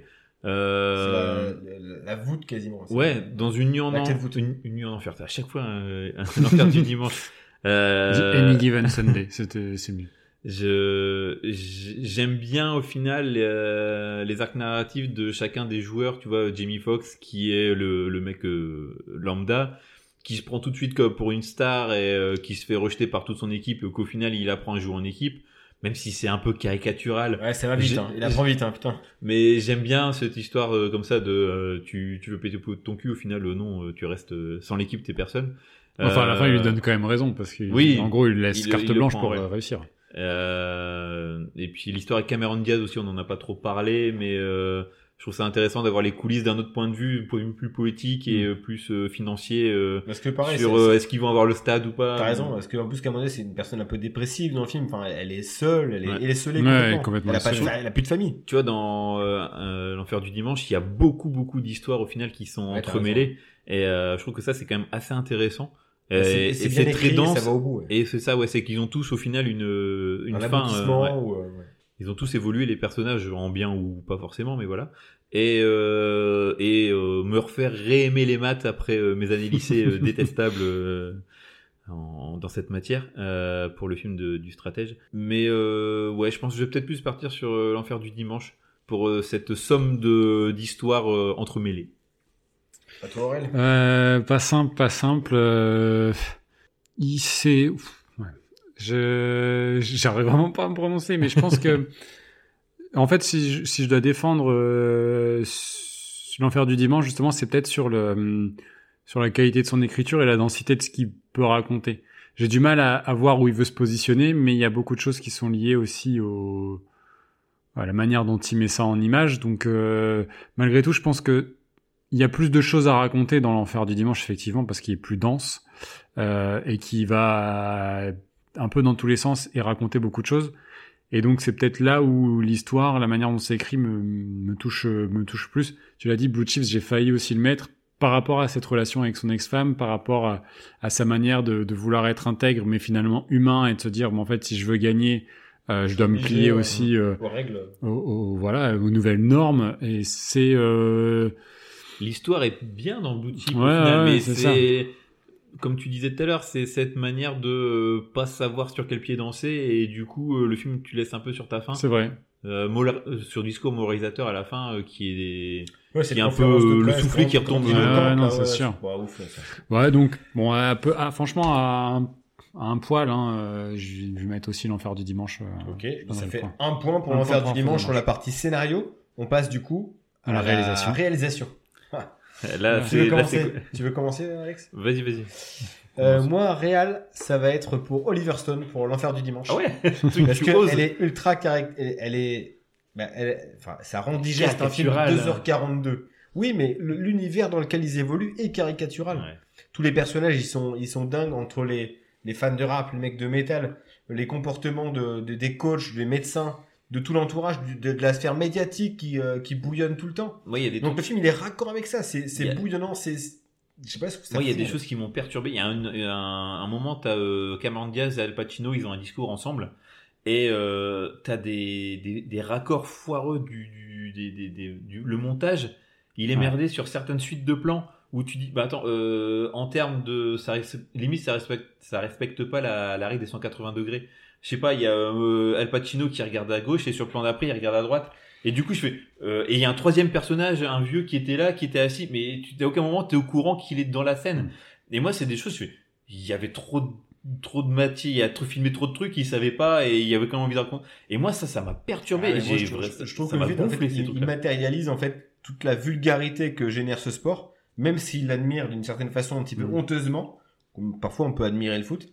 [SPEAKER 5] Euh,
[SPEAKER 2] C'est la, la- la voûte quasiment. C'est-
[SPEAKER 5] Ouais, dans une nuit en
[SPEAKER 2] La clé
[SPEAKER 5] enfer.
[SPEAKER 2] de voûte.
[SPEAKER 5] Une, une nuit en enfer. À chaque fois, un, un enfer du dimanche.
[SPEAKER 4] The
[SPEAKER 5] Euh,
[SPEAKER 4] Any Given Sunday, c'était- c'est mieux.
[SPEAKER 5] je j'- j'aime bien au final euh, les arcs narratifs de chacun des joueurs tu vois Jamie Foxx qui est le, le mec euh, lambda qui se prend tout de suite comme pour une star et euh, qui se fait rejeter par toute son équipe et qu'au final il apprend à jouer en équipe même si c'est un peu caricatural.
[SPEAKER 2] Ouais, ça va vite,
[SPEAKER 5] J'ai-
[SPEAKER 2] hein. il apprend vite, hein, putain.
[SPEAKER 5] Mais j'aime bien cette histoire euh, comme ça de euh, tu, tu veux péter ton cul, au final, euh, non, euh, tu restes euh, sans l'équipe, t'es personne.
[SPEAKER 4] Enfin, à la fin, il lui
[SPEAKER 5] Euh,
[SPEAKER 4] donne quand même raison, parce qu'en
[SPEAKER 5] oui,
[SPEAKER 4] gros, il laisse
[SPEAKER 5] il le-
[SPEAKER 4] carte
[SPEAKER 5] il le
[SPEAKER 4] blanche
[SPEAKER 5] prend,
[SPEAKER 4] pour
[SPEAKER 5] ouais.
[SPEAKER 4] euh, réussir.
[SPEAKER 5] Euh, et puis l'histoire avec Cameron Diaz aussi, on n'en a pas trop parlé, mais euh, je trouve ça intéressant d'avoir les coulisses d'un autre point de vue, point de vue plus politique
[SPEAKER 4] Mm.
[SPEAKER 5] et euh, plus euh, financier euh,
[SPEAKER 2] Parce que pareil,
[SPEAKER 5] sur
[SPEAKER 2] c'est-
[SPEAKER 5] euh, est-ce qu'ils vont avoir le stade ou pas.
[SPEAKER 2] T'as raison, parce qu'en plus, Cameron c'est une personne un peu dépressive dans le film. Enfin, elle- elle est seule, elle est,
[SPEAKER 5] Ouais.
[SPEAKER 2] elle est seulée
[SPEAKER 4] Ouais,
[SPEAKER 2] complètement.
[SPEAKER 4] complètement
[SPEAKER 2] elle, a pas de
[SPEAKER 4] seule.
[SPEAKER 2] fa- elle a plus de famille.
[SPEAKER 5] Tu vois, dans euh, euh, l'enfer du dimanche, il y a beaucoup beaucoup d'histoires au final qui sont
[SPEAKER 2] Ouais, t'as
[SPEAKER 5] entremêlées et euh, je trouve que ça c'est quand même assez intéressant.
[SPEAKER 2] Et
[SPEAKER 5] Euh,
[SPEAKER 2] Bah, c'est-
[SPEAKER 5] et
[SPEAKER 2] et c'est
[SPEAKER 5] c'est
[SPEAKER 2] bien
[SPEAKER 5] très
[SPEAKER 2] écrit,
[SPEAKER 5] dense.
[SPEAKER 2] ça va au bout. ouais.
[SPEAKER 5] Et c'est ça, ouais, c'est qu'ils ont tous au final une, euh, une
[SPEAKER 2] un
[SPEAKER 5] fin. euh,
[SPEAKER 2] aboutissement
[SPEAKER 5] ouais.
[SPEAKER 2] ou, euh, ouais.
[SPEAKER 5] Ils ont tous évolué les personnages en bien ou pas forcément, mais voilà. Et, euh, et euh, me refaire réaimer les maths après euh, mes années lycée euh, détestables euh, en- dans cette matière euh, pour le film de- du stratège. Mais euh, ouais, je pense que je vais peut-être plus partir sur euh, l'enfer du dimanche pour euh, cette somme de d'histoires euh, entremêlées.
[SPEAKER 2] À toi, Aurel.
[SPEAKER 4] Euh, pas simple, pas simple. euh, il s'est. ouf, ouais. Je j'arrive vraiment pas à me prononcer, mais je pense que en fait, si je, si je dois défendre euh, s- l'enfer du dimanche, justement, c'est peut-être sur le hum, sur la qualité de son écriture et la densité de ce qu'il peut raconter. J'ai du mal à, à voir où il veut se positionner, mais il y a beaucoup de choses qui sont liées aussi au à la manière dont il met ça en image. Donc euh, malgré tout, je pense que il y a plus de choses à raconter dans l'enfer du dimanche effectivement parce qu'il est plus dense euh, et qui va un peu dans tous les sens et raconter beaucoup de choses. Et donc c'est peut-être là où l'histoire, la manière dont c'est écrit me, me touche me touche plus. Tu l'as dit, Blue Chips, j'ai failli aussi le mettre par rapport à cette relation avec son ex-femme, par rapport à, à sa manière de, de vouloir être intègre mais finalement humain et de se dire, bon, en fait, si je veux gagner, euh, je dois me
[SPEAKER 2] Obligé,
[SPEAKER 4] plier
[SPEAKER 2] ouais.
[SPEAKER 4] aussi euh,
[SPEAKER 2] Aux règles.
[SPEAKER 4] aux, aux- voilà aux nouvelles normes et c'est euh,
[SPEAKER 5] L'histoire est bien dans boutique
[SPEAKER 4] Ouais,
[SPEAKER 5] au final,
[SPEAKER 4] ouais,
[SPEAKER 5] mais
[SPEAKER 4] c'est
[SPEAKER 5] c'est comme tu disais tout à l'heure, c'est cette manière de euh, pas savoir sur quel pied danser et du coup euh, le film tu laisses un peu sur ta
[SPEAKER 2] Hein
[SPEAKER 5] fin.
[SPEAKER 4] c'est vrai
[SPEAKER 5] Euh, mola- euh, sur discours moralisateur à la fin euh, qui est
[SPEAKER 2] Ouais, c'est
[SPEAKER 5] Qui est
[SPEAKER 2] une
[SPEAKER 5] un peu,
[SPEAKER 2] conférence de
[SPEAKER 5] euh, le
[SPEAKER 2] presse,
[SPEAKER 5] soufflé qui
[SPEAKER 2] quand-
[SPEAKER 5] retombe.
[SPEAKER 2] quand il le
[SPEAKER 4] Ouais,
[SPEAKER 2] tente,
[SPEAKER 4] ouais, non,
[SPEAKER 2] là,
[SPEAKER 4] c'est
[SPEAKER 2] ouais,
[SPEAKER 4] sûr.
[SPEAKER 2] pas ouf, là, ça.
[SPEAKER 4] Ouais, donc, bon, à peu, ah, franchement, à un, à un poil, hein, euh, je vais- je vais mettre aussi l'enfer du dimanche. euh,
[SPEAKER 2] Ok,
[SPEAKER 4] pas
[SPEAKER 2] ça
[SPEAKER 4] mal,
[SPEAKER 2] fait
[SPEAKER 4] quoi.
[SPEAKER 2] un point pour
[SPEAKER 4] Un point
[SPEAKER 2] l'enfer
[SPEAKER 4] pour
[SPEAKER 2] du
[SPEAKER 4] un
[SPEAKER 2] dimanche
[SPEAKER 4] faux
[SPEAKER 2] sur la partie scénario. On passe du coup
[SPEAKER 4] À la réalisation.
[SPEAKER 2] réalisation.
[SPEAKER 5] euh, là
[SPEAKER 4] Ouais.
[SPEAKER 2] Tu veux
[SPEAKER 5] c'est là,
[SPEAKER 2] commencer,
[SPEAKER 5] c'est-
[SPEAKER 2] tu veux commencer Alex
[SPEAKER 5] vas-y vas-y
[SPEAKER 2] Euh, Moi, Réal, ça va être pour Oliver Stone pour l'enfer du dimanche.
[SPEAKER 5] ah ouais
[SPEAKER 2] Parce
[SPEAKER 5] tu oses
[SPEAKER 2] qu'elle est ultra caract... Elle, elle est. bah, elle- Enfin, ça rend digeste un film de
[SPEAKER 5] Caricatural.
[SPEAKER 2] 2h42. Oui, mais le- l'univers dans lequel ils évoluent est caricatural.
[SPEAKER 5] Ouais.
[SPEAKER 2] Tous les personnages, ils sont, ils sont dingues entre les, les fans de rap, les mecs de métal, les comportements de, de- des coachs, des médecins, de tout l'entourage, du- de, de la sphère médiatique qui, euh, qui bouillonne tout le temps.
[SPEAKER 5] moi il y a des
[SPEAKER 2] Donc le film, il est raccord avec ça. C'est c'est
[SPEAKER 5] Il y a-
[SPEAKER 2] bouillonnant, c'est. Je sais pas ce que ça euh,
[SPEAKER 5] Moi, il y a des
[SPEAKER 2] fout.
[SPEAKER 5] choses qui m'ont perturbé. Il y a un, un, un moment, t'as euh, Cameron Diaz et Al Pacino, ils ont un discours ensemble, et euh, t'as des, des, des raccords foireux du, du, des, des- des- du- le montage. Il est
[SPEAKER 4] Ouais.
[SPEAKER 5] merdé sur certaines suites de plans où tu dis, bah attends, euh, en termes de, ça res- limite, ça respecte, ça respecte pas la, la règle des 180 degrés. Je sais pas, il y a euh, Al Pacino qui regarde à gauche et sur le plan d'après, il regarde à droite. Et du coup, je fais. euh, et il y a un troisième personnage, un vieux qui était là, qui était assis, mais tu, à aucun moment t'es au courant qu'il est dans la
[SPEAKER 2] Mm.
[SPEAKER 5] scène. Et moi, c'est des choses. Je fais. Il y avait trop, de- trop de matière, il a trop filmé trop de trucs, il savait pas et il y avait quand même envie de raconter. Et moi, ça, ça m'a perturbé.
[SPEAKER 2] Ah, mais
[SPEAKER 5] et
[SPEAKER 2] moi,
[SPEAKER 5] j'ai
[SPEAKER 2] je, trouve-
[SPEAKER 5] vrai-
[SPEAKER 2] je- je trouve
[SPEAKER 5] ça
[SPEAKER 2] que le
[SPEAKER 5] m'a
[SPEAKER 2] film, en fait,
[SPEAKER 5] gonflé, ces
[SPEAKER 2] il, il
[SPEAKER 5] trucs-là.
[SPEAKER 2] matérialise en fait toute la vulgarité que génère ce sport, même s'il l'admire d'une certaine façon un petit peu
[SPEAKER 5] Mm.
[SPEAKER 2] honteusement. comme parfois, on peut admirer le foot.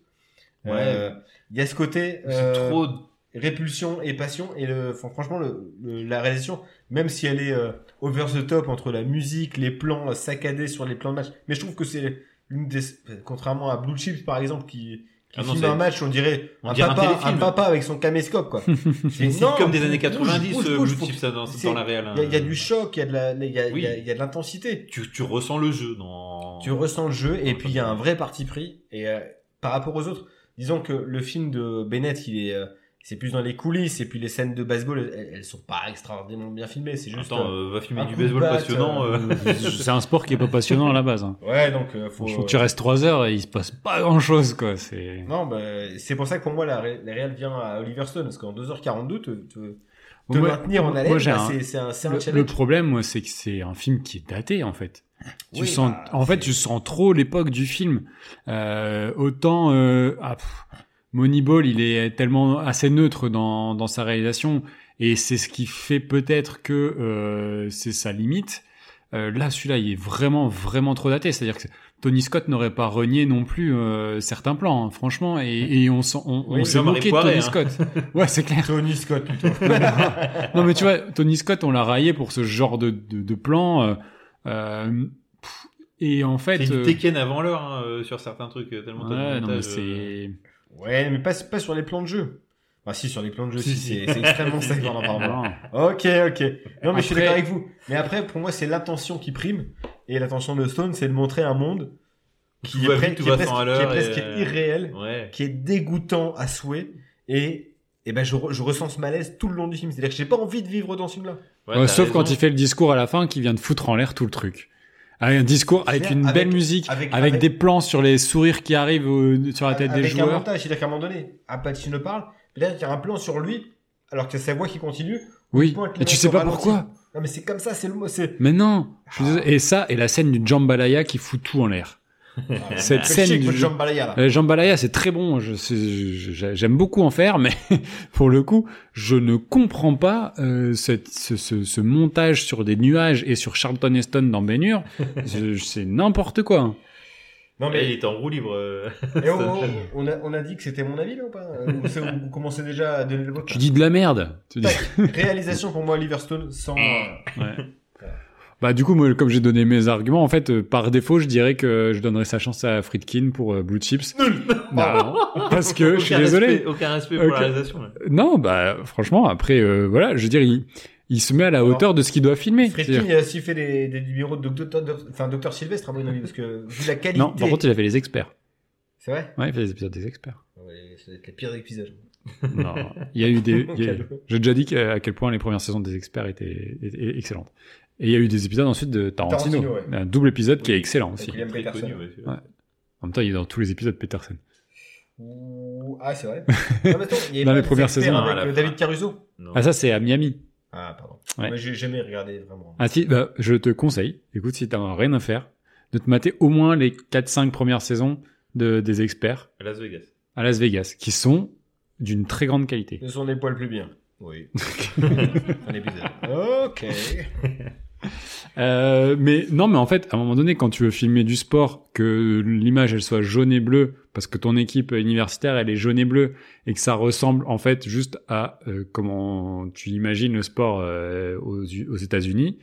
[SPEAKER 5] Ouais.
[SPEAKER 2] Euh, Il y a ce côté
[SPEAKER 5] C'est
[SPEAKER 2] euh,
[SPEAKER 5] trop.
[SPEAKER 2] répulsion et passion et le, enfin, franchement le- le- la réalisation, même si elle est euh, over the top entre la musique, les plans euh, saccadés sur les plans de match, mais je trouve que c'est l'une des, euh, contrairement à Blue Chips par exemple qui, qui
[SPEAKER 5] Ah non,
[SPEAKER 2] filme
[SPEAKER 5] c'est-
[SPEAKER 2] un match, on dirait
[SPEAKER 5] on
[SPEAKER 2] un,
[SPEAKER 5] dirait un
[SPEAKER 2] papa, un,
[SPEAKER 5] téléfilm.
[SPEAKER 2] papa avec son caméscope quoi.
[SPEAKER 5] C'est une
[SPEAKER 2] Non,
[SPEAKER 5] sitcom des
[SPEAKER 2] faut-
[SPEAKER 5] années
[SPEAKER 2] faut-
[SPEAKER 5] 90,
[SPEAKER 2] faut-
[SPEAKER 5] euh,
[SPEAKER 2] faut-
[SPEAKER 5] Blue
[SPEAKER 2] faut-
[SPEAKER 5] Chips, ça, dans,
[SPEAKER 2] c'est-
[SPEAKER 5] dans la réelle. hein.
[SPEAKER 2] Il y, a- il y a du choc, il y a de la, il y a,
[SPEAKER 5] Oui.
[SPEAKER 2] il y a- il y a de l'intensité.
[SPEAKER 5] Tu, tu ressens le jeu dans.
[SPEAKER 2] Tu ressens le jeu et puis il y a un vrai parti pris et euh, par rapport aux autres, disons que le film de Bennett, il est, euh, c'est plus dans les coulisses et puis les scènes de baseball, elles, elles sont pas extraordinairement bien filmées, c'est juste.
[SPEAKER 5] Attends,
[SPEAKER 2] euh,
[SPEAKER 5] euh, va filmer
[SPEAKER 2] un
[SPEAKER 5] du
[SPEAKER 2] coup de
[SPEAKER 5] baseball
[SPEAKER 2] batte,
[SPEAKER 5] passionnant.
[SPEAKER 2] euh,
[SPEAKER 5] euh,
[SPEAKER 4] C'est un sport qui est pas passionnant à la base. hein.
[SPEAKER 2] Ouais, donc euh, faut.
[SPEAKER 4] Franchement, tu restes trois heures et il se passe pas grand chose, quoi. C'est.
[SPEAKER 2] Non, bah, c'est pour ça que pour moi la, ré- la réelle vient à Oliver Stone parce qu'en 2h42 te, te, te
[SPEAKER 4] Moi-
[SPEAKER 2] maintenir en
[SPEAKER 4] moi,
[SPEAKER 2] haleine,
[SPEAKER 4] j'ai
[SPEAKER 2] bah,
[SPEAKER 4] un-
[SPEAKER 2] c'est c'est un, c'est un
[SPEAKER 4] le, le
[SPEAKER 2] challenge.
[SPEAKER 4] problème, moi, c'est que c'est un film qui est daté, en fait. Tu
[SPEAKER 2] Oui,
[SPEAKER 4] sens,
[SPEAKER 2] bah,
[SPEAKER 4] en fait,
[SPEAKER 2] c'est-
[SPEAKER 4] tu sens trop l'époque du film. Euh, autant, euh, ah, pff, Moneyball, il est tellement assez neutre dans, dans sa réalisation et c'est ce qui fait peut-être que euh, c'est sa limite. Euh, là, celui-là, il est vraiment, vraiment trop daté. C'est-à-dire que Tony Scott n'aurait pas renié non plus euh, certains plans, hein, franchement. Et, et on s'en- on- on
[SPEAKER 5] Oui,
[SPEAKER 4] s'est
[SPEAKER 5] Jean-Marie
[SPEAKER 4] moqué de
[SPEAKER 5] Poiret,
[SPEAKER 4] Tony
[SPEAKER 5] hein.
[SPEAKER 4] Scott. Ouais, c'est clair.
[SPEAKER 2] Tony Scott plutôt.
[SPEAKER 4] non mais tu vois, Tony Scott, on l'a raillé pour ce genre de, de, de plan. euh, euh, pff, et en fait,
[SPEAKER 5] C'est du
[SPEAKER 4] euh,
[SPEAKER 5] Tekken avant l'heure hein, euh, sur certains trucs euh, tellement
[SPEAKER 4] ouais,
[SPEAKER 5] t'as de
[SPEAKER 4] non, mais
[SPEAKER 5] montage,
[SPEAKER 4] c'est
[SPEAKER 5] euh,
[SPEAKER 2] Ah, Ouais, mais pas, pas sur les plans de jeu. Ah si, sur les plans de jeu, si,
[SPEAKER 4] Si,
[SPEAKER 2] c'est
[SPEAKER 4] si.
[SPEAKER 2] c'est extrêmement stagnant
[SPEAKER 5] Ah,
[SPEAKER 2] apparemment.
[SPEAKER 4] Non.
[SPEAKER 2] Ok, ok. Non, mais je suis
[SPEAKER 4] Après-
[SPEAKER 2] d'accord avec vous. Mais après, pour moi, c'est l'attention qui prime. Et l'attention de Stone, c'est de montrer un monde qui
[SPEAKER 5] Tout
[SPEAKER 2] est,
[SPEAKER 5] va vite,
[SPEAKER 2] presque-
[SPEAKER 5] tout
[SPEAKER 2] qui est
[SPEAKER 5] va
[SPEAKER 2] presque,
[SPEAKER 5] cent à
[SPEAKER 2] qui est
[SPEAKER 5] l'heure et,
[SPEAKER 2] presque
[SPEAKER 5] euh,
[SPEAKER 2] irréel,
[SPEAKER 5] Ouais.
[SPEAKER 2] qui est dégoûtant à souhait. Et, et ben, je, re- je ressens ce malaise tout le long du film. C'est-à-dire que j'ai pas envie de vivre dans ce film-là.
[SPEAKER 5] Ouais,
[SPEAKER 4] Euh,
[SPEAKER 5] t'as
[SPEAKER 4] sauf quand
[SPEAKER 5] raison.
[SPEAKER 4] il fait le discours à la fin qui vient de foutre en l'air tout le truc. Avec un discours avec une
[SPEAKER 2] Avec-
[SPEAKER 4] belle musique,
[SPEAKER 2] avec-
[SPEAKER 4] avec,
[SPEAKER 2] avec-
[SPEAKER 4] des plans sur les sourires qui arrivent au- sur la tête
[SPEAKER 2] Avec
[SPEAKER 4] Ah, des
[SPEAKER 2] un
[SPEAKER 4] joueurs.
[SPEAKER 2] montage, c'est-à-dire qu'à un moment donné, un Pacino parle, peut-être qu'il y a un plan sur lui, alors que c'est sa voix qui continue.
[SPEAKER 4] Oui,
[SPEAKER 2] pointe les
[SPEAKER 4] et tu
[SPEAKER 2] mecs
[SPEAKER 4] sais
[SPEAKER 2] au
[SPEAKER 4] pas
[SPEAKER 2] ralenti. Ah.
[SPEAKER 4] pourquoi.
[SPEAKER 2] Non, mais c'est comme ça, c'est le mot, c'est...
[SPEAKER 4] Mais non. Je suis désolé. Et ça, et la scène du jambalaya qui fout tout en l'air.
[SPEAKER 2] Ah,
[SPEAKER 4] Cette
[SPEAKER 2] C'est le
[SPEAKER 4] scène
[SPEAKER 2] chic,
[SPEAKER 4] du
[SPEAKER 2] votre jambe balayage, là.
[SPEAKER 4] Euh, Jambalaya, c'est très bon. Je, c'est- je- je- j'aime beaucoup en faire, mais pour le coup, je ne comprends pas euh, cette- ce, ce- ce montage sur des nuages et sur Charlton Heston dans Ben Bénure. c'est n'importe quoi.
[SPEAKER 2] Non,
[SPEAKER 5] Là,
[SPEAKER 2] mais
[SPEAKER 5] il est en roue libre. euh.
[SPEAKER 2] Eh oh, oh, on, a, on a dit que c'était mon avis là ou pas Euh, Ou c'est- Vous commencez déjà à donner le vote
[SPEAKER 4] Tu
[SPEAKER 2] là
[SPEAKER 4] dis de la merde. Tu dis-
[SPEAKER 2] Réalisation pour moi, Liverstone, sans. euh,
[SPEAKER 4] Bah du coup, moi, comme j'ai donné mes arguments, en fait, euh, par défaut, je dirais que je donnerais sa chance à Friedkin pour euh, Blue Chips. Non, parce que je suis
[SPEAKER 5] Aucun
[SPEAKER 4] désolé.
[SPEAKER 5] respect- Aucun respect pour
[SPEAKER 4] Ok.
[SPEAKER 5] la réalisation. là.
[SPEAKER 4] Non, bah franchement, après, euh, voilà, je veux dire, il, il se met à la hauteur de ce qu'il doit filmer.
[SPEAKER 2] Friedkin,
[SPEAKER 4] C'est-à-dire-
[SPEAKER 2] il a aussi fait des, des numéros de Docteur, Docteur- enfin, Docteur Sylvestre, à mon avis, parce que vu la qualité.
[SPEAKER 4] Non, par contre, il a fait les experts.
[SPEAKER 2] C'est vrai
[SPEAKER 4] Ouais, il fait les épisodes des experts.
[SPEAKER 2] Non, mais Ça doit être les pires épisodes.
[SPEAKER 4] Non, il y a eu des. il y a-
[SPEAKER 2] Quel-
[SPEAKER 4] J'ai déjà dit que- à quel point les premières saisons des experts étaient, étaient excellentes. Et il y a eu des épisodes ensuite de Tarantino,
[SPEAKER 2] Tarantino, ouais.
[SPEAKER 4] un double épisode qui est excellent aussi.
[SPEAKER 2] Avec William
[SPEAKER 5] Très
[SPEAKER 2] Peterson.
[SPEAKER 5] connu. ouais, celui-là.
[SPEAKER 4] Ouais. En même temps, il est dans tous les épisodes Peterson.
[SPEAKER 2] Ouh, Ah, c'est vrai. Non, mais attends, il y a
[SPEAKER 4] Dans
[SPEAKER 2] pas
[SPEAKER 4] les
[SPEAKER 2] des
[SPEAKER 4] premières
[SPEAKER 2] experts
[SPEAKER 4] saisons,
[SPEAKER 5] à la
[SPEAKER 2] Avec euh,
[SPEAKER 5] fin.
[SPEAKER 2] David Caruso.
[SPEAKER 5] Non.
[SPEAKER 4] Ah ça, c'est à Miami.
[SPEAKER 2] Ah, pardon.
[SPEAKER 4] Ouais.
[SPEAKER 2] Moi, j'ai jamais regardé vraiment.
[SPEAKER 4] Ah si, bah, je te conseille. Écoute, si t'as rien à faire, de te mater au moins les 4-5 premières saisons de, des experts
[SPEAKER 5] Las Vegas.
[SPEAKER 4] à Las Vegas, qui sont d'une très grande qualité.
[SPEAKER 2] Ne sont les poils plus bien. Oui. Un épisode. Ok.
[SPEAKER 4] Euh, mais non, mais en fait, à un moment donné, quand tu veux filmer du sport, que l'image elle soit jaune et bleue, parce que ton équipe universitaire elle est jaune et bleue, et que ça ressemble en fait juste à euh, comment tu imagines le sport euh, aux, U- aux États-Unis,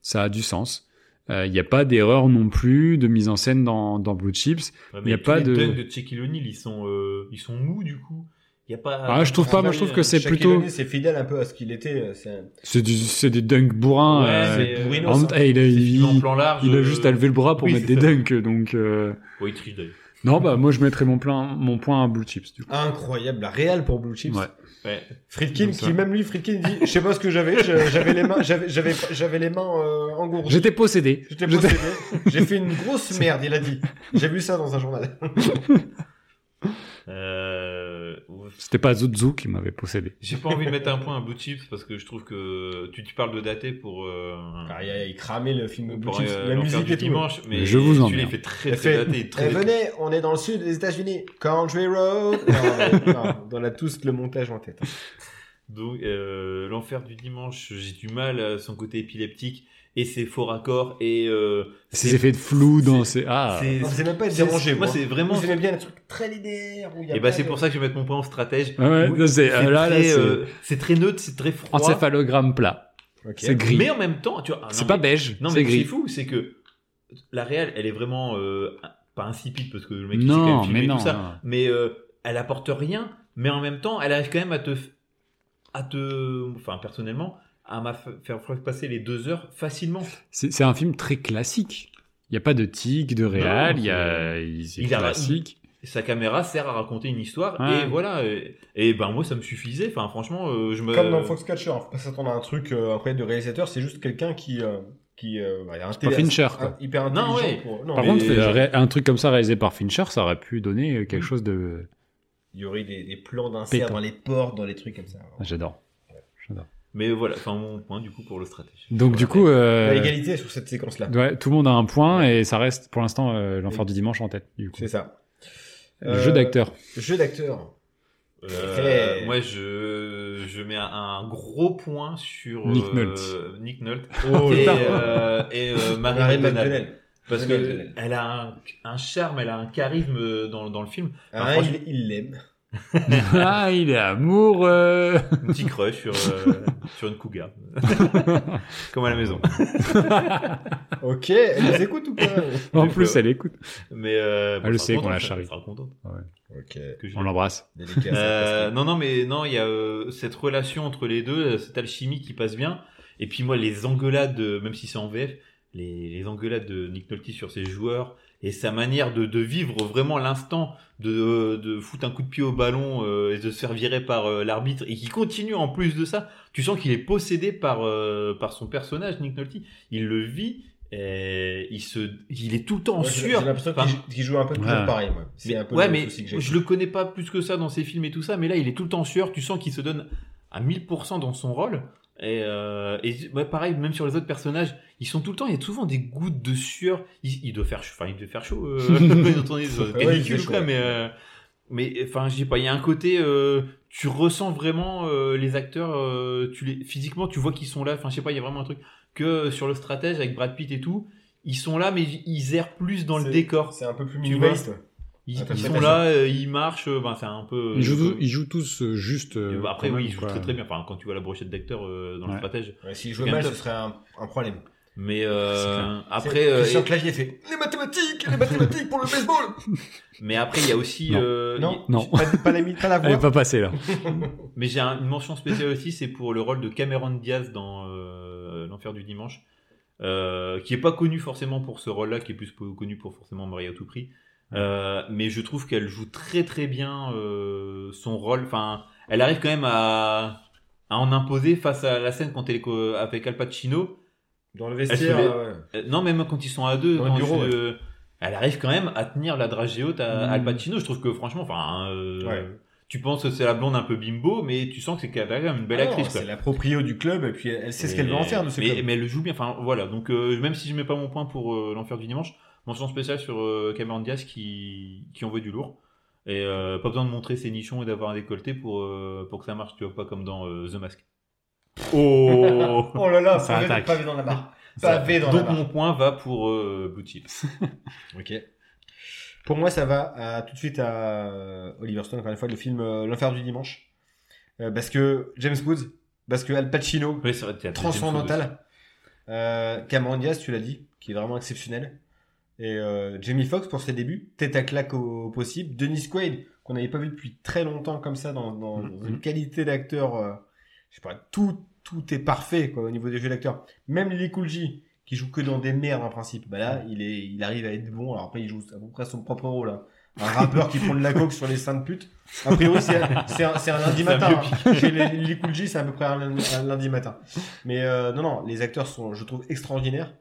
[SPEAKER 4] ça a du sens. Euh, Il n'y a pas d'erreur non plus de mise en scène dans, dans Blue Chips.
[SPEAKER 5] Ouais,
[SPEAKER 4] Y a
[SPEAKER 5] tous
[SPEAKER 4] pas
[SPEAKER 5] les
[SPEAKER 4] de-
[SPEAKER 5] dunks de Shaquille O'Neal, ils sont, euh, ils sont mous du coup. Y a pas.
[SPEAKER 4] Ah, je trouve pas, moi je trouve que c'est
[SPEAKER 2] Shaquille
[SPEAKER 4] plutôt.
[SPEAKER 2] O'Neal, C'est fidèle un peu à ce qu'il était. euh, C'est un-
[SPEAKER 4] C'est du- c'est des dunks bourrins.
[SPEAKER 5] Ouais,
[SPEAKER 4] euh,
[SPEAKER 5] c'est bourrinos,
[SPEAKER 4] en même temps, eh, il, a,
[SPEAKER 5] C'est filmé en
[SPEAKER 4] il-
[SPEAKER 5] plan large.
[SPEAKER 4] il a
[SPEAKER 5] euh,
[SPEAKER 4] juste à lever le bras pour
[SPEAKER 5] oui,
[SPEAKER 4] mettre
[SPEAKER 5] c'est
[SPEAKER 4] des
[SPEAKER 5] ça.
[SPEAKER 4] dunks, donc. euh,
[SPEAKER 5] Ouais, il triche d'ailleurs.
[SPEAKER 4] Non, bah moi je mettrais mon, plein, mon point à Blue Chips. Du coup.
[SPEAKER 2] Incroyable, la réelle pour Blue Chips.
[SPEAKER 4] Ouais.
[SPEAKER 5] Ouais.
[SPEAKER 2] Friedkin,
[SPEAKER 4] Donc ça.
[SPEAKER 2] qui même lui, Friedkin dit, je sais pas ce que j'avais, je- j'avais les mains, j'avais, j'avais, j'avais les mains euh, engourdies.
[SPEAKER 4] J'étais possédé.
[SPEAKER 2] J'étais possédé. J'ai fait une grosse merde, il a dit. J'ai vu ça dans un journal.
[SPEAKER 5] Euh, ouf.
[SPEAKER 4] C'était pas Zouzou qui m'avait possédé.
[SPEAKER 5] J'ai pas envie de mettre un point à Blue Chips parce que je trouve que tu, tu parles de daté pour. euh,
[SPEAKER 2] Ah, il, a, il cramait le film Blue
[SPEAKER 5] pour,
[SPEAKER 2] Chips,
[SPEAKER 5] euh,
[SPEAKER 2] la
[SPEAKER 5] l'enfer
[SPEAKER 2] musique
[SPEAKER 5] du
[SPEAKER 2] et tout.
[SPEAKER 5] dimanche, mais
[SPEAKER 4] Je vous
[SPEAKER 5] Tu
[SPEAKER 4] emmerde.
[SPEAKER 5] les fais très
[SPEAKER 2] Il
[SPEAKER 5] très
[SPEAKER 2] fait,
[SPEAKER 5] datés,
[SPEAKER 2] Eh,
[SPEAKER 5] très.
[SPEAKER 2] venez, on est dans le sud des États-Unis. Country Road. Non, non, on a tous le montage en tête.
[SPEAKER 5] Donc, euh, l'enfer du dimanche, j'ai du mal à son côté épileptique et ses faux raccords et euh,
[SPEAKER 4] Ces effets de flou dans
[SPEAKER 5] c'est-
[SPEAKER 4] ces. Ah
[SPEAKER 5] c'est-
[SPEAKER 2] Non, C'est même pas être
[SPEAKER 5] c'est-
[SPEAKER 2] dérangé.
[SPEAKER 5] Moi, c'est vraiment.
[SPEAKER 2] Vous aimez bien les trucs très linéaires. où il y a
[SPEAKER 5] Et bah,
[SPEAKER 2] pas
[SPEAKER 5] c'est
[SPEAKER 2] de-
[SPEAKER 5] pour ça que je vais mettre mon point en stratège.
[SPEAKER 4] Ouais, ouais,
[SPEAKER 5] Oui,
[SPEAKER 4] non, c'est-
[SPEAKER 5] c'est
[SPEAKER 4] euh, là, là,
[SPEAKER 5] très,
[SPEAKER 4] c'est-
[SPEAKER 5] euh, c'est très neutre, c'est très froid.
[SPEAKER 4] Encéphalogramme plat.
[SPEAKER 2] Ok.
[SPEAKER 4] C'est gris.
[SPEAKER 5] Mais en même temps, tu vois, ah, non,
[SPEAKER 4] C'est
[SPEAKER 5] mais-
[SPEAKER 4] pas beige,
[SPEAKER 5] Non,
[SPEAKER 4] c'est
[SPEAKER 5] mais ce qui est
[SPEAKER 4] gris.
[SPEAKER 5] fou, c'est que la réelle, elle est vraiment euh, pas insipide parce que le mec il s'est quand même
[SPEAKER 4] Non,
[SPEAKER 5] filmé
[SPEAKER 4] mais
[SPEAKER 5] et
[SPEAKER 4] non.
[SPEAKER 5] tout ça.
[SPEAKER 4] non.
[SPEAKER 5] Mais euh, elle apporte rien, mais en même temps, elle arrive quand même à te, f- à te, enfin personnellement, à m'a f- faire passer les deux heures facilement.
[SPEAKER 4] C'est c'est un film très classique. Il n'y a pas de tic, de réal,
[SPEAKER 5] Non,
[SPEAKER 4] il y a. il- C'est
[SPEAKER 5] il a-
[SPEAKER 4] classique.
[SPEAKER 5] Sa caméra sert à raconter une histoire
[SPEAKER 4] Ouais.
[SPEAKER 5] et voilà. Et, et ben moi, ça me suffisait. Enfin franchement, euh, je me.
[SPEAKER 2] Comme dans Foxcatcher, faut pas s'attendre à un truc euh, après de réalisateur, c'est juste quelqu'un qui euh, qui euh, bah, il a un télé-
[SPEAKER 4] Fincher,
[SPEAKER 2] un-
[SPEAKER 4] quoi.
[SPEAKER 2] hyper intelligent
[SPEAKER 5] Non, ouais.
[SPEAKER 2] pour non,
[SPEAKER 4] Par
[SPEAKER 2] mais
[SPEAKER 4] contre,
[SPEAKER 5] Mais-
[SPEAKER 4] euh, ré- un truc comme ça réalisé par Fincher, ça aurait pu donner euh, quelque chose de.
[SPEAKER 2] il y aurait des, des plans d'insert
[SPEAKER 4] Pétain.
[SPEAKER 2] dans les portes, dans les trucs comme ça.
[SPEAKER 4] Ah, J'adore. J'adore.
[SPEAKER 5] Mais voilà, enfin mon point du coup pour le stratège.
[SPEAKER 4] Donc,
[SPEAKER 5] Voilà.
[SPEAKER 4] du coup. euh,
[SPEAKER 2] La égalité sur cette séquence là.
[SPEAKER 4] ouais, tout le monde a un point et ça reste pour l'instant euh, l'enfer du dimanche en tête. Du coup.
[SPEAKER 2] C'est ça.
[SPEAKER 4] Le
[SPEAKER 2] Euh,
[SPEAKER 4] Jeu d'acteur.
[SPEAKER 2] Jeu d'acteur.
[SPEAKER 5] Euh,
[SPEAKER 2] Hey.
[SPEAKER 5] Moi, je, je mets un, un gros point sur
[SPEAKER 4] Nick
[SPEAKER 5] euh,
[SPEAKER 4] Nolte.
[SPEAKER 5] Nick Nolte
[SPEAKER 2] Oh,
[SPEAKER 5] et,
[SPEAKER 2] putain.
[SPEAKER 5] euh, et euh, Marie
[SPEAKER 2] Marie
[SPEAKER 5] McDonald.
[SPEAKER 2] McDonnell.
[SPEAKER 5] Parce
[SPEAKER 2] Marie
[SPEAKER 5] que
[SPEAKER 2] McDonnell.
[SPEAKER 5] elle a un, un charme, elle a un charisme euh, dans, dans le film.
[SPEAKER 2] Ah,
[SPEAKER 5] franchement-
[SPEAKER 2] il- il l'aime.
[SPEAKER 4] Ah, il est amoureux
[SPEAKER 5] Un petit crush sur, euh, sur une cougar. Comme à la maison.
[SPEAKER 2] Ok, elle nous écoute ou pas
[SPEAKER 4] En
[SPEAKER 5] Mais
[SPEAKER 4] plus,
[SPEAKER 5] faut-
[SPEAKER 4] elle écoute.
[SPEAKER 5] Mais euh,
[SPEAKER 4] Elle le
[SPEAKER 5] sera
[SPEAKER 4] sait qu'on
[SPEAKER 5] contente,
[SPEAKER 4] la
[SPEAKER 5] ça-
[SPEAKER 4] charrie.
[SPEAKER 5] ça sera contente
[SPEAKER 2] Ok,
[SPEAKER 5] que je
[SPEAKER 4] On
[SPEAKER 5] l'aime.
[SPEAKER 4] l'embrasse.
[SPEAKER 2] délicat. ça,
[SPEAKER 5] Euh,
[SPEAKER 2] parce que-
[SPEAKER 5] non, non, mais non, il y a euh, cette relation entre les deux, euh, cette alchimie qui passe bien. Et puis moi, les engueulades, euh, même si c'est en VF, les, les engueulades de Nick Nolte sur ses joueurs et sa manière de, de vivre vraiment l'instant, de, euh, de foutre un coup de pied au ballon euh, et de se faire virer par euh, l'arbitre et qui continue en plus de ça. Tu sens qu'il est possédé par euh, par son personnage, Nick Nolte. Il le vit. Et il se, il est tout le temps en
[SPEAKER 2] Ouais, j'ai-
[SPEAKER 5] sueur.
[SPEAKER 2] J'ai l'impression
[SPEAKER 5] Enfin,
[SPEAKER 2] qu'il joue- qu'il joue un peu toujours
[SPEAKER 4] Ouais.
[SPEAKER 2] pareil, moi. C'est
[SPEAKER 5] mais-
[SPEAKER 2] un peu
[SPEAKER 5] ouais,
[SPEAKER 2] le
[SPEAKER 5] mais
[SPEAKER 2] souci que j'ai.
[SPEAKER 5] je le connais pas plus que ça dans ses films et tout ça, mais là, il est tout le temps en sueur. Tu sens qu'il se donne à 1000% dans son rôle. Et, euh, et ouais, pareil, même sur les autres personnages, ils sont tout le temps, il y a souvent des gouttes de sueur. Il, il doit faire chaud, enfin, il doit faire chaud. euh, dans
[SPEAKER 2] Ouais,
[SPEAKER 5] une
[SPEAKER 2] il
[SPEAKER 5] canicule
[SPEAKER 2] fait
[SPEAKER 5] ou
[SPEAKER 2] chaud,
[SPEAKER 5] quoi,
[SPEAKER 2] ouais.
[SPEAKER 5] mais, euh, mais enfin, je sais pas, il y a un côté, euh, tu ressens vraiment euh, les acteurs, euh, tu les, physiquement, tu vois qu'ils sont là. Enfin, je sais pas, il y a vraiment un truc que euh, sur le stratège avec Brad Pitt et tout, ils sont là, mais ils errent plus dans le
[SPEAKER 2] C'est-
[SPEAKER 5] décor.
[SPEAKER 2] C'est un peu plus
[SPEAKER 5] vois.
[SPEAKER 2] minimaliste. ouais.
[SPEAKER 5] Ils,
[SPEAKER 2] Ah,
[SPEAKER 5] ils sont
[SPEAKER 2] t'as
[SPEAKER 5] là, euh, ils marchent, euh, ben, c'est un peu.
[SPEAKER 4] Ils jouent,
[SPEAKER 5] euh,
[SPEAKER 4] ils jouent tous euh, juste.
[SPEAKER 5] euh,
[SPEAKER 4] euh,
[SPEAKER 5] bah, après,
[SPEAKER 4] quand
[SPEAKER 5] oui,
[SPEAKER 4] même,
[SPEAKER 5] ils jouent
[SPEAKER 4] quoi.
[SPEAKER 5] très très bien. Enfin, quand tu vois la brochette d'acteurs euh, dans
[SPEAKER 4] Ouais.
[SPEAKER 5] le stratège.
[SPEAKER 2] Ouais, S'il jouait
[SPEAKER 5] Bien
[SPEAKER 2] mal, ce
[SPEAKER 5] top.
[SPEAKER 2] serait un, un problème.
[SPEAKER 5] Mais euh,
[SPEAKER 4] C'est clair.
[SPEAKER 5] après, euh,
[SPEAKER 2] Christian
[SPEAKER 5] et-
[SPEAKER 2] Clavier fait les mathématiques, les mathématiques pour le baseball.
[SPEAKER 5] mais après, il y a aussi.
[SPEAKER 4] Non.
[SPEAKER 5] euh,
[SPEAKER 2] Non.
[SPEAKER 5] il-
[SPEAKER 4] Non,
[SPEAKER 8] Pas, pas la, mi- pas la voix.
[SPEAKER 4] elle est pas passée là.
[SPEAKER 5] Mais j'ai un- une mention spéciale aussi, c'est pour le rôle de Cameron Diaz dans euh, L'Enfer du Dimanche, euh, qui est pas connu forcément pour ce rôle-là, qui est plus po- connu pour forcément Marie à tout prix. Euh, mais je trouve qu'elle joue très très bien euh, son rôle. Enfin, elle arrive quand même à, à en imposer face à la scène quand elle est co- avec Al Pacino.
[SPEAKER 2] Dans le
[SPEAKER 5] vestiaire, Elle se met-
[SPEAKER 2] ouais.
[SPEAKER 5] Euh, non, même quand ils sont à deux,
[SPEAKER 2] Dans le
[SPEAKER 5] quand
[SPEAKER 2] bureau, Mmh.
[SPEAKER 5] je- elle arrive quand même à tenir la dragée haute à
[SPEAKER 4] Mm.
[SPEAKER 5] Al Pacino. Je trouve que franchement, enfin, euh,
[SPEAKER 2] Ouais.
[SPEAKER 5] tu penses que c'est la blonde un peu bimbo, mais tu sens que c'est qu'elle a quand même une belle
[SPEAKER 2] Ah non,
[SPEAKER 5] actrice. quoi.
[SPEAKER 2] C'est la proprio du club et puis elle sait ce qu'elle
[SPEAKER 5] Et-
[SPEAKER 2] veut en faire de ce
[SPEAKER 5] mais,
[SPEAKER 2] club.
[SPEAKER 5] Mais elle le joue bien. Enfin, voilà. Donc, euh, même si je mets pas mon point pour euh, l'enfer du dimanche, mention spéciale sur euh, Cameron Diaz qui, qui envoie du lourd. Et euh, pas besoin de montrer ses nichons et d'avoir un décolleté pour, euh, pour que ça marche, tu vois, pas comme dans euh, The Mask. Oh
[SPEAKER 2] Oh là là,
[SPEAKER 4] Ça
[SPEAKER 2] pavé-
[SPEAKER 4] attaque.
[SPEAKER 2] pavé dans la barre. Pavé dans la
[SPEAKER 5] Donc
[SPEAKER 2] barre.
[SPEAKER 5] mon point va pour euh, Blue Chips.
[SPEAKER 2] Ok. Pour moi, ça va à- tout de suite à euh, Oliver Stone, encore une fois, le film euh, L'Enfer du Dimanche. Euh, parce que James Woods, parce que Al Pacino,
[SPEAKER 5] Oui, c'est vrai, t'as- t'as James
[SPEAKER 2] transcendantal. Euh, Cameron Diaz, tu l'as dit, qui est vraiment exceptionnel. Et euh, Jamie Foxx pour ses débuts, tête à claque au, au possible. Dennis Quaid, qu'on n'avait pas vu depuis très longtemps comme ça, dans, dans- dans une qualité d'acteur, euh, je sais pas, tout, tout est parfait quoi, au niveau des jeux d'acteur. Même Lily Cool J, qui joue que dans des merdes en principe, bah là, il, est, il arrive à être bon. Alors après, il joue à peu près son propre rôle. hein. Un rappeur qui prend de la coke sur les seins de pute. A priori, c'est c'est un, c'est un lundi matin. hein. Chez les, les Cool J, c'est à peu près un lundi, un lundi matin. Mais euh, non, non, les acteurs sont, je trouve, extraordinaires.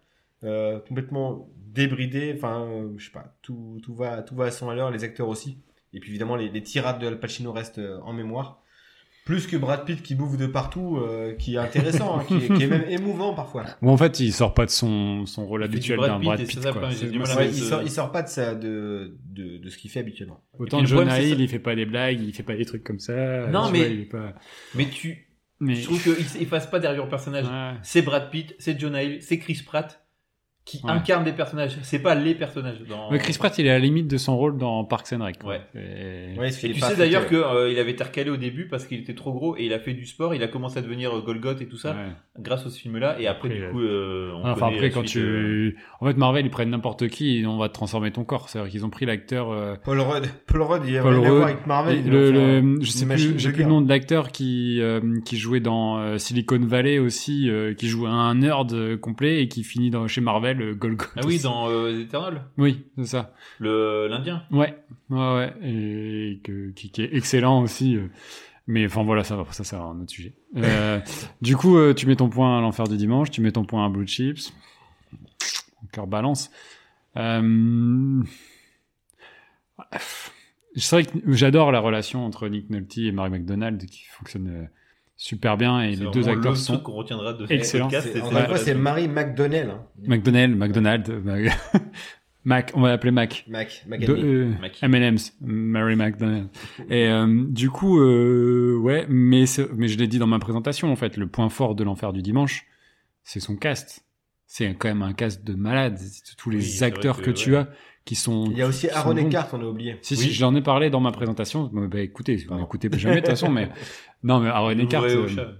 [SPEAKER 2] euh, complètement débridés. Enfin, euh, je sais pas, tout, tout, va, tout va à son valeur, les acteurs aussi. Et puis évidemment, les, les tirades de Al Pacino restent euh, en mémoire. Plus que Brad Pitt qui bouffe de partout, euh, qui est intéressant, hein, qui, est, qui est même émouvant parfois.
[SPEAKER 4] Bon, en fait, il sort pas de son, son rôle
[SPEAKER 5] Il fait du
[SPEAKER 4] habituel
[SPEAKER 5] Brad
[SPEAKER 4] d'un
[SPEAKER 5] Pitt
[SPEAKER 4] Brad
[SPEAKER 5] et
[SPEAKER 4] Pitt.
[SPEAKER 5] c'est ça,
[SPEAKER 4] quoi.
[SPEAKER 5] le problème, j'ai
[SPEAKER 4] C'est-
[SPEAKER 5] du
[SPEAKER 4] moi,
[SPEAKER 5] mal
[SPEAKER 4] c'est-
[SPEAKER 5] à
[SPEAKER 2] Ouais, il,
[SPEAKER 5] euh,
[SPEAKER 2] sort, il sort pas de, sa, de, de, de ce qu'il fait habituellement.
[SPEAKER 5] Et
[SPEAKER 4] Autant
[SPEAKER 5] puis le
[SPEAKER 4] Jonah
[SPEAKER 5] problème, c'est
[SPEAKER 4] Hill,
[SPEAKER 5] ça.
[SPEAKER 4] il fait pas des blagues, il fait pas des trucs comme ça.
[SPEAKER 5] Non,
[SPEAKER 4] tu
[SPEAKER 5] mais-
[SPEAKER 4] vois, il est pas-
[SPEAKER 5] Mais tu,
[SPEAKER 4] mais-
[SPEAKER 5] je trouve qu'il efface pas derrière le personnage.
[SPEAKER 4] Ouais.
[SPEAKER 5] C'est Brad Pitt, c'est John Hill, c'est Chris Pratt qui
[SPEAKER 4] Ouais.
[SPEAKER 5] incarnent des personnages. C'est pas les personnages. Dans...
[SPEAKER 4] Mais Chris Pratt, il est à la limite de son rôle dans Parks and Rec. quoi.
[SPEAKER 5] Ouais.
[SPEAKER 4] Et-
[SPEAKER 2] Ouais, parce qu'il
[SPEAKER 5] Et
[SPEAKER 2] est
[SPEAKER 5] tu
[SPEAKER 2] pas euh,
[SPEAKER 5] sais d'ailleurs
[SPEAKER 2] affecté,
[SPEAKER 5] qu'il avait été recalé au début parce qu'il était trop gros et il a fait du sport, il a commencé à devenir euh, Golgoth et tout ça
[SPEAKER 4] Ouais.
[SPEAKER 5] grâce à ce film-là. Et après,
[SPEAKER 4] Après,
[SPEAKER 5] du
[SPEAKER 4] euh,
[SPEAKER 5] coup, euh, on
[SPEAKER 4] Enfin,
[SPEAKER 5] connaît
[SPEAKER 4] après,
[SPEAKER 5] la
[SPEAKER 4] quand
[SPEAKER 5] suite,
[SPEAKER 4] tu.
[SPEAKER 5] euh,
[SPEAKER 4] En fait, Marvel, ils prennent n'importe qui et on va te transformer ton corps. C'est-à-dire qu'ils ont pris l'acteur. euh,
[SPEAKER 2] Paul Rudd, Paul Rudd, il a
[SPEAKER 4] Paul
[SPEAKER 2] rien à
[SPEAKER 4] Rudd,
[SPEAKER 2] voir avec Marvel. Ah il euh,
[SPEAKER 4] le,
[SPEAKER 2] en fait
[SPEAKER 4] le-
[SPEAKER 2] un-
[SPEAKER 4] je sais
[SPEAKER 2] une
[SPEAKER 4] plus,
[SPEAKER 2] machine
[SPEAKER 4] j'ai
[SPEAKER 2] de
[SPEAKER 4] plus le
[SPEAKER 2] guerre.
[SPEAKER 4] nom de l'acteur qui, euh, qui jouait dans euh, Silicon Valley aussi, euh, qui joue un nerd euh, complet et qui finit dans, chez Marvel, euh, Golgoth.
[SPEAKER 5] Ah oui,
[SPEAKER 4] aussi.
[SPEAKER 5] dans euh, Eternal,
[SPEAKER 4] Oui, c'est ça.
[SPEAKER 5] le l'Indien.
[SPEAKER 4] Ouais, ouais, ouais, et que, qui, qui est excellent aussi. euh. Mais enfin voilà, ça, va, ça c'est un autre sujet. Euh, du coup, euh, tu mets ton point à l'enfer du dimanche, tu mets ton point à Blue Chips. Encore balance. Euh, C'est vrai que j'adore la relation entre Nick Nolte et Mary McDonald qui fonctionne euh, super bien et les deux acteurs sont
[SPEAKER 5] qu'on retiendra de
[SPEAKER 4] excellents.
[SPEAKER 5] ce podcast.
[SPEAKER 2] C'est-
[SPEAKER 5] c'est-
[SPEAKER 2] Encore
[SPEAKER 5] c'est la
[SPEAKER 2] une fois, c'est
[SPEAKER 5] relation.
[SPEAKER 2] Marie McDonnell. hein.
[SPEAKER 4] McDonnell, McDonald, Mac- Mac, on va l'appeler Mac.
[SPEAKER 2] Mac, Mac
[SPEAKER 4] De,
[SPEAKER 2] and me.
[SPEAKER 4] euh,
[SPEAKER 5] Mac.
[SPEAKER 4] M&M's, Mary McDonald. Et euh, du coup, euh, ouais, mais, c'est- mais je l'ai dit dans ma présentation, en fait, le point fort de l'enfer du dimanche, c'est son cast. C'est quand même un cast de malade. C'est Tous les
[SPEAKER 5] Oui, c'est vrai
[SPEAKER 4] acteurs
[SPEAKER 5] que,
[SPEAKER 4] que, tu
[SPEAKER 5] ouais.
[SPEAKER 4] as qui sont.
[SPEAKER 2] Il y a aussi
[SPEAKER 4] qui
[SPEAKER 2] Aaron
[SPEAKER 4] sont bons.
[SPEAKER 2] Eckhart, on a oublié.
[SPEAKER 4] Si,
[SPEAKER 2] Oui.
[SPEAKER 4] si, j'en ai parlé dans ma présentation. Bah, bah, écoutez, vous
[SPEAKER 2] Pardon.
[SPEAKER 4] n'écoutez jamais de toute façon, mais. Non, mais Aaron Eckhart,
[SPEAKER 5] Ouvrez au
[SPEAKER 4] euh,
[SPEAKER 5] chat.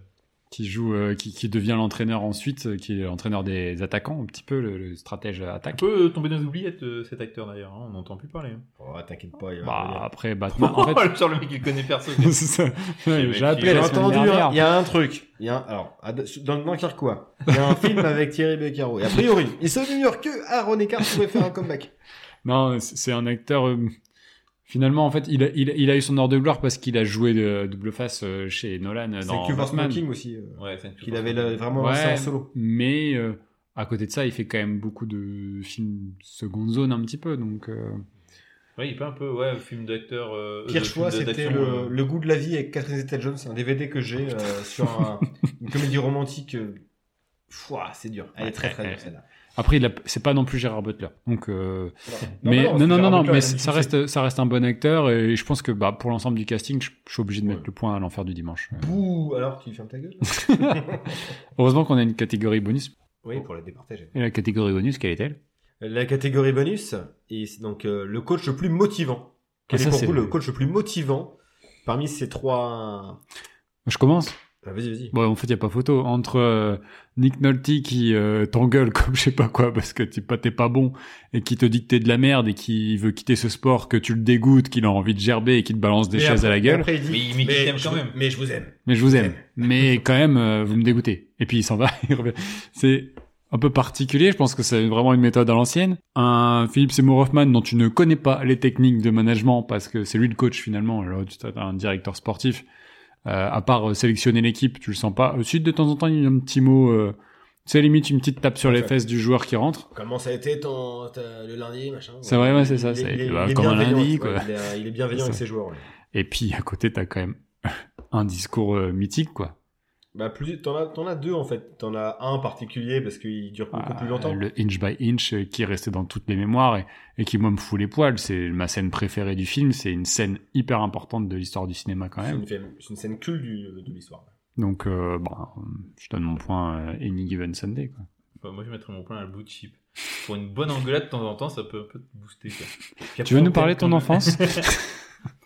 [SPEAKER 4] qui joue, euh, qui, qui devient l'entraîneur ensuite, euh, qui est l'entraîneur des attaquants, un petit peu le, le stratège
[SPEAKER 5] On
[SPEAKER 4] attaque.
[SPEAKER 5] peut euh, tomber dans les oubliettes, euh, cet acteur d'ailleurs, hein, on n'entend plus parler. hein.
[SPEAKER 2] Oh, t'inquiète pas, il va
[SPEAKER 4] Bah,
[SPEAKER 2] revenir.
[SPEAKER 4] après, Batman. en fait,
[SPEAKER 5] Genre le mec il connaît personne.
[SPEAKER 4] c'est ça. Ouais,
[SPEAKER 5] mec
[SPEAKER 4] je
[SPEAKER 5] qui-
[SPEAKER 4] l'ai appelé
[SPEAKER 2] J'ai
[SPEAKER 4] la semaine
[SPEAKER 2] entendu, hein,
[SPEAKER 4] dernière.
[SPEAKER 2] il y a un truc. Il y a un- alors, à- dans le Dunkerquois, il y a un film avec Thierry Beccaro. Et a priori, il se murmure que Aaron Eckhart pourrait faire un comeback.
[SPEAKER 4] Non, c'est c'est un acteur. euh, finalement, en fait, il a, il, a- il a eu son heure de gloire parce qu'il a joué de double face euh, chez Nolan euh,
[SPEAKER 2] C'est
[SPEAKER 4] dans
[SPEAKER 2] que Worth
[SPEAKER 4] Batman.
[SPEAKER 2] Smoking aussi, euh,
[SPEAKER 5] Ouais, c'est-
[SPEAKER 2] qu'il avait là, vraiment
[SPEAKER 4] Ouais.
[SPEAKER 2] lancé en solo.
[SPEAKER 4] Mais euh, à côté de ça, il fait quand même beaucoup de films seconde zone un petit peu. Donc, euh,
[SPEAKER 5] Ouais, il peut un peu, ouais, film d'acteur. euh,
[SPEAKER 2] Pire
[SPEAKER 5] de-
[SPEAKER 2] choix,
[SPEAKER 5] film
[SPEAKER 2] c'était
[SPEAKER 5] d'action,
[SPEAKER 2] le,
[SPEAKER 5] euh,
[SPEAKER 2] le goût de la vie avec Catherine Zeta-Jones, un DVD que j'ai euh, sur un- une comédie romantique. euh, Fouah, c'est dur. Elle est très très dure celle-là.
[SPEAKER 4] Après, il a- c'est pas non plus Gérard Butler. Donc, euh,
[SPEAKER 2] Non,
[SPEAKER 4] mais
[SPEAKER 2] bah
[SPEAKER 4] non, non,
[SPEAKER 2] c'est
[SPEAKER 4] non,
[SPEAKER 2] Gérard
[SPEAKER 4] non,
[SPEAKER 2] Butler, il
[SPEAKER 4] mais
[SPEAKER 2] a
[SPEAKER 4] ça
[SPEAKER 2] dit,
[SPEAKER 4] reste, ça reste un bon acteur et je pense que bah, pour l'ensemble du casting, je, je suis obligé de mettre
[SPEAKER 2] Ouais.
[SPEAKER 4] le point à l'enfer du dimanche. Euh,
[SPEAKER 2] Bouh Alors, tu fermes ta gueule
[SPEAKER 4] Heureusement qu'on a une catégorie bonus.
[SPEAKER 2] Oui, pour la départager.
[SPEAKER 4] Et la catégorie bonus, quelle est-elle
[SPEAKER 2] La catégorie bonus, et c'est donc euh, le coach le plus motivant. Quel
[SPEAKER 4] Ah,
[SPEAKER 2] est
[SPEAKER 4] ça,
[SPEAKER 2] pour
[SPEAKER 4] c'est
[SPEAKER 2] vous le
[SPEAKER 4] le-
[SPEAKER 2] coach le plus motivant parmi ces trois.
[SPEAKER 4] Je commence.
[SPEAKER 2] Ah, vas-y, vas-y.
[SPEAKER 4] Bon, en fait, il n'y a pas photo. Entre euh, Nick Nolte qui euh, t'engueule comme je sais pas quoi parce que t'es pas, t'es pas bon et qui te dit que t'es de la merde et qui veut quitter ce sport, que tu le dégoûtes, qu'il a envie de gerber et qui te balance des
[SPEAKER 2] Mais
[SPEAKER 4] chaises à la
[SPEAKER 2] après-
[SPEAKER 4] gueule.
[SPEAKER 2] après, il dit,
[SPEAKER 5] Mais il- mais il t'aime
[SPEAKER 2] je
[SPEAKER 5] quand
[SPEAKER 2] vous-
[SPEAKER 5] même.
[SPEAKER 2] Mais je vous aime.
[SPEAKER 4] Mais je vous aime. Mais quand même, euh, vous me dégoûtez. Et puis il s'en va, il revient. C'est un peu particulier, je pense que c'est vraiment une méthode à l'ancienne. Un Philippe Seymour Hoffman dont tu ne connais pas les techniques de management parce que c'est lui le coach finalement, alors tu as un directeur sportif. Euh, à part euh, sélectionner l'équipe, tu le sens pas. Aussi, de temps en temps, il y a un petit mot, euh, c'est limite une petite tape sur les
[SPEAKER 2] Ouais.
[SPEAKER 4] fesses du joueur qui rentre.
[SPEAKER 2] Comment ça a été ton, ta- le lundi, machin
[SPEAKER 4] C'est vrai, ouais, c'est ça,
[SPEAKER 2] Il est-
[SPEAKER 4] c'est-
[SPEAKER 2] il est-
[SPEAKER 4] bah,
[SPEAKER 2] il est
[SPEAKER 4] comme un
[SPEAKER 2] bienveillant,
[SPEAKER 4] lundi,
[SPEAKER 2] ouais,
[SPEAKER 4] quoi.
[SPEAKER 2] il, est, il est bienveillant
[SPEAKER 4] C'est
[SPEAKER 2] avec
[SPEAKER 4] ça.
[SPEAKER 2] ses joueurs. ouais.
[SPEAKER 4] Et puis à côté, t'as quand même un discours euh, mythique, quoi.
[SPEAKER 2] Bah, plus, t'en as, t'en as deux en fait. T'en as un particulier parce qu'il dure beaucoup
[SPEAKER 4] Ah,
[SPEAKER 2] plus longtemps.
[SPEAKER 4] Le inch by inch euh, qui est resté dans toutes les mémoires et, et qui moi me fout les poils. C'est ma scène préférée du film. C'est une scène hyper importante de l'histoire du cinéma quand
[SPEAKER 2] C'est
[SPEAKER 4] même.
[SPEAKER 2] une, scène- c'est une scène culte du- de l'histoire.
[SPEAKER 4] Donc euh, bah, je donne mon point à Any Given Sunday. Quoi.
[SPEAKER 5] bah, moi je mettrais mon plein à le bout de chip. Pour une bonne engueulade de temps en temps, ça peut un peu te booster. Quoi. Puis
[SPEAKER 4] Tu veux
[SPEAKER 5] après,
[SPEAKER 4] nous
[SPEAKER 5] on
[SPEAKER 4] parler de
[SPEAKER 5] t'aime
[SPEAKER 4] ton
[SPEAKER 5] quand
[SPEAKER 4] enfance
[SPEAKER 5] même.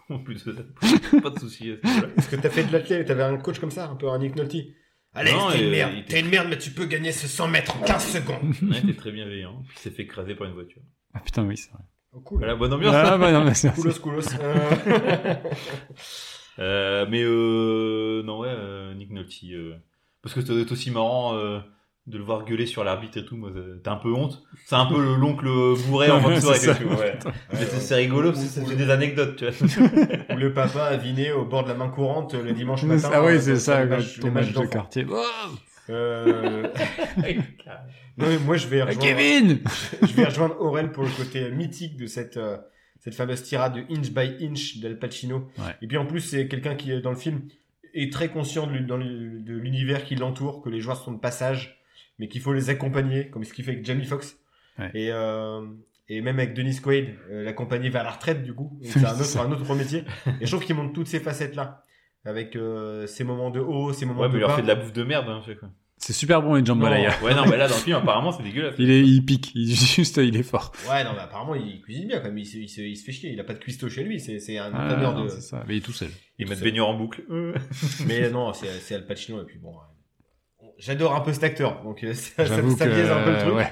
[SPEAKER 5] Non, plus de ça. Pas de soucis. à ce niveau-là.
[SPEAKER 2] Parce que t'as fait de l'athlète, t'avais un coach comme ça, un peu un Nick Nolte. Allez,
[SPEAKER 5] Non,
[SPEAKER 2] t'es
[SPEAKER 5] euh,
[SPEAKER 2] une merde,
[SPEAKER 5] il était-
[SPEAKER 2] t'es une merde, mais tu peux gagner ce 100 mètres en 15 secondes.
[SPEAKER 5] Ouais, t'es très bienveillant. Puis il s'est fait écraser par une voiture.
[SPEAKER 4] Ah putain oui c'est vrai.
[SPEAKER 2] Oh, cool.
[SPEAKER 5] Voilà, bonne ambiance. hein.
[SPEAKER 4] Ah, bah, non, mais c'est-
[SPEAKER 2] Coolos, coolos. Euh,
[SPEAKER 5] Euh, mais euh, non, ouais, euh, Nick Nolte. euh, parce que ça doit être aussi marrant euh, de le voir gueuler sur l'arbitre et tout. Moi, ça- t'as un peu honte. C'est un peu le- l'oncle bourré en mode
[SPEAKER 4] Ouais,
[SPEAKER 5] soirée.
[SPEAKER 4] c'est ça.
[SPEAKER 5] tu vois, ouais. Mais c'est- c'est
[SPEAKER 2] euh,
[SPEAKER 5] rigolo,
[SPEAKER 2] ou-
[SPEAKER 5] parce que ça
[SPEAKER 2] ou-
[SPEAKER 5] fait des anecdotes, tu vois.
[SPEAKER 2] Ou le papa aviné au bord de la main courante le dimanche matin.
[SPEAKER 4] Ah
[SPEAKER 2] euh,
[SPEAKER 4] oui c'est
[SPEAKER 2] sur
[SPEAKER 4] ça
[SPEAKER 2] les
[SPEAKER 4] quand
[SPEAKER 2] matchs-
[SPEAKER 4] tu
[SPEAKER 2] les
[SPEAKER 4] ton
[SPEAKER 2] matchs
[SPEAKER 4] match de
[SPEAKER 2] d'enfants.
[SPEAKER 4] quartier. Oh,
[SPEAKER 2] Euh, non, mais moi je vais rejoindre,
[SPEAKER 4] Kevin
[SPEAKER 2] je vais rejoindre Aurel pour le côté mythique de cette, euh, cette fameuse tirade de inch by inch d'Al Pacino.
[SPEAKER 4] Ouais.
[SPEAKER 2] Et puis en plus, c'est quelqu'un qui, euh, dans le film, est très conscient de l'u- dans l'u- de l'univers qui l'entoure, que les joueurs sont de passage, mais qu'il faut les accompagner, comme ce qu'il fait avec Jamie Foxx.
[SPEAKER 4] Ouais.
[SPEAKER 2] Et, euh, et même avec Dennis Quaid, euh, l'accompagner vers la retraite, du coup. Donc, C'est un, autre- un autre métier. Et je trouve qu'il montre toutes ces facettes-là. Avec euh, ces moments de haut, ces moments
[SPEAKER 5] Ouais, mais
[SPEAKER 2] de
[SPEAKER 5] il leur
[SPEAKER 2] bas.
[SPEAKER 5] fait de la bouffe de merde. Hein, tu sais, quoi.
[SPEAKER 4] C'est super bon les jambalaya.
[SPEAKER 5] Ouais, non, mais là, dans le film, apparemment, c'est dégueulasse.
[SPEAKER 4] Il est il pique il, juste il est fort.
[SPEAKER 2] Ouais, non, mais apparemment, il cuisine bien quand même. Il se, il se, il se fait chier. Il a pas de cuistot chez lui. C'est c'est un
[SPEAKER 4] Ah,
[SPEAKER 2] entraîneur
[SPEAKER 4] non,
[SPEAKER 2] de.
[SPEAKER 4] c'est ça. Mais il est tout seul.
[SPEAKER 5] Ils mettent
[SPEAKER 2] tout
[SPEAKER 5] baigneur en boucle. Euh.
[SPEAKER 2] seul. Mais non, c'est c'est Al Pacino. Et puis bon. euh, J'adore un peu cet acteur. Donc euh, ça, ça,
[SPEAKER 4] J'avoue
[SPEAKER 2] ça
[SPEAKER 4] que
[SPEAKER 2] biaise un peu le truc.
[SPEAKER 4] ouais.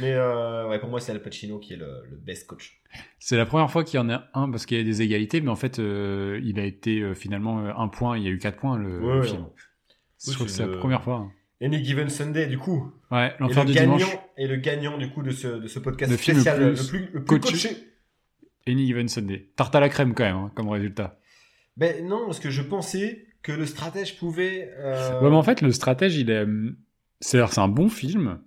[SPEAKER 2] Mais euh, ouais, pour moi, c'est Al Pacino qui est le, le best coach.
[SPEAKER 4] C'est la première fois qu'il y en a un parce qu'il y a des égalités, mais en fait, euh, il a été euh, finalement euh, un point. Il y a eu quatre points le,
[SPEAKER 2] Ouais,
[SPEAKER 4] le
[SPEAKER 2] ouais.
[SPEAKER 4] film.
[SPEAKER 2] Oui,
[SPEAKER 4] je trouve que
[SPEAKER 5] c'est
[SPEAKER 4] c'est
[SPEAKER 5] une-
[SPEAKER 4] la première fois. hein.
[SPEAKER 2] Any Given Sunday, du coup.
[SPEAKER 4] Ouais,
[SPEAKER 2] Et
[SPEAKER 4] l'enfer
[SPEAKER 2] le,
[SPEAKER 4] du
[SPEAKER 2] gagnant,
[SPEAKER 4] dimanche.
[SPEAKER 2] et le gagnant, du coup, de ce, de ce podcast
[SPEAKER 4] Le film le
[SPEAKER 2] spécial.
[SPEAKER 4] plus
[SPEAKER 2] le plus, le plus
[SPEAKER 4] coaché.
[SPEAKER 2] coaché.
[SPEAKER 4] Any Given Sunday. Tarte à la crème quand même, hein, comme résultat.
[SPEAKER 2] Ben non, parce que je pensais que le stratège pouvait. euh,
[SPEAKER 4] Ouais, mais en fait, le stratège, il est. hum, C'est c'est un bon film,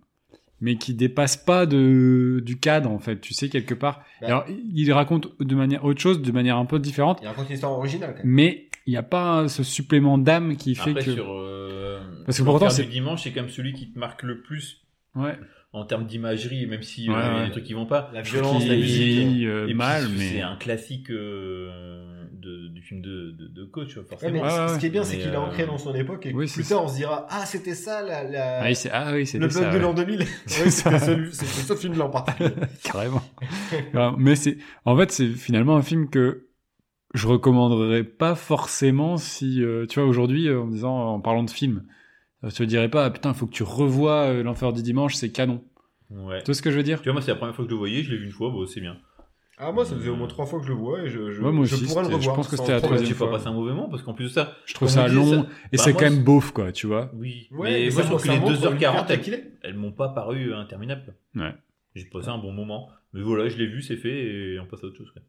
[SPEAKER 4] mais qui dépasse pas de du cadre en fait. Tu sais quelque part.
[SPEAKER 2] Bah.
[SPEAKER 4] Alors, il raconte de manière autre chose, de manière un peu différente,
[SPEAKER 2] Il raconte une histoire originale, quand même.
[SPEAKER 4] mais il n'y a pas ce supplément d'âme qui fait
[SPEAKER 5] Après,
[SPEAKER 4] que.
[SPEAKER 5] sur. euh,
[SPEAKER 4] Parce que pourtant,
[SPEAKER 5] l'enfer
[SPEAKER 4] c'est-
[SPEAKER 5] du dimanche, c'est quand même celui qui te marque le plus
[SPEAKER 4] Ouais.
[SPEAKER 5] en termes d'imagerie, même si euh,
[SPEAKER 4] Ouais,
[SPEAKER 5] il y a
[SPEAKER 4] ouais.
[SPEAKER 5] des trucs qui vont pas.
[SPEAKER 2] La
[SPEAKER 5] qui-
[SPEAKER 2] violence, la musique.
[SPEAKER 4] euh,
[SPEAKER 5] et puis,
[SPEAKER 4] mal,
[SPEAKER 5] c'est-
[SPEAKER 4] mais
[SPEAKER 5] C'est un classique euh, de, du film de, de, de coach,
[SPEAKER 2] Ouais,
[SPEAKER 5] forcément.
[SPEAKER 2] mais
[SPEAKER 4] Ouais,
[SPEAKER 2] ce-
[SPEAKER 4] ouais,
[SPEAKER 2] ce qui est bien,
[SPEAKER 5] ouais.
[SPEAKER 2] c'est qu'il est
[SPEAKER 5] Mais,
[SPEAKER 2] ancré
[SPEAKER 5] euh,
[SPEAKER 2] dans son époque et
[SPEAKER 4] oui,
[SPEAKER 2] plus
[SPEAKER 4] c'est
[SPEAKER 2] tard, on se dira Ah, c'était ça la, la-
[SPEAKER 4] ah oui, c'est ah oui,
[SPEAKER 2] le
[SPEAKER 4] c'était
[SPEAKER 2] bug
[SPEAKER 4] ça,
[SPEAKER 2] de
[SPEAKER 4] ouais.
[SPEAKER 2] l'an 2000.
[SPEAKER 4] C'est
[SPEAKER 2] oui,
[SPEAKER 4] ça.
[SPEAKER 2] c'était celui- c'était ce film-là en particulier.
[SPEAKER 4] carrément. Carrément. Mais c'est, en fait, c'est finalement un film que je recommanderais pas forcément si, euh, tu vois, aujourd'hui, euh, en me disant, en parlant de film, euh, tu te dirais pas, ah, putain, faut que tu revois euh, L'Enfer du Dimanche, c'est canon.
[SPEAKER 5] Ouais.
[SPEAKER 4] Tu vois ce que je veux dire
[SPEAKER 5] Tu vois, moi, c'est la première fois que je le voyais, je l'ai vu une fois, bon, c'est bien.
[SPEAKER 2] Ah, moi, ça faisait au moins trois fois que je le vois et je, je,
[SPEAKER 4] Ouais, moi
[SPEAKER 2] je
[SPEAKER 4] aussi,
[SPEAKER 2] pourrais le
[SPEAKER 4] c'était- je
[SPEAKER 2] revoir.
[SPEAKER 4] pense que
[SPEAKER 2] sans
[SPEAKER 4] c'était la
[SPEAKER 2] problème.
[SPEAKER 5] Tu
[SPEAKER 4] troisième
[SPEAKER 5] vas
[SPEAKER 4] fois.
[SPEAKER 5] passer un mauvais moment parce qu'en plus de ça,
[SPEAKER 4] Je trouve
[SPEAKER 5] Comme
[SPEAKER 4] ça
[SPEAKER 5] on disait,
[SPEAKER 4] long
[SPEAKER 5] ça-
[SPEAKER 4] et
[SPEAKER 5] bah,
[SPEAKER 4] c'est
[SPEAKER 5] moi,
[SPEAKER 4] quand même
[SPEAKER 5] c'est-
[SPEAKER 4] beauf, quoi, tu vois.
[SPEAKER 5] oui,
[SPEAKER 2] Ouais,
[SPEAKER 5] mais
[SPEAKER 2] ça,
[SPEAKER 5] moi, je trouve
[SPEAKER 2] ça
[SPEAKER 5] que les
[SPEAKER 2] montre le
[SPEAKER 5] 2h40,
[SPEAKER 2] caractère qu'il est.
[SPEAKER 5] elles m'ont pas paru euh, interminables.
[SPEAKER 4] Ouais.
[SPEAKER 5] J'ai passé un bon moment. Mais voilà, je l'ai vu, c'est fait, et on passe à autre chose. quoi.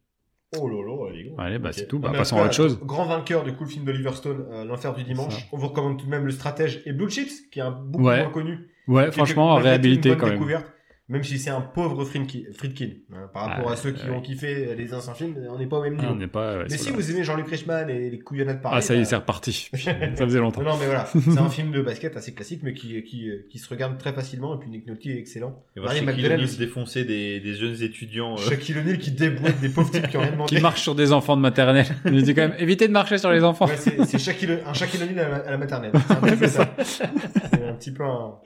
[SPEAKER 2] Oh là là, elle est grande.
[SPEAKER 4] Allez, bah, c'est
[SPEAKER 5] Ok.
[SPEAKER 4] tout, bah,
[SPEAKER 2] Mais en
[SPEAKER 4] passons
[SPEAKER 2] tout
[SPEAKER 4] à
[SPEAKER 2] cas,
[SPEAKER 4] autre chose.
[SPEAKER 2] Grand vainqueur du cool film d'Oliver Stone, euh, L'Enfer du Dimanche. On vous recommande tout de même Le Stratège et Blue Chips, qui est un beaucoup
[SPEAKER 4] Ouais.
[SPEAKER 2] moins connu.
[SPEAKER 4] Ouais,
[SPEAKER 2] Qui était, malgré
[SPEAKER 4] franchement,
[SPEAKER 2] tout, une
[SPEAKER 4] réhabilité
[SPEAKER 2] bonne
[SPEAKER 4] quand même.
[SPEAKER 2] découverte, Même si c'est un pauvre Friedkin, Friedkin, hein, par rapport
[SPEAKER 4] Ah,
[SPEAKER 2] à ceux qui
[SPEAKER 4] ouais.
[SPEAKER 2] ont kiffé les anciens films, on n'est pas au même
[SPEAKER 4] Ah,
[SPEAKER 2] niveau.
[SPEAKER 4] on n'est pas. ouais,
[SPEAKER 2] mais
[SPEAKER 4] c'est
[SPEAKER 2] si
[SPEAKER 4] là.
[SPEAKER 2] vous aimez Jean-Luc Reichmann et les couillonnades par
[SPEAKER 4] Ah, ça y est, c'est reparti. ça faisait longtemps.
[SPEAKER 2] Non, non, mais voilà, c'est un film de basket assez classique, mais qui, qui, qui se regarde très facilement. Et puis Nick Nolte est excellent.
[SPEAKER 5] Et voilà,
[SPEAKER 2] Marie
[SPEAKER 5] Shaquille
[SPEAKER 2] Magdalene
[SPEAKER 5] O'Neal
[SPEAKER 2] aussi.
[SPEAKER 5] défoncer des, des jeunes étudiants. euh,
[SPEAKER 2] Shaquille O'Neal qui débrouille des pauvres types qui ont rien demandé.
[SPEAKER 4] Qui marche sur des enfants de maternelle. Je dis quand même, évitez de marcher sur les enfants.
[SPEAKER 2] Ouais, c'est c'est Shaquille- un Shaquille O'Neal à, la- à la maternelle. C'est un, petit peu ça. C'est un petit peu un,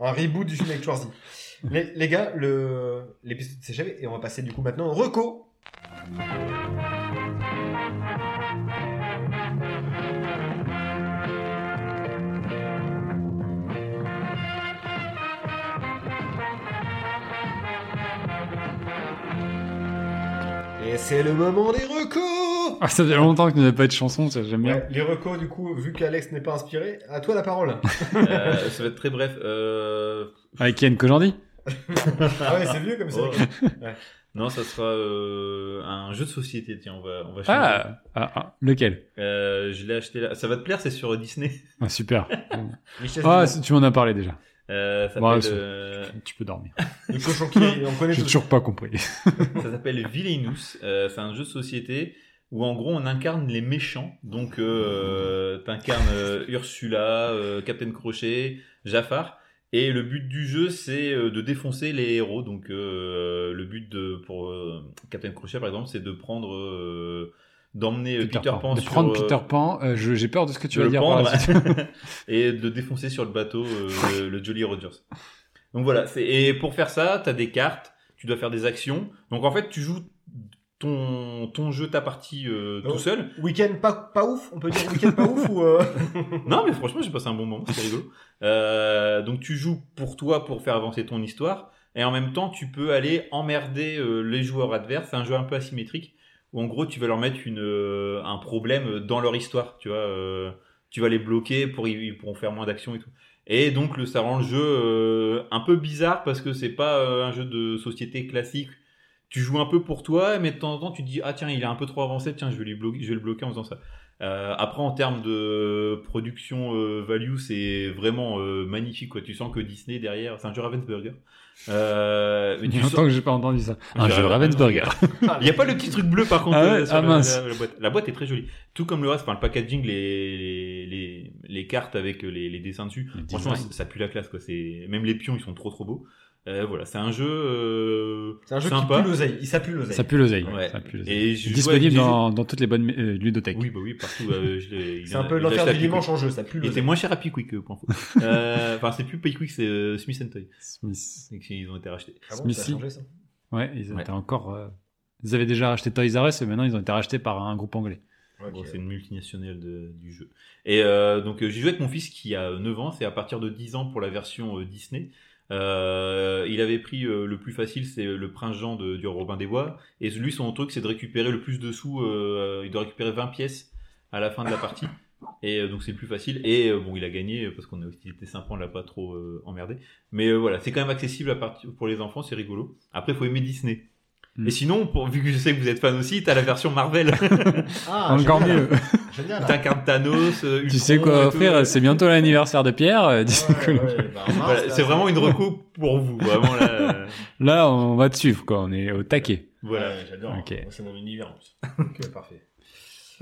[SPEAKER 2] un reboot du film avec Schwarzy. Les, les gars, le- l'épisode s'est échappé et on va passer du coup maintenant au reco. Et c'est le moment des recos
[SPEAKER 4] Ah, ça faisait longtemps que nous n'avait pas de chanson, ça j'aime bien.
[SPEAKER 2] Ouais, les recos, du coup, vu qu'Alex n'est pas inspiré, à toi la parole.
[SPEAKER 5] euh, ça va être très bref. euh,
[SPEAKER 4] Avec Yann Kojandi
[SPEAKER 2] ah ouais, c'est vieux comme ça.
[SPEAKER 5] oh.
[SPEAKER 2] Ouais.
[SPEAKER 5] Non, ça sera euh, un jeu de société. Tiens, on va, on va changer.
[SPEAKER 4] ah, ah, ah, lequel
[SPEAKER 5] Euh, je l'ai acheté là. Ça va te plaire, c'est sur Disney.
[SPEAKER 4] ah, Super.
[SPEAKER 2] Richesse
[SPEAKER 4] Ah,
[SPEAKER 2] du
[SPEAKER 4] c'est- tu m'en as parlé déjà.
[SPEAKER 5] Euh, ça
[SPEAKER 4] Bon,
[SPEAKER 5] s'appelle,
[SPEAKER 4] c'est-
[SPEAKER 5] euh,
[SPEAKER 4] Tu peux dormir.
[SPEAKER 2] monde. Le cochon qui est- on connaît
[SPEAKER 4] J'ai
[SPEAKER 2] tous.
[SPEAKER 4] toujours pas compris.
[SPEAKER 5] ça s'appelle Villainous. Euh, c'est un jeu de société où en gros on incarne les méchants. Donc euh, t'incarnes euh, Ursula, euh, Captain Crochet, Jafar. Et le but du jeu c'est euh, de défoncer les héros. Donc euh, le but de pour euh, Captain Crochet par exemple c'est de prendre euh, d'emmener euh, Peter, Pan,
[SPEAKER 4] De
[SPEAKER 5] sur,
[SPEAKER 4] prendre
[SPEAKER 5] euh,
[SPEAKER 4] Peter Pan, euh, je- j'ai peur de ce que tu vas
[SPEAKER 5] de le
[SPEAKER 4] dire. par
[SPEAKER 5] pendre
[SPEAKER 4] la suite.
[SPEAKER 5] et de le défoncer sur le bateau euh, le, le Jolly Rogers. Donc voilà, c'est et pour faire ça, tu as des cartes, tu dois faire des actions. Donc en fait, tu joues ton ton jeu ta partie euh,
[SPEAKER 2] Oh.
[SPEAKER 5] tout seul.
[SPEAKER 2] Week-end pas, pas ouf, on peut dire week-end pas ouf ou. euh,
[SPEAKER 5] Non, mais franchement, j'ai passé un bon moment, c'était rigolo. Euh, donc tu joues pour toi pour faire avancer ton histoire et en même temps, tu peux aller emmerder euh, les joueurs adverses, c'est un jeu un peu asymétrique où en gros, tu vas leur mettre une euh, un problème dans leur histoire, tu vois euh, tu vas les bloquer pour ils pourront faire moins d'actions et tout. Et donc le ça rend le jeu euh, un peu bizarre parce que c'est pas euh, un jeu de société classique. Tu joues un peu pour toi, mais de temps en temps tu te dis ah tiens il est un peu trop avancé, tiens je vais lui bloquer, je vais le bloquer en faisant ça. Euh, après en termes de production euh, value c'est vraiment euh, magnifique quoi. Tu sens que Disney derrière c'est un jeu Ravensburger. Euh, mais
[SPEAKER 4] Il y
[SPEAKER 5] tu
[SPEAKER 4] a
[SPEAKER 5] sens-
[SPEAKER 4] longtemps que j'ai pas entendu ça. Un
[SPEAKER 5] Euh,
[SPEAKER 4] jeu Ravensburger.
[SPEAKER 5] il n'y a pas le petit truc bleu par contre.
[SPEAKER 4] Ah ouais
[SPEAKER 5] euh, sur
[SPEAKER 4] Ah
[SPEAKER 5] le-
[SPEAKER 4] mince.
[SPEAKER 5] La, la boîte. La boîte est très jolie. Tout comme le reste, enfin le packaging, les, les, les, les cartes avec euh, les, les dessins dessus.
[SPEAKER 4] Le
[SPEAKER 5] Franchement,
[SPEAKER 4] design.
[SPEAKER 5] ça ça pue la classe quoi. C'est même les pions, ils sont trop trop beaux. Euh, voilà, c'est un jeu. euh,
[SPEAKER 2] C'est un jeu
[SPEAKER 5] Sympa.
[SPEAKER 2] qui pue l'oseille, il s'appuie l'oseille.
[SPEAKER 4] Ça pue l'oseille.
[SPEAKER 5] Ouais.
[SPEAKER 4] ça pue l'oseille.
[SPEAKER 5] Et je joue avec
[SPEAKER 4] Disponible
[SPEAKER 5] des-
[SPEAKER 4] dans, dans toutes les bonnes euh, ludothèques.
[SPEAKER 5] Oui, bah oui, partout. euh, je l'ai- il
[SPEAKER 2] C'est
[SPEAKER 5] vient-
[SPEAKER 2] un peu
[SPEAKER 5] je l'ai
[SPEAKER 2] l'enfer
[SPEAKER 5] acheté à
[SPEAKER 2] du
[SPEAKER 5] Pickwick.
[SPEAKER 2] dimanche en jeu, ça pue
[SPEAKER 5] Il était
[SPEAKER 2] l'oseille.
[SPEAKER 5] moins cher à Pickwick que point. info. Euh, Enfin, c'est plus Pickwick, c'est euh, Smith Toy.
[SPEAKER 4] Smith.
[SPEAKER 5] Donc, Ils ont été rachetés.
[SPEAKER 2] Ah bon,
[SPEAKER 4] Mais
[SPEAKER 2] ça a
[SPEAKER 4] si.
[SPEAKER 2] changé, ça
[SPEAKER 4] Ouais, ils étaient
[SPEAKER 5] Ouais.
[SPEAKER 4] encore. euh, Ils avaient déjà racheté Toys R Us et maintenant ils ont été rachetés par un groupe anglais.
[SPEAKER 2] Ok.
[SPEAKER 5] Bon, c'est une multinationale de- du jeu. Et euh, donc euh, j'y joue avec mon fils qui a euh, 9 ans, c'est à partir de 10 ans pour la version euh, Disney. Euh, il avait pris euh, le plus facile, c'est le prince Jean de, du Robin des Bois. Et lui, son truc, c'est de récupérer le plus de sous. euh, il doit récupérer 20 pièces à la fin de la partie. Et euh, donc c'est le plus facile. Et euh, bon, il a gagné euh, parce qu'on a aussi été sympa, on l'a pas trop euh, emmerdé. Mais euh, voilà, c'est quand même accessible à partir pour les enfants, c'est rigolo. Après, faut aimer Disney.
[SPEAKER 4] Mm.
[SPEAKER 5] Et sinon, pour, vu que je sais que vous êtes fan aussi, t'as la version Marvel.
[SPEAKER 2] Ah,
[SPEAKER 4] Encore
[SPEAKER 2] génial.
[SPEAKER 4] mieux.
[SPEAKER 2] Génial.
[SPEAKER 5] T'incarnes Thanos, euh,
[SPEAKER 4] Tu
[SPEAKER 5] Ultron
[SPEAKER 4] sais
[SPEAKER 5] et
[SPEAKER 4] quoi
[SPEAKER 5] tout.
[SPEAKER 4] offrir C'est bientôt l'anniversaire de Pierre. euh, dis-
[SPEAKER 2] Ouais, ouais, bah, mince,
[SPEAKER 5] Voilà,
[SPEAKER 2] là,
[SPEAKER 5] c'est vraiment une reco pour vous, vraiment là. euh,
[SPEAKER 4] Là, on va te suivre, quoi. On est au taquet.
[SPEAKER 5] voilà.
[SPEAKER 2] Ouais, J'adore.
[SPEAKER 4] Ok.
[SPEAKER 2] Moi, C'est mon univers en plus. Ok, parfait.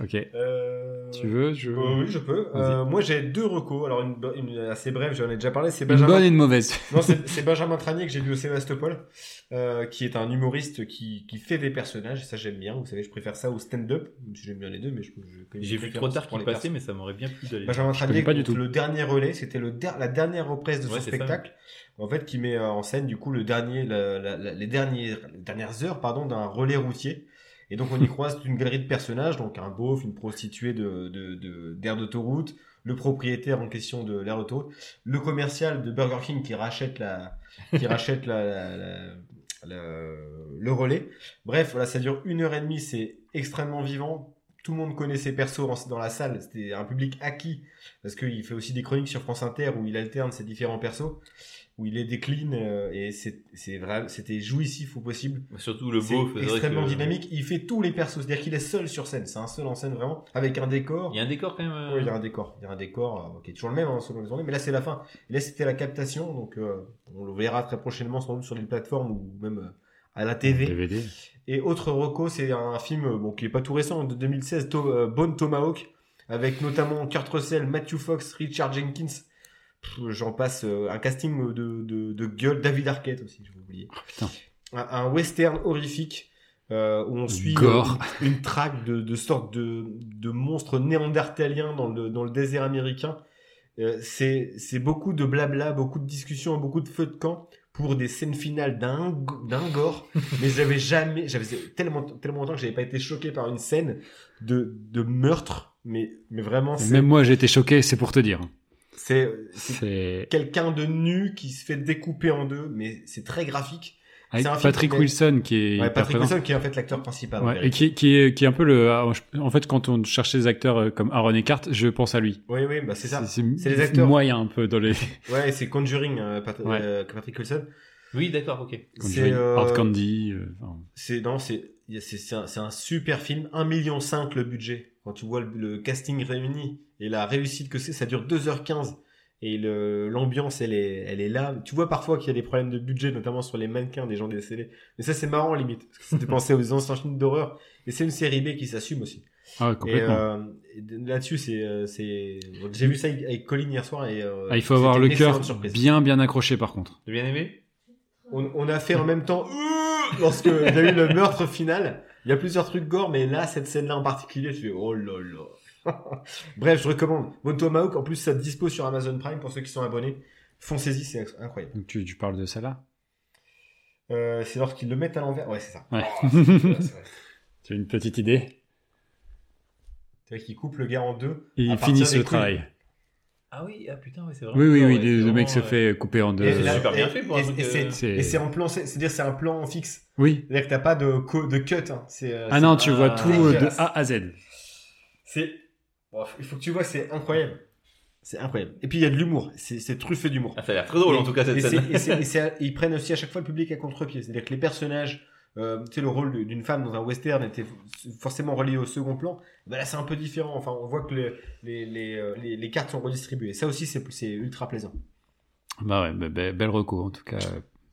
[SPEAKER 4] Ok.
[SPEAKER 2] Euh,
[SPEAKER 4] Tu veux je...
[SPEAKER 2] euh, Oui, je peux. Euh, moi, j'ai deux recos. Alors, une, bo- une assez brève, j'en ai déjà parlé. C'est
[SPEAKER 9] Une
[SPEAKER 2] Benjamin.
[SPEAKER 9] bonne et une mauvaise.
[SPEAKER 2] Non, c'est c'est Benjamin Tranier que j'ai vu au Sébastopol, euh, qui est un humoriste qui, qui fait des personnages, et ça j'aime bien. Vous savez, je préfère ça au stand-up, même si j'aime bien les deux, mais je, je connais
[SPEAKER 5] J'ai
[SPEAKER 2] une
[SPEAKER 5] vu trop
[SPEAKER 2] préférence
[SPEAKER 5] tard
[SPEAKER 2] pour
[SPEAKER 5] qu'il
[SPEAKER 2] les
[SPEAKER 5] passait, mais ça m'aurait bien plu d'aller.
[SPEAKER 2] Benjamin Tranier,
[SPEAKER 4] pas du
[SPEAKER 2] donc,
[SPEAKER 4] tout.
[SPEAKER 2] le dernier relais, c'était le der- la dernière reprise de
[SPEAKER 5] Ouais,
[SPEAKER 2] son
[SPEAKER 5] c'est ça.
[SPEAKER 2] spectacle, en fait, qui met euh, en scène du coup le dernier, la- la- la- les, dernières, les dernières heures pardon d'un relais routier. Et donc on y croise une galerie de personnages, donc un beauf, une prostituée de de- de- d'aire d'autoroute, le propriétaire en question de l'aire d'autoroute, le commercial de Burger King qui rachète la, qui rachète la, la- la- la- le relais. Bref, voilà, ça dure une heure et demie, c'est extrêmement vivant. Tout le monde connaît ses persos en- dans la salle. C'était un public acquis parce qu'il fait aussi des chroniques sur France Inter où il alterne ses différents persos, où il les décline euh, et c'est c'est vrai, c'était jouissif au possible.
[SPEAKER 5] Surtout le
[SPEAKER 2] C'est
[SPEAKER 5] beau. euh, faudrait
[SPEAKER 2] extrêmement
[SPEAKER 5] que-
[SPEAKER 2] dynamique. Il fait tous les persos, c'est-à-dire qu'il est seul sur scène. C'est un seul en scène vraiment, avec un décor.
[SPEAKER 5] Il y a un décor quand même. euh,
[SPEAKER 2] Oui, il y a un décor, il y a un décor euh, qui est toujours le même hein, selon les journées, mais là c'est la fin. Et là c'était la captation, donc euh, on le verra très prochainement sans doute sur les plateformes ou même euh, à la TV.
[SPEAKER 4] DVD.
[SPEAKER 2] Et autre reco, c'est un film euh, bon, qui est pas tout récent, de 2016, To- euh, Bone Tomahawk, avec notamment Kurt Russell, Matthew Fox, Richard Jenkins. Pff, J'en passe euh, un casting de, de, de gueule, David Arquette aussi, j'ai oublié.
[SPEAKER 4] Oh, putain.
[SPEAKER 2] Un, un western horrifique euh, où on suit
[SPEAKER 4] Gore.
[SPEAKER 2] euh, une, une traque de, de sorte de, de monstre néandertalien dans le, dans le désert américain. Euh, c'est c'est beaucoup de blabla, beaucoup de discussions, beaucoup de feux de camp pour des scènes finales d'un go- d'un gore. Mais j'avais jamais, j'avais tellement tellement longtemps que j'avais pas été choqué par une scène de, de meurtre. Mais mais vraiment, c'est
[SPEAKER 4] Même moi, j'ai été choqué, c'est pour te dire.
[SPEAKER 2] c'est c'est
[SPEAKER 4] C'est
[SPEAKER 2] quelqu'un de nu qui se fait découper en deux. Mais c'est très graphique.
[SPEAKER 4] avec
[SPEAKER 2] c'est un film
[SPEAKER 4] Patrick
[SPEAKER 2] qui-
[SPEAKER 4] Wilson qui est
[SPEAKER 2] Ouais,
[SPEAKER 4] hyper
[SPEAKER 2] Patrick
[SPEAKER 4] présent.
[SPEAKER 2] Wilson qui est en fait l'acteur principal. en
[SPEAKER 4] Ouais, et
[SPEAKER 2] vérité.
[SPEAKER 4] qui, qui, est, qui est un peu le. ah, je- En fait, quand on cherche des acteurs euh, comme Aaron Eckhart, je pense à lui.
[SPEAKER 2] Oui oui, bah c'est ça.
[SPEAKER 4] C'est
[SPEAKER 2] les acteurs.
[SPEAKER 4] moyen un peu dans les.
[SPEAKER 2] Ouais, c'est Conjuring, euh, Pat-
[SPEAKER 4] Ouais.
[SPEAKER 2] euh, Patrick Wilson.
[SPEAKER 5] Oui, d'accord, ok.
[SPEAKER 2] C'est euh,
[SPEAKER 4] Hard Candy. euh, enfin,
[SPEAKER 2] C'est non, c'est y a- c'est c'est un, c'est un super film, 1,5 million le budget. Quand tu vois le, le casting réuni et la réussite que c'est, ça dure 2h15 et le l'ambiance elle est elle est là. Tu vois parfois qu'il y a des problèmes de budget notamment sur les mannequins des gens décédés. Mais ça c'est marrant limite parce que c'était pensé aux anciens films d'horreur et c'est une série B qui s'assume aussi.
[SPEAKER 4] Ah ouais,
[SPEAKER 2] Et,
[SPEAKER 4] complètement.
[SPEAKER 2] euh, et de- là-dessus c'est euh, c'est j'ai vu ça avec- avec Colin hier soir et euh,
[SPEAKER 4] Ah, il faut avoir
[SPEAKER 2] c'était
[SPEAKER 4] le
[SPEAKER 2] une
[SPEAKER 4] cœur
[SPEAKER 2] excellente surprise.
[SPEAKER 4] bien bien accroché par contre.
[SPEAKER 5] T'as bien aimé
[SPEAKER 2] On, on a fait en même temps Euh lorsque il y a eu le meurtre final. Il y a plusieurs trucs gore, mais là, cette scène-là en particulier, je fais oh là là. Bref, je recommande. Bon Tomahawk, en plus, ça dispo sur Amazon Prime pour ceux qui sont abonnés. Foncez-y, c'est incroyable.
[SPEAKER 4] Donc tu, tu parles de ça là
[SPEAKER 2] Euh, c'est lorsqu'ils le mettent à l'envers. Ouais, c'est ça.
[SPEAKER 4] Ouais.
[SPEAKER 2] Oh, c'est vrai, c'est vrai.
[SPEAKER 4] Tu as une petite idée
[SPEAKER 2] C'est vrai qu'ils coupent le gars en deux.
[SPEAKER 4] Et
[SPEAKER 2] à
[SPEAKER 4] ils
[SPEAKER 2] partir
[SPEAKER 4] finissent
[SPEAKER 2] des
[SPEAKER 4] le
[SPEAKER 2] couilles.
[SPEAKER 4] travail.
[SPEAKER 5] Ah oui, ah putain, ouais, c'est vrai.
[SPEAKER 4] Oui, oui,
[SPEAKER 5] Non,
[SPEAKER 4] oui,
[SPEAKER 5] ouais,
[SPEAKER 4] le,
[SPEAKER 5] c'est
[SPEAKER 4] le mec se
[SPEAKER 5] vraiment, euh,
[SPEAKER 4] fait couper en deux.
[SPEAKER 2] Et
[SPEAKER 5] c'est
[SPEAKER 2] là-
[SPEAKER 5] super bien
[SPEAKER 2] et-
[SPEAKER 5] fait pour un
[SPEAKER 2] et-
[SPEAKER 5] truc,
[SPEAKER 2] et
[SPEAKER 5] euh,
[SPEAKER 2] c'est-
[SPEAKER 4] c'est-
[SPEAKER 2] Et c'est en plan, c'est- c'est-à-dire c'est un plan fixe.
[SPEAKER 4] Oui.
[SPEAKER 2] C'est-à-dire que t'as pas de, co- de cut. hein. C'est, euh, c'est-
[SPEAKER 4] Ah non, tu vois
[SPEAKER 5] Ah,
[SPEAKER 4] tout euh, de
[SPEAKER 2] dégueulasse.
[SPEAKER 4] A à Z.
[SPEAKER 2] C'est. Bon, il faut que tu vois, c'est incroyable. C'est incroyable. Et puis il y a de l'humour. C'est c'est truffé d'humour.
[SPEAKER 5] Ah, ça a l'air très drôle en tout cas cette
[SPEAKER 2] Et c'est-
[SPEAKER 5] scène.
[SPEAKER 2] et c'est- et c'est- ils prennent aussi à chaque fois le public à contre-pied. C'est-à-dire que les personnages, euh, tu sais, le rôle de- d'une femme dans un western était forcément relié au second plan. Bah là, c'est un peu différent. Enfin, on voit que les, les, les, euh, les- les cartes sont redistribuées. Ça aussi, c'est c'est ultra plaisant.
[SPEAKER 4] Bah ouais, bah, bah, belle reco en tout cas.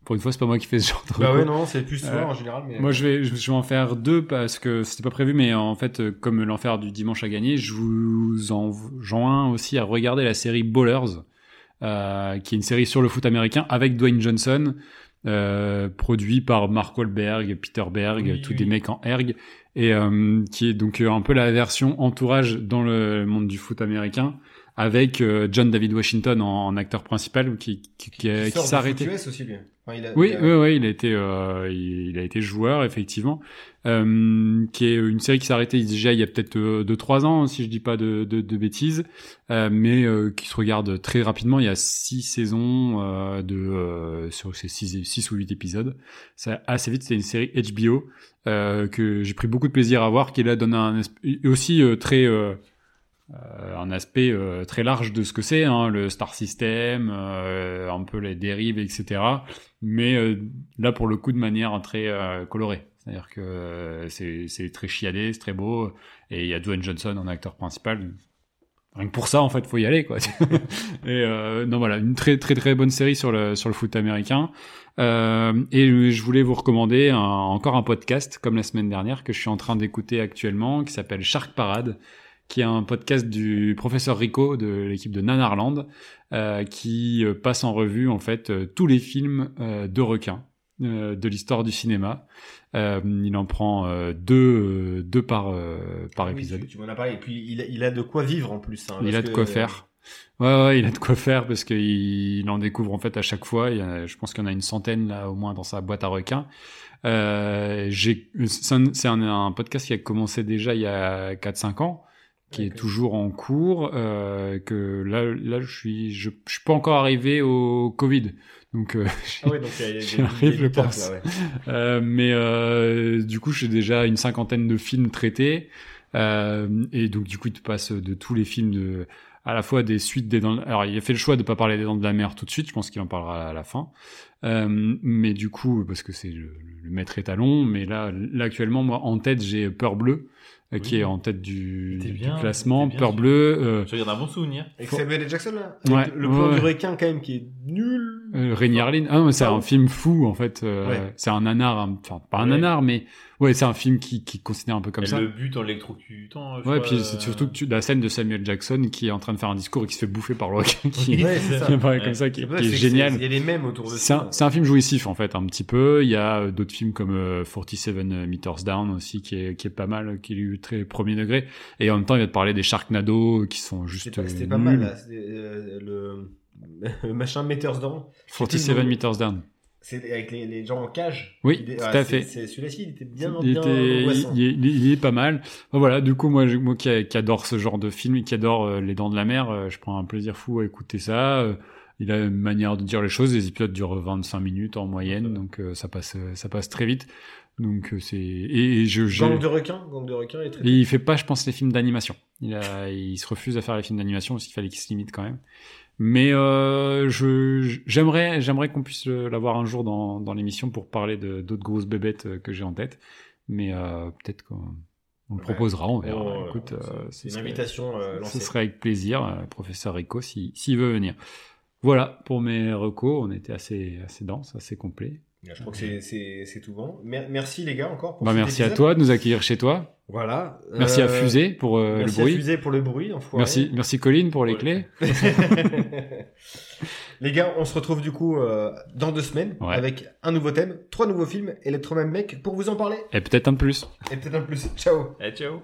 [SPEAKER 4] Pour une fois, c'est pas moi qui fais ce genre de reco.
[SPEAKER 2] Bah ouais, non, c'est plus
[SPEAKER 4] souvent,
[SPEAKER 2] souvent
[SPEAKER 4] Euh,
[SPEAKER 2] en général. Mais...
[SPEAKER 4] Moi, je vais, je je vais en faire deux parce que c'était pas prévu, mais en fait, euh, comme l'enfer du dimanche a gagné, je vous enjoins aussi à regarder la série Ballers, euh, qui est une série sur le foot américain avec Dwayne Johnson, euh, produit par Mark Wahlberg, Peter Berg,
[SPEAKER 5] Oui,
[SPEAKER 4] tous
[SPEAKER 5] oui.
[SPEAKER 4] des mecs en ergue, et euh, qui est donc euh, un peu la version entourage dans le monde du foot américain avec euh, John David Washington en, en acteur principal qui, qui, qui, a- qui s'est arrêté.
[SPEAKER 2] aussi, lui. Enfin, il a-
[SPEAKER 4] Oui,
[SPEAKER 2] il a-
[SPEAKER 4] oui, oui, il a été, euh, il, il a été joueur effectivement, euh, qui est une série qui s'est arrêtée déjà il y a peut-être euh, deux trois ans si je dis pas de, de, de bêtises, euh, mais euh, qui se regarde très rapidement. Il y a six saisons euh, de euh, sur ces six, six ou huit épisodes. Ça assez vite. C'était une série HBO euh, que j'ai pris beaucoup de plaisir à voir, qui là donne un aspe- et aussi euh, très euh, euh, un aspect euh, très large de ce que c'est, hein, le star system, euh, un peu les dérives, etc. Mais euh, là, pour le coup, de manière très euh, colorée. C'est-à-dire que euh, c'est c'est très chiadé, c'est très beau, et il y a Dwayne Johnson en acteur principal. Rien que pour ça, en fait, faut y aller, quoi. et euh, non, voilà, une très très très bonne série sur le sur le foot américain. Euh, et je voulais vous recommander un- encore un podcast, comme la semaine dernière, que je suis en train d'écouter actuellement, qui s'appelle Shark Parade, qui est un podcast du professeur Rico de l'équipe de Nanarland, euh, qui euh, passe en revue en fait euh, tous les films euh, de requins euh, de l'histoire du cinéma. Euh, il en prend euh, deux euh, deux par euh, par
[SPEAKER 2] Oui,
[SPEAKER 4] épisode.
[SPEAKER 2] tu, tu m'en as parlé. Et puis, il, a- il a de quoi vivre en plus. hein,
[SPEAKER 4] Il
[SPEAKER 2] parce
[SPEAKER 4] a de
[SPEAKER 2] que-
[SPEAKER 4] quoi faire. Ouais, ouais, il a de quoi faire parce qu'il il en découvre en fait à chaque fois. Il y a- je pense qu'il y en a une centaine là au moins dans sa boîte à requins. Euh, j'ai- c'est un, c'est un- un podcast qui a commencé déjà il y a 4-5 ans, qui est
[SPEAKER 2] D'accord.
[SPEAKER 4] toujours en cours. euh, que là, là, je suis, je, je suis pas encore arrivé au Covid, donc euh, j'ai-
[SPEAKER 2] Ah ouais, donc il y a- il y a
[SPEAKER 4] J'y
[SPEAKER 2] des-
[SPEAKER 4] arrive,
[SPEAKER 2] des
[SPEAKER 4] je
[SPEAKER 2] étapes,
[SPEAKER 4] pense.
[SPEAKER 2] là, ouais.
[SPEAKER 4] euh, mais euh, du coup, j'ai déjà une cinquantaine de films traités. Euh, et donc, du coup, il te passe de tous les films de, à la fois des suites des dents. de- Alors, il a fait le choix de pas parler des dents de la mer tout de suite. Je pense qu'il en parlera à la fin. Euh, mais du coup, parce que c'est le, le maître étalon. Mais là, là, actuellement, moi, en tête, j'ai Peur Bleue, euh, qui est en tête du,
[SPEAKER 5] T'es
[SPEAKER 4] du
[SPEAKER 5] bien,
[SPEAKER 4] classement.
[SPEAKER 5] t'es bien
[SPEAKER 4] Peur
[SPEAKER 5] sûr.
[SPEAKER 4] Bleue. euh,
[SPEAKER 5] Je regarde un bon souvenir.
[SPEAKER 2] Avec Samuel L. Jackson, là. Avec
[SPEAKER 4] Ouais,
[SPEAKER 2] le plan
[SPEAKER 4] ouais,
[SPEAKER 2] du
[SPEAKER 4] ouais.
[SPEAKER 2] requin, quand même, qui est nul.
[SPEAKER 4] Euh, Rainier Lynn. Ah, mais c'est
[SPEAKER 2] Ah
[SPEAKER 4] un
[SPEAKER 2] oui.
[SPEAKER 4] film fou en fait. Euh,
[SPEAKER 2] Ouais.
[SPEAKER 4] C'est un nanar, hein. enfin pas un
[SPEAKER 5] Ouais.
[SPEAKER 4] nanar, mais ouais, c'est un film qui qui considère un peu comme
[SPEAKER 5] Et
[SPEAKER 4] ça.
[SPEAKER 5] Le but en l'électrocutant. euh, je
[SPEAKER 4] Ouais,
[SPEAKER 5] crois,
[SPEAKER 4] puis c'est
[SPEAKER 5] euh,
[SPEAKER 4] surtout que tu, la scène de Samuel Jackson qui est en train de faire un discours et qui se fait bouffer par le requin, qui,
[SPEAKER 2] Ouais, c'est ça.
[SPEAKER 4] qui apparaît
[SPEAKER 5] Ouais.
[SPEAKER 4] comme ça, qui,
[SPEAKER 2] C'est pour ça
[SPEAKER 4] qui
[SPEAKER 2] que
[SPEAKER 4] est
[SPEAKER 2] c'est-
[SPEAKER 4] génial.
[SPEAKER 2] c'est- Il y a les mêmes autour de
[SPEAKER 4] C'est
[SPEAKER 2] ça.
[SPEAKER 4] un, c'est un film jouissif en fait, un petit peu. Il y a euh, d'autres films comme euh, 47 Meters Down aussi, qui est, qui est pas mal, qui est eu très premier degré. Et en même temps, il va te parler des Sharknado qui sont
[SPEAKER 2] C'était
[SPEAKER 4] juste.
[SPEAKER 2] pas, c'était
[SPEAKER 4] euh,
[SPEAKER 2] pas mal,
[SPEAKER 4] nuls.
[SPEAKER 2] là. C'était, euh, le le machin Meters Down.
[SPEAKER 4] 47 Meters Down.
[SPEAKER 2] C'est avec les, les gens en cage.
[SPEAKER 4] Oui,
[SPEAKER 2] Qui dé-
[SPEAKER 4] tout
[SPEAKER 2] ah,
[SPEAKER 4] à
[SPEAKER 2] c'est-
[SPEAKER 4] fait.
[SPEAKER 2] c'est- Celui-là, il était bien,
[SPEAKER 4] il,
[SPEAKER 2] bien
[SPEAKER 4] était-
[SPEAKER 2] angoissant.
[SPEAKER 4] il, il- il est pas mal. Enfin, Voilà, du coup, moi, je- moi qui, qui adore ce genre de film et qui adore euh, Les Dents de la Mer, euh, je prends un plaisir fou à écouter ça. Euh, il a une manière de dire les choses. Les épisodes durent 25 minutes en moyenne, donc euh, ça passe, euh, ça passe très vite. Donc euh, c'est et, et je j'ai-
[SPEAKER 2] Gang de requins. Gang de requins est très
[SPEAKER 4] et il fait pas, je pense, les films d'animation. Il, a- il se refuse à faire les films d'animation parce qu'il fallait qu'il se limite quand même. Mais euh, je j'aimerais j'aimerais qu'on puisse le- l'avoir un jour dans, dans l'émission pour parler de d'autres grosses bébêtes euh, que j'ai en tête. Mais euh, peut-être qu'on on le
[SPEAKER 2] Ouais.
[SPEAKER 4] proposera, on verra.
[SPEAKER 2] Oh,
[SPEAKER 4] Écoute, euh, ce
[SPEAKER 2] C'est une
[SPEAKER 4] serait-
[SPEAKER 2] invitation euh,
[SPEAKER 4] ce
[SPEAKER 2] lancée.
[SPEAKER 4] serait avec plaisir, euh, professeur Rico, si- s'il veut venir. Voilà pour mes recos. On était assez assez dense, assez complet.
[SPEAKER 2] Je crois que c'est- c'est c'est tout bon. Mer- merci les gars encore. Pour
[SPEAKER 4] Bah,
[SPEAKER 2] cet
[SPEAKER 4] merci à
[SPEAKER 2] épisode.
[SPEAKER 4] toi de nous accueillir chez toi.
[SPEAKER 2] Voilà.
[SPEAKER 4] Merci à
[SPEAKER 2] Euh,
[SPEAKER 4] Fusée pour euh,
[SPEAKER 2] merci
[SPEAKER 4] le
[SPEAKER 2] à
[SPEAKER 4] bruit.
[SPEAKER 2] Fusée pour le bruit. enfoiré.
[SPEAKER 4] Merci, merci Colline pour les clés.
[SPEAKER 2] les gars, on se retrouve du coup euh, dans deux semaines
[SPEAKER 4] Ouais.
[SPEAKER 2] avec un nouveau thème, trois nouveaux films et les trois mêmes mecs pour vous en parler.
[SPEAKER 4] Et peut-être un de plus.
[SPEAKER 2] Et peut-être un plus. Ciao.
[SPEAKER 5] Eh, ciao.